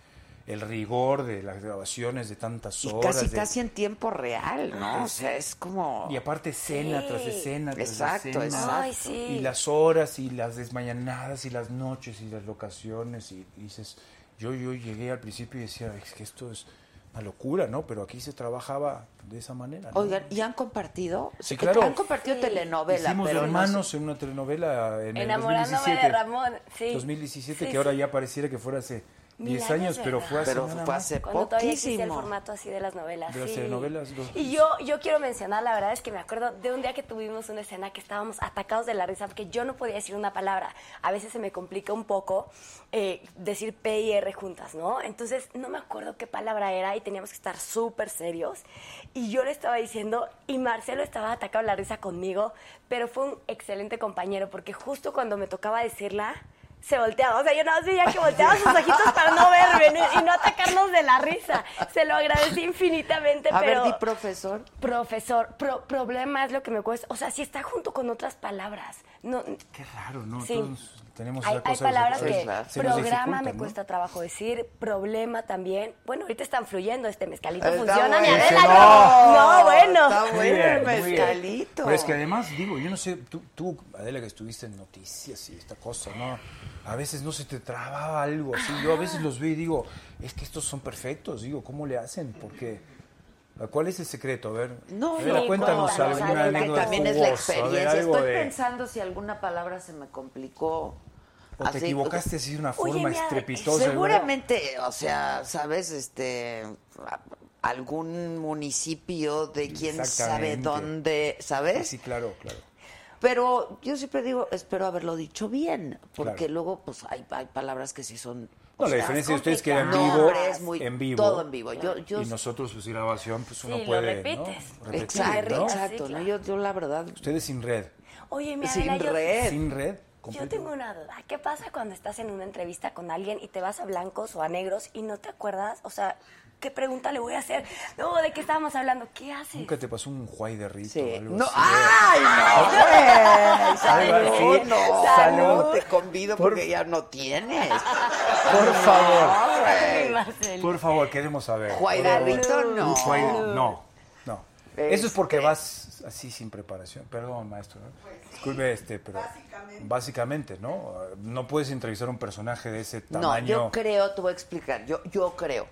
[SPEAKER 4] El rigor de las grabaciones de tantas
[SPEAKER 2] y
[SPEAKER 4] horas.
[SPEAKER 2] casi,
[SPEAKER 4] de-
[SPEAKER 2] casi en tiempo real, ¿no? O sea, es como...
[SPEAKER 4] Y aparte escena
[SPEAKER 10] Sí.
[SPEAKER 4] tras escena tras
[SPEAKER 2] Exacto,
[SPEAKER 4] escena.
[SPEAKER 2] exacto.
[SPEAKER 10] Ay, sí.
[SPEAKER 4] Y las horas y las desmañanadas y las noches y las locaciones. Y, y dices, yo, yo llegué al principio y decía, es que esto es una locura, ¿no? Pero aquí se trabajaba de esa manera. ¿no?
[SPEAKER 2] Oigan, ¿y han compartido?
[SPEAKER 4] Sí, claro.
[SPEAKER 2] Han compartido telenovela,
[SPEAKER 4] Hicimos
[SPEAKER 2] pero no
[SPEAKER 4] hermanos en una telenovela en el
[SPEAKER 10] Enamorándome
[SPEAKER 4] 2017.
[SPEAKER 10] de Ramón, sí.
[SPEAKER 4] 2017,
[SPEAKER 10] Sí,
[SPEAKER 4] que ahora
[SPEAKER 10] sí.
[SPEAKER 4] ya pareciera que fuera hace
[SPEAKER 10] Mil
[SPEAKER 4] 10
[SPEAKER 10] años,
[SPEAKER 4] años, pero
[SPEAKER 10] ¿verdad?
[SPEAKER 4] fue hace
[SPEAKER 2] Pero
[SPEAKER 4] nada
[SPEAKER 2] fue
[SPEAKER 4] más.
[SPEAKER 2] hace
[SPEAKER 10] Cuando todavía existía el
[SPEAKER 2] poquísimo.
[SPEAKER 10] formato así de las novelas.
[SPEAKER 4] De las
[SPEAKER 10] sí.
[SPEAKER 4] telenovelas, los-
[SPEAKER 10] Y yo, yo quiero mencionar, la verdad es que me acuerdo de un día que tuvimos una escena que estábamos atacados de la risa porque yo no podía decir una palabra. A veces se me complica un poco eh, decir P y R juntas, ¿no? Entonces no me acuerdo qué palabra era y teníamos que estar súper serios. Y yo le estaba diciendo, y Marcelo estaba atacado de la risa conmigo, pero fue un excelente compañero porque justo cuando me tocaba decirla, se volteaba. O sea, yo nada más veía que volteaba sus ojitos para no verme ¿no? y no atacarnos de la risa. Se lo agradecí infinitamente,
[SPEAKER 2] A
[SPEAKER 10] pero...
[SPEAKER 2] ver, di profesor.
[SPEAKER 10] Profesor, pro- problema es lo que me cuesta. O sea, si está junto con otras palabras. No,
[SPEAKER 4] Qué raro, ¿no?
[SPEAKER 10] Sí.
[SPEAKER 4] Todos tenemos
[SPEAKER 10] hay,
[SPEAKER 4] esa
[SPEAKER 10] hay
[SPEAKER 4] cosa de-
[SPEAKER 10] palabras
[SPEAKER 2] sí,
[SPEAKER 10] que
[SPEAKER 2] claro.
[SPEAKER 4] se nos
[SPEAKER 10] programa
[SPEAKER 4] dificulta,
[SPEAKER 10] me
[SPEAKER 4] ¿no?
[SPEAKER 10] cuesta trabajo decir, problema también. Bueno, ahorita están fluyendo, este mezcalito
[SPEAKER 2] Está
[SPEAKER 10] funciona, mi
[SPEAKER 2] bueno.
[SPEAKER 10] Adela.
[SPEAKER 4] Dice,
[SPEAKER 10] No,
[SPEAKER 2] no.
[SPEAKER 10] no, bueno.
[SPEAKER 2] Está bueno.
[SPEAKER 4] Muy bien,
[SPEAKER 2] el
[SPEAKER 4] muy bien.
[SPEAKER 2] mezcalito.
[SPEAKER 4] Pero es que además, digo, yo no sé, tú, tú, Adela, que estuviste en noticias y esta cosa, ¿no? A veces no se te trababa algo así. Yo a veces los veo y digo, es que estos son perfectos, digo, ¿cómo le hacen? Porque, ¿cuál es el secreto? A ver,
[SPEAKER 2] No,
[SPEAKER 4] Adela,
[SPEAKER 10] sí,
[SPEAKER 4] cuéntanos
[SPEAKER 10] cuéntanos,
[SPEAKER 4] alguna
[SPEAKER 10] Adela,
[SPEAKER 2] que
[SPEAKER 4] anécdota
[SPEAKER 2] también es la
[SPEAKER 4] jugosa, a ver,
[SPEAKER 2] experiencia.
[SPEAKER 4] algo
[SPEAKER 2] Estoy
[SPEAKER 4] de-
[SPEAKER 2] pensando si alguna palabra se me complicó.
[SPEAKER 4] O te
[SPEAKER 2] Así- pues,
[SPEAKER 4] equivocaste así de una
[SPEAKER 10] Oye,
[SPEAKER 4] forma
[SPEAKER 10] mira,
[SPEAKER 4] estrepitosa.
[SPEAKER 2] Seguramente, o sea, sabes, este, a- algún municipio de quién sabe
[SPEAKER 4] Exactamente.
[SPEAKER 2] dónde,
[SPEAKER 4] ¿verdad?
[SPEAKER 2] ¿sabes?
[SPEAKER 4] Sí, claro, claro.
[SPEAKER 2] Pero yo siempre digo, espero haberlo dicho bien, porque
[SPEAKER 4] Claro.
[SPEAKER 2] luego, pues, hay, hay palabras que sí son. pues, o
[SPEAKER 4] No, la
[SPEAKER 2] sea,
[SPEAKER 4] diferencia de ustedes es que era en
[SPEAKER 2] no,
[SPEAKER 4] vivo,
[SPEAKER 2] hombre, es muy-
[SPEAKER 4] en vivo,
[SPEAKER 2] todo en vivo. Yo- yo-
[SPEAKER 4] y nosotros pues grabación, pues uno
[SPEAKER 10] Sí, lo
[SPEAKER 4] puede,
[SPEAKER 10] repites.
[SPEAKER 4] ¿no? Repetir,
[SPEAKER 2] Exacto,
[SPEAKER 4] ¿no?
[SPEAKER 10] Sí,
[SPEAKER 2] exacto. ¿no?
[SPEAKER 10] claro.
[SPEAKER 2] Yo, yo la verdad,
[SPEAKER 4] Ustedes sin red.
[SPEAKER 10] Oye, mi
[SPEAKER 2] sin
[SPEAKER 10] Adela, yo-
[SPEAKER 2] red.
[SPEAKER 4] Sin red.
[SPEAKER 10] Yo
[SPEAKER 4] completo.
[SPEAKER 10] tengo una duda. ¿Qué pasa cuando estás en una entrevista con alguien y te vas a blancos o a negros y no te acuerdas? O sea, ¿qué pregunta le voy a hacer? No, ¿de qué estábamos hablando? ¿Qué haces?
[SPEAKER 4] ¿Nunca te pasó un juay de rito
[SPEAKER 2] Sí.
[SPEAKER 4] o algo
[SPEAKER 2] No, ¡ah!
[SPEAKER 4] así?
[SPEAKER 2] ¡Ay, no, güey!
[SPEAKER 4] Salud,
[SPEAKER 2] ¡Salud! No,
[SPEAKER 4] salud.
[SPEAKER 2] Te convido
[SPEAKER 4] Por-
[SPEAKER 2] porque ya no tienes.
[SPEAKER 4] Por favor,
[SPEAKER 2] No, güey.
[SPEAKER 10] Ay, Marcelo.
[SPEAKER 4] por favor, queremos saber.
[SPEAKER 2] Juay
[SPEAKER 4] Por favor.
[SPEAKER 2] de rito, no.
[SPEAKER 4] Un juay de- no, no. Eso es
[SPEAKER 2] Este.
[SPEAKER 4] porque vas así sin preparación. Perdón, maestro. ¿no?
[SPEAKER 10] Pues
[SPEAKER 4] Disculpe, este, pero. Básicamente. ¿no? No puedes entrevistar a un personaje de ese
[SPEAKER 2] No,
[SPEAKER 4] tamaño.
[SPEAKER 2] yo creo, te voy a explicar. Yo, yo creo.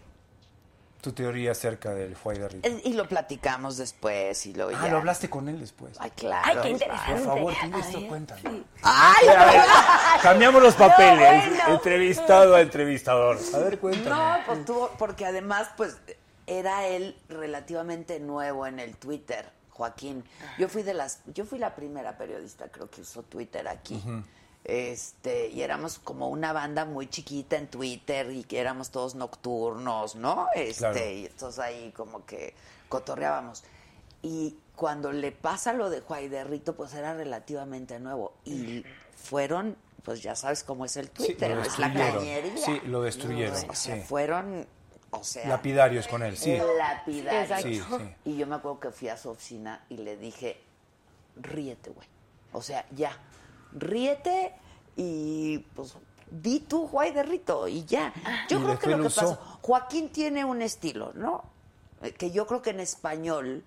[SPEAKER 4] Tu teoría acerca del juay de rito.
[SPEAKER 2] Eh, Y lo platicamos después y lo
[SPEAKER 4] Ah, lo hablaste con él después.
[SPEAKER 2] Ay, claro.
[SPEAKER 10] Ay, qué
[SPEAKER 4] Por
[SPEAKER 10] interesante.
[SPEAKER 4] favor, ¿quién
[SPEAKER 10] A
[SPEAKER 4] esto
[SPEAKER 10] ver.
[SPEAKER 4] cuenta?
[SPEAKER 2] ¡Ay!
[SPEAKER 4] Cambiamos los papeles.
[SPEAKER 10] bueno.
[SPEAKER 4] Entrevistado a entrevistador. A ver, cuéntame.
[SPEAKER 2] No, pues tuvo, porque además, pues, era él relativamente nuevo en el Twitter, Joaquín. Yo fui de las, yo fui la primera periodista, creo que usó Twitter aquí. Este, y éramos como una banda muy chiquita en Twitter y que éramos todos nocturnos, ¿no? Este,
[SPEAKER 4] Claro.
[SPEAKER 2] y entonces ahí como que cotorreábamos. Y cuando le pasa lo de Juay de Rito, pues era relativamente nuevo. Y fueron, pues ya sabes cómo es el
[SPEAKER 4] Sí, lo
[SPEAKER 2] Twitter, es la
[SPEAKER 4] destruyeron.
[SPEAKER 2] cañería.
[SPEAKER 4] Sí, lo destruyeron,
[SPEAKER 2] o sea,
[SPEAKER 4] sí.
[SPEAKER 2] fueron, o sea,
[SPEAKER 4] Lapidarios con él, sí.
[SPEAKER 2] lapidarios.
[SPEAKER 4] Sí, sí.
[SPEAKER 2] Y yo me acuerdo que fui a su oficina y le dije, ríete, güey. O sea, ya, ríete y pues di tu guay de rito y ya. Yo
[SPEAKER 4] Y
[SPEAKER 2] creo que
[SPEAKER 4] después
[SPEAKER 2] lo que
[SPEAKER 4] lo usó.
[SPEAKER 2] pasó, Joaquín tiene un estilo, ¿no? Eh, Que yo creo que en español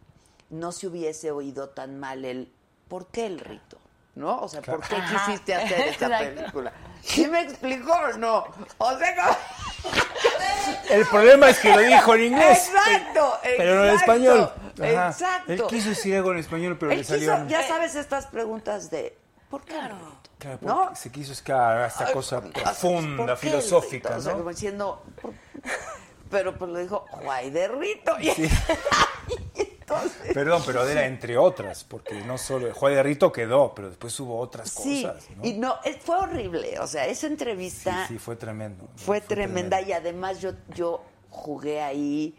[SPEAKER 2] no se hubiese oído tan mal el ¿por qué el rito? ¿no? O sea, ¿por qué
[SPEAKER 10] Ajá.
[SPEAKER 2] quisiste hacer esta
[SPEAKER 10] Exacto.
[SPEAKER 2] película? ¿Sí me explicó o no? O sea, como-
[SPEAKER 4] El problema es que lo dijo en inglés.
[SPEAKER 2] Exacto,
[SPEAKER 4] Pero no en
[SPEAKER 2] exacto,
[SPEAKER 4] español.
[SPEAKER 2] exacto.
[SPEAKER 4] Él quiso decir algo en español, pero
[SPEAKER 2] Él
[SPEAKER 4] le
[SPEAKER 2] quiso-
[SPEAKER 4] salió. en-
[SPEAKER 2] ya sabes estas preguntas de ¿por qué? no?
[SPEAKER 4] Claro,
[SPEAKER 2] ¿no? Ah,
[SPEAKER 4] porque Se quiso escalar a esta cosa
[SPEAKER 2] ¿Por
[SPEAKER 4] profunda,
[SPEAKER 2] qué?
[SPEAKER 4] filosófica,
[SPEAKER 2] O sea,
[SPEAKER 4] ¿no?
[SPEAKER 2] como diciendo, "Por- pero pues lo dijo Guay de Rito. Y entonces,
[SPEAKER 4] Perdón, pero era entre otras, porque no solo el Juan de Rito quedó, pero después hubo otras
[SPEAKER 2] sí,
[SPEAKER 4] cosas, ¿no?
[SPEAKER 2] y no, es- fue horrible. O sea, esa
[SPEAKER 4] Sí,
[SPEAKER 2] entrevista
[SPEAKER 4] sí, fue tremendo.
[SPEAKER 2] fue, tremenda
[SPEAKER 4] tremendo.
[SPEAKER 2] y además yo, yo jugué ahí.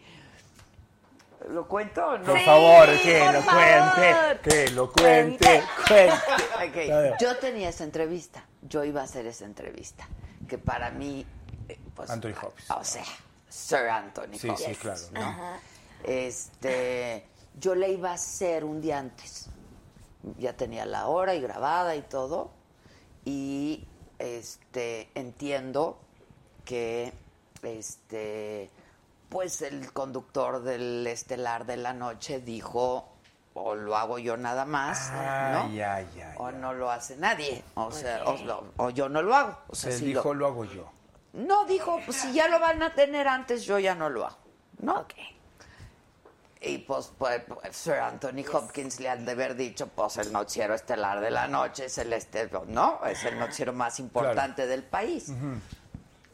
[SPEAKER 2] ¿Lo cuento o no?
[SPEAKER 4] Por favor,
[SPEAKER 10] Sí,
[SPEAKER 4] que
[SPEAKER 10] por
[SPEAKER 4] lo
[SPEAKER 10] favor.
[SPEAKER 4] cuente, que lo cuente, cuente.
[SPEAKER 2] Ok,
[SPEAKER 4] A ver.
[SPEAKER 2] Yo tenía esa entrevista, yo iba a hacer esa entrevista, que para mí, eh, pues,
[SPEAKER 4] Anthony Hopkins.
[SPEAKER 2] o sea, Sir Anthony
[SPEAKER 4] Sí,
[SPEAKER 2] Hopkins.
[SPEAKER 4] sí, claro. ¿no?
[SPEAKER 2] Este, yo le iba a hacer un día antes. Ya tenía la hora y grabada y todo. Y este entiendo que este pues el conductor del estelar de la noche dijo o lo hago yo nada más,
[SPEAKER 4] Ah,
[SPEAKER 2] ¿no?
[SPEAKER 4] ya, ya,
[SPEAKER 2] O
[SPEAKER 4] ya.
[SPEAKER 2] no lo hace nadie, o sea, o, lo- o yo no lo hago. O sea,
[SPEAKER 4] Él
[SPEAKER 2] si lo-
[SPEAKER 4] dijo, lo hago yo.
[SPEAKER 2] no, dijo, "Pues, si ya lo van a tener antes, yo ya no lo hago. ¿No? Y pues, pues, pues, Sir Anthony Hopkins le han de haber dicho, pues el noticiero estelar de la noche es el este, ¿no? Es el noticiero más importante del país.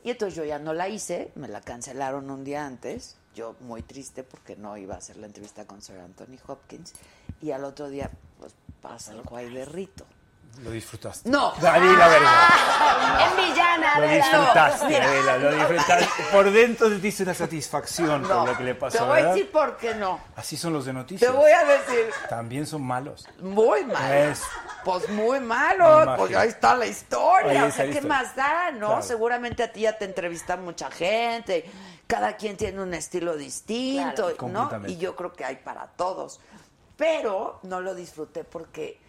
[SPEAKER 2] Y entonces yo ya no la hice, me la cancelaron un día antes. Yo muy triste porque no iba a hacer la entrevista con Sir Anthony Hopkins. Y al otro día, pues pasa el guay de Rito.
[SPEAKER 4] Lo disfrutaste.
[SPEAKER 2] No.
[SPEAKER 4] David, la verdad.
[SPEAKER 10] En villana,
[SPEAKER 4] Lo
[SPEAKER 10] de la-
[SPEAKER 4] disfrutaste,
[SPEAKER 2] mira,
[SPEAKER 4] Adela, lo
[SPEAKER 2] no.
[SPEAKER 4] disfrutaste. Por dentro te dice una satisfacción
[SPEAKER 2] No,
[SPEAKER 4] por lo que le
[SPEAKER 2] te
[SPEAKER 4] pasó,
[SPEAKER 2] voy a
[SPEAKER 4] ¿verdad?
[SPEAKER 2] decir por qué no.
[SPEAKER 4] Así son los de
[SPEAKER 2] Te
[SPEAKER 4] noticias.
[SPEAKER 2] voy a decir
[SPEAKER 4] También son malos.
[SPEAKER 2] Muy malo.
[SPEAKER 4] Eso.
[SPEAKER 2] Pues muy
[SPEAKER 4] Me
[SPEAKER 2] malo,
[SPEAKER 4] imagino.
[SPEAKER 2] pues ahí está la historia,
[SPEAKER 4] Ahí
[SPEAKER 2] o
[SPEAKER 4] está
[SPEAKER 2] sea,
[SPEAKER 4] la
[SPEAKER 2] ¿qué
[SPEAKER 4] historia.
[SPEAKER 2] más da, no?
[SPEAKER 4] Claro.
[SPEAKER 2] Seguramente a ti ya te entrevista mucha gente, cada quien tiene un estilo distinto,
[SPEAKER 4] Claro.
[SPEAKER 2] ¿no?
[SPEAKER 4] Completamente.
[SPEAKER 2] Y yo creo que hay para todos, pero no lo disfruté porque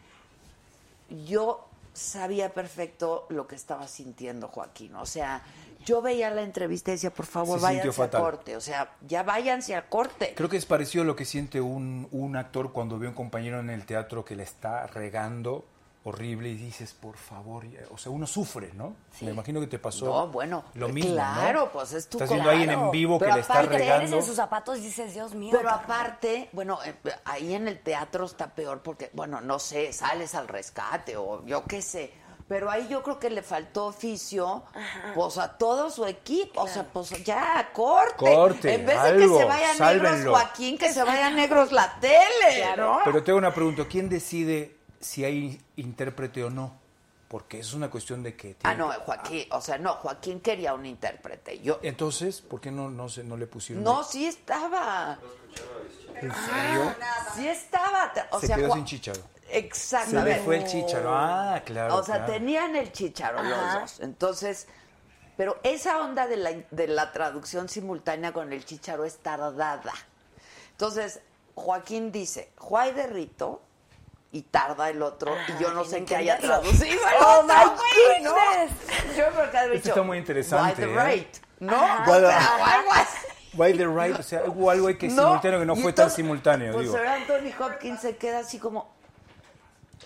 [SPEAKER 2] yo sabía perfecto lo que estaba sintiendo Joaquín, o sea, yo veía la entrevista y decía, por favor,
[SPEAKER 4] Se sintió
[SPEAKER 2] váyanse a
[SPEAKER 4] fatal.
[SPEAKER 2] corte, o sea, ya váyanse a corte.
[SPEAKER 4] Creo que es parecido a lo que siente un, un actor cuando ve a un compañero en el teatro que le está regando horrible y dices, por favor, ya- o sea, uno sufre, ¿no? Me imagino que te pasó
[SPEAKER 2] No, bueno,
[SPEAKER 4] lo mismo. ¿no?
[SPEAKER 2] claro, pues, es tu
[SPEAKER 4] Estás viendo a alguien
[SPEAKER 2] claro.
[SPEAKER 4] en vivo que
[SPEAKER 2] Pero
[SPEAKER 4] le está
[SPEAKER 10] Aparte, te eres
[SPEAKER 4] regando.
[SPEAKER 10] en sus zapatos y dices, Dios mío.
[SPEAKER 2] Pero
[SPEAKER 10] cabrón.
[SPEAKER 2] aparte, bueno, eh, ahí en el teatro está peor porque, bueno, no sé, sales al rescate o yo qué sé. Pero ahí yo creo que le faltó oficio, pues a todo su equipo, o sea, pues ya, corte.
[SPEAKER 4] Corte,
[SPEAKER 2] en vez de que
[SPEAKER 4] algo,
[SPEAKER 2] se vayan negros
[SPEAKER 4] sálvenlo.
[SPEAKER 2] Joaquín, que se vayan negros la tele, ¿no?
[SPEAKER 4] Pero tengo una pregunta, ¿quién decide si hay intérprete o no? Porque es una cuestión de que...
[SPEAKER 2] ah,
[SPEAKER 4] tiene
[SPEAKER 2] no,
[SPEAKER 4] que-
[SPEAKER 2] Joaquín, o sea, no, Joaquín quería un intérprete. Yo,
[SPEAKER 4] Eh, Entonces, ¿por qué no, no, se, no le pusieron?
[SPEAKER 2] no, sí estaba,
[SPEAKER 4] ¿En serio?
[SPEAKER 2] sí estaba. O
[SPEAKER 4] se
[SPEAKER 2] sea,
[SPEAKER 4] quedó
[SPEAKER 2] Joa-
[SPEAKER 4] sin chicharo. Se
[SPEAKER 2] Exactamente.
[SPEAKER 4] le fue el chicharo. Ah, claro.
[SPEAKER 2] O sea,
[SPEAKER 4] claro.
[SPEAKER 2] tenían el chicharo los dos. Entonces, pero esa onda de la, de la traducción simultánea con el chicharo es tardada. Entonces, Joaquín dice, Juay de Rito, y tarda el otro, y yo no sé qué haya traducido. el
[SPEAKER 10] Oh,
[SPEAKER 2] otro,
[SPEAKER 10] my
[SPEAKER 2] güey, ¿no? Yo creo que ha dicho,
[SPEAKER 4] está muy interesante,
[SPEAKER 2] Why the
[SPEAKER 4] ¿eh?
[SPEAKER 2] Rite, ¿no? O
[SPEAKER 4] Bueno.
[SPEAKER 2] sea, o algo así.
[SPEAKER 4] By the right, o sea, hubo algo ahí que es simultáneo que no
[SPEAKER 2] y
[SPEAKER 4] fue tan
[SPEAKER 2] entonces,
[SPEAKER 4] simultáneo,
[SPEAKER 2] pues,
[SPEAKER 4] digo.
[SPEAKER 2] Sir Anthony Hopkins se queda así como,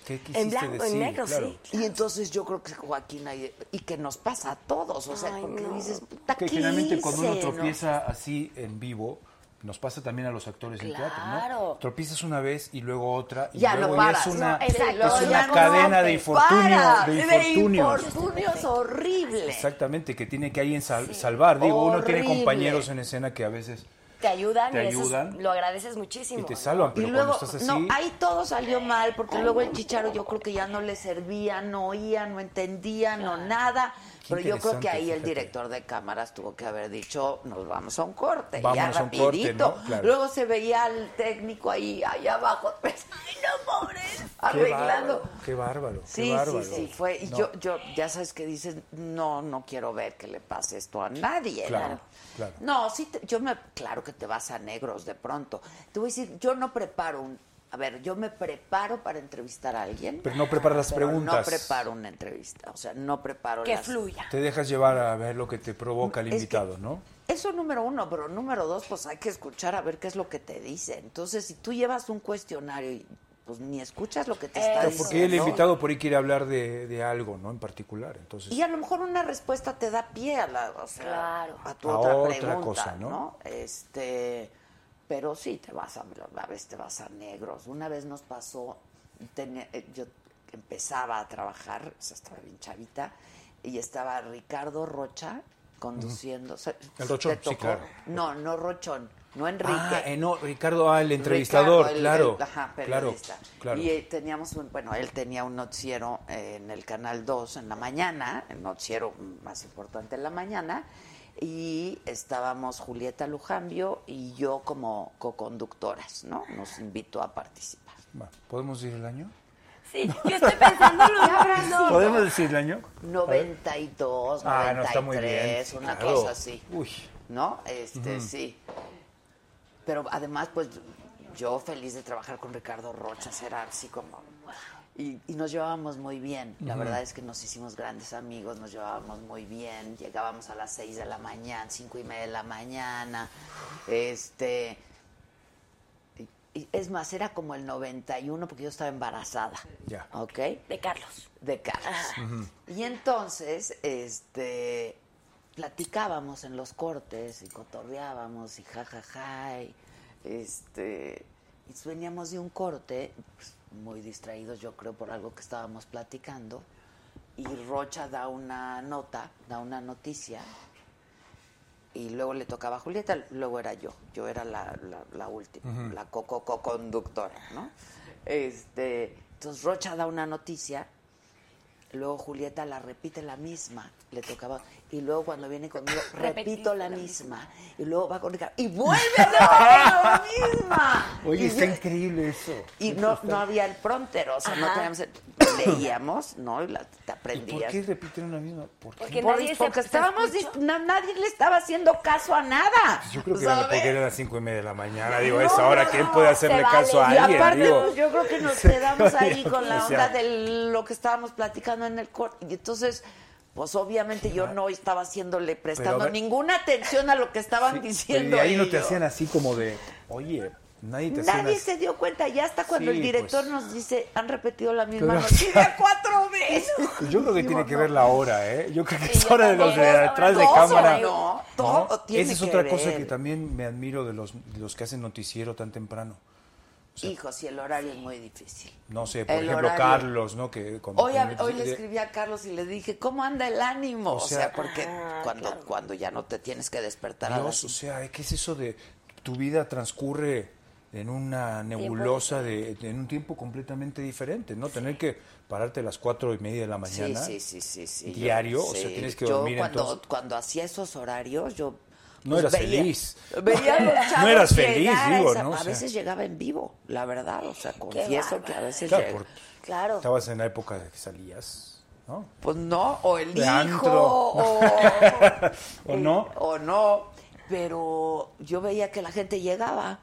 [SPEAKER 4] ¿Qué quisiste
[SPEAKER 10] En blanco,
[SPEAKER 4] decir?
[SPEAKER 10] en negro,
[SPEAKER 4] Claro.
[SPEAKER 10] sí.
[SPEAKER 2] Y entonces yo creo que Joaquín ahí- y que nos pasa a todos, o sea,
[SPEAKER 10] Ay,
[SPEAKER 2] porque
[SPEAKER 10] no.
[SPEAKER 2] dices, puta,
[SPEAKER 4] Que
[SPEAKER 2] ¿qué
[SPEAKER 4] generalmente cuando uno
[SPEAKER 2] hice, no?
[SPEAKER 4] tropieza así en vivo, nos pasa también a los actores del teatro,
[SPEAKER 10] Claro.
[SPEAKER 4] ¿no? Tropiezas una vez y luego otra, y
[SPEAKER 2] Ya
[SPEAKER 4] luego
[SPEAKER 2] no
[SPEAKER 4] ya
[SPEAKER 2] paras.
[SPEAKER 4] es una,
[SPEAKER 10] No, exacto,
[SPEAKER 4] es
[SPEAKER 10] ya
[SPEAKER 4] una
[SPEAKER 10] no
[SPEAKER 4] cadena de
[SPEAKER 10] rompes.
[SPEAKER 4] infortunio,
[SPEAKER 2] Para,
[SPEAKER 4] de infortunios.
[SPEAKER 2] infortunios horribles.
[SPEAKER 4] Exactamente, que tiene que alguien sal- salvar. Digo, uno tiene
[SPEAKER 2] Horrible.
[SPEAKER 4] compañeros en escena que a veces
[SPEAKER 10] Te ayudan,
[SPEAKER 4] Te
[SPEAKER 10] y eso es-
[SPEAKER 4] ayudan.
[SPEAKER 10] lo agradeces muchísimo.
[SPEAKER 4] y te
[SPEAKER 10] ¿no?
[SPEAKER 4] salvan,
[SPEAKER 2] Y
[SPEAKER 4] pero
[SPEAKER 2] luego,
[SPEAKER 4] cuando estás así,
[SPEAKER 2] no, ahí todo salió mal, porque luego el chicharo yo creo que ya no le servía, no oía, no entendía, no nada.
[SPEAKER 4] Qué
[SPEAKER 2] Pero yo creo que
[SPEAKER 4] interesante,
[SPEAKER 2] ahí el
[SPEAKER 4] fíjate.
[SPEAKER 2] director de cámaras tuvo que haber dicho, nos vamos a un corte,
[SPEAKER 4] Vámonos
[SPEAKER 2] ya
[SPEAKER 4] a un corte,
[SPEAKER 2] rapidito.
[SPEAKER 4] ¿no? Claro.
[SPEAKER 2] Luego se veía al técnico ahí, allá abajo, pues, ay no, pobre,
[SPEAKER 4] qué
[SPEAKER 2] arreglando.
[SPEAKER 4] bárbaro, qué bárbaro,
[SPEAKER 2] Sí,
[SPEAKER 4] qué
[SPEAKER 2] sí,
[SPEAKER 4] bárbaro.
[SPEAKER 2] sí, fue. Y
[SPEAKER 4] No.
[SPEAKER 2] yo, yo, ya sabes que dices, no, no quiero ver que le pase esto a nadie.
[SPEAKER 4] Claro,
[SPEAKER 2] ¿no?
[SPEAKER 4] claro.
[SPEAKER 2] No, sí, te- yo me, claro que te vas a negros de pronto. Te voy a decir, yo no preparo un, a ver, yo me preparo para entrevistar a alguien.
[SPEAKER 4] Pero no preparas las
[SPEAKER 2] pero No
[SPEAKER 4] preguntas.
[SPEAKER 2] preparo una entrevista, o sea, no preparo
[SPEAKER 10] Que
[SPEAKER 2] las-
[SPEAKER 10] fluya.
[SPEAKER 4] Te dejas llevar a ver lo que te provoca el
[SPEAKER 2] Es que-
[SPEAKER 4] invitado, ¿no?
[SPEAKER 2] Eso número uno, pero número dos, pues hay que escuchar a ver qué es lo que te dice. Entonces, si tú llevas un cuestionario y pues ni escuchas lo que
[SPEAKER 10] Eh,
[SPEAKER 2] te está
[SPEAKER 4] Pero
[SPEAKER 2] diciendo.
[SPEAKER 4] porque el invitado por ahí quiere hablar de, de algo, ¿no? En particular. Entonces,
[SPEAKER 2] Y a lo mejor una respuesta te da pie a, la, o sea,
[SPEAKER 10] Claro.
[SPEAKER 2] a tu
[SPEAKER 4] A
[SPEAKER 2] otra,
[SPEAKER 4] otra
[SPEAKER 2] pregunta,
[SPEAKER 4] cosa,
[SPEAKER 2] ¿no?
[SPEAKER 4] ¿no?
[SPEAKER 2] Este, pero sí, te vas a, a veces te vas a negros. Una vez nos pasó, tenía- eh, yo empezaba a trabajar, o sea, estaba bien chavita, y estaba Ricardo Rocha conduciendo. o sea,
[SPEAKER 4] El Rochón,
[SPEAKER 2] te
[SPEAKER 4] sí,
[SPEAKER 2] tocó-
[SPEAKER 4] claro.
[SPEAKER 2] No, no Rochón, no Enrique.
[SPEAKER 4] Ah, eh, no, Ricardo, ah, el entrevistador,
[SPEAKER 2] Ricardo, el-
[SPEAKER 4] claro.
[SPEAKER 2] el- ajá,
[SPEAKER 4] claro,
[SPEAKER 2] periodista.
[SPEAKER 4] claro.
[SPEAKER 2] Y eh, teníamos un, bueno, él tenía un noticiero eh, en el Canal 2 en la mañana, el noticiero más importante en la mañana, y estábamos Julieta Lujambio y yo como coconductoras, ¿no? Nos invitó a participar.
[SPEAKER 4] Va, ¿Podemos decir el año?
[SPEAKER 10] Sí, yo estoy pensando en los
[SPEAKER 4] ¿Podemos decir el año?
[SPEAKER 2] 92,
[SPEAKER 4] Ah,
[SPEAKER 2] 93,
[SPEAKER 4] no, está muy bien.
[SPEAKER 2] una
[SPEAKER 4] Claro.
[SPEAKER 2] cosa así.
[SPEAKER 4] Uy.
[SPEAKER 2] ¿No? Este, sí. Pero además, pues yo feliz de trabajar con Ricardo Rocha, era así como. Y, y nos llevábamos muy bien. La verdad es que nos hicimos grandes amigos, nos llevábamos muy bien. Llegábamos a las 6 de la mañana, cinco y media de la mañana. Este. y- y es más, era como el 91 porque yo estaba embarazada.
[SPEAKER 4] Ya.
[SPEAKER 2] ¿Ok?
[SPEAKER 10] De Carlos.
[SPEAKER 2] de Carlos. Y entonces, este, platicábamos en los cortes y cotorreábamos y jajaja. y, este, y veníamos de un corte, pues, muy distraídos yo creo por algo que estábamos platicando, y Rocha da una nota, da una noticia, y luego le tocaba a Julieta, luego era yo, yo era la, la, la última, la co-co-co-conductora, ¿no? Este, entonces Rocha da una noticia, luego Julieta la repite la misma, le tocaba, y luego cuando viene conmigo, repito la, misma, y luego va con Ricardo, y vuelve a repetir la misma. Y yo-
[SPEAKER 4] increíble eso.
[SPEAKER 2] y no, no había el prompter, o sea, no teníamos, el- leíamos, ¿no? Y la, te
[SPEAKER 4] ¿Y por
[SPEAKER 2] aprendías.
[SPEAKER 4] qué repiten la misma? ¿Por qué?
[SPEAKER 10] Porque
[SPEAKER 2] Por-
[SPEAKER 10] nadie se-
[SPEAKER 2] porque
[SPEAKER 10] se
[SPEAKER 2] estábamos,
[SPEAKER 10] escuchó.
[SPEAKER 2] dist- na- nadie le estaba haciendo caso a nada.
[SPEAKER 4] Pues Yo
[SPEAKER 10] Pues,
[SPEAKER 4] creo que
[SPEAKER 2] ¿sabes?
[SPEAKER 4] era porque eran las 5 y media de la mañana. Digo, a
[SPEAKER 10] No,
[SPEAKER 4] esa hora,
[SPEAKER 10] no,
[SPEAKER 4] ¿quién
[SPEAKER 10] no,
[SPEAKER 4] puede
[SPEAKER 10] se
[SPEAKER 4] hacerle
[SPEAKER 10] vale.
[SPEAKER 4] caso a
[SPEAKER 2] Y
[SPEAKER 4] alguien?
[SPEAKER 2] aparte,
[SPEAKER 4] Digo,
[SPEAKER 2] pues, yo creo que nos quedamos ahí
[SPEAKER 4] Oye,
[SPEAKER 2] con la
[SPEAKER 4] o
[SPEAKER 2] onda
[SPEAKER 4] sea-
[SPEAKER 2] de lo que estábamos platicando en el corte. Y entonces, pues obviamente yo no estaba haciéndole, prestando
[SPEAKER 4] ver-
[SPEAKER 2] ninguna atención a lo que estaban
[SPEAKER 4] sí,
[SPEAKER 2] diciendo.
[SPEAKER 4] pero de ahí no te
[SPEAKER 2] ellos.
[SPEAKER 4] hacían así como de, oye, nadie te hacían
[SPEAKER 2] Nadie
[SPEAKER 4] así.
[SPEAKER 2] se dio cuenta, ya hasta cuando
[SPEAKER 4] Sí,
[SPEAKER 2] el director
[SPEAKER 4] pues.
[SPEAKER 2] nos dice, han repetido la misma
[SPEAKER 4] Claro.
[SPEAKER 2] noticia cuatro veces.
[SPEAKER 4] Yo creo que tiene que ver la hora, ¿eh? Yo creo que es
[SPEAKER 10] yo
[SPEAKER 4] hora de los de
[SPEAKER 10] también.
[SPEAKER 4] atrás de
[SPEAKER 2] Todo,
[SPEAKER 4] cámara.
[SPEAKER 2] ¿no? Todo tiene
[SPEAKER 4] Esa es
[SPEAKER 2] que
[SPEAKER 4] otra
[SPEAKER 2] ver.
[SPEAKER 4] cosa que también me admiro de los, de los que hacen noticiero tan temprano.
[SPEAKER 2] Hijo, si el horario es muy difícil.
[SPEAKER 4] No sé, por
[SPEAKER 2] El
[SPEAKER 4] ejemplo,
[SPEAKER 2] horario.
[SPEAKER 4] Carlos, ¿no? Que cuando
[SPEAKER 2] Hoy, hab- hoy le
[SPEAKER 4] de-
[SPEAKER 2] escribí a Carlos y le dije, ¿cómo anda el ánimo? O,
[SPEAKER 4] O
[SPEAKER 2] sea,
[SPEAKER 4] sea,
[SPEAKER 2] porque
[SPEAKER 10] Ah,
[SPEAKER 2] cuando, cuando ya no te tienes que despertar a las
[SPEAKER 4] Dios, o sea, ¿eh? ¿qué es eso de tu vida transcurre en una nebulosa de, de- en un tiempo completamente diferente, ¿no? Tener que pararte a las cuatro y media de la
[SPEAKER 2] Sí,
[SPEAKER 4] mañana.
[SPEAKER 2] sí, sí, sí, sí. yo-
[SPEAKER 4] Diario, o
[SPEAKER 2] sí.
[SPEAKER 4] sea, tienes que
[SPEAKER 2] yo
[SPEAKER 4] dormir
[SPEAKER 2] cuando,
[SPEAKER 4] entonces.
[SPEAKER 2] cuando hacía esos horarios, yo... pues,
[SPEAKER 4] No eras feliz.
[SPEAKER 2] Veía a los
[SPEAKER 4] No
[SPEAKER 2] chavos
[SPEAKER 4] eras
[SPEAKER 2] llegar
[SPEAKER 4] feliz,
[SPEAKER 2] a
[SPEAKER 4] digo,
[SPEAKER 2] esa-
[SPEAKER 4] ¿no? O
[SPEAKER 2] A
[SPEAKER 4] sea.
[SPEAKER 2] veces llegaba en vivo, la verdad. O sea, confieso que a
[SPEAKER 10] bárbaro.
[SPEAKER 2] veces
[SPEAKER 4] Claro,
[SPEAKER 2] llega-
[SPEAKER 4] porque
[SPEAKER 10] Claro.
[SPEAKER 4] estabas en la época de que salías, ¿no?
[SPEAKER 2] Pues no, o el
[SPEAKER 4] De
[SPEAKER 2] hijo,
[SPEAKER 4] antro.
[SPEAKER 2] o...
[SPEAKER 4] ¿O no?
[SPEAKER 2] O no. Pero yo veía que la gente llegaba.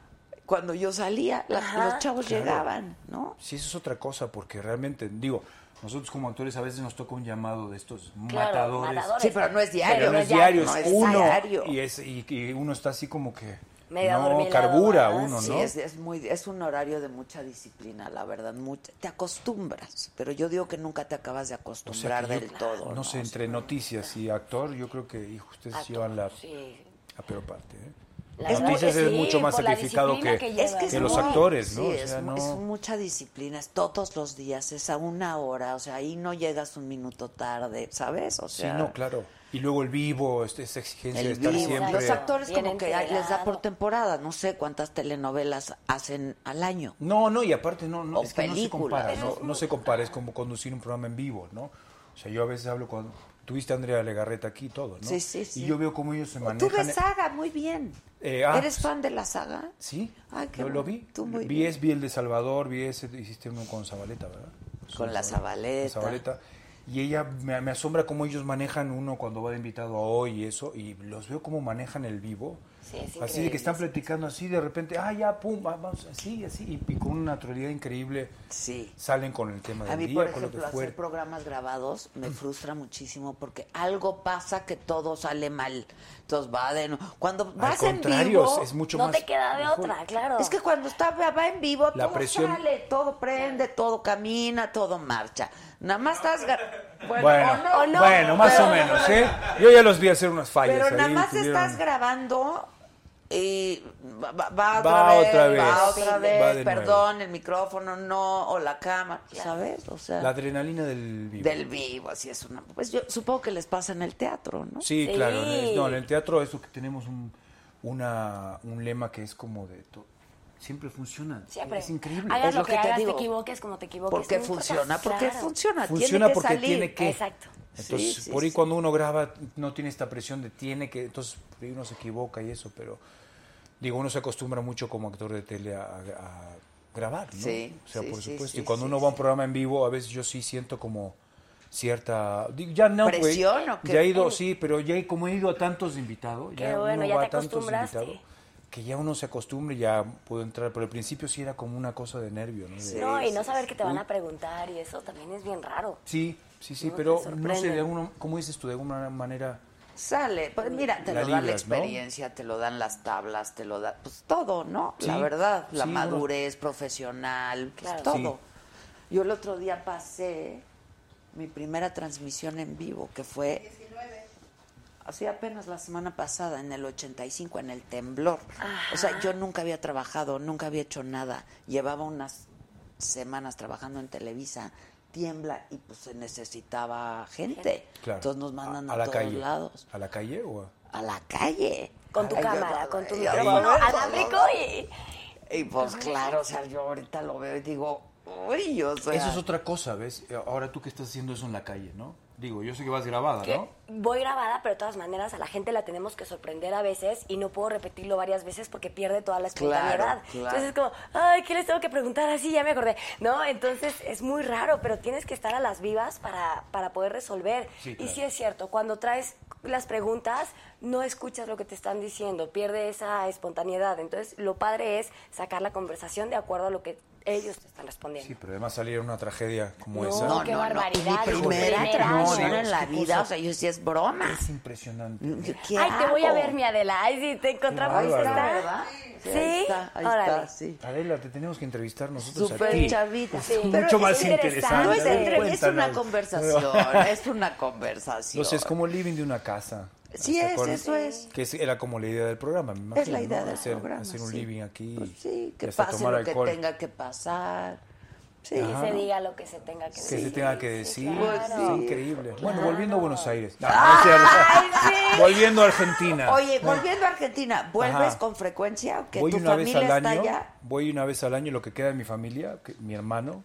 [SPEAKER 2] Cuando yo salía, la- los chavos llegaban, ¿no?
[SPEAKER 4] Sí, eso es otra cosa, porque realmente, digo, nosotros como actores a veces nos toca un llamado de estos
[SPEAKER 10] Claro,
[SPEAKER 4] matadores.
[SPEAKER 10] matadores.
[SPEAKER 2] Sí, pero no es diario.
[SPEAKER 4] Pero no es
[SPEAKER 10] ya-
[SPEAKER 4] diario,
[SPEAKER 2] no
[SPEAKER 4] es
[SPEAKER 2] es
[SPEAKER 4] uno.
[SPEAKER 2] diario.
[SPEAKER 4] Y, es, y, y uno está así como que
[SPEAKER 10] Medio
[SPEAKER 4] no
[SPEAKER 10] adormilado,
[SPEAKER 4] carbura
[SPEAKER 10] ¿verdad?
[SPEAKER 4] uno, ¿no?
[SPEAKER 2] Sí, es, es muy, es un horario de mucha disciplina, la verdad. mucha- te acostumbras, pero yo digo que nunca te acabas de
[SPEAKER 4] O sea,
[SPEAKER 2] acostumbrar
[SPEAKER 4] que yo-
[SPEAKER 2] del todo.
[SPEAKER 4] No, sé,
[SPEAKER 2] O sea,
[SPEAKER 4] entre noticias y actor, yo creo que hijo, ustedes
[SPEAKER 10] Actor,
[SPEAKER 4] llevan la,
[SPEAKER 10] sí.
[SPEAKER 4] la peor parte. ¿eh?
[SPEAKER 10] La
[SPEAKER 4] noticias
[SPEAKER 10] verdad que
[SPEAKER 4] es
[SPEAKER 10] sí,
[SPEAKER 4] mucho más
[SPEAKER 10] por la
[SPEAKER 4] sacrificado
[SPEAKER 10] disciplina
[SPEAKER 4] que,
[SPEAKER 10] que
[SPEAKER 2] es que, es
[SPEAKER 4] que los
[SPEAKER 2] muy-
[SPEAKER 4] actores, ¿no?
[SPEAKER 2] sí,
[SPEAKER 4] O
[SPEAKER 2] es,
[SPEAKER 4] sea,
[SPEAKER 2] mu-
[SPEAKER 4] no-
[SPEAKER 2] es mucha disciplina, es todos los días, es a una hora, o sea, ahí no llegas un minuto tarde, ¿sabes? O
[SPEAKER 4] Sí,
[SPEAKER 2] sea,
[SPEAKER 4] no, claro. Y luego el vivo, este- esa exigencia de
[SPEAKER 2] el
[SPEAKER 4] estar
[SPEAKER 2] vivo.
[SPEAKER 4] siempre.
[SPEAKER 2] Los actores
[SPEAKER 10] Bien
[SPEAKER 2] como que a- les da
[SPEAKER 10] entregado.
[SPEAKER 2] por temporada, no sé cuántas telenovelas hacen al año.
[SPEAKER 4] No, no, y aparte no, no,
[SPEAKER 2] O
[SPEAKER 4] es que no se
[SPEAKER 2] películas.
[SPEAKER 4] compara,
[SPEAKER 2] Pero
[SPEAKER 4] no, no se compara, es como conducir un programa en vivo, ¿no? O sea, yo a veces hablo con... Tuviste a Andrea Legarreta aquí y todo, ¿no?
[SPEAKER 2] Sí, sí, sí.
[SPEAKER 4] Y yo veo cómo ellos se manejan.
[SPEAKER 2] Tú ves Saga muy bien.
[SPEAKER 4] Eh, ah,
[SPEAKER 2] ¿Eres fan de la saga?
[SPEAKER 4] Sí,
[SPEAKER 2] Ay, Ah, qué
[SPEAKER 4] yo lo
[SPEAKER 2] bueno.
[SPEAKER 4] vi.
[SPEAKER 2] Tú muy
[SPEAKER 4] vi,
[SPEAKER 2] bien.
[SPEAKER 4] Es, vi el de Salvador, vi ese, hiciste uno con Zabaleta, ¿verdad?
[SPEAKER 2] Con la Zabaleta.
[SPEAKER 4] Con Zabaleta. Y ella me, me asombra cómo ellos manejan uno cuando va de invitado a hoy y eso, y los veo cómo manejan el vivo.
[SPEAKER 10] Sí, es
[SPEAKER 4] así de
[SPEAKER 10] increíble.
[SPEAKER 4] que están platicando así, de repente, ah, ya, pum, va- vamos, así, así, y, y con una naturalidad increíble
[SPEAKER 2] Sí.
[SPEAKER 4] salen con el tema
[SPEAKER 2] A
[SPEAKER 4] del
[SPEAKER 2] mí,
[SPEAKER 4] día,
[SPEAKER 2] por
[SPEAKER 4] con lo que
[SPEAKER 2] ejemplo,
[SPEAKER 4] fuera.
[SPEAKER 2] hacer programas grabados me frustra muchísimo porque algo pasa que todo sale mal. Entonces va de no- Cuando vas en
[SPEAKER 4] contrario,
[SPEAKER 2] vivo
[SPEAKER 4] es mucho
[SPEAKER 10] no
[SPEAKER 4] más
[SPEAKER 10] te queda de
[SPEAKER 4] mejor.
[SPEAKER 10] otra, claro.
[SPEAKER 2] Es que cuando está va en vivo
[SPEAKER 4] La
[SPEAKER 2] todo
[SPEAKER 4] presión-
[SPEAKER 2] sale, todo prende, todo camina, todo marcha. Nada más estás gra- bueno,
[SPEAKER 4] Bueno,
[SPEAKER 2] o no,
[SPEAKER 10] o no.
[SPEAKER 4] bueno, más
[SPEAKER 2] pero-
[SPEAKER 4] o menos, ¿eh? Yo ya los vi hacer unas fallas.
[SPEAKER 2] Pero nada
[SPEAKER 4] ahí,
[SPEAKER 2] más
[SPEAKER 4] tuvieron-
[SPEAKER 2] estás grabando y va, va- va otra,
[SPEAKER 4] Va
[SPEAKER 2] vez,
[SPEAKER 4] otra vez,
[SPEAKER 2] va otra
[SPEAKER 4] va
[SPEAKER 2] vez,
[SPEAKER 4] de nuevo.
[SPEAKER 2] perdón, el micrófono no, o la cámara, ¿sabes? O sea,
[SPEAKER 4] La adrenalina del vivo.
[SPEAKER 2] del vivo, así es una... Pues yo supongo que les pasa en el teatro, ¿no?
[SPEAKER 4] Sí,
[SPEAKER 10] Sí.
[SPEAKER 4] claro. en el- no, en el teatro es lo que tenemos un, una- un lema que es como de... to- siempre funciona.
[SPEAKER 10] Siempre.
[SPEAKER 4] Es increíble.
[SPEAKER 10] Hagas
[SPEAKER 2] Es
[SPEAKER 10] lo
[SPEAKER 2] lo
[SPEAKER 10] que,
[SPEAKER 2] que te
[SPEAKER 10] hagas, te,
[SPEAKER 2] digo.
[SPEAKER 10] equivoques como te equivoques.
[SPEAKER 2] Porque
[SPEAKER 10] no importa.
[SPEAKER 2] funciona, porque
[SPEAKER 10] Claro.
[SPEAKER 2] funciona,
[SPEAKER 4] Funciona
[SPEAKER 2] tiene que
[SPEAKER 4] porque
[SPEAKER 2] salir.
[SPEAKER 4] tiene que.
[SPEAKER 10] Exacto.
[SPEAKER 4] Entonces,
[SPEAKER 2] Sí, sí,
[SPEAKER 4] por ahí
[SPEAKER 2] sí.
[SPEAKER 4] cuando uno graba no tiene esta presión de tiene que, entonces por ahí uno se equivoca y eso, pero digo, uno se acostumbra mucho como actor de tele a, a grabar, ¿no?
[SPEAKER 2] Sí,
[SPEAKER 4] o sea,
[SPEAKER 2] sí,
[SPEAKER 4] por
[SPEAKER 2] sí,
[SPEAKER 4] supuesto.
[SPEAKER 2] sí,
[SPEAKER 4] y cuando
[SPEAKER 2] sí,
[SPEAKER 4] uno va a un
[SPEAKER 2] sí.
[SPEAKER 4] programa en vivo, a veces yo sí siento como cierta digo, ya no güey.
[SPEAKER 2] ¿Presión o qué?
[SPEAKER 4] ya he ido sí pero ya he- como he ido a tantos invitados
[SPEAKER 10] Qué
[SPEAKER 4] ya
[SPEAKER 10] bueno,
[SPEAKER 4] uno
[SPEAKER 10] ya
[SPEAKER 4] va
[SPEAKER 10] te
[SPEAKER 4] a tantos
[SPEAKER 10] acostumbraste.
[SPEAKER 4] invitados que ya uno se acostumbra y ya puedo entrar pero al principio sí era como una cosa de nervio no De-
[SPEAKER 2] Sí.
[SPEAKER 10] No, y no saber que te van
[SPEAKER 4] Uy.
[SPEAKER 10] a preguntar y eso también es bien raro.
[SPEAKER 4] Sí, sí, sí,
[SPEAKER 10] No te
[SPEAKER 4] pero no sé,
[SPEAKER 10] sorprende.
[SPEAKER 4] de alguna, ¿cómo dices tú? De alguna manera,
[SPEAKER 2] Sale, pues mira, te
[SPEAKER 4] La
[SPEAKER 2] lo da la
[SPEAKER 4] libras, ¿no?
[SPEAKER 2] experiencia, te lo dan las tablas, te lo da, pues todo, ¿no? la
[SPEAKER 4] Sí,
[SPEAKER 2] verdad, la
[SPEAKER 4] sí, uno-
[SPEAKER 2] madurez profesional, pues
[SPEAKER 10] Claro.
[SPEAKER 2] todo. Yo el otro día pasé mi primera transmisión en vivo, que fue
[SPEAKER 5] 19.
[SPEAKER 2] así apenas la semana pasada, en el 85, en el temblor. O sea, yo nunca había trabajado, nunca había hecho nada. Llevaba unas semanas trabajando en Televisa, tiembla y pues se necesitaba gente.
[SPEAKER 4] claro.
[SPEAKER 2] Entonces nos mandan a,
[SPEAKER 4] la
[SPEAKER 2] todos
[SPEAKER 4] calle.
[SPEAKER 2] lados
[SPEAKER 4] ¿A la calle o a-
[SPEAKER 2] a la calle.
[SPEAKER 10] Con tu
[SPEAKER 2] Ay, yo-
[SPEAKER 10] cámara, con tu
[SPEAKER 2] yo-
[SPEAKER 10] micrófono
[SPEAKER 2] yo-
[SPEAKER 10] adámbrico y...
[SPEAKER 2] Y pues claro, o sea, yo ahorita lo veo y digo, uy, o sea.
[SPEAKER 4] Eso es otra cosa, ¿ves? Eh, Ahora tú que estás haciendo eso en la calle, ¿no? Digo, yo sé que vas grabada,
[SPEAKER 10] que
[SPEAKER 4] ¿no?
[SPEAKER 10] Voy grabada, pero de todas maneras a la gente la tenemos que sorprender a veces y no puedo repetirlo varias veces porque pierde toda la
[SPEAKER 2] Claro,
[SPEAKER 10] espontaneidad.
[SPEAKER 2] claro.
[SPEAKER 10] Entonces es como, ay, ¿qué les tengo que preguntar? Así ya me acordé. No, entonces es muy raro, pero tienes que estar a las vivas para, para poder resolver.
[SPEAKER 4] Sí,
[SPEAKER 10] Y
[SPEAKER 4] claro.
[SPEAKER 10] sí es cierto, cuando traes las preguntas, no escuchas lo que te están diciendo, pierde esa espontaneidad. Entonces lo padre es sacar la conversación de acuerdo a lo que ellos te están respondiendo.
[SPEAKER 4] Sí, pero además salir una tragedia como
[SPEAKER 10] No,
[SPEAKER 4] esa.
[SPEAKER 2] No,
[SPEAKER 10] qué
[SPEAKER 2] no, no. Y
[SPEAKER 10] barbaridad,
[SPEAKER 2] Mi
[SPEAKER 10] tu
[SPEAKER 2] primera
[SPEAKER 10] primera,
[SPEAKER 2] transmisión
[SPEAKER 4] no,
[SPEAKER 2] en la
[SPEAKER 4] qué
[SPEAKER 2] vida,
[SPEAKER 4] cosa.
[SPEAKER 2] o sea, yo sí es broma.
[SPEAKER 4] Es impresionante. ¿eh?
[SPEAKER 2] Yo, ¿qué
[SPEAKER 10] Ay, te voy a
[SPEAKER 2] hago?
[SPEAKER 10] ver, mi Adela. Ay, sí, te encontramos.
[SPEAKER 2] Ahí
[SPEAKER 4] bárbaro.
[SPEAKER 2] está,
[SPEAKER 10] ¿verdad?
[SPEAKER 2] ¿verdad?
[SPEAKER 10] Sí,
[SPEAKER 2] ahí está, ahí
[SPEAKER 10] órale.
[SPEAKER 2] está, sí.
[SPEAKER 4] Adela, te tenemos que entrevistar nosotros Pues a
[SPEAKER 2] Súper
[SPEAKER 4] ti.
[SPEAKER 2] chavita.
[SPEAKER 10] Sí.
[SPEAKER 2] Pero
[SPEAKER 4] Mucho
[SPEAKER 2] es
[SPEAKER 4] más
[SPEAKER 10] interesante.
[SPEAKER 2] No
[SPEAKER 4] interesante.
[SPEAKER 2] es, entre- es una
[SPEAKER 4] Cuéntanos.
[SPEAKER 2] conversación, es una conversación.
[SPEAKER 4] No sé, es como el living de una casa.
[SPEAKER 2] Sí
[SPEAKER 4] ¿Te
[SPEAKER 2] es,
[SPEAKER 4] acuerdas?
[SPEAKER 2] eso es.
[SPEAKER 4] Que es- era como la idea del programa, me imagino.
[SPEAKER 2] Es la idea
[SPEAKER 4] ¿no?
[SPEAKER 2] del
[SPEAKER 4] hacer,
[SPEAKER 2] programa,
[SPEAKER 4] Hacer un
[SPEAKER 2] sí.
[SPEAKER 4] living aquí.
[SPEAKER 2] Pues sí,
[SPEAKER 4] y
[SPEAKER 2] que
[SPEAKER 4] hasta
[SPEAKER 2] pase
[SPEAKER 4] tomar
[SPEAKER 2] lo que
[SPEAKER 4] alcohol.
[SPEAKER 2] tenga que pasar. Sí,
[SPEAKER 10] Que se diga lo que se tenga que
[SPEAKER 4] que
[SPEAKER 10] decir.
[SPEAKER 4] se tenga que decir.
[SPEAKER 10] claro.
[SPEAKER 4] Es increíble. Bueno, volviendo a Buenos Aires. No, no es cierto.
[SPEAKER 10] ¡Ay, sí!
[SPEAKER 4] Volviendo a Argentina.
[SPEAKER 2] Oye, volviendo a Argentina, ¿vuelves
[SPEAKER 4] Ajá.
[SPEAKER 2] con frecuencia? ¿Que
[SPEAKER 4] voy
[SPEAKER 2] tu
[SPEAKER 4] una vez
[SPEAKER 2] familia
[SPEAKER 4] al
[SPEAKER 2] está
[SPEAKER 4] año.
[SPEAKER 2] allá?
[SPEAKER 4] Voy una vez al año. Lo que queda de mi familia, que- mi hermano,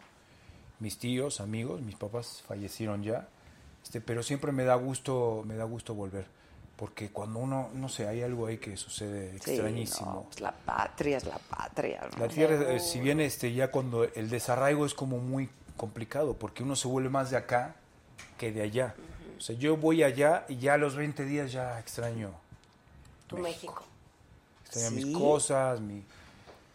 [SPEAKER 4] mis tíos, amigos, mis papás fallecieron ya. Este, pero siempre me da gusto, me da gusto volver. Porque cuando uno, no sé, hay algo ahí que sucede
[SPEAKER 2] Sí,
[SPEAKER 4] extrañísimo.
[SPEAKER 2] no, pues la patria es la patria. ¿no?
[SPEAKER 4] La tierra, eh, si bien este, ya cuando el desarraigo es como muy complicado, porque uno se vuelve más de acá que de allá. O sea, yo voy allá y ya a los 20 días ya extraño.
[SPEAKER 10] Tu México.
[SPEAKER 4] Extraño
[SPEAKER 2] Sí.
[SPEAKER 4] mis cosas, mi,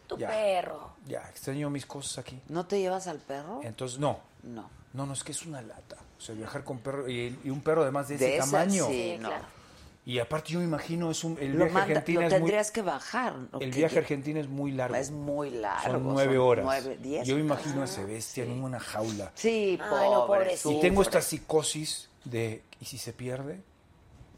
[SPEAKER 10] Tu
[SPEAKER 4] Ya.
[SPEAKER 10] perro.
[SPEAKER 4] ya, extraño mis cosas aquí.
[SPEAKER 2] ¿No te llevas al perro?
[SPEAKER 4] Entonces, no,
[SPEAKER 2] No.
[SPEAKER 4] no, no, es que es una lata. O sea, viajar con perro y, y un perro además de ese
[SPEAKER 2] De esa,
[SPEAKER 4] tamaño.
[SPEAKER 2] sí,
[SPEAKER 10] Sí,
[SPEAKER 2] no.
[SPEAKER 10] claro.
[SPEAKER 4] Y aparte yo me imagino, es un, el
[SPEAKER 2] Lo,
[SPEAKER 4] viaje a
[SPEAKER 2] manda-
[SPEAKER 4] Argentina
[SPEAKER 2] lo
[SPEAKER 4] es muy...
[SPEAKER 2] tendrías que bajar. ¿no?
[SPEAKER 4] El
[SPEAKER 2] Que
[SPEAKER 4] viaje a
[SPEAKER 2] ya-
[SPEAKER 4] Argentina es muy largo.
[SPEAKER 2] Es muy largo.
[SPEAKER 4] Son nueve horas.
[SPEAKER 2] nueve, diez
[SPEAKER 4] Yo me
[SPEAKER 2] horas.
[SPEAKER 4] imagino a ese bestia en una jaula.
[SPEAKER 2] Sí,
[SPEAKER 10] Ay,
[SPEAKER 2] pobre,
[SPEAKER 10] no, pobrecito.
[SPEAKER 2] sufre.
[SPEAKER 4] Y tengo esta psicosis de, ¿y si se pierde?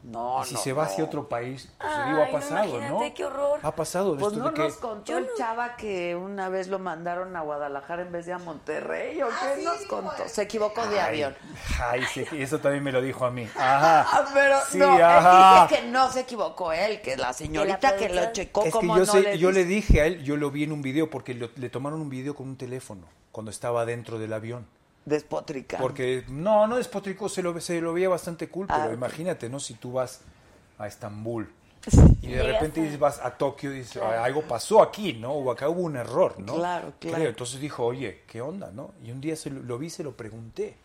[SPEAKER 2] No,
[SPEAKER 4] ¿Y si
[SPEAKER 2] no,
[SPEAKER 4] se va
[SPEAKER 2] no.
[SPEAKER 4] hacia otro país? Pues,
[SPEAKER 10] Ay,
[SPEAKER 4] digo, ha
[SPEAKER 10] no,
[SPEAKER 4] pasado, ¿no?
[SPEAKER 10] imagínate, qué horror.
[SPEAKER 4] Ha pasado. de
[SPEAKER 2] Pues
[SPEAKER 4] esto
[SPEAKER 2] no
[SPEAKER 4] de que-
[SPEAKER 2] nos contó el chava que una vez lo mandaron a Guadalajara en vez de a Monterrey. ¿O qué
[SPEAKER 5] sí,
[SPEAKER 2] nos
[SPEAKER 5] dijo
[SPEAKER 2] contó?
[SPEAKER 5] él.
[SPEAKER 2] Se equivocó de avión.
[SPEAKER 4] Ay, sí, eso también me lo dijo a mí. Ajá.
[SPEAKER 2] Ah, pero
[SPEAKER 4] Sí,
[SPEAKER 2] no, él
[SPEAKER 4] ajá.
[SPEAKER 2] dice que no se equivocó él, que la señorita que lo
[SPEAKER 10] producción.
[SPEAKER 2] checó
[SPEAKER 4] Es que
[SPEAKER 2] como
[SPEAKER 4] yo,
[SPEAKER 2] no
[SPEAKER 4] sé-
[SPEAKER 2] le
[SPEAKER 4] yo le
[SPEAKER 2] dice-
[SPEAKER 4] dije a él, yo lo vi en un video, porque lo- le tomaron un video con un teléfono cuando estaba dentro del avión.
[SPEAKER 2] despotrica.
[SPEAKER 4] Porque, no, no despotricó, se lo, se lo veía bastante cool,
[SPEAKER 2] Ah,
[SPEAKER 4] pero
[SPEAKER 2] ok.
[SPEAKER 4] imagínate, ¿no? Si tú vas a Estambul y de
[SPEAKER 10] Llegas
[SPEAKER 4] repente
[SPEAKER 10] a-
[SPEAKER 4] dices, vas a Tokio y dices, "Ay, algo pasó aquí, ¿no? O acá hubo un error, ¿no?
[SPEAKER 2] Claro, claro.
[SPEAKER 4] Creo. Entonces dijo, oye, ¿qué onda, no? Y un día se lo, lo vi, se lo pregunté.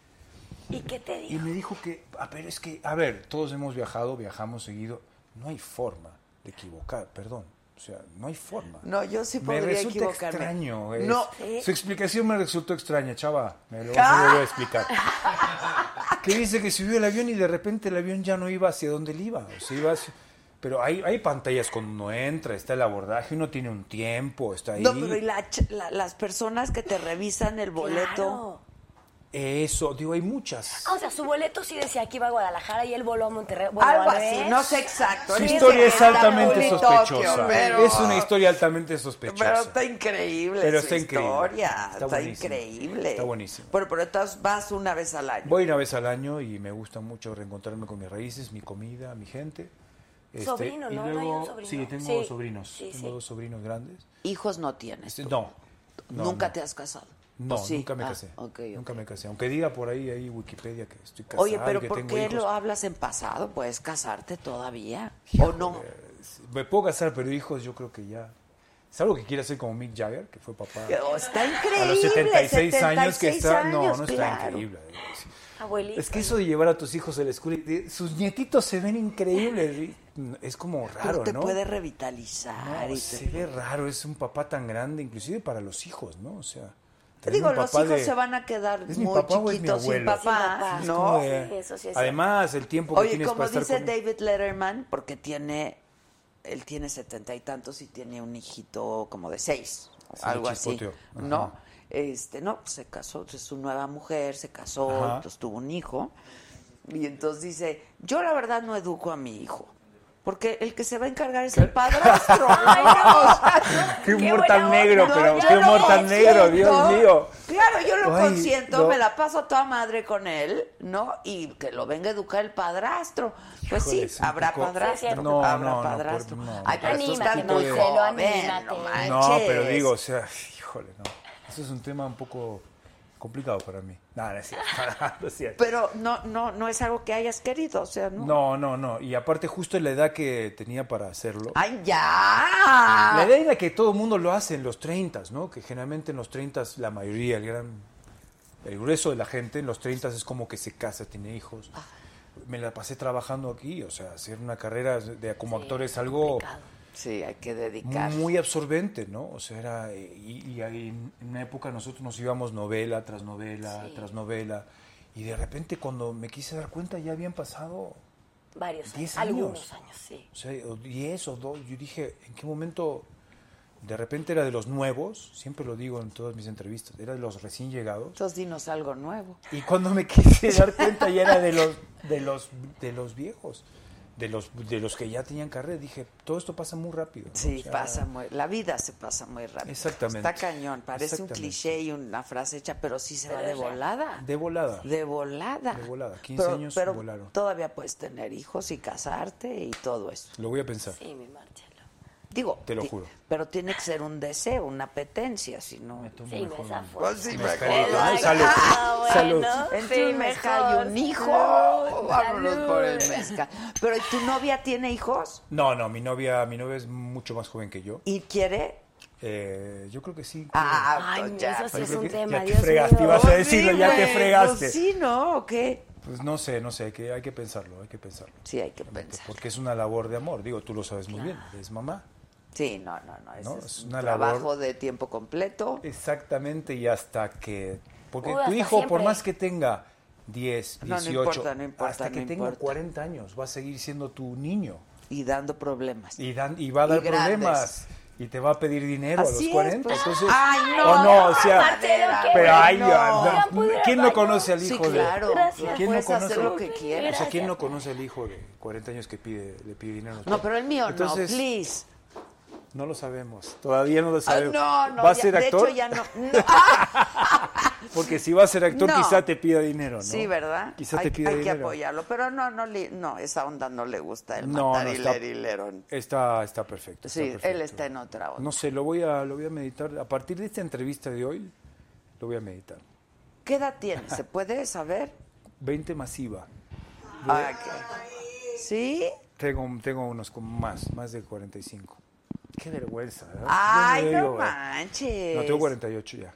[SPEAKER 10] ¿Y qué te
[SPEAKER 4] Y
[SPEAKER 10] digo?
[SPEAKER 4] me dijo que, ah, pero es que, a ver, todos hemos viajado, viajamos seguido, no hay forma. de equivocar, perdón. O sea, no hay forma.
[SPEAKER 2] No, yo sí
[SPEAKER 4] me
[SPEAKER 2] podría
[SPEAKER 4] resulta
[SPEAKER 2] equivocarme.
[SPEAKER 4] extraño. es-
[SPEAKER 2] No. eh.
[SPEAKER 4] Su explicación me resultó extraña, chava. Me lo voy
[SPEAKER 2] Ah.
[SPEAKER 4] a volver a explicar. Que dice que subió el avión y de repente el avión ya no iba hacia donde él iba. o sea, iba hacia- Pero hay, hay pantallas cuando uno entra, está el abordaje, uno tiene un tiempo, está ahí.
[SPEAKER 2] No, pero y la ch- la- las personas que te revisan el boleto.
[SPEAKER 10] Claro.
[SPEAKER 4] Eso, digo, hay muchas.
[SPEAKER 10] Ah, o sea, su boleto sí decía que iba a Guadalajara y él voló a Monterrey. Bueno,
[SPEAKER 2] Algo
[SPEAKER 10] al
[SPEAKER 2] así,
[SPEAKER 10] revés.
[SPEAKER 2] no sé exacto. Él
[SPEAKER 4] Su
[SPEAKER 2] dice
[SPEAKER 4] historia
[SPEAKER 2] que
[SPEAKER 4] es
[SPEAKER 2] está
[SPEAKER 4] altamente
[SPEAKER 2] en Tokio,
[SPEAKER 4] sospechosa.
[SPEAKER 2] pero-
[SPEAKER 4] Es una historia altamente
[SPEAKER 2] Pero
[SPEAKER 4] sospechosa.
[SPEAKER 2] está increíble
[SPEAKER 4] Pero
[SPEAKER 2] su
[SPEAKER 4] está increíble.
[SPEAKER 2] historia.
[SPEAKER 4] Está
[SPEAKER 2] Está,
[SPEAKER 4] buenísimo.
[SPEAKER 2] increíble.
[SPEAKER 4] Está buenísimo.
[SPEAKER 2] Bueno, pero entonces vas una vez al año.
[SPEAKER 4] Voy una vez al año y me gusta mucho reencontrarme con mis raíces, mi comida, mi gente. Este,
[SPEAKER 10] Sobrino,
[SPEAKER 4] y
[SPEAKER 10] ¿no? ¿No hay un
[SPEAKER 4] luego-
[SPEAKER 10] sobrino?
[SPEAKER 4] Sí, tengo
[SPEAKER 10] Sí,
[SPEAKER 4] dos sobrinos.
[SPEAKER 10] sí,
[SPEAKER 4] tengo
[SPEAKER 10] sí.
[SPEAKER 4] dos sobrinos grandes.
[SPEAKER 2] Hijos no tienes.
[SPEAKER 4] Este,
[SPEAKER 2] tú.
[SPEAKER 4] no, no,
[SPEAKER 2] Nunca
[SPEAKER 4] no.
[SPEAKER 2] te has casado.
[SPEAKER 4] No,
[SPEAKER 2] ¿O sí?
[SPEAKER 4] nunca me
[SPEAKER 2] Ah,
[SPEAKER 4] casé.
[SPEAKER 2] ok,
[SPEAKER 4] Nunca
[SPEAKER 2] ok.
[SPEAKER 4] me casé. Aunque diga por ahí, ahí Wikipedia que estoy casado.
[SPEAKER 2] Oye,
[SPEAKER 4] y
[SPEAKER 2] pero
[SPEAKER 4] que
[SPEAKER 2] ¿por
[SPEAKER 4] tengo
[SPEAKER 2] qué
[SPEAKER 4] hijos.
[SPEAKER 2] lo hablas en pasado? ¿Puedes casarte todavía? ¿O
[SPEAKER 4] Híjole,
[SPEAKER 2] no?
[SPEAKER 4] Me puedo casar, pero hijos yo creo que ya... Es algo que quiere hacer como Mick Jagger, que fue papá.
[SPEAKER 2] Oh, Está increíble.
[SPEAKER 4] a los 76, años que
[SPEAKER 2] 76
[SPEAKER 4] está... no,
[SPEAKER 2] años,
[SPEAKER 4] no está
[SPEAKER 2] claro.
[SPEAKER 4] increíble. Sí.
[SPEAKER 10] Abuelito.
[SPEAKER 4] Es que eso de llevar a tus hijos a la escuela, y de- sus nietitos se ven increíbles. y Es como
[SPEAKER 2] Pero
[SPEAKER 4] raro,
[SPEAKER 2] te
[SPEAKER 4] ¿no?
[SPEAKER 2] puede revitalizar.
[SPEAKER 4] No,
[SPEAKER 2] y
[SPEAKER 4] se
[SPEAKER 2] te-
[SPEAKER 4] ve raro, es un papá tan grande, inclusive para los hijos, ¿no? O sea, tener
[SPEAKER 2] Digo,
[SPEAKER 4] un
[SPEAKER 2] los
[SPEAKER 4] papá
[SPEAKER 2] hijos
[SPEAKER 4] de-
[SPEAKER 2] se van a quedar
[SPEAKER 4] ¿Es mi
[SPEAKER 2] muy
[SPEAKER 4] papá o es mi
[SPEAKER 2] chiquitos sin
[SPEAKER 4] abuelo?
[SPEAKER 2] papá,
[SPEAKER 10] Sin papá.
[SPEAKER 4] Es como
[SPEAKER 2] ¿no?
[SPEAKER 4] de-
[SPEAKER 10] Sí, eso sí es
[SPEAKER 4] Además, el tiempo que
[SPEAKER 2] Oye,
[SPEAKER 4] tienes
[SPEAKER 2] como
[SPEAKER 4] para estar
[SPEAKER 2] dice
[SPEAKER 4] con-
[SPEAKER 2] David Letterman, porque tiene, él tiene setenta y tantos y tiene un hijito como de seis,
[SPEAKER 4] Sí,
[SPEAKER 2] algo así,
[SPEAKER 4] chispoteó. Ajá.
[SPEAKER 2] ¿no? Este, no, pues, se casó, es su nueva mujer, se casó,
[SPEAKER 4] Ajá.
[SPEAKER 2] entonces tuvo un hijo. Y entonces dice, yo la verdad no educo a mi hijo. Porque el que se va a encargar es el padrastro.
[SPEAKER 10] Ay, no.
[SPEAKER 2] O sea,
[SPEAKER 4] Qué humor
[SPEAKER 10] buena
[SPEAKER 4] tan
[SPEAKER 10] onda.
[SPEAKER 4] negro,
[SPEAKER 10] No,
[SPEAKER 4] pero
[SPEAKER 10] yo
[SPEAKER 4] qué
[SPEAKER 10] lo
[SPEAKER 4] humor tan negro, Dios
[SPEAKER 2] consiento.
[SPEAKER 4] mío.
[SPEAKER 2] Claro, yo lo
[SPEAKER 4] Ay,
[SPEAKER 2] consiento,
[SPEAKER 4] no.
[SPEAKER 2] me la paso a toda madre con él, ¿no? Y que lo venga a educar el padrastro. Pues
[SPEAKER 4] Híjole,
[SPEAKER 2] sí,
[SPEAKER 4] sí, un
[SPEAKER 2] habrá
[SPEAKER 4] poco-
[SPEAKER 2] padrastro.
[SPEAKER 4] No,
[SPEAKER 2] habrá
[SPEAKER 4] no, no,
[SPEAKER 2] padrastro.
[SPEAKER 4] por- no.
[SPEAKER 2] Ay, pero tú estás
[SPEAKER 10] Anímate,
[SPEAKER 2] muy
[SPEAKER 10] Marcelo,
[SPEAKER 2] joven, no
[SPEAKER 10] anímate.
[SPEAKER 4] No, pero
[SPEAKER 2] manches.
[SPEAKER 4] digo, o sea, híjole, no. Eso es un tema un poco complicado para mí. Nada, no es cierto. no es cierto.
[SPEAKER 2] Pero no, no, no es algo que hayas querido, o sea, ¿no?
[SPEAKER 4] No, no, no. Y aparte, justo en la edad que tenía para hacerlo.
[SPEAKER 2] ¡Ay, ah.
[SPEAKER 4] La
[SPEAKER 2] ya!
[SPEAKER 4] idea era que todo el mundo lo hace en los 30, ¿no? Que generalmente en los 30 la mayoría, el gran el grueso de la gente en los 30 es como que se casa, tiene hijos.
[SPEAKER 2] Ah.
[SPEAKER 4] Me la pasé trabajando aquí, o sea, hacer una carrera de como actor es algo
[SPEAKER 10] complicado.
[SPEAKER 2] Sí, hay que dedicar.
[SPEAKER 4] muy absorbente, ¿no? O sea, era eh, y, y ahí en en una época nosotros nos íbamos novela tras novela, tras novela y de repente cuando me quise dar cuenta ya habían pasado
[SPEAKER 10] Varios
[SPEAKER 4] Diez
[SPEAKER 10] años.
[SPEAKER 4] años.
[SPEAKER 10] Algunos años, sí.
[SPEAKER 4] o sea, o 10 o 2. Yo dije, ¿en qué momento? De repente era de los nuevos, siempre lo digo en todas mis entrevistas, era de los recién llegados.
[SPEAKER 2] Entonces dinos algo nuevo.
[SPEAKER 4] Y cuando me quise dar cuenta ya era de los, de los, de los viejos, de los, de los que ya tenían carrera. Dije, todo esto pasa muy rápido. ¿no?
[SPEAKER 2] Sí,
[SPEAKER 4] O sea,
[SPEAKER 2] pasa muy, la vida se pasa muy rápido.
[SPEAKER 4] Exactamente.
[SPEAKER 2] Está cañón, parece un
[SPEAKER 4] Exactamente.
[SPEAKER 2] cliché y una frase hecha, pero sí se va
[SPEAKER 10] Pero
[SPEAKER 2] de
[SPEAKER 10] es real.
[SPEAKER 2] volada.
[SPEAKER 4] De volada.
[SPEAKER 2] De volada.
[SPEAKER 4] De volada, 15
[SPEAKER 2] Pero-
[SPEAKER 4] años
[SPEAKER 2] pero
[SPEAKER 4] volaron.
[SPEAKER 2] Todavía puedes tener hijos y casarte y todo eso.
[SPEAKER 4] Lo voy a pensar.
[SPEAKER 10] Sí, mi Marcelo.
[SPEAKER 2] Digo,
[SPEAKER 4] Te lo
[SPEAKER 2] ti-
[SPEAKER 4] juro.
[SPEAKER 2] Pero tiene que ser un deseo, una apetencia, si no.
[SPEAKER 4] Me tomo
[SPEAKER 10] Sí,
[SPEAKER 4] mejor
[SPEAKER 10] me
[SPEAKER 4] un-
[SPEAKER 10] zafó.
[SPEAKER 2] Pues sí, mejor.
[SPEAKER 4] Ay, salud.
[SPEAKER 10] Ah,
[SPEAKER 4] Salud.
[SPEAKER 10] bueno,
[SPEAKER 2] Entre
[SPEAKER 10] sí,
[SPEAKER 2] un mezcal y
[SPEAKER 10] mejor.
[SPEAKER 2] un hijo.
[SPEAKER 10] Salud,
[SPEAKER 2] Vámonos por el
[SPEAKER 10] salud.
[SPEAKER 2] mezcal. Pero ¿y tu novia tiene hijos?
[SPEAKER 4] No, no, mi novia, mi novia es mucho más joven que yo.
[SPEAKER 2] ¿Y quiere?
[SPEAKER 4] Eh, yo creo que sí.
[SPEAKER 2] Ah,
[SPEAKER 10] Ay,
[SPEAKER 2] pues
[SPEAKER 10] no,
[SPEAKER 2] ya.
[SPEAKER 10] eso sí
[SPEAKER 4] Yo
[SPEAKER 10] es
[SPEAKER 4] creo
[SPEAKER 10] un
[SPEAKER 4] que ya
[SPEAKER 10] tema,
[SPEAKER 4] te
[SPEAKER 10] Dios
[SPEAKER 4] fregaste,
[SPEAKER 10] mío.
[SPEAKER 4] ibas a
[SPEAKER 2] Pues
[SPEAKER 4] decirlo, Eh, ya te
[SPEAKER 2] güey, pues
[SPEAKER 4] fregaste.
[SPEAKER 2] sí, ¿no? ¿O qué?
[SPEAKER 4] Pues no sé, no sé, hay que, hay que pensarlo, hay que pensarlo.
[SPEAKER 2] Sí, hay que pensar.
[SPEAKER 4] Porque es una labor de amor, digo, tú lo sabes muy bien, es mamá.
[SPEAKER 2] Sí, no, no, no. ese
[SPEAKER 4] No,
[SPEAKER 2] es
[SPEAKER 4] es
[SPEAKER 2] un
[SPEAKER 4] una labor-
[SPEAKER 2] trabajo de tiempo completo.
[SPEAKER 4] Exactamente, y hasta que... Porque
[SPEAKER 10] Uy,
[SPEAKER 4] tu
[SPEAKER 10] hasta
[SPEAKER 4] hijo, por
[SPEAKER 10] siempre.
[SPEAKER 4] más que tenga 10,
[SPEAKER 2] No, no
[SPEAKER 4] 18,
[SPEAKER 2] importa, no importa,
[SPEAKER 4] hasta que
[SPEAKER 2] no
[SPEAKER 4] tenga
[SPEAKER 2] importa.
[SPEAKER 4] 40 años, va a seguir siendo tu niño
[SPEAKER 2] y dando problemas.
[SPEAKER 4] y, dan, y va a
[SPEAKER 2] Y
[SPEAKER 4] dar
[SPEAKER 2] grandes.
[SPEAKER 4] problemas. Y te va a pedir dinero a
[SPEAKER 2] Así
[SPEAKER 4] los
[SPEAKER 2] es,
[SPEAKER 4] 40.
[SPEAKER 2] pues.
[SPEAKER 4] entonces,
[SPEAKER 2] Ay, no,
[SPEAKER 4] o no, o sea,
[SPEAKER 10] Marcelo, qué
[SPEAKER 4] pero ay,
[SPEAKER 10] bueno.
[SPEAKER 4] anda,
[SPEAKER 10] Oigan, ¿puedo ir al
[SPEAKER 4] ¿quién no
[SPEAKER 10] baño?
[SPEAKER 4] conoce al
[SPEAKER 2] Sí,
[SPEAKER 4] hijo de
[SPEAKER 2] claro.
[SPEAKER 10] Gracias.
[SPEAKER 4] ¿Quién no
[SPEAKER 2] Puedes
[SPEAKER 4] conoce?
[SPEAKER 2] hacer lo que
[SPEAKER 4] O
[SPEAKER 2] quieras.
[SPEAKER 4] sea, ¿quién
[SPEAKER 10] Gracias.
[SPEAKER 4] no conoce al hijo de 40 años que pide, le pide dinero? a los
[SPEAKER 2] No,
[SPEAKER 4] padres?
[SPEAKER 2] pero el mío
[SPEAKER 4] Entonces,
[SPEAKER 2] no, please.
[SPEAKER 4] No lo sabemos, todavía no lo
[SPEAKER 2] Ah,
[SPEAKER 4] sabemos.
[SPEAKER 2] no, no,
[SPEAKER 4] ¿Va a
[SPEAKER 2] ya-
[SPEAKER 4] ser
[SPEAKER 2] de
[SPEAKER 4] actor?
[SPEAKER 2] hecho ya no. no. ¡Ah!
[SPEAKER 4] Porque si va a ser actor,
[SPEAKER 2] No.
[SPEAKER 4] quizá te pida dinero, ¿no?
[SPEAKER 2] Sí, ¿verdad?
[SPEAKER 4] Quizá
[SPEAKER 2] hay
[SPEAKER 4] te pida
[SPEAKER 2] hay que
[SPEAKER 4] dinero.
[SPEAKER 2] apoyarlo, pero no, no, le- no, esa onda no le gusta el
[SPEAKER 4] No,
[SPEAKER 2] matar
[SPEAKER 4] no
[SPEAKER 2] y
[SPEAKER 4] está,
[SPEAKER 2] leer y lerón.
[SPEAKER 4] está, está perfecto.
[SPEAKER 2] Sí,
[SPEAKER 4] perfecto.
[SPEAKER 2] él está en otra onda.
[SPEAKER 4] No sé, lo voy, a, lo voy a meditar. A partir de esta entrevista de hoy, lo voy a meditar.
[SPEAKER 2] ¿Qué edad tiene? ¿Se puede saber?
[SPEAKER 4] 20 masiva.
[SPEAKER 2] Ah, ¿qué? ¿Sí?
[SPEAKER 4] Tengo, tengo unos con más, más de 45. Qué vergüenza, ¿verdad? Yo
[SPEAKER 2] Ay,
[SPEAKER 4] digo,
[SPEAKER 2] no
[SPEAKER 4] ¿verdad?
[SPEAKER 2] manches.
[SPEAKER 4] No, tengo 48 ya.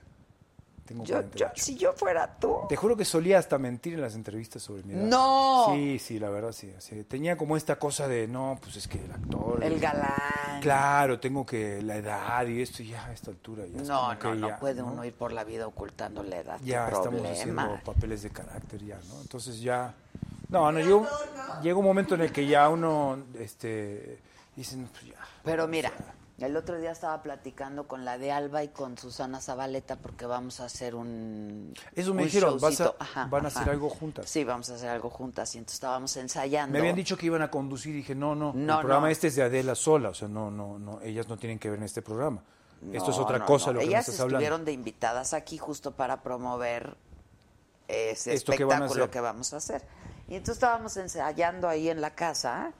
[SPEAKER 4] Tengo
[SPEAKER 2] Yo, yo,
[SPEAKER 4] 48.
[SPEAKER 2] si yo fuera tú.
[SPEAKER 4] Te juro que solía hasta mentir en las entrevistas sobre mi edad.
[SPEAKER 2] ¡No!
[SPEAKER 4] Sí, sí, la verdad sí. sí. Tenía como esta cosa de, no, pues es que el actor.
[SPEAKER 2] El galán.
[SPEAKER 4] Claro, tengo que la edad y esto, ya a esta altura. Ya es
[SPEAKER 2] No,
[SPEAKER 4] como que
[SPEAKER 2] no, no
[SPEAKER 4] ya,
[SPEAKER 2] puede uno ir por la vida ocultando la edad.
[SPEAKER 4] Ya
[SPEAKER 2] qué
[SPEAKER 4] estamos haciendo
[SPEAKER 2] problema.
[SPEAKER 4] papeles de carácter, ya, ¿no? Entonces ya. No, no, llegó, llega un momento en el que ya uno este, dice, no, pues ya.
[SPEAKER 2] Pero mira, el otro día estaba platicando con la de Alba y con Susana Zabaleta porque vamos a hacer un.
[SPEAKER 4] Eso me
[SPEAKER 2] un
[SPEAKER 4] dijeron, vas a-
[SPEAKER 2] showcito. Ajá,
[SPEAKER 4] van a
[SPEAKER 2] ajá.
[SPEAKER 4] hacer algo juntas.
[SPEAKER 2] Sí, vamos a hacer algo juntas. Y entonces estábamos ensayando.
[SPEAKER 4] Me habían dicho que iban a conducir y dije, no, no,
[SPEAKER 2] No,
[SPEAKER 4] el programa
[SPEAKER 2] no.
[SPEAKER 4] este es de Adela sola, o sea, no, no, no, ellas no tienen que ver en este programa. Esto es
[SPEAKER 2] No,
[SPEAKER 4] otra
[SPEAKER 2] no,
[SPEAKER 4] cosa
[SPEAKER 2] no.
[SPEAKER 4] lo que me
[SPEAKER 2] Ellas
[SPEAKER 4] estás
[SPEAKER 2] estuvieron
[SPEAKER 4] hablando.
[SPEAKER 2] de invitadas aquí justo para promover ese
[SPEAKER 4] Esto que van a
[SPEAKER 2] espectáculo
[SPEAKER 4] hacer.
[SPEAKER 2] que, vamos a hacer. Y entonces estábamos ensayando ahí en la casa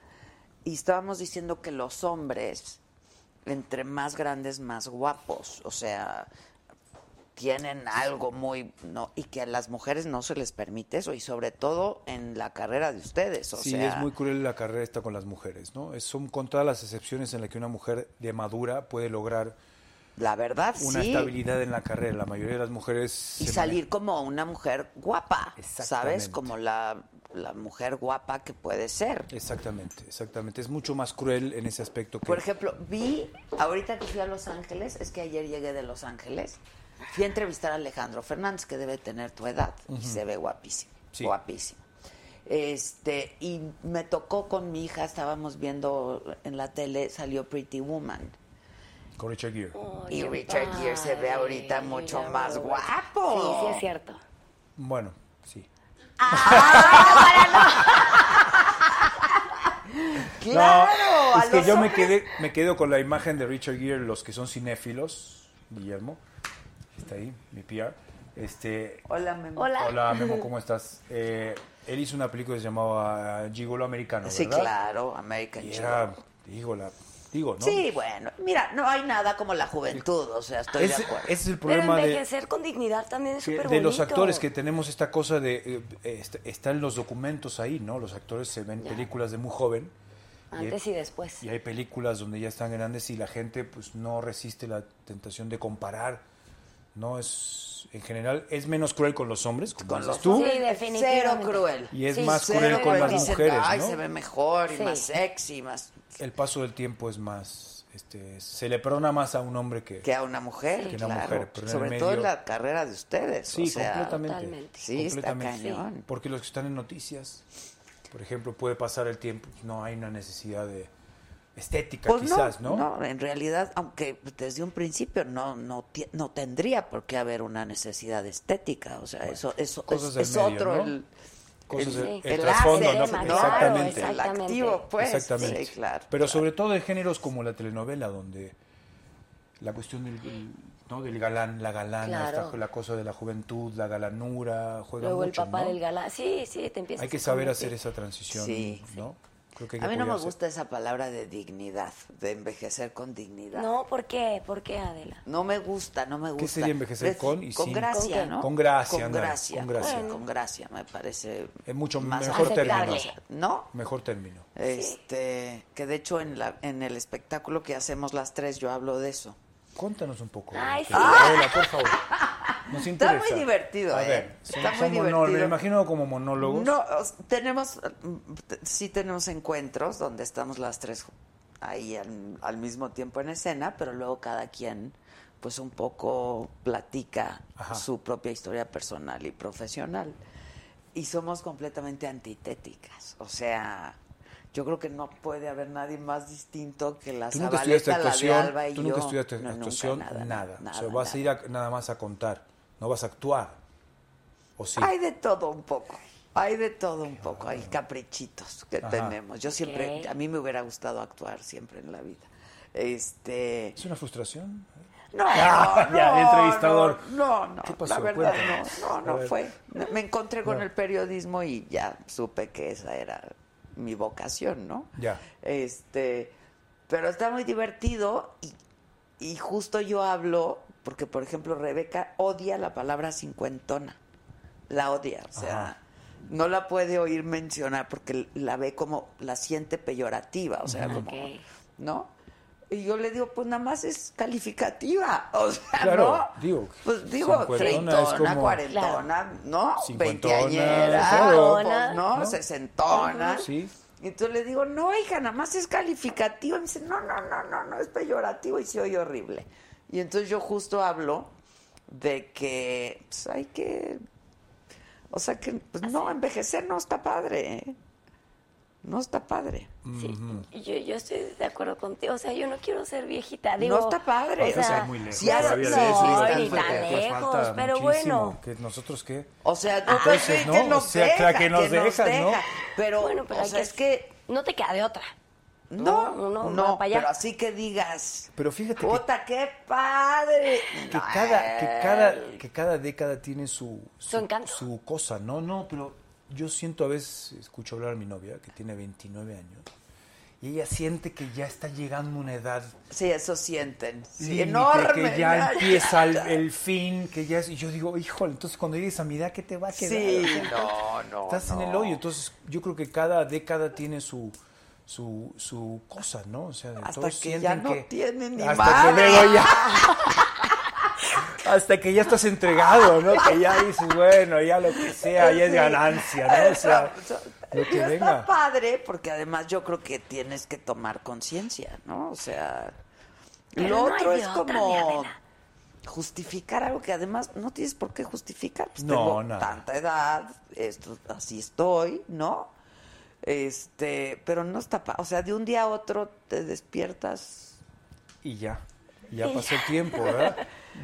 [SPEAKER 2] y estábamos diciendo que los hombres, entre más grandes, más guapos. O sea, tienen algo muy no y que a las mujeres no se les permite eso y sobre todo en la carrera de ustedes o
[SPEAKER 4] sí,
[SPEAKER 2] sea
[SPEAKER 4] es muy cruel la carrera esta con las mujeres, ¿no? Es- son contadas las excepciones en las que una mujer de madura puede lograr
[SPEAKER 2] la verdad
[SPEAKER 4] una
[SPEAKER 2] sí
[SPEAKER 4] estabilidad en la carrera. La mayoría de las mujeres...
[SPEAKER 2] y
[SPEAKER 4] se
[SPEAKER 2] salir como una mujer guapa sabes
[SPEAKER 4] Exactamente.
[SPEAKER 2] como la, la mujer guapa que puede ser
[SPEAKER 4] manejan- Exactamente, exactamente. Es mucho más cruel en ese aspecto que...
[SPEAKER 2] por ejemplo vi ahorita que fui a Los Ángeles es que ayer llegué de Los Ángeles fui a entrevistar a Alejandro Fernández que debe tener tu edad y se ve guapísimo
[SPEAKER 4] Sí.
[SPEAKER 2] guapísimo Este, y me tocó con mi hija, estábamos viendo en la tele, salió Pretty Woman.
[SPEAKER 4] Con Richard Gere.
[SPEAKER 2] Y Richard Gere se ve ahorita mucho más guapo.
[SPEAKER 10] Sí, sí es cierto.
[SPEAKER 4] Bueno, sí. No,
[SPEAKER 2] ¡Claro! a
[SPEAKER 4] es que
[SPEAKER 2] los
[SPEAKER 4] yo
[SPEAKER 2] hombres
[SPEAKER 4] me quedé, me quedo con la imagen de Richard Gere, los que son cinéfilos, Guillermo, está ahí, mi PR. Este,
[SPEAKER 2] Hola, Memo.
[SPEAKER 10] Hola.
[SPEAKER 4] hola Memo, ¿cómo estás? Eh, él hizo una película que se llamaba Gigolo Americano,
[SPEAKER 2] Sí,
[SPEAKER 4] ¿verdad?
[SPEAKER 2] claro, American
[SPEAKER 4] Y
[SPEAKER 2] Chigolo.
[SPEAKER 4] era, digo, la, digo, ¿no?
[SPEAKER 2] Sí, bueno, mira, no hay nada como la juventud, o sea, estoy
[SPEAKER 4] Ese-
[SPEAKER 2] de acuerdo.
[SPEAKER 4] ese es el
[SPEAKER 10] Pero
[SPEAKER 4] problema de,
[SPEAKER 10] envejecer con dignidad también es
[SPEAKER 4] que-
[SPEAKER 10] súper
[SPEAKER 4] de los actores, que tenemos esta cosa de, eh, est- están los documentos ahí, ¿no? Los actores se ven películas de muy joven. y-
[SPEAKER 10] Antes y después.
[SPEAKER 4] Y hay películas donde ya están grandes y la gente pues no resiste la tentación de comparar. No es en general es menos cruel con los hombres, como dices tú.
[SPEAKER 10] hombres. Sí,
[SPEAKER 2] Cero
[SPEAKER 10] definitivamente.
[SPEAKER 2] cruel.
[SPEAKER 4] Y es
[SPEAKER 10] Sí,
[SPEAKER 4] más
[SPEAKER 10] cero
[SPEAKER 4] cruel con
[SPEAKER 10] cruel.
[SPEAKER 4] las
[SPEAKER 2] Dicen,
[SPEAKER 4] mujeres,
[SPEAKER 2] Ay,
[SPEAKER 4] ¿no?
[SPEAKER 2] se ve mejor y
[SPEAKER 10] Sí.
[SPEAKER 2] más sexy, más
[SPEAKER 4] El paso del tiempo es más este se le perdona más a un hombre que
[SPEAKER 2] que a una mujer,
[SPEAKER 4] Que una
[SPEAKER 2] claro.
[SPEAKER 4] mujer, pero en el
[SPEAKER 2] Sobre todo en
[SPEAKER 4] medio-
[SPEAKER 2] la carrera de ustedes,
[SPEAKER 4] Sí,
[SPEAKER 2] o sea,
[SPEAKER 4] completamente.
[SPEAKER 10] Totalmente.
[SPEAKER 2] Sí, está
[SPEAKER 4] completamente.
[SPEAKER 2] cañón.
[SPEAKER 4] Porque los que están en noticias, por ejemplo, puede pasar el tiempo, no hay una necesidad de estética
[SPEAKER 2] Pues
[SPEAKER 4] quizás,
[SPEAKER 2] no, no, en realidad, aunque desde un principio no no ti- no tendría por qué haber una necesidad estética, o sea, eso eso
[SPEAKER 4] cosas
[SPEAKER 2] es,
[SPEAKER 4] del
[SPEAKER 2] es
[SPEAKER 4] medio,
[SPEAKER 2] otro
[SPEAKER 4] ¿no?
[SPEAKER 2] el
[SPEAKER 4] Cosas del-
[SPEAKER 10] Sí.
[SPEAKER 4] el,
[SPEAKER 10] El
[SPEAKER 4] trasfondo,
[SPEAKER 10] hacer,
[SPEAKER 4] ¿no?
[SPEAKER 10] el matar,
[SPEAKER 4] Exactamente.
[SPEAKER 2] el
[SPEAKER 10] Exactamente.
[SPEAKER 2] activo, pues.
[SPEAKER 4] Exactamente.
[SPEAKER 2] Sí, claro.
[SPEAKER 4] Pero sobre todo de géneros como la telenovela, donde la cuestión del, del- ¿no? del galán, la galana,
[SPEAKER 10] Claro.
[SPEAKER 4] esta- la cosa de la juventud, la galanura, juega
[SPEAKER 10] Luego
[SPEAKER 4] mucho,
[SPEAKER 10] el papá
[SPEAKER 4] ¿no?
[SPEAKER 10] del galán. Sí, sí, te empiezas
[SPEAKER 4] Hay que
[SPEAKER 10] a
[SPEAKER 4] saber
[SPEAKER 10] convertir.
[SPEAKER 4] hacer esa transición,
[SPEAKER 2] Sí.
[SPEAKER 4] ¿no? Creo que hay que
[SPEAKER 2] A mí no me
[SPEAKER 4] apoyarse.
[SPEAKER 2] gusta esa palabra de dignidad, de envejecer con dignidad. No,
[SPEAKER 10] No, ¿por qué? ¿Por qué, Adela?
[SPEAKER 2] me gusta, no me gusta.
[SPEAKER 4] sería envejecer
[SPEAKER 2] Pref-
[SPEAKER 4] con y
[SPEAKER 2] Con
[SPEAKER 4] sin?
[SPEAKER 2] gracia,
[SPEAKER 10] ¿Con qué?
[SPEAKER 2] ¿no?
[SPEAKER 4] Con gracia,
[SPEAKER 2] Con
[SPEAKER 4] ándale,
[SPEAKER 2] gracia,
[SPEAKER 4] con gracia.
[SPEAKER 2] con- con gracia, me parece.
[SPEAKER 4] Es mucho
[SPEAKER 2] más
[SPEAKER 4] mejor
[SPEAKER 10] aceptable.
[SPEAKER 4] término.
[SPEAKER 2] ¿No?
[SPEAKER 4] Mejor término.
[SPEAKER 2] Este, que de hecho en, la, en el espectáculo que hacemos las tres yo hablo de eso.
[SPEAKER 4] Cuéntanos un poco.
[SPEAKER 10] Ay,
[SPEAKER 4] querida
[SPEAKER 10] sí.
[SPEAKER 4] Adela, por favor. Nos interesa.
[SPEAKER 2] muy divertido,
[SPEAKER 4] A
[SPEAKER 2] ¿eh?
[SPEAKER 4] ver, son-
[SPEAKER 2] Está muy
[SPEAKER 4] son monólogos.
[SPEAKER 2] divertido.
[SPEAKER 4] Me imagino como monólogos.
[SPEAKER 2] No, os- tenemos, mm, t- sí tenemos encuentros donde estamos las tres ju- ahí al, al mismo tiempo en escena, pero luego cada quien pues un poco platica
[SPEAKER 4] Ajá.
[SPEAKER 2] su propia historia personal y profesional. Y somos completamente antitéticas, o sea, yo creo que no puede haber nadie más distinto que la
[SPEAKER 4] Tú nunca
[SPEAKER 2] Zabaleta,
[SPEAKER 4] estudiaste
[SPEAKER 2] la de
[SPEAKER 4] actuación,
[SPEAKER 2] Alba y
[SPEAKER 4] tú nunca
[SPEAKER 2] yo.
[SPEAKER 4] estudiaste
[SPEAKER 2] No, nunca,
[SPEAKER 4] actuación, nada, O sea, vas
[SPEAKER 2] nada.
[SPEAKER 4] a ir a- nada más a contar, no vas a actuar. ¿O sí?
[SPEAKER 2] Hay de todo un poco. Hay de todo un poco. Hay caprichitos que
[SPEAKER 4] Ajá.
[SPEAKER 2] tenemos. Yo siempre,
[SPEAKER 10] Ok.
[SPEAKER 2] a mí me hubiera gustado actuar siempre en la vida. Este.
[SPEAKER 4] ¿Es una frustración?
[SPEAKER 2] No,
[SPEAKER 4] Ya,
[SPEAKER 2] no,
[SPEAKER 4] ya, el entrevistador.
[SPEAKER 2] No, no, no,
[SPEAKER 4] ¿Qué pasó?
[SPEAKER 2] la verdad
[SPEAKER 4] Cuéntame.
[SPEAKER 2] no,
[SPEAKER 4] A
[SPEAKER 2] no, no
[SPEAKER 4] ver.
[SPEAKER 2] fue. Me encontré con
[SPEAKER 4] No.
[SPEAKER 2] el periodismo y ya supe que esa era mi vocación, ¿no?
[SPEAKER 4] Ya.
[SPEAKER 2] Este, pero está muy divertido y, y justo yo hablo, porque por ejemplo Rebeca odia la palabra cincuentona, la odia, o sea,
[SPEAKER 4] Ajá.
[SPEAKER 2] no la puede oír mencionar porque la ve como, la siente peyorativa, o sea, como,
[SPEAKER 10] Ok.
[SPEAKER 2] ¿no? Y yo le digo, pues nada más es calificativa. O sea,
[SPEAKER 4] Claro,
[SPEAKER 2] ¿no?
[SPEAKER 4] digo,
[SPEAKER 2] Pues digo,
[SPEAKER 4] cincuentona es
[SPEAKER 2] treintona,
[SPEAKER 4] como-
[SPEAKER 2] cuarentona, ¿no?
[SPEAKER 4] Cincuentona,
[SPEAKER 2] Veinteañera,
[SPEAKER 4] claro.
[SPEAKER 2] pues, ¿no?
[SPEAKER 4] ¿No?
[SPEAKER 2] Sesentona.
[SPEAKER 4] Sí.
[SPEAKER 2] Y entonces le digo, no, hija, nada más es calificativo. Y me dice, no, no, no, no, no, es peyorativo y se oye horrible. Y entonces yo justo hablo de que pues, hay que. O sea, que pues, no, envejecer no está padre. ¿eh? No está padre.
[SPEAKER 10] Sí, yo, yo estoy de acuerdo contigo. O sea, yo no quiero ser viejita. Digo,
[SPEAKER 2] no está padre.
[SPEAKER 10] O sea,
[SPEAKER 4] muy lejos.
[SPEAKER 2] si haces-
[SPEAKER 4] todavía
[SPEAKER 10] no,
[SPEAKER 4] de eso,
[SPEAKER 2] sí,
[SPEAKER 4] está
[SPEAKER 2] ni
[SPEAKER 4] fuerte,
[SPEAKER 2] tan
[SPEAKER 4] que nos
[SPEAKER 10] lejos,
[SPEAKER 4] falta
[SPEAKER 10] pero
[SPEAKER 4] muchísimo,
[SPEAKER 10] bueno.
[SPEAKER 4] Que nosotros qué.
[SPEAKER 2] O sea,
[SPEAKER 4] Ah,
[SPEAKER 2] pues,
[SPEAKER 4] entonces,
[SPEAKER 2] que
[SPEAKER 4] ¿no?
[SPEAKER 2] nos
[SPEAKER 4] O sea,
[SPEAKER 2] deja,
[SPEAKER 4] que nos dejas, ¿no?
[SPEAKER 2] Pero,
[SPEAKER 10] bueno, pero
[SPEAKER 2] o
[SPEAKER 10] hay
[SPEAKER 2] sea,
[SPEAKER 10] que-
[SPEAKER 2] es que
[SPEAKER 10] no te queda de otra.
[SPEAKER 2] no,
[SPEAKER 10] No, uno
[SPEAKER 2] no,
[SPEAKER 10] va para allá.
[SPEAKER 2] pero así que digas.
[SPEAKER 4] Pero fíjate que-
[SPEAKER 2] Jota, qué padre.
[SPEAKER 4] que
[SPEAKER 2] No,
[SPEAKER 4] cada, que
[SPEAKER 2] eh,
[SPEAKER 4] cada, que cada década tiene su,
[SPEAKER 10] Su encanto.
[SPEAKER 4] su cosa, ¿no? No, pero yo siento a veces, escucho hablar a mi novia, que tiene 29 años, y ella siente que ya está llegando una edad
[SPEAKER 2] Sí, eso sienten. Sí,
[SPEAKER 4] límite,
[SPEAKER 2] enorme.
[SPEAKER 4] que ya empieza el, el fin, que ya es... Y yo digo, híjole, entonces cuando llegues a mi edad, ¿qué te va a quedar?
[SPEAKER 2] Sí,
[SPEAKER 4] O sea,
[SPEAKER 2] no, no.
[SPEAKER 4] Estás en el
[SPEAKER 2] Oh, no.
[SPEAKER 4] hoyo, entonces yo creo que cada década tiene su su, su cosa, ¿no? O sea, de
[SPEAKER 2] Hasta
[SPEAKER 4] todos
[SPEAKER 2] que ya
[SPEAKER 4] sienten
[SPEAKER 2] no
[SPEAKER 4] que-
[SPEAKER 2] tienen ni
[SPEAKER 4] hasta
[SPEAKER 2] madre.
[SPEAKER 4] que luego ya hasta que ya estás entregado, ¿no? Que ya dices, bueno, ya lo que sea, ya es ganancia, ¿no? O sea,
[SPEAKER 2] Eso- eso-
[SPEAKER 4] lo que
[SPEAKER 2] está
[SPEAKER 4] venga.
[SPEAKER 2] padre porque además yo creo que tienes que tomar conciencia, ¿no? O sea,
[SPEAKER 10] Pero
[SPEAKER 2] lo
[SPEAKER 10] no hay
[SPEAKER 2] otro
[SPEAKER 10] de
[SPEAKER 2] es
[SPEAKER 10] otra, mi
[SPEAKER 2] como
[SPEAKER 10] Adela.
[SPEAKER 2] justificar algo que además no tienes por qué justificar. Pues
[SPEAKER 4] No,
[SPEAKER 2] tengo
[SPEAKER 4] nada.
[SPEAKER 2] tanta edad, esto, así estoy, ¿no? Este, pero no está, pa- o sea, de un día a otro te despiertas.
[SPEAKER 4] Y ya, ya pasó el tiempo, ¿verdad?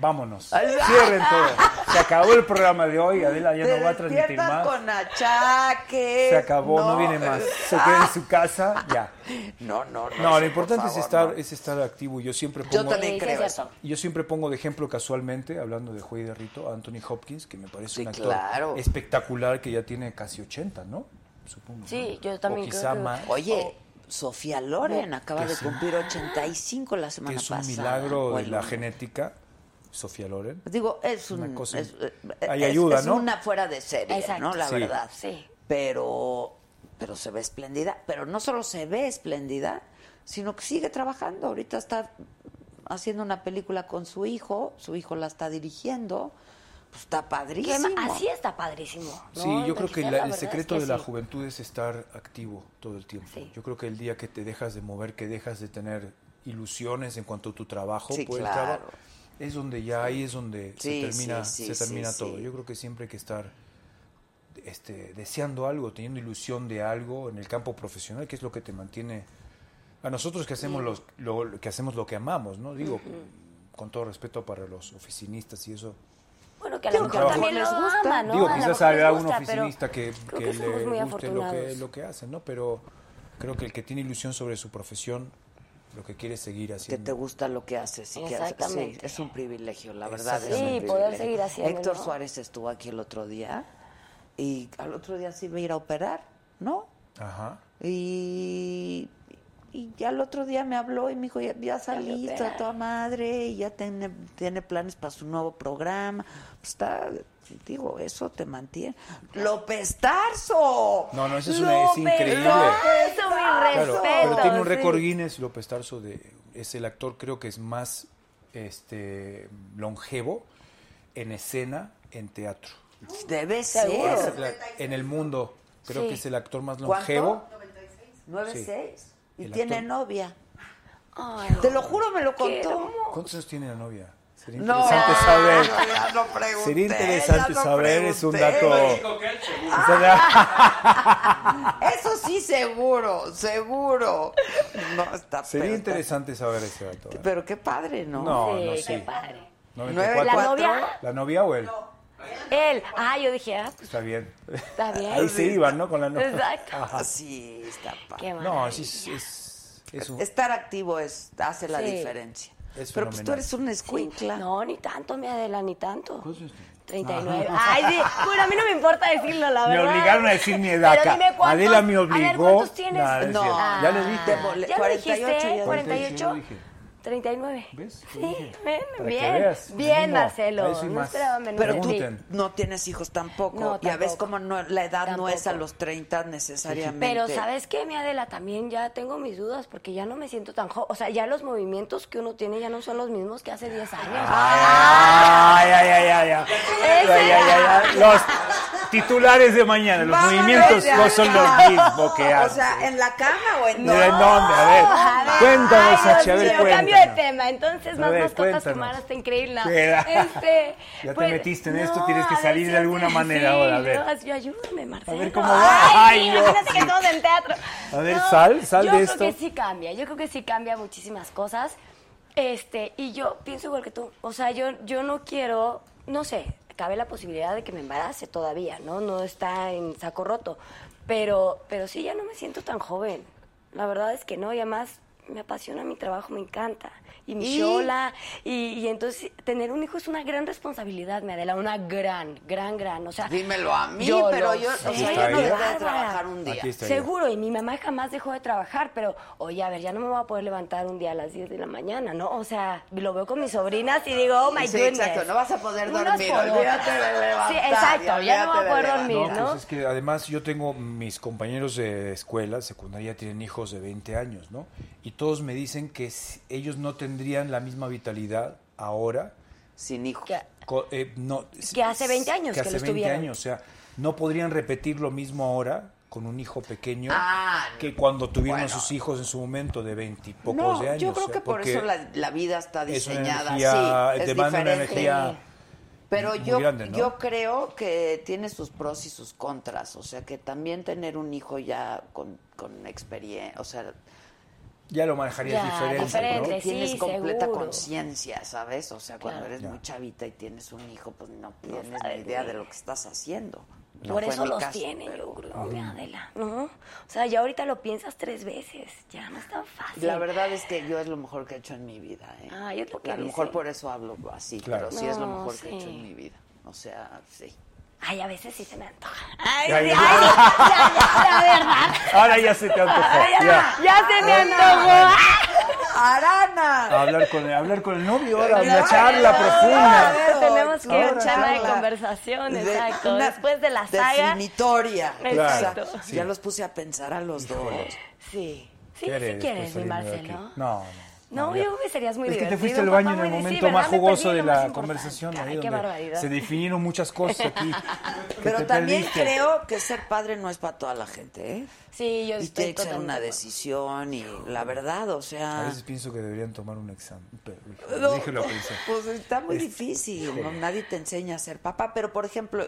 [SPEAKER 4] Vámonos. Cierren todo. Se acabó el programa de hoy, Adela ya
[SPEAKER 2] te
[SPEAKER 4] no va a transmitir
[SPEAKER 2] despiertas
[SPEAKER 4] más.
[SPEAKER 2] con achaques.
[SPEAKER 4] Se acabó, no, viene más. Se queda
[SPEAKER 2] Ah.
[SPEAKER 4] en su casa, ya.
[SPEAKER 2] No, no, no.
[SPEAKER 4] No,
[SPEAKER 2] eso,
[SPEAKER 4] lo importante
[SPEAKER 2] por
[SPEAKER 4] es
[SPEAKER 2] favor,
[SPEAKER 4] estar,
[SPEAKER 2] no.
[SPEAKER 4] es estar activo. Yo siempre pongo...
[SPEAKER 2] Yo también
[SPEAKER 10] Sí, sí,
[SPEAKER 2] creo
[SPEAKER 10] es
[SPEAKER 2] eso.
[SPEAKER 10] cierto.
[SPEAKER 4] Yo siempre pongo de ejemplo casualmente, hablando de Juey de Rito, a Anthony Hopkins, que me parece
[SPEAKER 2] Sí,
[SPEAKER 4] un actor
[SPEAKER 2] claro.
[SPEAKER 4] espectacular que ya tiene casi 80, ¿no? Supongo.
[SPEAKER 10] Sí,
[SPEAKER 4] ¿no?
[SPEAKER 10] yo también
[SPEAKER 4] o quizá
[SPEAKER 10] creo que-
[SPEAKER 4] más.
[SPEAKER 2] Oye, Sofía Loren acaba
[SPEAKER 4] que
[SPEAKER 2] de
[SPEAKER 4] sí.
[SPEAKER 2] cumplir 85 la
[SPEAKER 4] que
[SPEAKER 2] semana
[SPEAKER 4] es un
[SPEAKER 2] pasada.
[SPEAKER 4] milagro
[SPEAKER 2] o
[SPEAKER 4] de
[SPEAKER 2] el
[SPEAKER 4] la
[SPEAKER 2] lunes.
[SPEAKER 4] genética, Sofía Loren.
[SPEAKER 2] Digo, es un,
[SPEAKER 4] Una cosa-
[SPEAKER 2] es, eh,
[SPEAKER 4] Ahí
[SPEAKER 2] es-
[SPEAKER 4] ayuda,
[SPEAKER 2] es
[SPEAKER 4] ¿no?
[SPEAKER 2] una fuera de serie,
[SPEAKER 10] Exacto.
[SPEAKER 2] ¿no? La
[SPEAKER 4] Sí.
[SPEAKER 2] verdad.
[SPEAKER 10] Sí.
[SPEAKER 2] Pero, pero se ve espléndida. Pero no solo se ve espléndida, sino que sigue trabajando. Ahorita está haciendo una película con su hijo. Su hijo la está dirigiendo. Pues está
[SPEAKER 10] Qué
[SPEAKER 2] padrísimo.
[SPEAKER 10] ma- así está padrísimo. ¿no?
[SPEAKER 4] Sí, yo creo
[SPEAKER 10] Envejecer,
[SPEAKER 4] que la-
[SPEAKER 10] la
[SPEAKER 4] el
[SPEAKER 10] verdad es
[SPEAKER 4] secreto
[SPEAKER 10] que
[SPEAKER 4] de la
[SPEAKER 10] sí.
[SPEAKER 4] juventud es estar activo todo el tiempo.
[SPEAKER 10] Sí.
[SPEAKER 4] Yo creo que el día que te dejas de mover, que dejas de tener ilusiones en cuanto a tu trabajo,
[SPEAKER 2] Sí,
[SPEAKER 4] por el
[SPEAKER 2] claro.
[SPEAKER 4] trabajo, es donde ya ahí es donde
[SPEAKER 2] Sí,
[SPEAKER 4] se termina,
[SPEAKER 2] sí, sí,
[SPEAKER 4] se
[SPEAKER 2] sí,
[SPEAKER 4] termina
[SPEAKER 2] sí.
[SPEAKER 4] todo. Yo creo que siempre hay que estar este, deseando algo, teniendo ilusión de algo en el campo profesional, que es lo que te mantiene a nosotros que hacemos los- lo, lo que hacemos lo que amamos, ¿no? Digo, con todo respeto para los oficinistas y eso.
[SPEAKER 10] Bueno, que a lo
[SPEAKER 4] Digo,
[SPEAKER 10] mejor
[SPEAKER 4] trabajo.
[SPEAKER 10] también les gusta, ¿no?
[SPEAKER 4] Digo,
[SPEAKER 10] A lo
[SPEAKER 4] quizás
[SPEAKER 10] mejor
[SPEAKER 4] habrá
[SPEAKER 10] les
[SPEAKER 4] un
[SPEAKER 10] gusta, pero
[SPEAKER 4] oficinista que,
[SPEAKER 10] creo
[SPEAKER 4] que
[SPEAKER 10] que somos
[SPEAKER 4] le
[SPEAKER 10] muy
[SPEAKER 4] guste lo que,
[SPEAKER 10] afortunados.
[SPEAKER 4] lo que hace, ¿no? Pero creo que el que tiene ilusión sobre su profesión, lo que quiere es seguir
[SPEAKER 2] que
[SPEAKER 4] haciendo.
[SPEAKER 2] te gusta lo que haces y que haces. Sí,
[SPEAKER 10] Exactamente.
[SPEAKER 2] es un privilegio, la verdad. es un
[SPEAKER 10] Sí, poder
[SPEAKER 2] privilegio.
[SPEAKER 10] seguir haciéndolo.
[SPEAKER 2] Héctor Suárez estuvo aquí el otro día y al otro día sí iba a ir a operar, ¿no?
[SPEAKER 4] Ajá.
[SPEAKER 2] Y, y ya el otro día me habló y me dijo, ya, ya salí, está
[SPEAKER 10] operaron.
[SPEAKER 2] toda madre, y ya tiene, tiene planes para su nuevo programa. Pues está, digo, eso te mantiene. ¡López Tarso!
[SPEAKER 4] No, no, esa es una- es
[SPEAKER 10] López,
[SPEAKER 4] increíble.
[SPEAKER 10] Eso, mi
[SPEAKER 4] Claro,
[SPEAKER 10] respeto.
[SPEAKER 4] pero tiene un
[SPEAKER 10] sí.
[SPEAKER 4] récord Guinness, López Tarso, de, es el actor creo que es más este longevo en escena, en teatro.
[SPEAKER 2] Debe
[SPEAKER 10] Seguro.
[SPEAKER 2] ser.
[SPEAKER 4] Es la- en el mundo, creo
[SPEAKER 10] Sí.
[SPEAKER 4] que es el actor más
[SPEAKER 2] ¿Cuánto?
[SPEAKER 4] longevo.
[SPEAKER 2] 9-6. Y
[SPEAKER 4] El
[SPEAKER 2] tiene
[SPEAKER 4] actor.
[SPEAKER 2] novia.
[SPEAKER 10] Ay,
[SPEAKER 2] Te lo juro, me lo contó.
[SPEAKER 4] ¿Cuántos años tiene la novia? Sería
[SPEAKER 2] No,
[SPEAKER 4] interesante saber.
[SPEAKER 2] no, ya no pregunté,
[SPEAKER 4] Sería
[SPEAKER 2] ya
[SPEAKER 4] interesante
[SPEAKER 2] no
[SPEAKER 4] saber, es un
[SPEAKER 2] pregunté. Ah.
[SPEAKER 4] dato.
[SPEAKER 3] Dijo que él seguro.
[SPEAKER 2] Eso sí, seguro, seguro. No, está
[SPEAKER 4] Sería
[SPEAKER 2] pero está-
[SPEAKER 4] interesante saber ese dato. ¿eh?
[SPEAKER 2] Pero qué padre, ¿no?
[SPEAKER 4] No,
[SPEAKER 10] Sí,
[SPEAKER 4] no,
[SPEAKER 10] qué
[SPEAKER 4] sí.
[SPEAKER 10] padre.
[SPEAKER 4] 94.
[SPEAKER 10] ¿La
[SPEAKER 2] ¿Cuatro?
[SPEAKER 10] novia?
[SPEAKER 4] ¿La novia o él?
[SPEAKER 10] Él. Ah, yo dije, ah, pues
[SPEAKER 4] Está bien.
[SPEAKER 10] está bien.
[SPEAKER 4] Ahí se iban, ¿no? Con la novia.
[SPEAKER 10] Exacto.
[SPEAKER 2] Ah, sí, está padre.
[SPEAKER 10] Qué
[SPEAKER 4] No,
[SPEAKER 10] maravilla.
[SPEAKER 4] sí, es, es, es un-
[SPEAKER 2] Estar activo es hace la
[SPEAKER 10] Sí.
[SPEAKER 2] diferencia.
[SPEAKER 4] Es
[SPEAKER 2] Pero pues tú
[SPEAKER 4] fenomenal.
[SPEAKER 2] eres un escuincla.
[SPEAKER 10] No, ni tanto, mi Adela, ni tanto.
[SPEAKER 4] ¿Cuántos
[SPEAKER 10] 39. Ay, sí. Bueno, a mí no me importa decirlo, la
[SPEAKER 4] Me
[SPEAKER 10] verdad.
[SPEAKER 4] obligaron a decir mi edad
[SPEAKER 10] Pero
[SPEAKER 4] acá.
[SPEAKER 10] dime cuántos-
[SPEAKER 4] Adela me
[SPEAKER 10] A ver,
[SPEAKER 4] obligó.
[SPEAKER 10] ¿cuántos tienes?
[SPEAKER 4] Nada, es
[SPEAKER 2] No.
[SPEAKER 4] cierto. Ya le
[SPEAKER 2] Te
[SPEAKER 4] dije.
[SPEAKER 2] volé-
[SPEAKER 10] ¿Ya lo dijiste?
[SPEAKER 2] 48 ya.
[SPEAKER 10] 48.
[SPEAKER 4] dije.
[SPEAKER 10] 39.
[SPEAKER 4] ¿Ves? Te
[SPEAKER 10] Sí,
[SPEAKER 4] dije.
[SPEAKER 10] bien,
[SPEAKER 4] Para que
[SPEAKER 10] bien,
[SPEAKER 4] veas,
[SPEAKER 10] bien,
[SPEAKER 4] ánimo,
[SPEAKER 10] Marcelo.
[SPEAKER 4] eso y
[SPEAKER 10] no
[SPEAKER 4] más.
[SPEAKER 10] esperaba menos
[SPEAKER 2] Pero
[SPEAKER 10] de
[SPEAKER 2] tú
[SPEAKER 10] ti.
[SPEAKER 2] no tienes hijos tampoco.
[SPEAKER 10] No,
[SPEAKER 2] Ya ves como
[SPEAKER 10] tampoco.
[SPEAKER 2] no, la edad no es a
[SPEAKER 10] Tampoco.
[SPEAKER 2] los 30 necesariamente.
[SPEAKER 10] Pero ¿sabes qué, mi Adela? También ya tengo mis dudas porque ya no me siento tan joven. O sea, ya los movimientos que uno tiene ya no son los mismos que hace 10 años.
[SPEAKER 4] Ah, Ay, ay, ay, ay, ay.
[SPEAKER 10] Ese
[SPEAKER 4] Ay, ay, ay, ay. Los titulares de mañana, los
[SPEAKER 2] Vámonos
[SPEAKER 4] movimientos
[SPEAKER 2] de
[SPEAKER 4] no son
[SPEAKER 2] acá.
[SPEAKER 4] los mismos que
[SPEAKER 2] O
[SPEAKER 4] antes.
[SPEAKER 2] sea, ¿en la cama o en
[SPEAKER 4] Mira, ¿En dónde? A ver, cuéntanos,
[SPEAKER 10] Ay, Dios
[SPEAKER 4] Sachi, a ver,
[SPEAKER 10] mío, cambio de
[SPEAKER 4] cuéntanos.
[SPEAKER 10] tema. Entonces,
[SPEAKER 4] A
[SPEAKER 10] más
[SPEAKER 4] ver,
[SPEAKER 10] mascotas
[SPEAKER 4] cuéntanos.
[SPEAKER 10] que humanas, está increíble. ¿no?
[SPEAKER 4] Queda.
[SPEAKER 10] Este,
[SPEAKER 4] Ya te metiste en esto, tienes que
[SPEAKER 10] a ver,
[SPEAKER 4] salir de
[SPEAKER 10] sí,
[SPEAKER 4] alguna
[SPEAKER 10] sí,
[SPEAKER 4] manera ahora, a
[SPEAKER 10] no,
[SPEAKER 4] ver.
[SPEAKER 10] así, ayúdame, Marcelo.
[SPEAKER 4] cómo va.
[SPEAKER 10] Ay,
[SPEAKER 4] Ay,
[SPEAKER 10] sí,
[SPEAKER 4] no,
[SPEAKER 10] imagínate que
[SPEAKER 4] sí.
[SPEAKER 10] estamos en teatro.
[SPEAKER 4] A ver, sal, sal
[SPEAKER 10] yo
[SPEAKER 4] de
[SPEAKER 10] creo
[SPEAKER 4] esto.
[SPEAKER 10] que sí cambia, yo creo que sí cambia muchísimas cosas. Este, y yo pienso igual que tú. O sea, yo, yo no quiero, no sé, cabe la posibilidad de que me embarace todavía, ¿no? No está en saco roto. Pero, pero sí, ya no me siento tan joven. La verdad es que no, y además me apasiona mi trabajo, me encanta. Y mi
[SPEAKER 2] ¿Y?
[SPEAKER 10] show, la- y, y entonces tener un hijo es una gran responsabilidad, me adela, una gran, gran, gran. O sea,
[SPEAKER 2] Dímelo a mí,
[SPEAKER 10] yo
[SPEAKER 2] pero
[SPEAKER 10] lo
[SPEAKER 2] yo, o
[SPEAKER 10] sé.
[SPEAKER 2] sea,
[SPEAKER 4] está
[SPEAKER 2] yo no
[SPEAKER 4] ella.
[SPEAKER 2] dejé de
[SPEAKER 10] Bárbara.
[SPEAKER 2] trabajar un día.
[SPEAKER 4] Aquí está.
[SPEAKER 10] Seguro, y mi mamá jamás dejó de trabajar, pero oye, a ver, ya no me voy a poder levantar un día a las 10 de la mañana, ¿no? O sea, lo veo con mis sobrinas y digo, oh my
[SPEAKER 2] Sí,
[SPEAKER 10] goodness.
[SPEAKER 2] exacto, no vas a poder
[SPEAKER 10] Unas
[SPEAKER 2] dormir,
[SPEAKER 10] por otras.
[SPEAKER 2] olvídate de levantar,
[SPEAKER 10] Sí, exacto, ya no
[SPEAKER 2] olvídate
[SPEAKER 10] voy a poder
[SPEAKER 2] de
[SPEAKER 10] dormir,
[SPEAKER 4] No,
[SPEAKER 10] ¿no?
[SPEAKER 4] pues es que además yo tengo mis compañeros de escuela, secundaria, tienen hijos de 20 años, ¿no? Y todos me dicen que si- ellos no tendrían la misma vitalidad ahora.
[SPEAKER 2] Sin hijos.
[SPEAKER 10] Que-
[SPEAKER 4] co- eh, no, s-
[SPEAKER 10] Que hace 20 años
[SPEAKER 4] que
[SPEAKER 10] que
[SPEAKER 4] hace
[SPEAKER 10] los
[SPEAKER 4] 20
[SPEAKER 10] tuvieran.
[SPEAKER 4] años, o sea, no podrían repetir lo mismo ahora con un hijo pequeño
[SPEAKER 2] Ah,
[SPEAKER 4] que cuando tuvieron a
[SPEAKER 2] bueno.
[SPEAKER 4] sus hijos en su momento de 20 y pocos
[SPEAKER 2] No,
[SPEAKER 4] de años.
[SPEAKER 2] yo creo
[SPEAKER 4] o sea,
[SPEAKER 2] que por
[SPEAKER 4] porque
[SPEAKER 2] eso la, la vida está
[SPEAKER 4] es una
[SPEAKER 2] diseñada
[SPEAKER 4] energía-
[SPEAKER 2] así. Es
[SPEAKER 4] demanda una
[SPEAKER 2] diferente.
[SPEAKER 4] energía
[SPEAKER 2] Pero
[SPEAKER 4] muy
[SPEAKER 2] yo,
[SPEAKER 4] grande, ¿no?
[SPEAKER 2] yo creo que tiene sus pros y sus contras. O sea, que también tener un hijo ya con, con experiencia, o sea,
[SPEAKER 4] ya lo manejarías
[SPEAKER 10] Ya,
[SPEAKER 4] diferente,
[SPEAKER 10] diferente,
[SPEAKER 4] ¿no?
[SPEAKER 2] que tienes
[SPEAKER 10] sí,
[SPEAKER 2] completa
[SPEAKER 10] seguro.
[SPEAKER 2] conciencia, ¿sabes? O sea, cuando
[SPEAKER 10] Claro.
[SPEAKER 2] eres
[SPEAKER 4] Ya.
[SPEAKER 2] muy chavita y tienes un hijo, pues no tienes ni
[SPEAKER 10] sabes,
[SPEAKER 2] idea
[SPEAKER 10] güey.
[SPEAKER 2] de lo que estás haciendo. No
[SPEAKER 10] Por
[SPEAKER 2] fue
[SPEAKER 10] eso
[SPEAKER 2] mi
[SPEAKER 10] los
[SPEAKER 2] caso,
[SPEAKER 10] tienen,
[SPEAKER 2] pero-
[SPEAKER 10] yo creo, mi Adela, ¿no? O sea, ya ahorita lo piensas tres veces, ya no es tan fácil.
[SPEAKER 2] La verdad es que yo es lo mejor que he hecho en mi vida. ¿eh?
[SPEAKER 10] Ah, yo
[SPEAKER 2] Porque a lo
[SPEAKER 10] también
[SPEAKER 2] mejor
[SPEAKER 10] sé.
[SPEAKER 2] por eso hablo así,
[SPEAKER 4] Claro.
[SPEAKER 2] pero sí es lo
[SPEAKER 10] No,
[SPEAKER 2] mejor que he hecho
[SPEAKER 10] sí.
[SPEAKER 2] en mi vida. O sea, sí.
[SPEAKER 10] Ay, a veces sí se me antoja. Ay,
[SPEAKER 4] Ya,
[SPEAKER 10] sí,
[SPEAKER 4] ya.
[SPEAKER 10] ay, sí, ya, ya, la verdad.
[SPEAKER 4] Ahora ya se te antojó.
[SPEAKER 10] Ay,
[SPEAKER 4] ya.
[SPEAKER 10] ya, ya se me antojó.
[SPEAKER 2] ¡Arana!
[SPEAKER 4] Hablar con, hablar con el novio, ahora
[SPEAKER 2] Claro,
[SPEAKER 4] una charla
[SPEAKER 2] claro,
[SPEAKER 4] profunda.
[SPEAKER 2] claro,
[SPEAKER 10] Tenemos que
[SPEAKER 2] claro,
[SPEAKER 10] un tema de
[SPEAKER 2] charla.
[SPEAKER 10] conversación,
[SPEAKER 2] De-
[SPEAKER 10] exacto.
[SPEAKER 2] una
[SPEAKER 10] Después de la saga.
[SPEAKER 2] Definitoria.
[SPEAKER 10] Exacto.
[SPEAKER 2] O sea, Ya los puse a pensar a los dos.
[SPEAKER 10] Sí. Sí,
[SPEAKER 4] ¿Qué haré
[SPEAKER 10] sí quieres,
[SPEAKER 4] después
[SPEAKER 10] mi
[SPEAKER 4] saliendo de
[SPEAKER 10] Marcelo.
[SPEAKER 4] aquí? No, no.
[SPEAKER 10] No,
[SPEAKER 4] ya.
[SPEAKER 10] yo creo que serías muy
[SPEAKER 4] Es que te
[SPEAKER 10] divertido,
[SPEAKER 4] fuiste al
[SPEAKER 10] un papá
[SPEAKER 4] baño en el
[SPEAKER 10] muy- sí,
[SPEAKER 4] momento
[SPEAKER 10] ¿verdad?
[SPEAKER 4] más
[SPEAKER 10] Me
[SPEAKER 4] jugoso
[SPEAKER 10] perdí
[SPEAKER 4] de
[SPEAKER 10] lo más
[SPEAKER 4] la
[SPEAKER 10] importante.
[SPEAKER 4] conversación, ahí
[SPEAKER 10] Ay, qué
[SPEAKER 4] donde
[SPEAKER 10] barbaridad.
[SPEAKER 4] se definieron muchas cosas aquí. que te
[SPEAKER 2] Pero también
[SPEAKER 4] perdiste.
[SPEAKER 2] creo que ser padre no es para toda la gente, ¿eh?
[SPEAKER 10] Sí, yo
[SPEAKER 2] Y
[SPEAKER 10] estoy
[SPEAKER 2] tiene que ser
[SPEAKER 10] totalmente
[SPEAKER 2] una
[SPEAKER 10] de acuerdo.
[SPEAKER 2] decisión y la verdad, o
[SPEAKER 4] A
[SPEAKER 2] sea...
[SPEAKER 4] veces pienso que deberían tomar un examen. Pero, hijo,
[SPEAKER 2] No,
[SPEAKER 4] dije lo que pensé.
[SPEAKER 2] Pues está muy
[SPEAKER 4] Es-
[SPEAKER 2] difícil,
[SPEAKER 4] híjole.
[SPEAKER 2] ¿no? nadie te enseña a ser papá, pero por ejemplo,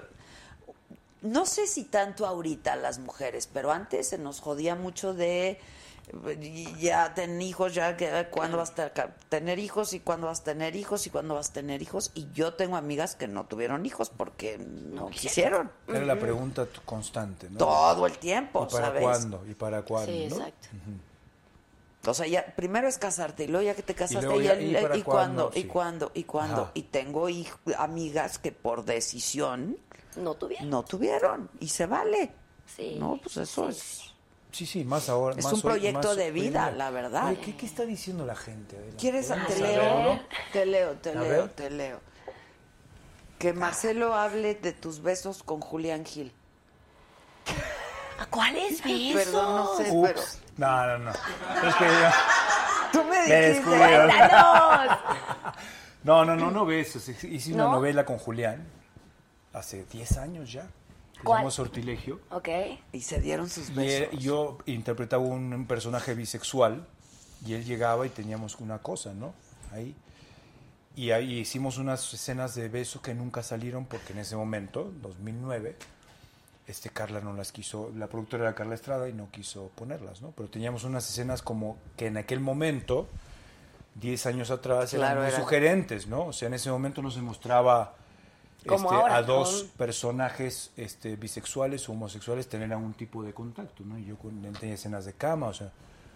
[SPEAKER 2] no sé si tanto ahorita las mujeres, pero antes se nos jodía mucho de eh, ya ten hijos, ya que cuándo vas a te- tener hijos y cuándo vas a tener hijos y cuándo vas a tener hijos y yo tengo amigas que no tuvieron hijos porque no quisieron
[SPEAKER 4] Era la pregunta t- constante, ¿no?
[SPEAKER 2] todo el
[SPEAKER 4] ¿Y
[SPEAKER 2] tiempo,
[SPEAKER 4] para
[SPEAKER 2] ¿sabes?
[SPEAKER 4] cuándo? ¿Y para cuándo?
[SPEAKER 10] pues, Sí,
[SPEAKER 4] ¿no?
[SPEAKER 10] exacto.
[SPEAKER 2] O sea, ya primero es casarte y luego ya que te casaste
[SPEAKER 4] luego
[SPEAKER 2] y,
[SPEAKER 4] ya,
[SPEAKER 2] el-
[SPEAKER 4] ¿y para
[SPEAKER 2] y
[SPEAKER 4] cuándo?
[SPEAKER 2] cuándo y
[SPEAKER 4] Sí.
[SPEAKER 2] cuándo y cuándo
[SPEAKER 4] Ajá.
[SPEAKER 2] y tengo hij- amigas que por decisión
[SPEAKER 10] No tuvieron.
[SPEAKER 2] no tuvieron y se vale.
[SPEAKER 10] Sí.
[SPEAKER 2] No, pues eso es.
[SPEAKER 4] Sí, sí, más ahora.
[SPEAKER 2] Es
[SPEAKER 4] más
[SPEAKER 2] un
[SPEAKER 4] hoy,
[SPEAKER 2] proyecto
[SPEAKER 4] más
[SPEAKER 2] de
[SPEAKER 4] hoy,
[SPEAKER 2] vida,
[SPEAKER 4] mira.
[SPEAKER 2] la verdad.
[SPEAKER 4] Oye, ¿qué, qué está diciendo la gente? Adela?
[SPEAKER 2] ¿Quieres
[SPEAKER 4] ¿Podemos
[SPEAKER 2] te
[SPEAKER 4] saberlo?
[SPEAKER 2] leo? Te leo, te
[SPEAKER 4] A
[SPEAKER 2] leo,
[SPEAKER 4] ver.
[SPEAKER 2] te leo. Que Marcelo hable de tus besos con Julián Gil.
[SPEAKER 10] ¿A cuáles besos?
[SPEAKER 2] Perdón, no sé, pero
[SPEAKER 4] Ups. No, no, no. Es que yo-
[SPEAKER 2] tú me
[SPEAKER 4] Me
[SPEAKER 2] dijiste.
[SPEAKER 4] descubrieron.
[SPEAKER 10] ¡Cuéntanos!
[SPEAKER 4] No, no, no, no besos. Hice una
[SPEAKER 10] ¿No?
[SPEAKER 4] novela con Julián hace 10 años ya. que se
[SPEAKER 10] ¿Cuál?
[SPEAKER 4] llamó Sortilegio.
[SPEAKER 10] ok.
[SPEAKER 2] Y se dieron sus
[SPEAKER 4] Y
[SPEAKER 2] besos.
[SPEAKER 4] él- yo interpretaba un, un personaje bisexual y él llegaba y teníamos una cosa, ¿no? Ahí. Y ahí hicimos unas escenas de besos que nunca salieron porque en ese momento, 2009, este Carla no las quiso, la productora era Carla Estrada y no quiso ponerlas, ¿no? Pero teníamos unas escenas como que en aquel momento, 10 años atrás, eran
[SPEAKER 2] Claro,
[SPEAKER 4] muy
[SPEAKER 2] era-
[SPEAKER 4] sugerentes, ¿no? O sea, en ese momento no se mostraba
[SPEAKER 10] Como
[SPEAKER 4] este,
[SPEAKER 10] ahora,
[SPEAKER 4] a dos
[SPEAKER 10] ¿no?
[SPEAKER 4] personajes este, bisexuales o homosexuales tener algún tipo de contacto, ¿no? Y yo con él tenía escenas de cama, o sea,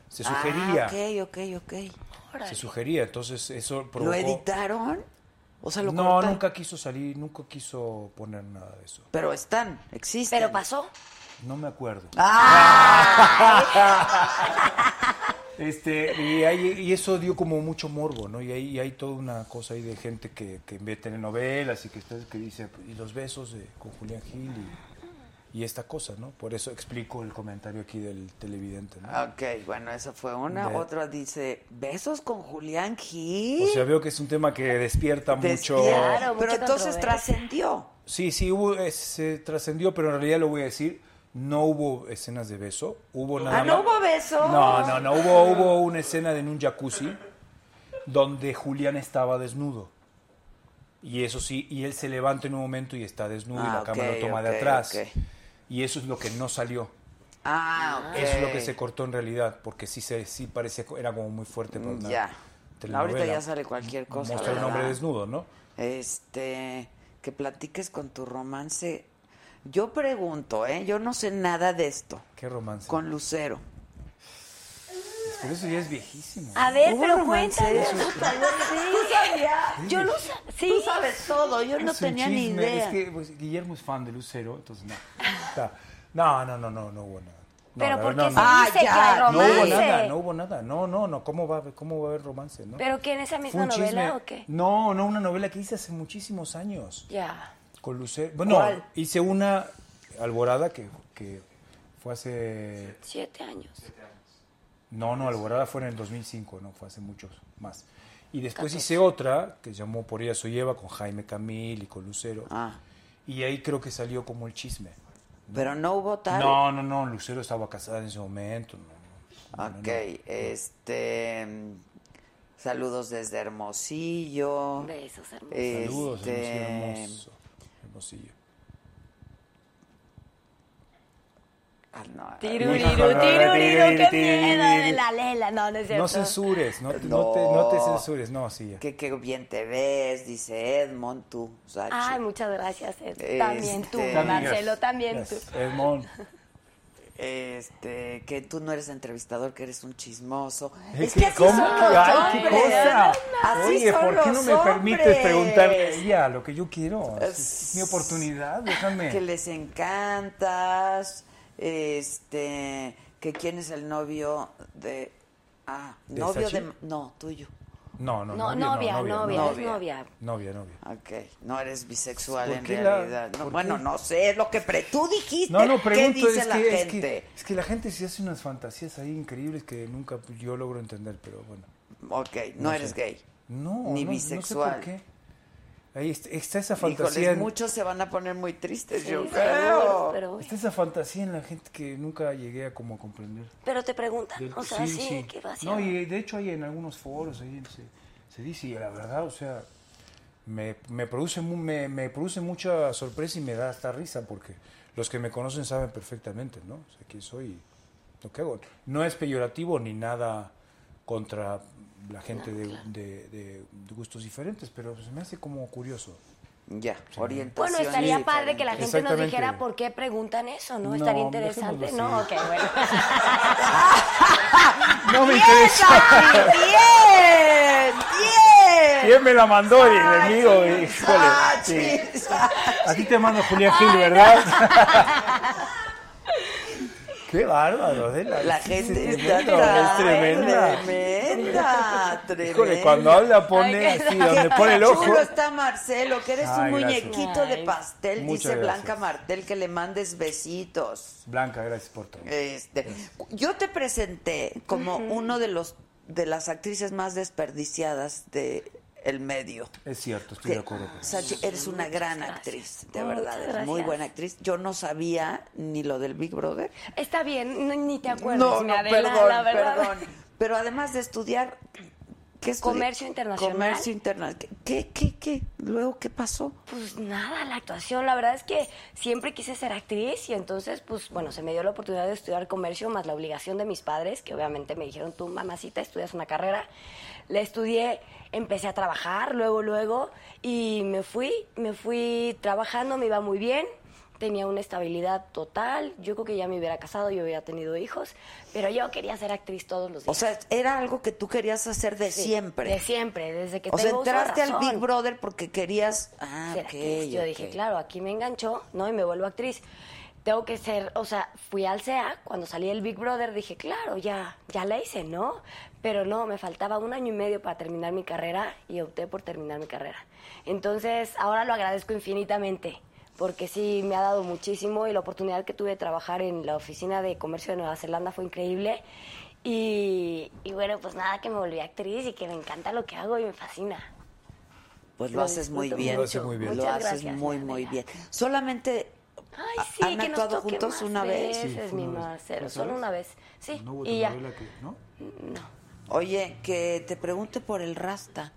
[SPEAKER 4] se sugería,
[SPEAKER 2] Ah, ok, ok, ok.
[SPEAKER 10] Órale.
[SPEAKER 4] se sugería, entonces eso provocó...
[SPEAKER 2] ¿Lo editaron? O sea, lo
[SPEAKER 4] no,
[SPEAKER 2] cortaron?
[SPEAKER 4] nunca quiso salir, nunca quiso poner nada de eso.
[SPEAKER 2] Pero están, existen.
[SPEAKER 10] Pero pasó.
[SPEAKER 4] No me acuerdo.
[SPEAKER 2] ¡Ah!
[SPEAKER 4] Este, y, ahí- y eso dio como mucho morbo, ¿no? Y ahí y hay toda una cosa ahí de gente que, que ve telenovelas y que, está, que dice, y los besos de- con Julián Gil y, y esta cosa, ¿no? Por eso explico el comentario aquí del televidente, ¿no?
[SPEAKER 2] Ok, bueno, esa fue una.
[SPEAKER 4] Ve-
[SPEAKER 2] Otra dice, besos con Julián Gil.
[SPEAKER 4] O sea, veo que es un tema que despierta Pues mucho.
[SPEAKER 2] Claro, pero entonces
[SPEAKER 4] controversia.
[SPEAKER 2] trascendió.
[SPEAKER 4] Sí, sí, hubo, eh, se trascendió, pero en realidad lo voy a decir, no hubo escenas de beso, hubo nada
[SPEAKER 2] Ah, no
[SPEAKER 4] más-
[SPEAKER 2] hubo beso.
[SPEAKER 4] No, no, no, hubo, hubo una escena de- en un jacuzzi donde Julián estaba desnudo. Y eso sí, y él se levanta en un momento y está desnudo y
[SPEAKER 2] Ah,
[SPEAKER 4] la
[SPEAKER 2] ok,
[SPEAKER 4] cámara lo toma
[SPEAKER 2] ok,
[SPEAKER 4] de atrás.
[SPEAKER 2] ok.
[SPEAKER 4] Y eso es lo que no salió.
[SPEAKER 2] Ah, ok.
[SPEAKER 4] Eso es lo que se cortó en realidad, porque sí, se, sí parecía, co- era como muy fuerte para una
[SPEAKER 2] Mm, Ya.
[SPEAKER 4] telenovela.
[SPEAKER 2] Ahorita ya sale cualquier cosa.
[SPEAKER 4] Mostrar un
[SPEAKER 2] ¿verdad?
[SPEAKER 4] hombre desnudo, ¿no?
[SPEAKER 2] Este, que platiques con tu romance. Yo pregunto, ¿eh? Yo no sé nada de esto.
[SPEAKER 4] ¿Qué romance?
[SPEAKER 2] Con Lucero.
[SPEAKER 4] Pero eso ya es viejísimo.
[SPEAKER 10] A ver,
[SPEAKER 2] Hubo
[SPEAKER 10] pero
[SPEAKER 2] romance.
[SPEAKER 10] cuéntame.
[SPEAKER 2] Eso-
[SPEAKER 10] puta, yo sí.
[SPEAKER 2] Tú sabías.
[SPEAKER 10] Yo no sab- sí.
[SPEAKER 2] Tú sabes todo, yo no
[SPEAKER 4] Es un
[SPEAKER 2] tenía ni
[SPEAKER 4] chisme,
[SPEAKER 2] idea.
[SPEAKER 4] Es que pues, Guillermo es fan de Lucero, entonces no. Está- No, no, no, no, no hubo nada. No,
[SPEAKER 10] Pero
[SPEAKER 4] la
[SPEAKER 10] ¿por
[SPEAKER 4] verdad,
[SPEAKER 10] qué
[SPEAKER 4] no.
[SPEAKER 10] se
[SPEAKER 2] Ah,
[SPEAKER 10] dice que
[SPEAKER 2] ya,
[SPEAKER 10] hay
[SPEAKER 4] No hubo nada,
[SPEAKER 10] romance?
[SPEAKER 4] no hubo nada. No, no, no. ¿Cómo va, a haber- cómo va a haber romance? ¿no?
[SPEAKER 10] ¿Pero qué, en esa
[SPEAKER 4] Fue
[SPEAKER 10] misma
[SPEAKER 4] un
[SPEAKER 10] novela
[SPEAKER 4] chisme-
[SPEAKER 10] o qué?
[SPEAKER 4] No, no, una novela que hice hace muchísimos años.
[SPEAKER 10] Ya.
[SPEAKER 4] Con Lucero. Bueno,
[SPEAKER 2] ¿Cuál?
[SPEAKER 4] hice una Alborada que, que fue hace.
[SPEAKER 10] Siete años.
[SPEAKER 4] No, no, Alborada fue en el 2005, no fue hace muchos más. Y después hice otra que se llamó Por ella soy Eva con Jaime Camil y con Lucero.
[SPEAKER 2] Ah,
[SPEAKER 4] Y ahí creo que salió como el chisme.
[SPEAKER 2] pero no hubo tal.
[SPEAKER 4] No, no, no, Lucero estaba casada en ese momento. no, no, no,
[SPEAKER 2] Ok,
[SPEAKER 4] no.
[SPEAKER 2] este. Saludos desde Hermosillo.
[SPEAKER 10] Besos, hermoso.
[SPEAKER 4] Saludos,
[SPEAKER 2] Este,
[SPEAKER 4] Hermosillo, hermoso. Hermosillo.
[SPEAKER 2] ah, no,
[SPEAKER 10] Tiruriru, tiruriru, qué miedo de la Lela. No, no es cierto.
[SPEAKER 4] No censures, no, te- no te, no te censures, no, sí. ya.
[SPEAKER 2] Qué, qué bien te ves, dice Edmond, tú, Sachi.
[SPEAKER 10] Ay, muchas gracias, Ed. También tú,
[SPEAKER 2] Este-
[SPEAKER 10] Marcelo, también tú.
[SPEAKER 4] Gracias. Edmond,
[SPEAKER 2] Este, que tú no eres entrevistador, que eres un chismoso.
[SPEAKER 4] ¿Eh,
[SPEAKER 2] Es
[SPEAKER 4] qué-
[SPEAKER 2] que así
[SPEAKER 4] cómo?
[SPEAKER 2] son los
[SPEAKER 4] Ay, qué
[SPEAKER 2] hombres.
[SPEAKER 4] cosa.
[SPEAKER 2] Así
[SPEAKER 4] Oye,
[SPEAKER 2] son
[SPEAKER 4] ¿por qué no
[SPEAKER 2] los
[SPEAKER 4] me permites
[SPEAKER 2] hombres.
[SPEAKER 4] preguntarle a ella lo que yo quiero? Es,
[SPEAKER 2] Es-
[SPEAKER 4] mi oportunidad,
[SPEAKER 2] Que
[SPEAKER 4] déjame.
[SPEAKER 2] les encantas, este, que quién es el novio de... Ah,
[SPEAKER 4] ¿De
[SPEAKER 2] novio
[SPEAKER 4] Sachi?
[SPEAKER 2] de... No, tuyo.
[SPEAKER 4] No, no,
[SPEAKER 10] No, novia, novia, es novia.
[SPEAKER 4] Novia, novia.
[SPEAKER 2] Ok, no eres bisexual
[SPEAKER 4] ¿Por
[SPEAKER 2] en
[SPEAKER 4] qué la-
[SPEAKER 2] realidad. No,
[SPEAKER 4] por
[SPEAKER 2] bueno,
[SPEAKER 4] qué?
[SPEAKER 2] no sé, es lo que pre- tú dijiste.
[SPEAKER 4] No, no,
[SPEAKER 2] ¿Qué
[SPEAKER 4] pregunto,
[SPEAKER 2] dice
[SPEAKER 4] es,
[SPEAKER 2] la
[SPEAKER 4] que, es
[SPEAKER 2] gente?
[SPEAKER 4] que, es que la gente se hace unas fantasías ahí increíbles que nunca pues, yo logro entender, pero bueno.
[SPEAKER 2] Ok, no,
[SPEAKER 4] sé.
[SPEAKER 2] eres gay.
[SPEAKER 4] No,
[SPEAKER 2] Ni
[SPEAKER 4] no,
[SPEAKER 2] bisexual.
[SPEAKER 4] No sé por qué. Ahí est- está, esa fantasía.
[SPEAKER 2] Híjoles,
[SPEAKER 4] en-
[SPEAKER 2] muchos se van a poner muy tristes,
[SPEAKER 10] Sí,
[SPEAKER 2] yo
[SPEAKER 10] seguro,
[SPEAKER 2] creo.
[SPEAKER 10] pero, bueno.
[SPEAKER 4] Está esa fantasía en la gente que nunca llegué a como a comprender.
[SPEAKER 10] Pero te preguntan,
[SPEAKER 4] Del-
[SPEAKER 10] o sea, sí,
[SPEAKER 4] sí.
[SPEAKER 10] qué vacío.
[SPEAKER 4] No, y de hecho hay en algunos foros, ahí se, se dice, y la verdad, o sea, me, me produce, mu- me, me produce mucha sorpresa y me da hasta risa, porque los que me conocen saben perfectamente, ¿no? O sea, quién soy y lo que hago. No es peyorativo ni nada contra la gente de, de- de gustos diferentes, pero se me hace como curioso.
[SPEAKER 2] Ya, orientación.
[SPEAKER 10] Bueno, estaría
[SPEAKER 2] diferente.
[SPEAKER 10] padre que la gente nos
[SPEAKER 4] Exactamente.
[SPEAKER 10] dijera por qué preguntan eso, ¿no?
[SPEAKER 4] No,
[SPEAKER 10] estaría interesante,
[SPEAKER 4] dejémoslo
[SPEAKER 10] ¿no? Ok,
[SPEAKER 4] así.
[SPEAKER 10] bueno.
[SPEAKER 4] ¡No me interesa!
[SPEAKER 2] ¡Bien! ¡Bien!
[SPEAKER 4] ¿Quién me la mandó? Y
[SPEAKER 2] Sachi,
[SPEAKER 4] enemigo, híjole. sí.
[SPEAKER 2] Sachi, Sachi.
[SPEAKER 4] A ti te mando Julián Gil, ¿verdad? Qué bárbaro, ¿eh?
[SPEAKER 2] La
[SPEAKER 4] sí,
[SPEAKER 2] gente
[SPEAKER 4] es
[SPEAKER 2] está
[SPEAKER 4] tremendo, es
[SPEAKER 2] tremenda.
[SPEAKER 4] tremenda.
[SPEAKER 2] Tremenda, tremenda.
[SPEAKER 4] Híjole, cuando habla pone
[SPEAKER 10] Ay, qué
[SPEAKER 4] así,
[SPEAKER 2] Qué
[SPEAKER 4] donde pone el ojo.
[SPEAKER 2] chulo está Marcelo, que eres un
[SPEAKER 4] Ay, gracias.
[SPEAKER 2] muñequito de
[SPEAKER 10] Ay.
[SPEAKER 2] pastel,
[SPEAKER 4] Muchas
[SPEAKER 2] dice
[SPEAKER 4] gracias.
[SPEAKER 2] Blanca Martel, que le mandes besitos.
[SPEAKER 4] Blanca, gracias por todo.
[SPEAKER 2] Este, yo te presenté como uno de los de las actrices más desperdiciadas de el medio.
[SPEAKER 4] Es cierto, estoy
[SPEAKER 2] Que,
[SPEAKER 4] de acuerdo. con eso.
[SPEAKER 2] Sachi, eres una gran actriz, de verdad,
[SPEAKER 10] Muchas
[SPEAKER 2] eres muy
[SPEAKER 10] gracias.
[SPEAKER 2] buena actriz. Yo no sabía ni lo del Big Brother.
[SPEAKER 10] Está bien, no- ni te acuerdas,
[SPEAKER 2] no,
[SPEAKER 10] mi
[SPEAKER 2] no,
[SPEAKER 10] Adela,
[SPEAKER 2] perdón,
[SPEAKER 10] la verdad.
[SPEAKER 2] perdón. Pero además de estudiar ¿qué estudié?
[SPEAKER 10] Comercio internacional.
[SPEAKER 2] Comercio internacional. ¿Qué qué qué? Luego qué pasó?
[SPEAKER 10] Pues nada, la actuación, la verdad es que siempre quise ser actriz y entonces, pues bueno, se me dio la oportunidad de estudiar comercio más la obligación de mis padres, que obviamente me dijeron, tú mamacita, estudias una carrera. La estudié, empecé a trabajar luego, luego y me fui, me fui trabajando, me iba muy bien, tenía una estabilidad total, yo creo que ya me hubiera casado, yo hubiera tenido hijos, pero yo quería ser actriz todos los días.
[SPEAKER 2] O sea, era algo que tú querías hacer de
[SPEAKER 10] Sí,
[SPEAKER 2] siempre.
[SPEAKER 10] De siempre, desde que
[SPEAKER 2] o sea,
[SPEAKER 10] tengo uso de
[SPEAKER 2] entraste al
[SPEAKER 10] razón
[SPEAKER 2] Big Brother porque querías. Ah,
[SPEAKER 10] ser
[SPEAKER 2] ok,
[SPEAKER 10] actriz. Yo dije,
[SPEAKER 2] ok.
[SPEAKER 10] claro, aquí me enganchó, ¿no? Y me vuelvo actriz. tengo que ser, o sea, fui al CEA, cuando salí del Big Brother dije, claro, ya, ya la hice, ¿no? Pero no, me faltaba un año y medio para terminar mi carrera y opté por terminar mi carrera. Entonces, ahora lo agradezco infinitamente, porque sí, me ha dado muchísimo y la oportunidad que tuve de trabajar en la oficina de comercio de Nueva Zelanda fue increíble. Y, y bueno, pues nada, que me volví actriz y que me encanta lo que hago y me fascina.
[SPEAKER 2] Pues lo,
[SPEAKER 10] Lo
[SPEAKER 2] haces muy
[SPEAKER 10] disfruto
[SPEAKER 2] bien.
[SPEAKER 10] mucho. Lo haces muy bien.
[SPEAKER 2] Lo
[SPEAKER 10] Muchas
[SPEAKER 2] haces
[SPEAKER 10] gracias,
[SPEAKER 2] muy,
[SPEAKER 10] Adela.
[SPEAKER 2] muy bien. Solamente
[SPEAKER 10] Ay,
[SPEAKER 2] a-
[SPEAKER 10] sí,
[SPEAKER 2] han
[SPEAKER 10] que nos
[SPEAKER 2] actuado
[SPEAKER 10] toque
[SPEAKER 2] juntos
[SPEAKER 10] más
[SPEAKER 2] una vez.
[SPEAKER 10] veces, mi Marcelo, solo una vez. Sí,
[SPEAKER 2] ¿No hubo
[SPEAKER 10] y ya.
[SPEAKER 2] telenovela
[SPEAKER 4] ¿No?
[SPEAKER 2] Oye, que te pregunte por el rasta.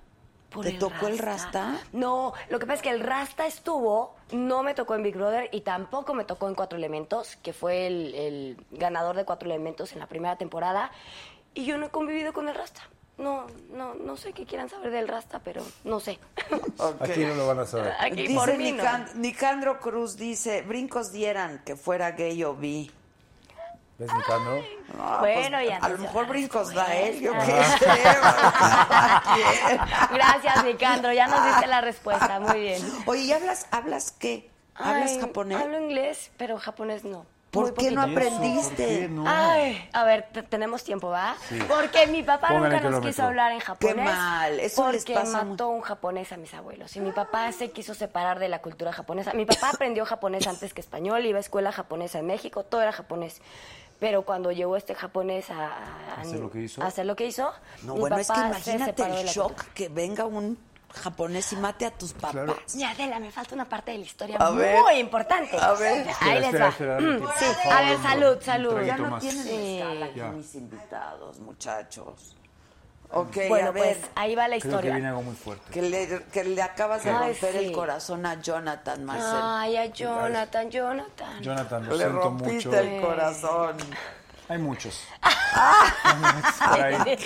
[SPEAKER 10] ¿Por
[SPEAKER 2] ¿Te tocó el rasta?
[SPEAKER 10] No, lo que pasa es que el Rasta estuvo, no me tocó en Big Brother y tampoco me tocó en Cuatro Elementos, que fue el, el ganador de Cuatro Elementos en la primera temporada. Y yo no he convivido con el Rasta. No, no, no sé qué quieran saber del Rasta, pero no sé.
[SPEAKER 11] Aquí no lo van a saber.
[SPEAKER 10] Aquí
[SPEAKER 2] dice
[SPEAKER 10] por mí no.
[SPEAKER 2] Nican- Nicandro Cruz, dice, brincos dieran que fuera gay o bi.
[SPEAKER 11] ¿Ves, Nicandro?
[SPEAKER 2] Ah,
[SPEAKER 10] Bueno,
[SPEAKER 2] pues,
[SPEAKER 10] ya
[SPEAKER 2] A lo mejor brincos da
[SPEAKER 10] ¿eh?
[SPEAKER 2] él, yo qué
[SPEAKER 11] Ah.
[SPEAKER 2] sé.
[SPEAKER 10] Gracias, Nicandro, ya nos diste la respuesta, muy bien.
[SPEAKER 2] Oye, ¿y hablas, hablas qué? ¿Hablas
[SPEAKER 10] Ay,
[SPEAKER 2] japonés?
[SPEAKER 10] Hablo inglés, pero japonés no.
[SPEAKER 2] ¿Por
[SPEAKER 10] Muy
[SPEAKER 2] qué no
[SPEAKER 10] poquito.
[SPEAKER 2] aprendiste? ¿Y eso? ¿Por qué no?
[SPEAKER 10] Ay, a ver, te- tenemos tiempo, ¿va?
[SPEAKER 2] Sí.
[SPEAKER 10] Porque mi papá
[SPEAKER 2] Pongan el
[SPEAKER 10] nunca nos
[SPEAKER 2] cronómetro.
[SPEAKER 10] quiso hablar en japonés.
[SPEAKER 2] Qué mal, eso les
[SPEAKER 10] porque
[SPEAKER 2] pasa
[SPEAKER 10] mató un japonés a mis abuelos. Y mi papá se quiso separar de la cultura japonesa. Mi papá aprendió japonés antes que español, iba a escuela japonesa en México, todo era japonés. Pero cuando llegó este japonés a, a-
[SPEAKER 2] ¿Hacer lo que hizo?
[SPEAKER 10] a hacer lo que hizo,
[SPEAKER 2] No,
[SPEAKER 10] mi
[SPEAKER 2] bueno, es que
[SPEAKER 10] papá se
[SPEAKER 2] imagínate
[SPEAKER 10] separó de
[SPEAKER 2] el
[SPEAKER 10] la
[SPEAKER 2] shock que venga un japonés y mate a tus papás.
[SPEAKER 10] Ya, Adela, me falta una parte de la historia
[SPEAKER 2] A
[SPEAKER 10] muy
[SPEAKER 2] ver.
[SPEAKER 10] importante.
[SPEAKER 2] A ver.
[SPEAKER 10] Ahí les va. Sí, a ver, salud, salud. Eh,
[SPEAKER 2] Ya no tienen
[SPEAKER 10] Sí.
[SPEAKER 2] escala aquí mis invitados, muchachos. Ok,
[SPEAKER 10] Bueno,
[SPEAKER 2] a ver.
[SPEAKER 10] pues, ahí va la Creo que historia. viene
[SPEAKER 4] algo muy fuerte.
[SPEAKER 2] Que le, que le acabas de
[SPEAKER 10] Ay,
[SPEAKER 2] romper
[SPEAKER 10] sí.
[SPEAKER 2] el corazón a Jonathan Marcel.
[SPEAKER 10] Ay, a Jonathan, Jonathan.
[SPEAKER 4] Jonathan, lo
[SPEAKER 2] le
[SPEAKER 4] siento
[SPEAKER 2] rompiste
[SPEAKER 4] mucho.
[SPEAKER 2] el corazón.
[SPEAKER 4] Hay muchos. Por ahí.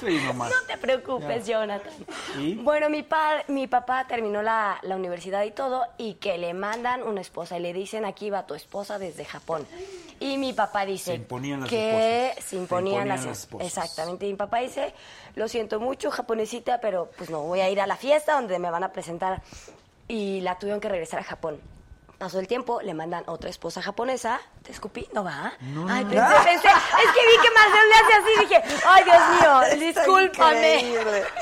[SPEAKER 4] Sí, nomás.
[SPEAKER 10] no te preocupes, Jonathan.
[SPEAKER 4] ¿Y?
[SPEAKER 10] Bueno, mi, pa- mi papá terminó la, la universidad y todo, y que le mandan una esposa y le dicen, aquí va tu esposa desde Japón. Y mi papá dice
[SPEAKER 4] Se imponían las
[SPEAKER 10] que
[SPEAKER 4] esposas. Se
[SPEAKER 10] se imponían,
[SPEAKER 4] imponían
[SPEAKER 10] las,
[SPEAKER 4] las esposas.
[SPEAKER 10] Exactamente. Y mi papá dice, lo siento mucho, japonesita, pero pues no, voy a ir a la fiesta donde me van a presentar. Y la tuvieron que regresar a Japón. Pasó el tiempo, le mandan otra esposa japonesa. Te escupí, no va.
[SPEAKER 1] No,
[SPEAKER 10] Ay,
[SPEAKER 1] no,
[SPEAKER 10] pensé,
[SPEAKER 1] no.
[SPEAKER 10] pensé, es que vi que Marcel le hace así y dije, ay, Dios mío,
[SPEAKER 1] Está
[SPEAKER 10] discúlpame.
[SPEAKER 1] increíble.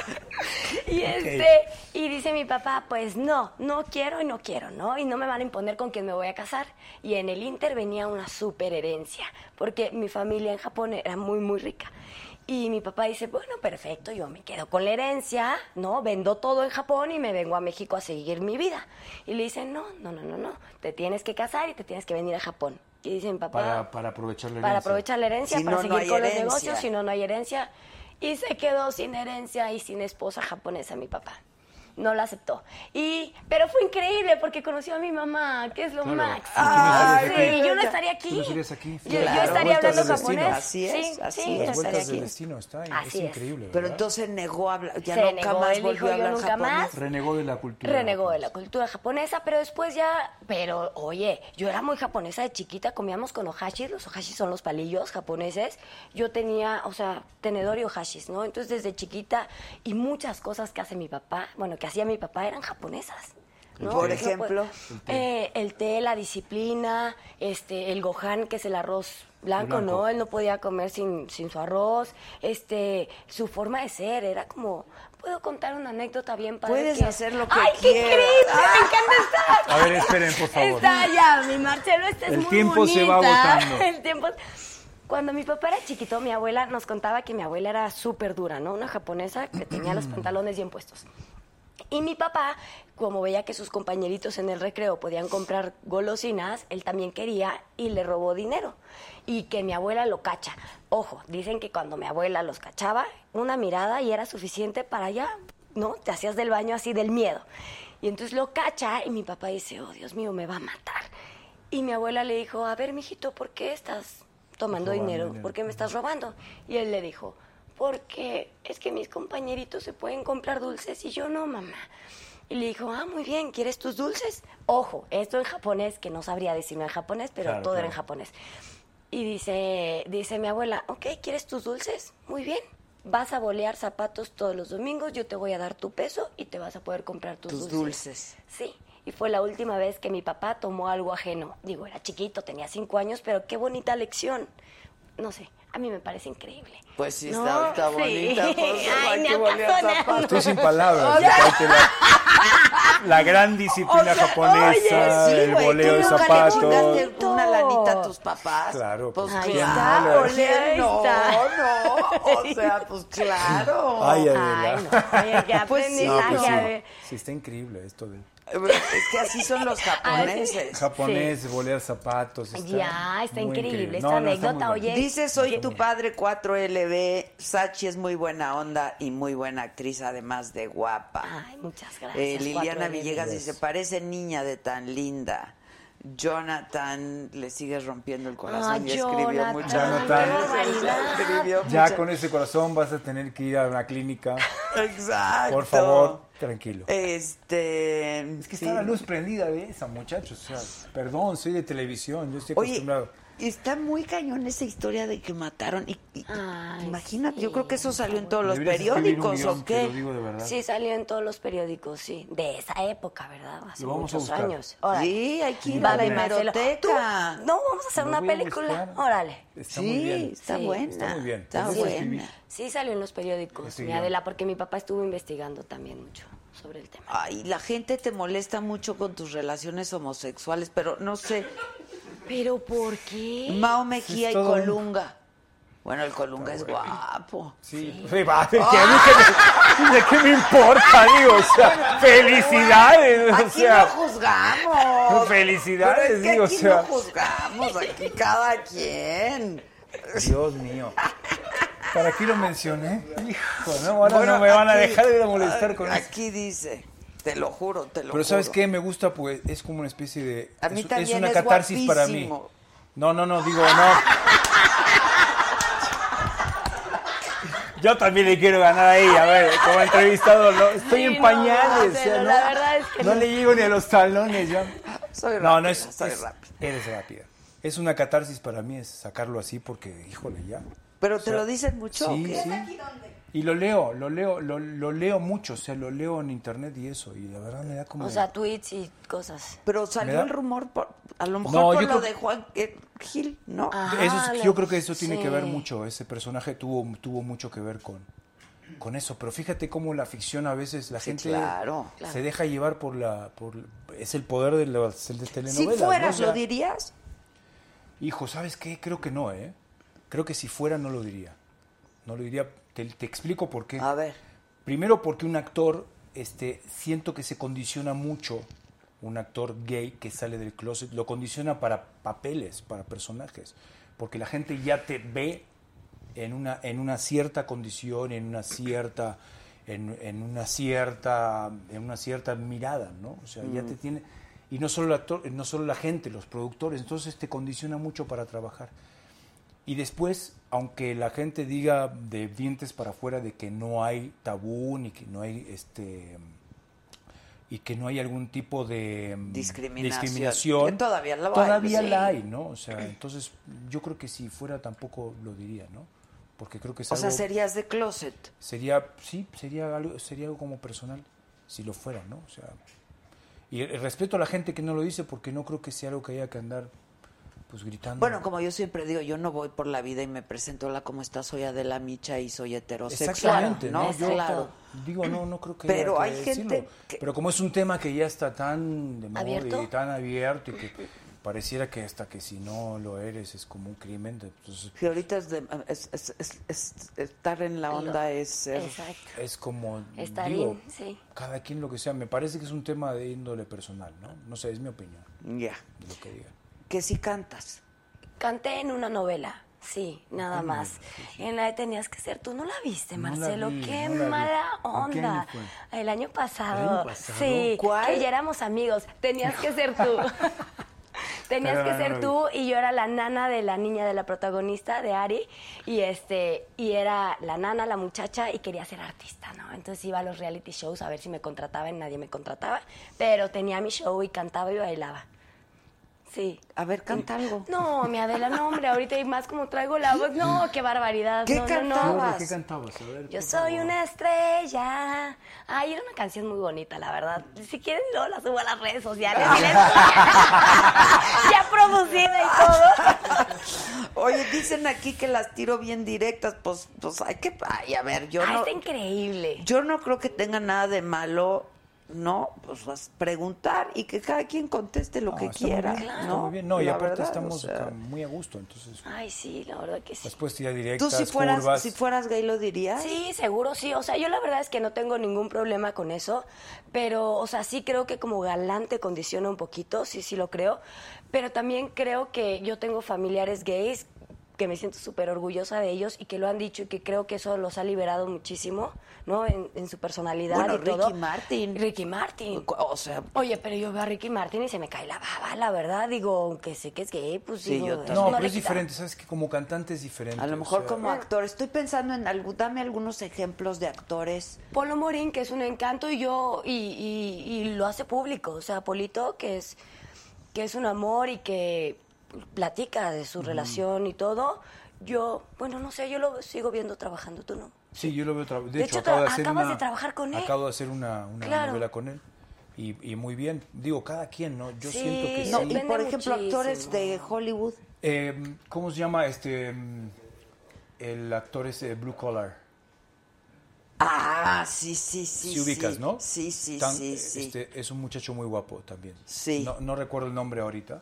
[SPEAKER 10] Y
[SPEAKER 1] Ok.
[SPEAKER 10] este, y dice mi papá, pues no, no quiero y no quiero, ¿no? Y no me van a imponer con quién me voy a casar. Y en el Inter venía una super herencia, porque mi familia en Japón era muy, muy rica. Y mi papá dice, bueno, perfecto, yo me quedo con la herencia, ¿no? Vendo todo en Japón y me vengo a México a seguir mi vida. Y le dicen, no, no, no, no, no, te tienes que casar y te tienes que venir a Japón. Y dice mi papá,
[SPEAKER 4] Para, para aprovechar la herencia.
[SPEAKER 10] para aprovechar la herencia,
[SPEAKER 4] Si
[SPEAKER 10] para
[SPEAKER 4] no, no
[SPEAKER 10] seguir
[SPEAKER 4] hay
[SPEAKER 10] con
[SPEAKER 4] herencia.
[SPEAKER 10] los negocios, si no, no hay herencia. Y se quedó sin herencia y sin esposa japonesa mi papá. No la aceptó. Y, pero fue increíble porque conoció a mi mamá, que es lo
[SPEAKER 4] Claro.
[SPEAKER 10] máximo. Ah,
[SPEAKER 4] Tú no
[SPEAKER 10] sí,
[SPEAKER 4] estarías aquí.
[SPEAKER 10] yo no estaría aquí.
[SPEAKER 4] Tú no estarías aquí.
[SPEAKER 10] Yo- yo estaría
[SPEAKER 4] Vueltas
[SPEAKER 10] hablando
[SPEAKER 4] del destino.
[SPEAKER 10] japonés.
[SPEAKER 2] Así es,
[SPEAKER 10] Sí,
[SPEAKER 2] así
[SPEAKER 10] sí,
[SPEAKER 2] es.
[SPEAKER 10] no
[SPEAKER 4] Las
[SPEAKER 10] estaría
[SPEAKER 4] vueltas
[SPEAKER 10] aquí.
[SPEAKER 4] del destino, está
[SPEAKER 10] Así
[SPEAKER 4] es
[SPEAKER 10] es.
[SPEAKER 4] increíble.
[SPEAKER 2] Pero
[SPEAKER 4] ¿verdad?
[SPEAKER 2] entonces negó a hablar, ya
[SPEAKER 10] Se
[SPEAKER 2] nunca
[SPEAKER 10] negó,
[SPEAKER 2] más
[SPEAKER 10] él
[SPEAKER 2] volvió a
[SPEAKER 10] dijo, yo
[SPEAKER 2] hablar
[SPEAKER 10] nunca
[SPEAKER 2] japonés.
[SPEAKER 10] más.
[SPEAKER 4] Renegó de la cultura.
[SPEAKER 10] Renegó de la cultura japonesa, pero después ya, pero oye, yo era muy japonesa de chiquita, comíamos con ohashis, los ohashis son los palillos japoneses, yo tenía, o sea, tenedor y ohashis, ¿no? Entonces desde chiquita y muchas cosas que hace mi papá, bueno, que hacía mi papá eran japonesas. ¿no?
[SPEAKER 2] Por
[SPEAKER 10] Eso, pues,
[SPEAKER 2] ejemplo.
[SPEAKER 10] el, té. Eh, el té, la disciplina, este, el gohan, que es el arroz blanco,
[SPEAKER 2] El blanco.
[SPEAKER 10] ¿no? Él no podía comer sin, sin su arroz, este, su forma de ser, era como, puedo contar una anécdota bien padre.
[SPEAKER 2] Puedes
[SPEAKER 10] que-
[SPEAKER 2] hacer lo que
[SPEAKER 10] ¡Ay, qué
[SPEAKER 2] quieras. Ah.
[SPEAKER 10] increíble! Me encanta estar.
[SPEAKER 11] A ver, esperen, por favor.
[SPEAKER 10] Está ya, mi Marcelo, esta es
[SPEAKER 11] El
[SPEAKER 10] muy
[SPEAKER 11] tiempo se va
[SPEAKER 10] bonita.
[SPEAKER 11] agotando.
[SPEAKER 10] El tiempo. Cuando mi papá era chiquito, mi abuela nos contaba que mi abuela era súper dura, ¿no? Una japonesa que tenía los pantalones bien puestos. Y mi papá, como veía que sus compañeritos en el recreo podían comprar golosinas, él también quería y le robó dinero. Y que mi abuela lo cacha. Ojo, dicen que cuando mi abuela los cachaba, una mirada y era suficiente para ya, ¿no? Te hacías del baño así del miedo. Y entonces lo cacha y mi papá dice, oh Dios mío, me va a matar. Y mi abuela le dijo, a ver, mijito, ¿por qué estás
[SPEAKER 12] Robando
[SPEAKER 10] tomando dinero?
[SPEAKER 12] dinero.
[SPEAKER 10] ¿Por qué me estás robando? Y él le dijo, porque es que mis compañeritos se pueden comprar dulces y yo no, mamá. Y le dijo, ah, muy bien, ¿quieres tus dulces? Ojo, esto en japonés, que no sabría decirlo en japonés, pero
[SPEAKER 12] Claro,
[SPEAKER 10] todo era en
[SPEAKER 12] claro.
[SPEAKER 10] japonés. Y dice, dice mi abuela, ok, ¿quieres tus dulces? Muy bien. Vas a bolear zapatos todos los domingos, yo te voy a dar tu peso y te vas a poder comprar tus,
[SPEAKER 2] Tus
[SPEAKER 10] dulces.
[SPEAKER 2] dulces.
[SPEAKER 10] Sí. y fue la última vez que mi papá tomó algo ajeno. Digo, era chiquito, tenía cinco años, pero qué bonita lección. No sé, a mí me parece increíble.
[SPEAKER 2] Pues sí,
[SPEAKER 10] No,
[SPEAKER 2] está, está
[SPEAKER 10] sí.
[SPEAKER 2] bonita. Pues,
[SPEAKER 10] Ay,
[SPEAKER 2] ay,
[SPEAKER 10] ni
[SPEAKER 2] qué bonita
[SPEAKER 10] alcanzó
[SPEAKER 2] zapata.
[SPEAKER 4] Estoy sin palabras. me falta la, la gran disciplina
[SPEAKER 2] O sea, oye,
[SPEAKER 4] japonesa,
[SPEAKER 2] sí,
[SPEAKER 4] el
[SPEAKER 2] güey,
[SPEAKER 4] voleo
[SPEAKER 2] ¿tú
[SPEAKER 4] de
[SPEAKER 2] nunca le
[SPEAKER 4] zapatos.
[SPEAKER 2] mandaste una lanita a tus papás?
[SPEAKER 4] Claro,
[SPEAKER 2] Pues
[SPEAKER 4] pues, ¿quién no
[SPEAKER 2] claro,
[SPEAKER 4] lo-
[SPEAKER 2] ¿quién
[SPEAKER 4] Ahí
[SPEAKER 2] no,
[SPEAKER 4] está.
[SPEAKER 2] no, o sea, pues claro.
[SPEAKER 4] Ay, Adela.
[SPEAKER 10] Oye, qué
[SPEAKER 2] Pues sí,
[SPEAKER 4] No,
[SPEAKER 10] aprendizaje,
[SPEAKER 4] pues sí,
[SPEAKER 10] a ver.
[SPEAKER 4] sí, está increíble esto de
[SPEAKER 2] Es que así son los japoneses.
[SPEAKER 4] japonés, volear zapatos. Está
[SPEAKER 10] Ya, está
[SPEAKER 4] muy
[SPEAKER 10] increíble esta
[SPEAKER 4] No, no, está
[SPEAKER 10] anécdota,
[SPEAKER 4] muy bueno.
[SPEAKER 10] oye.
[SPEAKER 2] Dice, soy tu padre 4LB. Sachi es muy buena onda y muy buena actriz, además de guapa.
[SPEAKER 10] Ay, muchas gracias.
[SPEAKER 2] Eh, Liliana
[SPEAKER 10] 4LB.
[SPEAKER 2] Villegas dice, parece niña de tan linda. Jonathan, le sigues rompiendo el corazón
[SPEAKER 10] Ah,
[SPEAKER 2] y escribió
[SPEAKER 10] Jonathan,
[SPEAKER 2] mucho.
[SPEAKER 4] Jonathan.
[SPEAKER 10] qué
[SPEAKER 2] Escribió
[SPEAKER 4] Ya
[SPEAKER 2] mucho.
[SPEAKER 4] con ese corazón vas a tener que ir a una clínica.
[SPEAKER 2] Exacto.
[SPEAKER 4] Por favor, tranquilo.
[SPEAKER 2] Este...
[SPEAKER 4] Es que
[SPEAKER 2] sí.
[SPEAKER 4] está la luz prendida de esa, muchachos. O sea, perdón, soy de televisión, yo estoy
[SPEAKER 2] Oye,
[SPEAKER 4] acostumbrado.
[SPEAKER 2] está muy cañón esa historia de que mataron. Y, y-
[SPEAKER 10] Ay,
[SPEAKER 2] imagínate, yo
[SPEAKER 10] sí,
[SPEAKER 2] creo que eso salió en todos los
[SPEAKER 4] Deberías escribir un
[SPEAKER 2] periódicos,
[SPEAKER 4] guión,
[SPEAKER 2] ¿o
[SPEAKER 4] te
[SPEAKER 2] qué?
[SPEAKER 4] lo digo de verdad.
[SPEAKER 10] Sí, salió en todos los periódicos, sí. De esa época, ¿verdad? Hace
[SPEAKER 4] Lo vamos a
[SPEAKER 10] muchos
[SPEAKER 4] buscar.
[SPEAKER 10] años. Órale.
[SPEAKER 2] Sí, hay que ir
[SPEAKER 10] Va
[SPEAKER 2] a la
[SPEAKER 10] ver, Marcelo.
[SPEAKER 2] hemeroteca.
[SPEAKER 10] Tú, No, vamos a hacer
[SPEAKER 4] Lo
[SPEAKER 10] una
[SPEAKER 4] voy a
[SPEAKER 10] película.
[SPEAKER 4] buscar.
[SPEAKER 10] Órale.
[SPEAKER 4] Está muy
[SPEAKER 2] Sí,
[SPEAKER 4] bien.
[SPEAKER 2] está
[SPEAKER 10] Sí.
[SPEAKER 2] buena.
[SPEAKER 4] Está muy bien.
[SPEAKER 2] Está
[SPEAKER 4] Eso escribí.
[SPEAKER 2] buena.
[SPEAKER 10] Sí, salió en los periódicos,
[SPEAKER 4] Sí,
[SPEAKER 10] mi
[SPEAKER 4] yo.
[SPEAKER 10] Adela, porque mi papá estuvo investigando también mucho sobre el tema.
[SPEAKER 2] Ay, la gente te molesta mucho con tus relaciones homosexuales, pero no sé.
[SPEAKER 10] ¿Pero por qué?
[SPEAKER 2] Mao Mejía y
[SPEAKER 4] todo un-
[SPEAKER 2] Colunga. Bueno, el Colunga es guapo.
[SPEAKER 4] Sí, va, ¿de qué, a mí qué me- ¿de qué me importa? Digo, o sea, felicidades. O
[SPEAKER 2] Aquí no
[SPEAKER 4] sea,
[SPEAKER 2] juzgamos.
[SPEAKER 4] Felicidades,
[SPEAKER 2] Pero es que
[SPEAKER 4] digo,
[SPEAKER 2] aquí
[SPEAKER 4] o sea.
[SPEAKER 2] no juzgamos, aquí cada quien.
[SPEAKER 4] Dios mío. ¿Para qué lo mencioné? Hijo, no, ahora
[SPEAKER 2] Bueno,
[SPEAKER 4] no me van a
[SPEAKER 2] aquí-
[SPEAKER 4] dejar de molestar con
[SPEAKER 2] aquí
[SPEAKER 4] esto.
[SPEAKER 2] dice, te lo juro, te lo juro.
[SPEAKER 4] Pero ¿sabes qué? Me gusta, pues, es como una especie de...
[SPEAKER 2] A mí
[SPEAKER 4] es,
[SPEAKER 2] también
[SPEAKER 4] una
[SPEAKER 2] es
[SPEAKER 4] catarsis para mí.
[SPEAKER 2] guapísimo.
[SPEAKER 4] No, no, no, digo, no. Yo también le quiero ganar ahí, a ver, como entrevistado, no, estoy
[SPEAKER 10] Sí,
[SPEAKER 4] en
[SPEAKER 10] no,
[SPEAKER 4] pañales,
[SPEAKER 10] no,
[SPEAKER 4] o sea,
[SPEAKER 10] no,
[SPEAKER 4] no,
[SPEAKER 10] la verdad es que
[SPEAKER 4] no
[SPEAKER 10] no.
[SPEAKER 4] le llego ni a los talones, ya.
[SPEAKER 2] Soy
[SPEAKER 4] no, no
[SPEAKER 2] rápida,
[SPEAKER 4] es,
[SPEAKER 2] soy
[SPEAKER 4] es-
[SPEAKER 2] rápida.
[SPEAKER 4] eres rápida. Es una catarsis para mí, es sacarlo así porque, híjole, ya.
[SPEAKER 2] Pero
[SPEAKER 4] O
[SPEAKER 2] te
[SPEAKER 4] sea,
[SPEAKER 2] lo dicen mucho. ¿o
[SPEAKER 4] sí,
[SPEAKER 2] qué?
[SPEAKER 4] sí. Y lo leo, lo leo, lo, lo leo mucho, o sea, lo leo en internet y eso, y la verdad me da como...
[SPEAKER 10] O sea, tweets y cosas.
[SPEAKER 2] Pero salió
[SPEAKER 4] Me da-
[SPEAKER 2] el rumor, por, a lo mejor
[SPEAKER 4] No,
[SPEAKER 2] por
[SPEAKER 4] yo
[SPEAKER 2] lo
[SPEAKER 4] creo-
[SPEAKER 2] de Juan eh, Gil, ¿no?
[SPEAKER 10] Ah.
[SPEAKER 4] Eso es-
[SPEAKER 10] lo-
[SPEAKER 4] yo creo que eso tiene que ver
[SPEAKER 10] sí.
[SPEAKER 4] mucho. Ese personaje tuvo, tuvo mucho que ver con, con eso. Pero fíjate cómo la ficción a veces la
[SPEAKER 2] Sí,
[SPEAKER 4] gente
[SPEAKER 2] claro.
[SPEAKER 4] se deja llevar por la. Por, es el poder de las de telenovelas.
[SPEAKER 2] si
[SPEAKER 4] ¿no?
[SPEAKER 2] fueras,
[SPEAKER 4] O sea,
[SPEAKER 2] ¿lo dirías?
[SPEAKER 4] Hijo, ¿sabes qué? Creo que no, ¿eh? Creo que si fuera no lo diría. No lo diría. Te, te explico por qué.
[SPEAKER 2] A ver.
[SPEAKER 4] Primero porque un actor, este, siento que se condiciona mucho, un actor gay que sale del closet, lo condiciona para papeles, para personajes, porque la gente ya te ve en una, en una cierta condición, en una cierta, en, en una cierta, en una cierta mirada, ¿no? O sea, ya te tiene y no solo el actor, no solo la gente, los productores, entonces te condiciona mucho para trabajar. Y después, aunque la gente diga de dientes para afuera de que no hay tabú ni que no hay este y que no hay algún tipo de mm,
[SPEAKER 2] Discriminación.
[SPEAKER 4] discriminación,
[SPEAKER 2] Que todavía la hay, pues,
[SPEAKER 4] todavía
[SPEAKER 2] sí.
[SPEAKER 4] la hay, ¿no? O sea, entonces yo creo que si fuera tampoco lo diría, ¿no? Porque creo que es
[SPEAKER 2] O sea,
[SPEAKER 4] algo-
[SPEAKER 2] serías de closet.
[SPEAKER 4] sería sí sería algo sería algo como personal si lo fuera no o sea y eh, respeto a la gente que no lo dice porque no creo que sea algo que haya que andar pues gritando
[SPEAKER 2] Bueno, como yo siempre digo, yo no voy por la vida y me presento, hola, ¿cómo estás? Soy Adela Micha y soy heterosexual.
[SPEAKER 4] Exactamente,
[SPEAKER 2] ¿no?
[SPEAKER 4] ¿no? Yo
[SPEAKER 2] claro.
[SPEAKER 4] digo, no, no creo que
[SPEAKER 2] Pero
[SPEAKER 4] haya
[SPEAKER 2] hay
[SPEAKER 4] que
[SPEAKER 2] gente
[SPEAKER 4] decirlo.
[SPEAKER 2] que-
[SPEAKER 4] Pero como es un tema que ya está tan de moda
[SPEAKER 10] ¿Abierto?
[SPEAKER 4] y tan abierto y que pareciera que hasta que si no lo eres es como un crimen, pues, entonces
[SPEAKER 2] Si ahorita es de- es- es- es- es- estar en la onda es ser...
[SPEAKER 10] Exacto.
[SPEAKER 4] es como
[SPEAKER 10] Estar
[SPEAKER 4] digo,
[SPEAKER 10] in, sí.
[SPEAKER 4] cada quien lo que sea, me parece que es un tema de índole personal, ¿no? No sé, es mi opinión
[SPEAKER 2] Ya.
[SPEAKER 4] de lo que diga.
[SPEAKER 2] Que si cantas.
[SPEAKER 10] Canté en una novela, sí, nada más. En la de Tenías que ser tú, ¿no la viste,
[SPEAKER 4] No la
[SPEAKER 10] Marcelo?
[SPEAKER 4] vi,
[SPEAKER 10] ¡Qué
[SPEAKER 4] no la vi.
[SPEAKER 10] mala
[SPEAKER 4] ¿En qué
[SPEAKER 10] onda!
[SPEAKER 4] año fue?
[SPEAKER 10] El año pasado.
[SPEAKER 4] ¿El año pasado?
[SPEAKER 10] Sí,
[SPEAKER 2] ¿Cuál?
[SPEAKER 10] que ya éramos amigos. Tenías que ser tú. Tenías
[SPEAKER 4] Pero
[SPEAKER 10] que
[SPEAKER 4] no, no
[SPEAKER 10] ser tú
[SPEAKER 4] la
[SPEAKER 10] y yo era la nana de la niña de la protagonista de Ari y este y era la nana la muchacha y quería ser artista, ¿no? Entonces iba a los reality shows a ver si me contrataban, nadie me contrataba, pero tenía mi show y cantaba y bailaba. Sí.
[SPEAKER 2] A ver, canta algo.
[SPEAKER 10] No, mi Adela, no, hombre, ahorita y más como traigo la voz. No, qué barbaridad.
[SPEAKER 2] ¿Qué
[SPEAKER 10] no, no, no.
[SPEAKER 2] cantabas?
[SPEAKER 4] ¿Qué cantabas? A ver,
[SPEAKER 10] Yo
[SPEAKER 4] por
[SPEAKER 10] soy
[SPEAKER 4] favor.
[SPEAKER 10] una estrella. Ay, era una canción muy bonita, la verdad. Si quieren, luego la subo a las redes sociales. Y les- ya producida y todo.
[SPEAKER 2] Oye, dicen aquí que las tiro bien directas, pues, pues hay que, ay, a ver, yo
[SPEAKER 10] Ay,
[SPEAKER 2] no,
[SPEAKER 10] está increíble.
[SPEAKER 2] yo no creo que tenga nada de malo, no, pues vas a preguntar y que cada quien conteste lo
[SPEAKER 4] Ah,
[SPEAKER 2] que
[SPEAKER 4] está muy
[SPEAKER 2] quiera,
[SPEAKER 4] bien, está
[SPEAKER 2] ¿no?
[SPEAKER 4] muy bien. No, y
[SPEAKER 2] La
[SPEAKER 4] aparte
[SPEAKER 2] verdad,
[SPEAKER 4] estamos
[SPEAKER 2] o sea,
[SPEAKER 4] acá muy a gusto, entonces
[SPEAKER 10] Ay, sí, la verdad que sí.
[SPEAKER 4] las puedes tirar
[SPEAKER 2] Tú
[SPEAKER 4] directas,
[SPEAKER 2] si fueras,
[SPEAKER 4] curvas.
[SPEAKER 2] si fueras gay lo dirías.
[SPEAKER 10] Sí, seguro sí. O sea, yo la verdad es que no tengo ningún problema con eso. Pero, o sea, sí creo que como galán te condiciona un poquito, sí, sí lo creo. Pero también creo que yo tengo familiares gays que me siento súper orgullosa de ellos y que lo han dicho y que creo que eso los ha liberado muchísimo, ¿no? En, en su personalidad
[SPEAKER 2] Bueno,
[SPEAKER 10] y todo.
[SPEAKER 2] Ricky Martin.
[SPEAKER 10] Ricky Martin.
[SPEAKER 2] O sea,
[SPEAKER 10] Oye, pero yo veo a Ricky Martin y se me cae la baba, la verdad. Digo, aunque sé que es gay, pues
[SPEAKER 2] Sí,
[SPEAKER 10] digo,
[SPEAKER 2] yo
[SPEAKER 10] eso
[SPEAKER 2] también.
[SPEAKER 4] No,
[SPEAKER 10] le
[SPEAKER 4] pero es
[SPEAKER 10] quita.
[SPEAKER 4] diferente, sabes que como cantante es diferente.
[SPEAKER 2] a lo
[SPEAKER 4] o
[SPEAKER 2] mejor
[SPEAKER 4] sea,
[SPEAKER 10] eh.
[SPEAKER 4] eh,
[SPEAKER 2] como actor, estoy pensando en algo, dame algunos ejemplos de actores.
[SPEAKER 10] Polo Morín, que es un encanto, y yo, y, y- y lo hace público. O sea, Polito, que es, que es un amor y que platica de su relación y todo. Yo, bueno, no sé, yo lo sigo viendo trabajando, tú no.
[SPEAKER 4] Sí, yo lo veo. tra- De,
[SPEAKER 10] De hecho,
[SPEAKER 4] acabo de
[SPEAKER 10] tra-
[SPEAKER 4] hacer
[SPEAKER 10] acabas
[SPEAKER 4] una-
[SPEAKER 10] de trabajar con él.
[SPEAKER 4] Acabo de hacer una, una
[SPEAKER 10] Claro.
[SPEAKER 4] novela con él. Y, y muy bien. Digo, cada quien, ¿no? Yo
[SPEAKER 10] Sí,
[SPEAKER 4] siento que
[SPEAKER 2] No,
[SPEAKER 4] sí.
[SPEAKER 2] y por
[SPEAKER 10] Depende
[SPEAKER 2] ejemplo, actores
[SPEAKER 10] muchísimo.
[SPEAKER 2] de Hollywood.
[SPEAKER 4] Eh, ¿Cómo se llama este. mm, El actor ese Blue Collar?
[SPEAKER 2] Ah, sí, sí, sí.
[SPEAKER 4] si ubicas,
[SPEAKER 2] sí.
[SPEAKER 4] ¿no?
[SPEAKER 2] Sí, sí,
[SPEAKER 4] Tan-
[SPEAKER 2] sí,
[SPEAKER 4] eh,
[SPEAKER 2] sí.
[SPEAKER 4] este, es un muchacho muy guapo también.
[SPEAKER 2] Sí.
[SPEAKER 4] No, no recuerdo el nombre ahorita.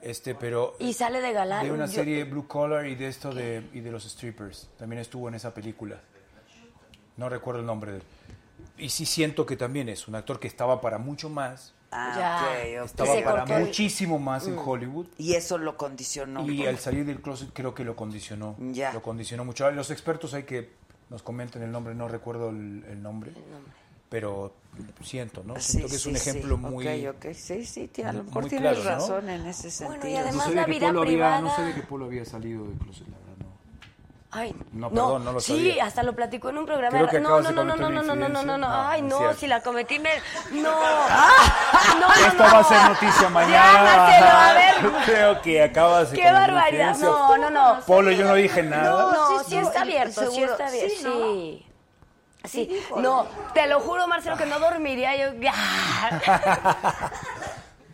[SPEAKER 4] Este, pero
[SPEAKER 10] Y sale de galán.
[SPEAKER 4] de una
[SPEAKER 10] Yo-
[SPEAKER 4] serie Blue Collar y de esto de y de los strippers. También estuvo en esa película. No recuerdo el nombre de él. Y sí siento que también es un actor que estaba para mucho más,
[SPEAKER 2] Ah,
[SPEAKER 10] Ya.
[SPEAKER 2] ok, ok.
[SPEAKER 10] Y
[SPEAKER 4] estaba
[SPEAKER 10] se
[SPEAKER 4] para
[SPEAKER 10] cortó el-
[SPEAKER 4] muchísimo más en Hollywood.
[SPEAKER 2] Y eso lo condicionó.
[SPEAKER 4] Y al salir del closet creo que lo condicionó.
[SPEAKER 2] Ya.
[SPEAKER 4] Lo condicionó mucho. Ah, Los expertos hay que nos comenten el nombre, no recuerdo el, el nombre, pero siento, ¿no?
[SPEAKER 2] Ah, Sí,
[SPEAKER 4] Siento que es
[SPEAKER 2] sí,
[SPEAKER 4] un
[SPEAKER 2] sí.
[SPEAKER 4] ejemplo muy...
[SPEAKER 2] Ok, ok, sí, sí, tía, a lo
[SPEAKER 4] muy
[SPEAKER 2] mejor tienes
[SPEAKER 4] claro, ¿no?
[SPEAKER 2] razón en ese sentido.
[SPEAKER 10] Bueno, y además la vida privada.
[SPEAKER 4] Polo había salido del closet, la verdad, no.
[SPEAKER 10] Ay,
[SPEAKER 4] No, perdón, no lo
[SPEAKER 10] sí,
[SPEAKER 4] sabía.
[SPEAKER 10] hasta lo platicó en un programa.
[SPEAKER 4] Creo que
[SPEAKER 10] no,
[SPEAKER 4] acabas
[SPEAKER 10] no,
[SPEAKER 4] de
[SPEAKER 10] no, no, no,
[SPEAKER 4] cometer Ah,
[SPEAKER 10] no,
[SPEAKER 4] una
[SPEAKER 10] no, no, no, no,
[SPEAKER 4] infidencia. No,
[SPEAKER 10] Ay,
[SPEAKER 4] no es
[SPEAKER 10] no,
[SPEAKER 4] cierto.
[SPEAKER 10] si la cometí me. No. No, no,
[SPEAKER 4] Esto va a ser
[SPEAKER 10] no.
[SPEAKER 4] noticia mañana.
[SPEAKER 10] Llámaselo, a ver.
[SPEAKER 4] Creo que acabas de...
[SPEAKER 10] Qué
[SPEAKER 4] cometer una
[SPEAKER 10] barbaridad.
[SPEAKER 4] infidencia.
[SPEAKER 10] No, no, no.
[SPEAKER 4] Polo, yo no dije
[SPEAKER 10] No,
[SPEAKER 4] nada.
[SPEAKER 10] no,
[SPEAKER 2] sí,
[SPEAKER 10] sí,
[SPEAKER 2] sí,
[SPEAKER 10] está
[SPEAKER 2] no,
[SPEAKER 10] abierto, sí
[SPEAKER 2] seguro,
[SPEAKER 10] está abierto.
[SPEAKER 2] sí,
[SPEAKER 10] Sí.
[SPEAKER 2] ¿no?
[SPEAKER 10] sí. no, te lo juro, Marcelo, que no
[SPEAKER 4] Ah.
[SPEAKER 10] dormiría yo.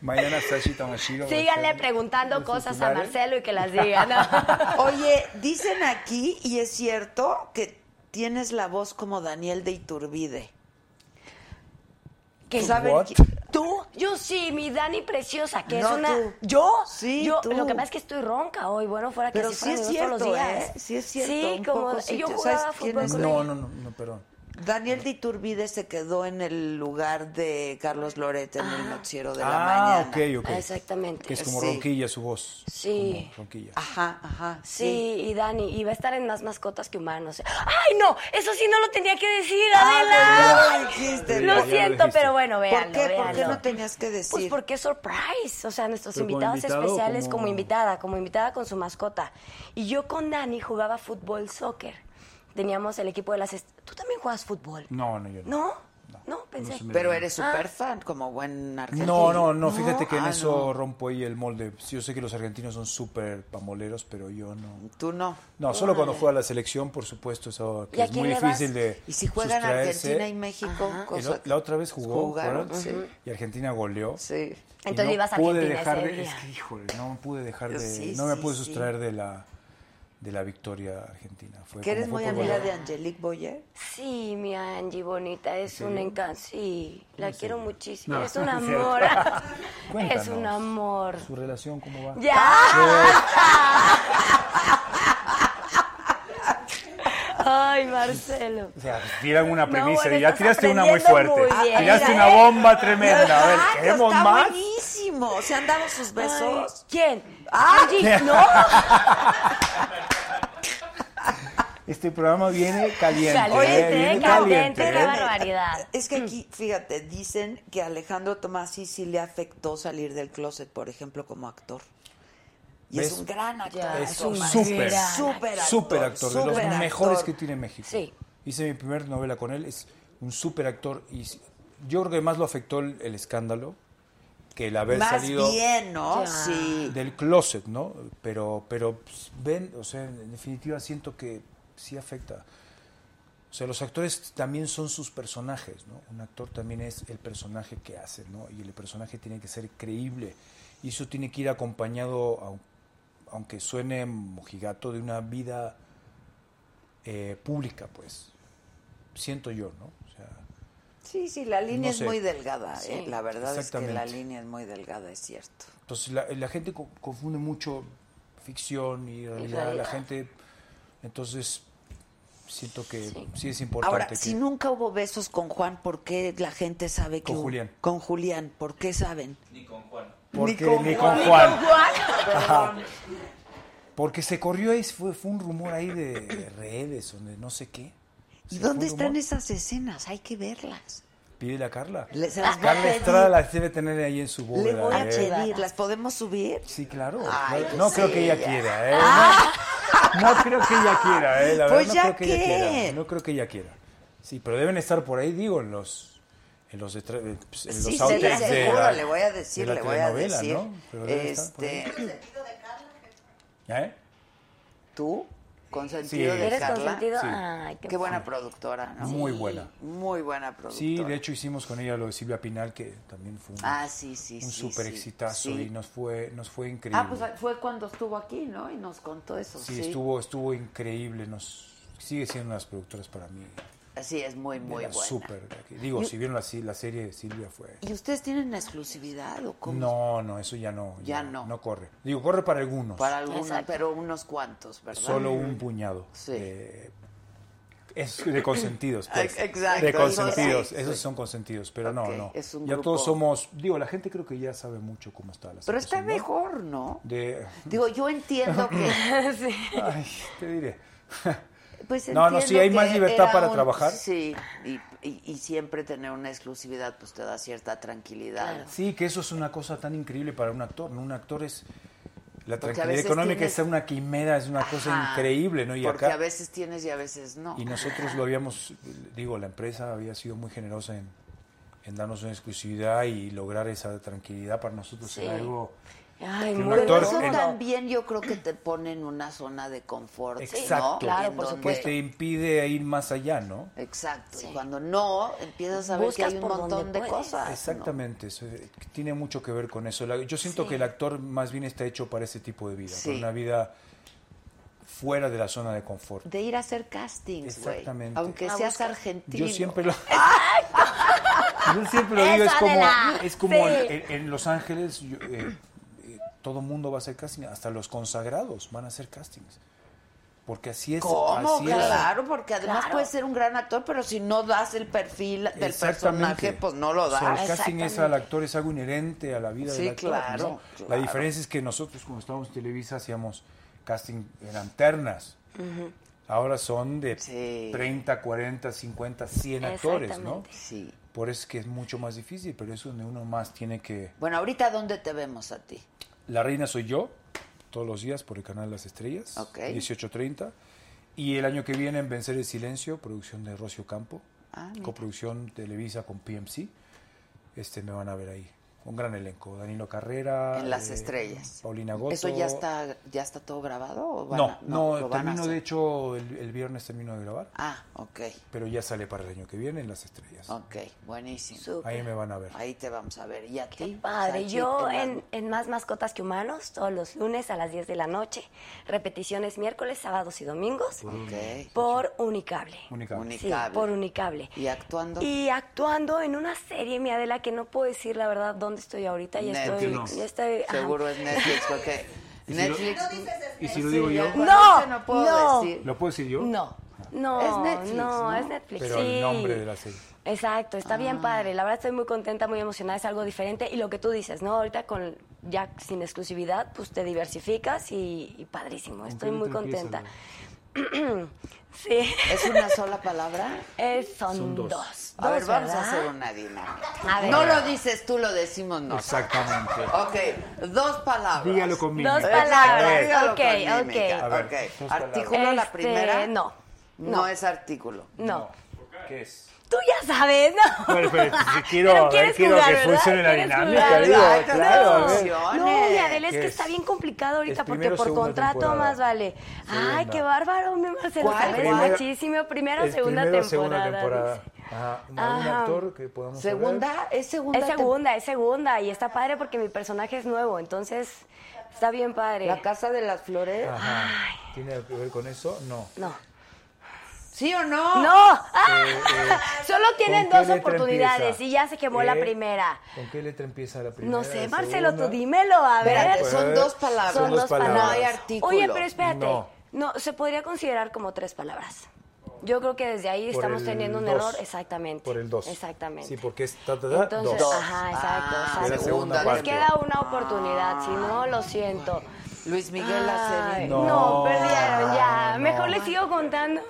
[SPEAKER 4] Mañana Sashi Tamashiro. va a
[SPEAKER 10] Síganle
[SPEAKER 4] estar-
[SPEAKER 10] preguntando
[SPEAKER 4] los
[SPEAKER 10] cosas a
[SPEAKER 4] titulares.
[SPEAKER 10] Marcelo y que las diga. ¿no?
[SPEAKER 2] Oye, dicen aquí, y es cierto, que tienes la voz como Daniel de Iturbide.
[SPEAKER 10] ¿Qué?
[SPEAKER 2] ¿Saben
[SPEAKER 4] What?
[SPEAKER 2] qui-
[SPEAKER 10] ¿Tú? Yo sí, mi Dani preciosa, que
[SPEAKER 2] No,
[SPEAKER 10] es una.
[SPEAKER 2] tú.
[SPEAKER 10] ¿Yo?
[SPEAKER 2] Sí,
[SPEAKER 10] Yo,
[SPEAKER 2] tú.
[SPEAKER 10] Lo que pasa es que estoy ronca hoy. Bueno, fuera que
[SPEAKER 2] Pero
[SPEAKER 10] sí
[SPEAKER 2] sí es
[SPEAKER 10] fuera de todos los
[SPEAKER 2] cierto,
[SPEAKER 10] días.
[SPEAKER 2] ¿eh? Sí es cierto,
[SPEAKER 10] Sí,
[SPEAKER 2] un
[SPEAKER 10] como.
[SPEAKER 2] poco sí
[SPEAKER 10] yo
[SPEAKER 2] te-
[SPEAKER 10] jugaba
[SPEAKER 2] ¿sabes quién
[SPEAKER 10] fútbol
[SPEAKER 2] es?
[SPEAKER 10] con
[SPEAKER 4] No,
[SPEAKER 10] él.
[SPEAKER 4] no, no, no, perdón.
[SPEAKER 2] Daniel de Iturbide se quedó en el lugar de Carlos Loret en el noticiero de la
[SPEAKER 4] Ah,
[SPEAKER 2] mañana.
[SPEAKER 4] ok, ok.
[SPEAKER 10] Exactamente.
[SPEAKER 4] Que es como
[SPEAKER 2] Sí.
[SPEAKER 4] ronquilla su voz.
[SPEAKER 10] Sí. Ah.
[SPEAKER 4] Como ronquilla.
[SPEAKER 2] Ajá, ajá.
[SPEAKER 10] Sí, y Dani, y va a estar en más mascotas que humanos. ¡Ay, no! Eso sí no lo tenía que decir,
[SPEAKER 2] Ah,
[SPEAKER 10] Adela.
[SPEAKER 2] ¿verdad? Lo dijiste,
[SPEAKER 10] lo
[SPEAKER 4] ya lo
[SPEAKER 10] siento,
[SPEAKER 4] dijiste.
[SPEAKER 10] pero bueno,
[SPEAKER 2] ¿Por
[SPEAKER 10] véanlo,
[SPEAKER 2] qué? ¿Por qué
[SPEAKER 10] véanlo.
[SPEAKER 2] no tenías que decir?
[SPEAKER 10] Pues porque es surprise. O sea, nuestros
[SPEAKER 4] Pero como
[SPEAKER 10] invitados
[SPEAKER 4] invitado,
[SPEAKER 10] especiales
[SPEAKER 4] como-
[SPEAKER 10] como... invitada, como invitada con su mascota. Y yo con Dani jugaba fútbol, soccer. Teníamos el equipo de las... est- ¿Tú también juegas fútbol?
[SPEAKER 4] No, no, yo no.
[SPEAKER 10] ¿No? No, pensé.
[SPEAKER 4] se me-
[SPEAKER 2] Pero eres
[SPEAKER 10] Ah.
[SPEAKER 2] súper fan, como buen argentino.
[SPEAKER 4] No, no, no, fíjate que en
[SPEAKER 2] Ah,
[SPEAKER 4] eso rompo ahí el molde. Sí, Yo sé que los argentinos son súper pamoleros, pero yo no.
[SPEAKER 2] no. Tú no.
[SPEAKER 4] No, solo cuando juega la selección, por supuesto, eso que
[SPEAKER 10] ¿Y a
[SPEAKER 4] es muy
[SPEAKER 10] quién le vas?
[SPEAKER 4] difícil de
[SPEAKER 2] Y si juegan
[SPEAKER 4] sustraerse.
[SPEAKER 2] Argentina y México,
[SPEAKER 4] El
[SPEAKER 2] cosa
[SPEAKER 4] o- la otra vez jugó
[SPEAKER 2] Jugaron,
[SPEAKER 4] ¿verdad?
[SPEAKER 2] sí.
[SPEAKER 4] y Argentina goleó.
[SPEAKER 2] Sí.
[SPEAKER 4] Y
[SPEAKER 10] Entonces
[SPEAKER 4] no
[SPEAKER 10] ibas a
[SPEAKER 4] pude
[SPEAKER 10] Argentina
[SPEAKER 4] dejar
[SPEAKER 10] ese
[SPEAKER 4] de,
[SPEAKER 10] día.
[SPEAKER 4] Es que, híjole, no me pude dejar de,
[SPEAKER 2] Sí,
[SPEAKER 4] no me
[SPEAKER 2] sí,
[SPEAKER 4] pude
[SPEAKER 2] sí.
[SPEAKER 4] sustraer de la de la victoria argentina. Fue
[SPEAKER 2] Que
[SPEAKER 4] como
[SPEAKER 2] eres muy
[SPEAKER 4] fue por
[SPEAKER 2] amiga
[SPEAKER 4] goleada.
[SPEAKER 2] de Angelique Boyer.
[SPEAKER 10] Sí, mi Angie bonita, es un encanto. Sí, la quiero muchísimo.
[SPEAKER 4] No,
[SPEAKER 10] es un
[SPEAKER 4] no es cierto.
[SPEAKER 10] amor. es
[SPEAKER 4] Cuéntanos.
[SPEAKER 10] un amor.
[SPEAKER 4] su relación cómo va.
[SPEAKER 10] ¡Ya! Ay, Marcelo.
[SPEAKER 4] O sea, tiran una
[SPEAKER 10] No,
[SPEAKER 4] premisa
[SPEAKER 10] bueno,
[SPEAKER 4] y ya
[SPEAKER 10] estás
[SPEAKER 4] tiraste una muy
[SPEAKER 10] aprendiendo
[SPEAKER 4] fuerte.
[SPEAKER 10] muy bien.
[SPEAKER 4] tiraste
[SPEAKER 10] Mira, Ah, pues
[SPEAKER 4] una
[SPEAKER 10] ¿eh?
[SPEAKER 4] bomba tremenda. A ver,
[SPEAKER 2] Exacto,
[SPEAKER 4] ¿queremos
[SPEAKER 2] está
[SPEAKER 4] más?
[SPEAKER 2] buenísimo. Se han dado sus besos. Ah.
[SPEAKER 10] Ay, ¿Quién? Angie, no.
[SPEAKER 4] Este programa viene caliente.
[SPEAKER 10] Caliente,
[SPEAKER 4] eh, viene
[SPEAKER 10] caliente, qué
[SPEAKER 4] ¿eh?
[SPEAKER 10] barbaridad.
[SPEAKER 2] Es que aquí, fíjate, dicen que a Alejandro Tomasi sí le afectó salir del closet, por ejemplo, como actor. Y
[SPEAKER 4] ¿Ves?
[SPEAKER 2] es un gran actor.
[SPEAKER 10] Ya,
[SPEAKER 4] Es
[SPEAKER 2] Tomasi.
[SPEAKER 4] un
[SPEAKER 10] súper,
[SPEAKER 4] súper,
[SPEAKER 2] súper
[SPEAKER 4] súper
[SPEAKER 2] actor,
[SPEAKER 4] actor, de los
[SPEAKER 2] súper actor.
[SPEAKER 4] mejores que tiene México.
[SPEAKER 10] Sí.
[SPEAKER 4] Hice mi primer novela con él, es un súper actor y s- yo creo que más lo afectó el, el escándalo que el haber
[SPEAKER 2] Más
[SPEAKER 4] salido
[SPEAKER 2] bien, ¿no? Ya. Sí.
[SPEAKER 4] del closet, ¿no? Pero, pero pues, ven, o sea, en definitiva siento que sí afecta. O sea, los actores también son sus personajes, ¿no? Un actor también es el personaje que hace, ¿no? Y el personaje tiene que ser creíble. Y eso tiene que ir acompañado, au- aunque suene mojigato, de una vida eh, pública, pues. Siento yo, ¿no? O sea,
[SPEAKER 2] Sí, sí, la línea
[SPEAKER 4] No
[SPEAKER 2] es
[SPEAKER 4] sé.
[SPEAKER 2] muy delgada.
[SPEAKER 4] Sí.
[SPEAKER 2] ¿eh? La verdad es que la
[SPEAKER 4] Exactamente.
[SPEAKER 2] línea es muy delgada, es cierto.
[SPEAKER 4] Entonces la, la gente co- confunde mucho ficción y realidad. La
[SPEAKER 2] realidad.
[SPEAKER 4] gente, entonces siento que sí, es importante.
[SPEAKER 2] Ahora,
[SPEAKER 4] que-
[SPEAKER 2] si nunca hubo besos con Juan, ¿por qué la gente sabe que
[SPEAKER 4] Con
[SPEAKER 2] hubo-
[SPEAKER 4] Julián.
[SPEAKER 2] Con Julián, ¿por qué saben?
[SPEAKER 3] Ni con Juan.
[SPEAKER 4] Porque
[SPEAKER 2] ni con
[SPEAKER 4] ni
[SPEAKER 2] Juan.
[SPEAKER 4] con
[SPEAKER 2] Ni
[SPEAKER 4] Juan.
[SPEAKER 2] con Juan.
[SPEAKER 4] Ajá.
[SPEAKER 2] Perdón.
[SPEAKER 4] Porque se corrió ahí, fue, fue un rumor ahí de redes, donde no sé qué.
[SPEAKER 2] ¿Y
[SPEAKER 4] Se fue
[SPEAKER 2] dónde
[SPEAKER 4] un
[SPEAKER 2] están
[SPEAKER 4] rumor.
[SPEAKER 2] esas escenas? Hay que verlas.
[SPEAKER 4] Pídele a Carla.
[SPEAKER 2] Le- se las voy a
[SPEAKER 4] Carla
[SPEAKER 2] pedir.
[SPEAKER 4] Estrada las debe tener ahí en su bóveda.
[SPEAKER 2] Le voy a
[SPEAKER 4] ¿eh?
[SPEAKER 2] pedir, ¿las podemos subir?
[SPEAKER 4] Sí, claro.
[SPEAKER 2] Ay,
[SPEAKER 4] claro.
[SPEAKER 2] pues
[SPEAKER 4] no creo
[SPEAKER 2] sí,
[SPEAKER 4] que ella
[SPEAKER 2] ya.
[SPEAKER 4] quiera, ¿eh? No- No, creo que ella quiera, ¿eh? La
[SPEAKER 2] Pues
[SPEAKER 4] verdad,
[SPEAKER 2] ya
[SPEAKER 4] no creo que
[SPEAKER 2] qué.
[SPEAKER 4] ella quiera. No creo que ella quiera. Sí, pero deben estar por ahí, digo, en los. En los, estra- eh, pues, en
[SPEAKER 2] Sí,
[SPEAKER 4] los
[SPEAKER 2] se las
[SPEAKER 4] outtakes de
[SPEAKER 2] seguro,
[SPEAKER 4] la-
[SPEAKER 2] le voy a
[SPEAKER 4] de
[SPEAKER 2] decir,
[SPEAKER 4] la
[SPEAKER 2] le voy a
[SPEAKER 4] telenovela,
[SPEAKER 2] decir.
[SPEAKER 4] ¿no? Pero deben estar por ahí.
[SPEAKER 2] Este,
[SPEAKER 4] ¿Eh?
[SPEAKER 2] ¿Tú? ¿Consentido
[SPEAKER 4] Sí.
[SPEAKER 2] de
[SPEAKER 4] ¿Eres
[SPEAKER 2] Carla?
[SPEAKER 4] consentido? Sí.
[SPEAKER 10] Ay,
[SPEAKER 2] qué,
[SPEAKER 10] qué
[SPEAKER 2] buena
[SPEAKER 10] padre.
[SPEAKER 2] productora, ¿no?
[SPEAKER 4] Muy buena.
[SPEAKER 2] Muy buena productora.
[SPEAKER 4] Sí, de hecho hicimos con ella lo de Silvia Pinal, que también fue un,
[SPEAKER 2] Ah, sí, sí,
[SPEAKER 4] un
[SPEAKER 2] sí,
[SPEAKER 4] super
[SPEAKER 2] sí,
[SPEAKER 4] exitazo
[SPEAKER 2] sí.
[SPEAKER 4] y nos fue, nos fue increíble.
[SPEAKER 2] Ah, pues fue cuando estuvo aquí, ¿no? Y nos contó eso, sí.
[SPEAKER 4] sí, estuvo, estuvo increíble. Nos sigue siendo una de las productoras para mí.
[SPEAKER 2] Sí, es muy,
[SPEAKER 4] de
[SPEAKER 2] muy
[SPEAKER 4] las
[SPEAKER 2] buena.
[SPEAKER 4] super de aquí. Digo,
[SPEAKER 2] Y-
[SPEAKER 4] si vieron la, si- la serie de Silvia fue.
[SPEAKER 2] ¿Y ustedes tienen exclusividad o cómo?
[SPEAKER 4] No, no, eso ya no.
[SPEAKER 2] Ya no.
[SPEAKER 4] No corre. Digo, corre para algunos.
[SPEAKER 2] Para algunos, pero unos cuantos, ¿verdad?
[SPEAKER 4] Solo un puñado.
[SPEAKER 2] Sí.
[SPEAKER 4] de- es de consentidos. pues.
[SPEAKER 2] Ex- exacto,
[SPEAKER 4] De consentidos.
[SPEAKER 2] eso sí,
[SPEAKER 4] Esos
[SPEAKER 2] sí.
[SPEAKER 4] son consentidos, pero
[SPEAKER 2] Ok,
[SPEAKER 4] no, no.
[SPEAKER 2] es un
[SPEAKER 4] ya
[SPEAKER 2] grupo-
[SPEAKER 4] todos somos. Digo, la gente creo que ya sabe mucho cómo está la
[SPEAKER 2] Pero está
[SPEAKER 4] situación, ¿no?
[SPEAKER 2] mejor, ¿no?
[SPEAKER 4] De,
[SPEAKER 2] Digo, yo entiendo que...
[SPEAKER 4] ay, te diré.
[SPEAKER 2] Pues
[SPEAKER 4] No, no,
[SPEAKER 2] entiendo
[SPEAKER 4] sí, hay más
[SPEAKER 2] que
[SPEAKER 4] libertad
[SPEAKER 2] era
[SPEAKER 4] para
[SPEAKER 2] un-
[SPEAKER 4] trabajar.
[SPEAKER 2] Sí, y, y- y siempre tener una exclusividad pues te da cierta tranquilidad.
[SPEAKER 4] Sí, que eso es una cosa tan increíble para un actor, ¿no? Un actor es...
[SPEAKER 2] Porque
[SPEAKER 4] La
[SPEAKER 2] a
[SPEAKER 4] tranquilidad
[SPEAKER 2] veces
[SPEAKER 4] económica
[SPEAKER 2] tienes-
[SPEAKER 4] es una quimera, es una cosa
[SPEAKER 2] Ajá,
[SPEAKER 4] increíble, ¿no? Y
[SPEAKER 2] Porque
[SPEAKER 4] acá...
[SPEAKER 2] a veces tienes y a veces no.
[SPEAKER 4] Y nosotros lo habíamos, digo, la empresa había sido muy generosa en, en darnos una exclusividad y lograr esa tranquilidad para nosotros
[SPEAKER 10] Sí.
[SPEAKER 4] era algo...
[SPEAKER 10] Ay,
[SPEAKER 4] que un
[SPEAKER 10] muy
[SPEAKER 2] Pero
[SPEAKER 4] actor
[SPEAKER 2] eso
[SPEAKER 4] en-
[SPEAKER 2] también yo creo que te pone en una zona de confort.
[SPEAKER 4] Exacto,
[SPEAKER 2] ¿no?
[SPEAKER 10] claro,
[SPEAKER 2] En
[SPEAKER 10] por
[SPEAKER 2] donde-
[SPEAKER 4] pues te impide ir más allá, ¿no?
[SPEAKER 2] Exacto. Y cuando no, empiezas a ver que
[SPEAKER 10] Buscas
[SPEAKER 2] hay un
[SPEAKER 10] por donde
[SPEAKER 2] montón de
[SPEAKER 10] puedes.
[SPEAKER 2] cosas. ¿no?
[SPEAKER 4] Exactamente, eso, eh, tiene mucho que ver con eso. La- Yo siento
[SPEAKER 10] Sí.
[SPEAKER 4] que el actor más bien está hecho para ese tipo de vida,
[SPEAKER 2] Sí.
[SPEAKER 4] para una vida fuera de la zona de confort.
[SPEAKER 2] De ir a hacer castings, güey.
[SPEAKER 4] Exactamente.
[SPEAKER 2] Aunque
[SPEAKER 10] A
[SPEAKER 2] seas
[SPEAKER 10] buscar.
[SPEAKER 2] argentino.
[SPEAKER 4] Yo siempre lo, yo siempre lo digo, es
[SPEAKER 10] Eso,
[SPEAKER 4] como,
[SPEAKER 10] Adela.
[SPEAKER 4] es como
[SPEAKER 10] Sí.
[SPEAKER 4] en, en- en Los Ángeles, yo, eh, eh, todo mundo va a hacer casting, hasta los consagrados van a hacer castings. Porque así es.
[SPEAKER 2] ¿Cómo?
[SPEAKER 4] así es.
[SPEAKER 2] Claro, porque además
[SPEAKER 10] Claro.
[SPEAKER 2] puedes ser un gran actor, pero si no das el perfil del personaje, pues no lo
[SPEAKER 4] O sea,
[SPEAKER 2] das.
[SPEAKER 4] el casting es al actor, es algo inherente a la vida
[SPEAKER 2] Sí,
[SPEAKER 4] del actor. ¿no?
[SPEAKER 2] claro, claro.
[SPEAKER 4] La diferencia es que nosotros, cuando estábamos en Televisa, hacíamos casting, eran ternas. Ahora son de
[SPEAKER 2] Sí.
[SPEAKER 4] 30, 40, 50, 100 actores, ¿no?
[SPEAKER 10] Exactamente.
[SPEAKER 2] Sí.
[SPEAKER 4] Por eso es que es mucho más difícil, pero es donde uno más tiene que...
[SPEAKER 2] Bueno, ahorita ¿dónde te vemos a ti?
[SPEAKER 4] La Reina Soy Yo, todos los días por el canal Las Estrellas,
[SPEAKER 2] Ok.
[SPEAKER 4] 18.30. Y el año que viene en Vencer el Silencio, producción de Rocio Campo,
[SPEAKER 2] Ah, mira.
[SPEAKER 4] coproducción Televisa con PMC. Este me van a ver ahí. Un gran elenco. Danilo Carrera. eh,
[SPEAKER 2] En Las Estrellas.
[SPEAKER 4] Paulina Goto.
[SPEAKER 2] ¿Eso ya está, ya está todo grabado? o van
[SPEAKER 4] No,
[SPEAKER 2] a-
[SPEAKER 4] no,
[SPEAKER 2] lo van a
[SPEAKER 4] termino de
[SPEAKER 2] hacer?
[SPEAKER 4] hecho, el, el viernes termino de grabar,
[SPEAKER 2] Ah, ok,
[SPEAKER 4] pero ya sale para el año que viene en Las Estrellas.
[SPEAKER 2] ok, buenísimo.
[SPEAKER 4] Ahí me van a ver.
[SPEAKER 2] Ahí te vamos a ver. ¿Y a ti?
[SPEAKER 10] Qué padre.
[SPEAKER 2] Sachi,
[SPEAKER 10] Yo
[SPEAKER 2] las-
[SPEAKER 10] en, en Más Mascotas que Humanos, todos los lunes a las 10 de la noche. Repeticiones miércoles, sábados y domingos.
[SPEAKER 2] Ok.
[SPEAKER 10] Por Unicable.
[SPEAKER 4] Única.
[SPEAKER 2] Única.
[SPEAKER 10] Sí,
[SPEAKER 2] Unicable.
[SPEAKER 10] por Unicable.
[SPEAKER 2] ¿Y actuando?
[SPEAKER 10] Y actuando en una serie, mi Adela, que no puedo decir la verdad dónde estoy ahorita. Ya estoy.
[SPEAKER 2] Netflix.
[SPEAKER 10] Ya estoy ajá.
[SPEAKER 2] Seguro es Netflix, porque Netflix...
[SPEAKER 4] ¿Y si lo digo yo?
[SPEAKER 2] Bueno,
[SPEAKER 10] No,
[SPEAKER 2] ese no puedo
[SPEAKER 10] no.
[SPEAKER 2] decir.
[SPEAKER 4] ¿Lo puedo decir yo?
[SPEAKER 10] No. No,
[SPEAKER 2] Es Netflix,
[SPEAKER 10] no,
[SPEAKER 2] ¿no? Ah.
[SPEAKER 10] es Netflix.
[SPEAKER 4] Pero el
[SPEAKER 10] sí.
[SPEAKER 4] nombre de la serie.
[SPEAKER 10] Exacto, está bien padre. La verdad estoy muy contenta, muy emocionada, es algo diferente. Y lo que tú dices, ¿no? Ahorita con ya sin exclusividad, pues te diversificas y, y padrísimo. Estoy muy contenta. sí.
[SPEAKER 2] ¿Es una sola palabra?
[SPEAKER 10] Es- son, dos.
[SPEAKER 2] A ver,
[SPEAKER 10] Dos,
[SPEAKER 2] vamos a
[SPEAKER 10] ¿verdad?
[SPEAKER 2] hacer una dinámica.
[SPEAKER 10] A ver.
[SPEAKER 2] No lo dices tú, lo decimos nosotros.
[SPEAKER 4] Exactamente.
[SPEAKER 2] Ok, dos palabras.
[SPEAKER 4] Pues, Dígalo conmigo.
[SPEAKER 10] Dos
[SPEAKER 2] Exacto,
[SPEAKER 10] palabras,
[SPEAKER 2] dígalo
[SPEAKER 10] ok,
[SPEAKER 2] con mímica.
[SPEAKER 10] ok.
[SPEAKER 4] A ver,
[SPEAKER 2] Ok,
[SPEAKER 4] dos palabras.
[SPEAKER 2] ¿Artículo la
[SPEAKER 10] Este,
[SPEAKER 2] primera?
[SPEAKER 10] No,
[SPEAKER 2] No, es artículo.
[SPEAKER 10] no.
[SPEAKER 4] ¿Qué es?
[SPEAKER 10] Tú ya sabes, ¿no?
[SPEAKER 4] Bueno, pero si quiero,
[SPEAKER 10] Pero
[SPEAKER 4] a ver,
[SPEAKER 10] quieres
[SPEAKER 4] quiero
[SPEAKER 10] jugar,
[SPEAKER 4] que
[SPEAKER 10] ¿verdad?
[SPEAKER 4] funcione la
[SPEAKER 10] ¿Quieres
[SPEAKER 4] dinámica,
[SPEAKER 10] jugar?
[SPEAKER 4] digo,
[SPEAKER 10] Ay,
[SPEAKER 4] claro. a ver.
[SPEAKER 10] No, y Adela, es que
[SPEAKER 4] ¿Qué
[SPEAKER 10] está bien complicado ahorita
[SPEAKER 4] Es
[SPEAKER 10] porque
[SPEAKER 4] primero,
[SPEAKER 10] por
[SPEAKER 4] segunda
[SPEAKER 10] contrato
[SPEAKER 4] temporada.
[SPEAKER 10] más vale. Ay,
[SPEAKER 4] Segunda.
[SPEAKER 10] qué bárbaro, mi Marcelo.
[SPEAKER 4] ¿Cuál?
[SPEAKER 10] Sabes
[SPEAKER 4] Primera-
[SPEAKER 10] muchísimo. Primero,
[SPEAKER 4] es
[SPEAKER 10] segunda
[SPEAKER 4] primero,
[SPEAKER 10] temporada.
[SPEAKER 4] segunda temporada.
[SPEAKER 10] dice.
[SPEAKER 4] Ajá, un
[SPEAKER 10] Ajá.
[SPEAKER 4] actor que podamos saber.
[SPEAKER 2] ¿Es segunda?
[SPEAKER 10] Es segunda, es segunda. Y está padre porque mi personaje es nuevo, entonces está bien padre.
[SPEAKER 2] ¿La Casa de las
[SPEAKER 4] Ah.
[SPEAKER 2] Flores?
[SPEAKER 4] Ajá. ¿Tiene que ver con eso? No.
[SPEAKER 10] No.
[SPEAKER 2] ¿Sí o no?
[SPEAKER 10] ¡No! ¡Ah! Solo tienen
[SPEAKER 4] eh, ¿con qué
[SPEAKER 10] dos
[SPEAKER 4] letra
[SPEAKER 10] oportunidades
[SPEAKER 4] empieza?
[SPEAKER 10] y ya se quemó la
[SPEAKER 4] Eh,
[SPEAKER 10] primera.
[SPEAKER 4] ¿Con qué letra empieza la primera?
[SPEAKER 10] No
[SPEAKER 4] la
[SPEAKER 10] sé, Marcelo,
[SPEAKER 4] segunda?
[SPEAKER 10] tú dímelo, a ver.
[SPEAKER 2] Espérate,
[SPEAKER 4] Pues,
[SPEAKER 2] son dos palabras.
[SPEAKER 4] son
[SPEAKER 10] Son
[SPEAKER 4] dos
[SPEAKER 10] dos
[SPEAKER 4] palabras.
[SPEAKER 2] No hay
[SPEAKER 10] palabras.
[SPEAKER 2] artículo.
[SPEAKER 10] Oye, pero espérate.
[SPEAKER 4] No.
[SPEAKER 10] No. se podría considerar como tres palabras. Yo creo que desde ahí
[SPEAKER 4] Por
[SPEAKER 10] estamos
[SPEAKER 4] el
[SPEAKER 10] teniendo un
[SPEAKER 4] dos.
[SPEAKER 10] error. Exactamente.
[SPEAKER 4] Por el 2.
[SPEAKER 10] Exactamente.
[SPEAKER 4] Sí, porque es ta, ta, ta,
[SPEAKER 10] Entonces,
[SPEAKER 4] dos.
[SPEAKER 10] ajá, exacto.
[SPEAKER 2] Ah,
[SPEAKER 10] exacto.
[SPEAKER 4] la segunda
[SPEAKER 10] Les
[SPEAKER 4] parte.
[SPEAKER 10] queda una oportunidad, si no, lo siento.
[SPEAKER 2] Luis Miguel la
[SPEAKER 10] Ay,
[SPEAKER 2] serie.
[SPEAKER 10] no.
[SPEAKER 4] No, Ah,
[SPEAKER 10] perdieron ya.
[SPEAKER 4] no.
[SPEAKER 10] Mejor les sigo contando.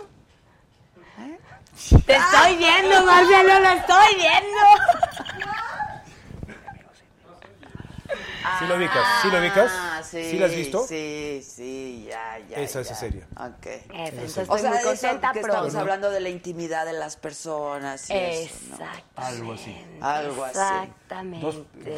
[SPEAKER 10] Te estoy viendo, Marcelo, lo estoy viendo.
[SPEAKER 4] ¿Sí lo ubicas? ¿Sí lo ubicas?
[SPEAKER 2] Ah, sí.
[SPEAKER 4] ¿Sí la has visto?
[SPEAKER 2] Sí, sí, ya, ya.
[SPEAKER 4] Esa,
[SPEAKER 2] ya.
[SPEAKER 4] esa serie.
[SPEAKER 2] Ok.
[SPEAKER 10] entonces
[SPEAKER 2] o
[SPEAKER 10] estoy
[SPEAKER 2] sea,
[SPEAKER 10] muy
[SPEAKER 2] eso
[SPEAKER 10] contenta,
[SPEAKER 2] que
[SPEAKER 10] pero-
[SPEAKER 2] estamos hablando de la intimidad de las personas y eso, ¿no?
[SPEAKER 10] Exacto.
[SPEAKER 4] Algo así.
[SPEAKER 2] Algo así.
[SPEAKER 10] Exactamente.
[SPEAKER 4] Dos,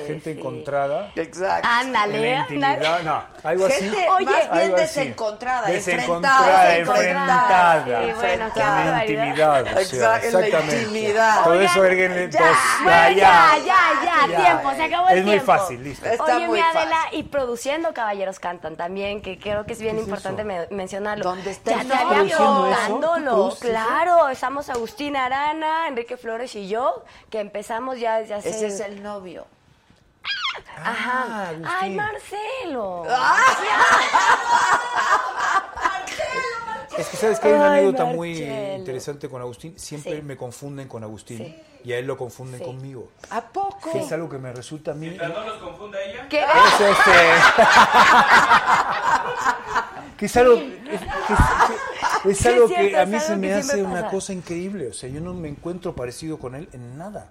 [SPEAKER 4] gente
[SPEAKER 10] sí.
[SPEAKER 4] encontrada.
[SPEAKER 2] Exacto. Ah,
[SPEAKER 4] En la
[SPEAKER 10] Ándale,
[SPEAKER 4] intimidad,
[SPEAKER 10] ándale.
[SPEAKER 4] no, algo así.
[SPEAKER 2] Gente
[SPEAKER 10] Oye,
[SPEAKER 2] más bien
[SPEAKER 4] algo así.
[SPEAKER 2] desencontrada,
[SPEAKER 4] Desencontrada,
[SPEAKER 2] enfrentada.
[SPEAKER 4] enfrentada.
[SPEAKER 10] Sí, bueno, qué
[SPEAKER 4] En la
[SPEAKER 2] Enfrentada.
[SPEAKER 4] intimidad. o sea,
[SPEAKER 2] Exacto, en la
[SPEAKER 4] exactamente.
[SPEAKER 2] intimidad.
[SPEAKER 4] Todo
[SPEAKER 10] Oigan,
[SPEAKER 4] eso, erguenle
[SPEAKER 10] ya,
[SPEAKER 4] dos.
[SPEAKER 10] bueno, Ah, ya, ya, ya,
[SPEAKER 4] ya.
[SPEAKER 10] tiempo, se acabó el
[SPEAKER 4] Es
[SPEAKER 10] tiempo.
[SPEAKER 4] muy fácil, listo.
[SPEAKER 2] Está
[SPEAKER 10] Oye,
[SPEAKER 2] muy
[SPEAKER 10] mi Adela,
[SPEAKER 2] fácil.
[SPEAKER 10] y produciendo Caballeros Cantan también, que creo que es bien importante me- mencionarlo.
[SPEAKER 2] ¿Dónde está
[SPEAKER 10] Ya
[SPEAKER 2] el
[SPEAKER 10] te
[SPEAKER 2] nombre?
[SPEAKER 10] había
[SPEAKER 2] ¿Produciendo eso?
[SPEAKER 10] contándolo, claro, estamos Agustín Arana, Enrique Flores y yo, que empezamos ya desde hace...
[SPEAKER 2] Ese es el novio.
[SPEAKER 4] Ah,
[SPEAKER 10] Ajá. ¡Ay, Marcelo!
[SPEAKER 2] Ah,
[SPEAKER 4] Es que sabes que hay una
[SPEAKER 10] Ay,
[SPEAKER 4] anécdota muy
[SPEAKER 10] Marcelo.
[SPEAKER 4] interesante con Agustín. Siempre
[SPEAKER 10] Sí.
[SPEAKER 4] me confunden con Agustín
[SPEAKER 10] Sí.
[SPEAKER 4] y a él lo confunden
[SPEAKER 10] Sí. Ah,
[SPEAKER 4] conmigo.
[SPEAKER 2] ¿A poco?
[SPEAKER 4] Que es algo que me resulta a mí.
[SPEAKER 3] Mientras no los confunda ella.
[SPEAKER 10] ¿Qué?
[SPEAKER 4] Es este. que es algo, es, que es- es
[SPEAKER 10] Sí, es
[SPEAKER 4] algo que
[SPEAKER 10] cierto,
[SPEAKER 4] a
[SPEAKER 10] es
[SPEAKER 4] mí
[SPEAKER 10] algo
[SPEAKER 4] se
[SPEAKER 10] que
[SPEAKER 4] me
[SPEAKER 10] siempre
[SPEAKER 4] hace una
[SPEAKER 10] pasa.
[SPEAKER 4] cosa increíble. O sea, yo no me encuentro parecido con él en nada.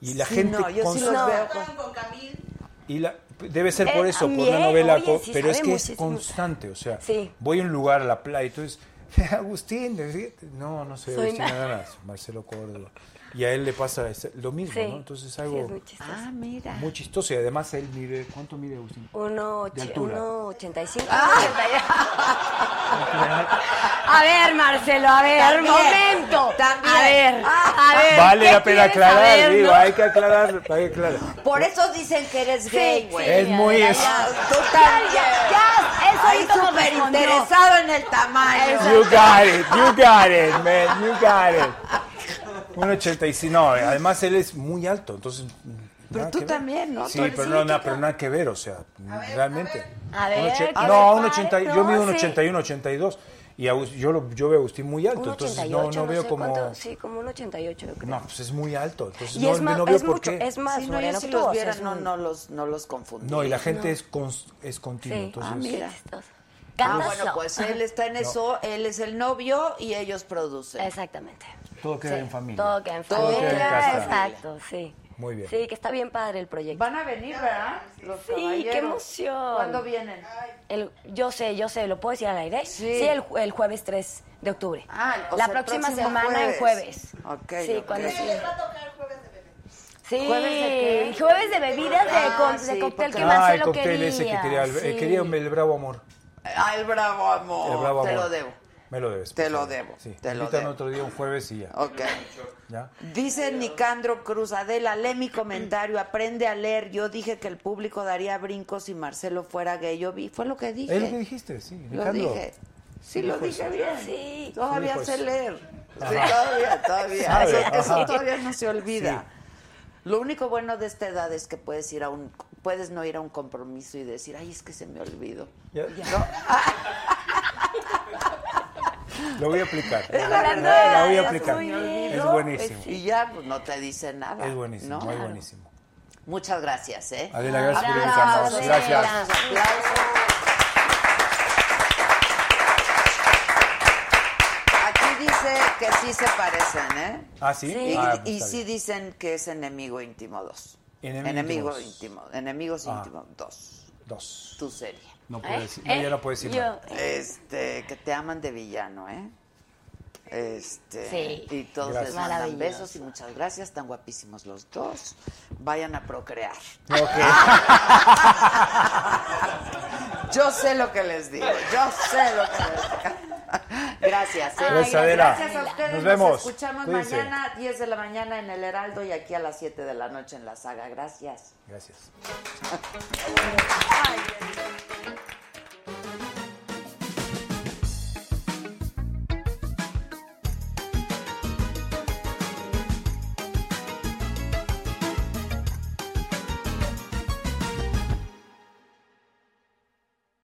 [SPEAKER 4] Y la
[SPEAKER 2] Sí,
[SPEAKER 4] gente.
[SPEAKER 2] no, yo sí
[SPEAKER 4] consta-
[SPEAKER 2] los veo.
[SPEAKER 13] Fueron con Camil.
[SPEAKER 4] Y la, debe ser
[SPEAKER 10] Eh,
[SPEAKER 4] por eso, por la
[SPEAKER 10] también,
[SPEAKER 4] novela,
[SPEAKER 10] oye,
[SPEAKER 4] co-
[SPEAKER 10] sí
[SPEAKER 4] pero es
[SPEAKER 10] sabe
[SPEAKER 4] que es
[SPEAKER 10] muchísimo.
[SPEAKER 4] constante, o sea,
[SPEAKER 10] Sí.
[SPEAKER 4] voy a un lugar a la playa, entonces, Agustín, ¿sí? no, no sé,
[SPEAKER 10] Soy
[SPEAKER 4] Agustín
[SPEAKER 10] nada.
[SPEAKER 4] nada más, Marcelo Córdoba. Y a él le pasa ese- lo mismo,
[SPEAKER 10] Sí,
[SPEAKER 4] ¿no? Entonces
[SPEAKER 10] sí,
[SPEAKER 4] algo
[SPEAKER 10] es muy chistoso.
[SPEAKER 2] Ah, mira.
[SPEAKER 4] muy chistoso y además él mide, ¿cuánto mide Agustín?
[SPEAKER 10] Uno,
[SPEAKER 4] De
[SPEAKER 10] och-
[SPEAKER 4] altura. Ah.
[SPEAKER 10] uno ochenta y cinco, uno ochenta y- A ver, Marcelo, a ver,
[SPEAKER 2] También,
[SPEAKER 10] momento.
[SPEAKER 2] también.
[SPEAKER 10] A ver, a ver.
[SPEAKER 4] Vale
[SPEAKER 10] ¿qué
[SPEAKER 4] la pena
[SPEAKER 10] quieres
[SPEAKER 4] aclarar,
[SPEAKER 10] saber,
[SPEAKER 4] digo,
[SPEAKER 10] no?
[SPEAKER 4] hay que aclarar, hay que aclarar.
[SPEAKER 2] Por eso dicen que eres gay, güey.
[SPEAKER 10] sí.
[SPEAKER 4] Es muy...
[SPEAKER 10] ya,
[SPEAKER 4] es-
[SPEAKER 2] Ya, tú
[SPEAKER 10] Ya,
[SPEAKER 2] también.
[SPEAKER 10] ya, ya, eso
[SPEAKER 2] Ahí
[SPEAKER 10] ahorita nos
[SPEAKER 2] súper
[SPEAKER 10] respondió.
[SPEAKER 2] interesado en el tamaño.
[SPEAKER 4] You got it, you got it, man, you got it. 1.85, no, además él es muy alto, entonces... nada
[SPEAKER 2] tú
[SPEAKER 4] que ver.
[SPEAKER 2] también, ¿no?
[SPEAKER 4] Sí,
[SPEAKER 2] Tú eres
[SPEAKER 4] pero, no, nada,
[SPEAKER 2] idéntica.
[SPEAKER 4] pero nada que ver, o sea, realmente.
[SPEAKER 10] A ver,
[SPEAKER 4] Un oche-
[SPEAKER 10] ¿qué
[SPEAKER 4] no,
[SPEAKER 10] te
[SPEAKER 4] un 80,
[SPEAKER 10] parece?
[SPEAKER 4] yo mido
[SPEAKER 10] No,
[SPEAKER 4] un
[SPEAKER 10] sí.
[SPEAKER 4] 81, 82, y Agus- yo, lo, yo veo a Agustín muy alto,
[SPEAKER 10] Un
[SPEAKER 4] entonces no,
[SPEAKER 10] 88,
[SPEAKER 4] no veo
[SPEAKER 10] sé
[SPEAKER 4] como...
[SPEAKER 10] cuánto, sí, como un 88, yo creo.
[SPEAKER 4] No, pues es muy alto, entonces
[SPEAKER 10] y
[SPEAKER 4] no,
[SPEAKER 10] es
[SPEAKER 4] no
[SPEAKER 10] más,
[SPEAKER 4] veo
[SPEAKER 10] es
[SPEAKER 4] por
[SPEAKER 10] mucho,
[SPEAKER 4] qué.
[SPEAKER 10] es más
[SPEAKER 2] Sí, no, yo
[SPEAKER 10] moreno
[SPEAKER 2] si
[SPEAKER 10] que tú,
[SPEAKER 2] los
[SPEAKER 10] o sea,
[SPEAKER 2] viera,
[SPEAKER 10] es
[SPEAKER 2] no,
[SPEAKER 10] un-
[SPEAKER 2] no los, no los confundiría.
[SPEAKER 4] No, y la gente es, cons- es continua,
[SPEAKER 10] Sí.
[SPEAKER 4] entonces...
[SPEAKER 2] Ah,
[SPEAKER 10] Qué
[SPEAKER 2] mira.
[SPEAKER 10] chistoso.
[SPEAKER 2] Ah,
[SPEAKER 10] Cantas
[SPEAKER 2] bueno,
[SPEAKER 10] no.
[SPEAKER 2] pues él está en eso, él es el novio y ellos producen.
[SPEAKER 10] Exactamente.
[SPEAKER 4] Todo queda
[SPEAKER 10] Sí,
[SPEAKER 4] en familia.
[SPEAKER 10] Todo queda en
[SPEAKER 2] Todo
[SPEAKER 10] familia.
[SPEAKER 4] queda en casa.
[SPEAKER 10] Exacto, sí.
[SPEAKER 4] Muy bien.
[SPEAKER 10] Sí, que está bien padre el proyecto.
[SPEAKER 2] Van a venir, ¿verdad? Los
[SPEAKER 10] Sí,
[SPEAKER 2] caballeros.
[SPEAKER 10] qué emoción.
[SPEAKER 2] ¿Cuándo vienen?
[SPEAKER 10] El- yo sé, yo sé, ¿lo puedo decir al aire?
[SPEAKER 2] Sí.
[SPEAKER 10] el, ju- el jueves 3 de octubre.
[SPEAKER 2] Ah, o
[SPEAKER 10] La
[SPEAKER 2] sea, el
[SPEAKER 10] próxima
[SPEAKER 2] próximo
[SPEAKER 10] semana en
[SPEAKER 2] jueves.
[SPEAKER 10] jueves.
[SPEAKER 2] Ok,
[SPEAKER 10] Sí,
[SPEAKER 2] ok.
[SPEAKER 10] cuando
[SPEAKER 13] Sí,
[SPEAKER 10] sí.
[SPEAKER 13] les va a tocar jueves de bebé.
[SPEAKER 10] Sí,
[SPEAKER 2] ¿Jueves de qué?
[SPEAKER 10] jueves de bebidas de,
[SPEAKER 2] Ah,
[SPEAKER 10] con-
[SPEAKER 2] sí,
[SPEAKER 10] de cóctel
[SPEAKER 2] porque-
[SPEAKER 10] que
[SPEAKER 4] Ah, el
[SPEAKER 10] Marcelo
[SPEAKER 4] cóctel ese que quería, el, eh,
[SPEAKER 10] sí.
[SPEAKER 4] quería el bravo amor.
[SPEAKER 2] Ah, el bravo amor.
[SPEAKER 4] El bravo
[SPEAKER 2] Te
[SPEAKER 4] amor.
[SPEAKER 2] lo debo.
[SPEAKER 4] Me lo debes.
[SPEAKER 2] Te
[SPEAKER 4] por
[SPEAKER 2] lo
[SPEAKER 4] favor.
[SPEAKER 2] debo,
[SPEAKER 4] Sí.
[SPEAKER 2] te lo
[SPEAKER 4] Invitan
[SPEAKER 2] debo. Oh.
[SPEAKER 4] otro día un jueves y ya.
[SPEAKER 2] Ok.
[SPEAKER 4] ¿Ya?
[SPEAKER 2] Dice Nicandro Cruz, Adela, lee mi comentario, aprende a leer. Yo dije que el público daría brincos si Marcelo fuera gay. Yo vi, fue lo que dije.
[SPEAKER 4] Es lo que dijiste, sí.
[SPEAKER 2] Lo
[SPEAKER 4] Alejandro.
[SPEAKER 2] dije. Sí, lo dije bien.
[SPEAKER 10] Sí.
[SPEAKER 2] Todavía
[SPEAKER 4] Dijo
[SPEAKER 2] sé
[SPEAKER 4] eso.
[SPEAKER 2] leer. Sí, todavía, todavía.
[SPEAKER 4] Sabe,
[SPEAKER 2] Eso, eso
[SPEAKER 4] ajá.
[SPEAKER 2] todavía no se olvida. Lo único bueno de esta edad es que puedes ir a un puedes no ir a un compromiso y decir, "Ay, es que se me olvidó."
[SPEAKER 4] Ya. Lo voy a aplicar.
[SPEAKER 2] la nueva,
[SPEAKER 4] La voy
[SPEAKER 2] ya
[SPEAKER 4] a aplicar.
[SPEAKER 2] se me
[SPEAKER 4] Es
[SPEAKER 2] olvidó.
[SPEAKER 4] buenísimo.
[SPEAKER 2] Y ya pues, no te dice nada.
[SPEAKER 4] Es buenísimo,
[SPEAKER 2] ¿no?
[SPEAKER 4] es buenísimo.
[SPEAKER 2] Muchas gracias, ¿eh?
[SPEAKER 4] Adela, gracias por
[SPEAKER 10] Bravo,
[SPEAKER 4] invitarnos.
[SPEAKER 10] Adela.
[SPEAKER 4] Gracias.
[SPEAKER 2] Aplausos. Aquí dice que sí se parecen, ¿eh?
[SPEAKER 4] Ah, sí.
[SPEAKER 2] Y,
[SPEAKER 4] Ah, pues
[SPEAKER 2] y
[SPEAKER 4] está
[SPEAKER 2] sí
[SPEAKER 4] bien.
[SPEAKER 2] dicen que es enemigo íntimo 2.
[SPEAKER 4] Enemigo
[SPEAKER 2] íntimo. Enemigos
[SPEAKER 4] Ah.
[SPEAKER 2] íntimo 2.
[SPEAKER 4] Dos.
[SPEAKER 2] Tu serie.
[SPEAKER 4] No
[SPEAKER 10] ¿Eh?
[SPEAKER 4] puedo decir. No,
[SPEAKER 10] Eh,
[SPEAKER 4] ya no puedo decir.
[SPEAKER 10] yo-
[SPEAKER 4] nada.
[SPEAKER 2] Este, que te aman de villano, ¿eh? Este,
[SPEAKER 10] Sí.
[SPEAKER 2] Y todos les
[SPEAKER 10] Gracias.
[SPEAKER 2] mandan
[SPEAKER 10] Maravilloso.
[SPEAKER 2] besos y muchas gracias. Están guapísimos los dos. Vayan a procrear. Ah. yo sé lo que les digo. Yo sé lo que les digo. Gracias. ¿eh?
[SPEAKER 11] Ay, Gracias, Adela.
[SPEAKER 2] Gracias a ustedes.
[SPEAKER 11] Nos vemos.
[SPEAKER 2] escuchamos
[SPEAKER 11] Cuídense.
[SPEAKER 2] mañana, 10 de la mañana en El Heraldo y aquí a las 7 de la noche en La Saga. Gracias.
[SPEAKER 11] Gracias.
[SPEAKER 2] Ay, Dios.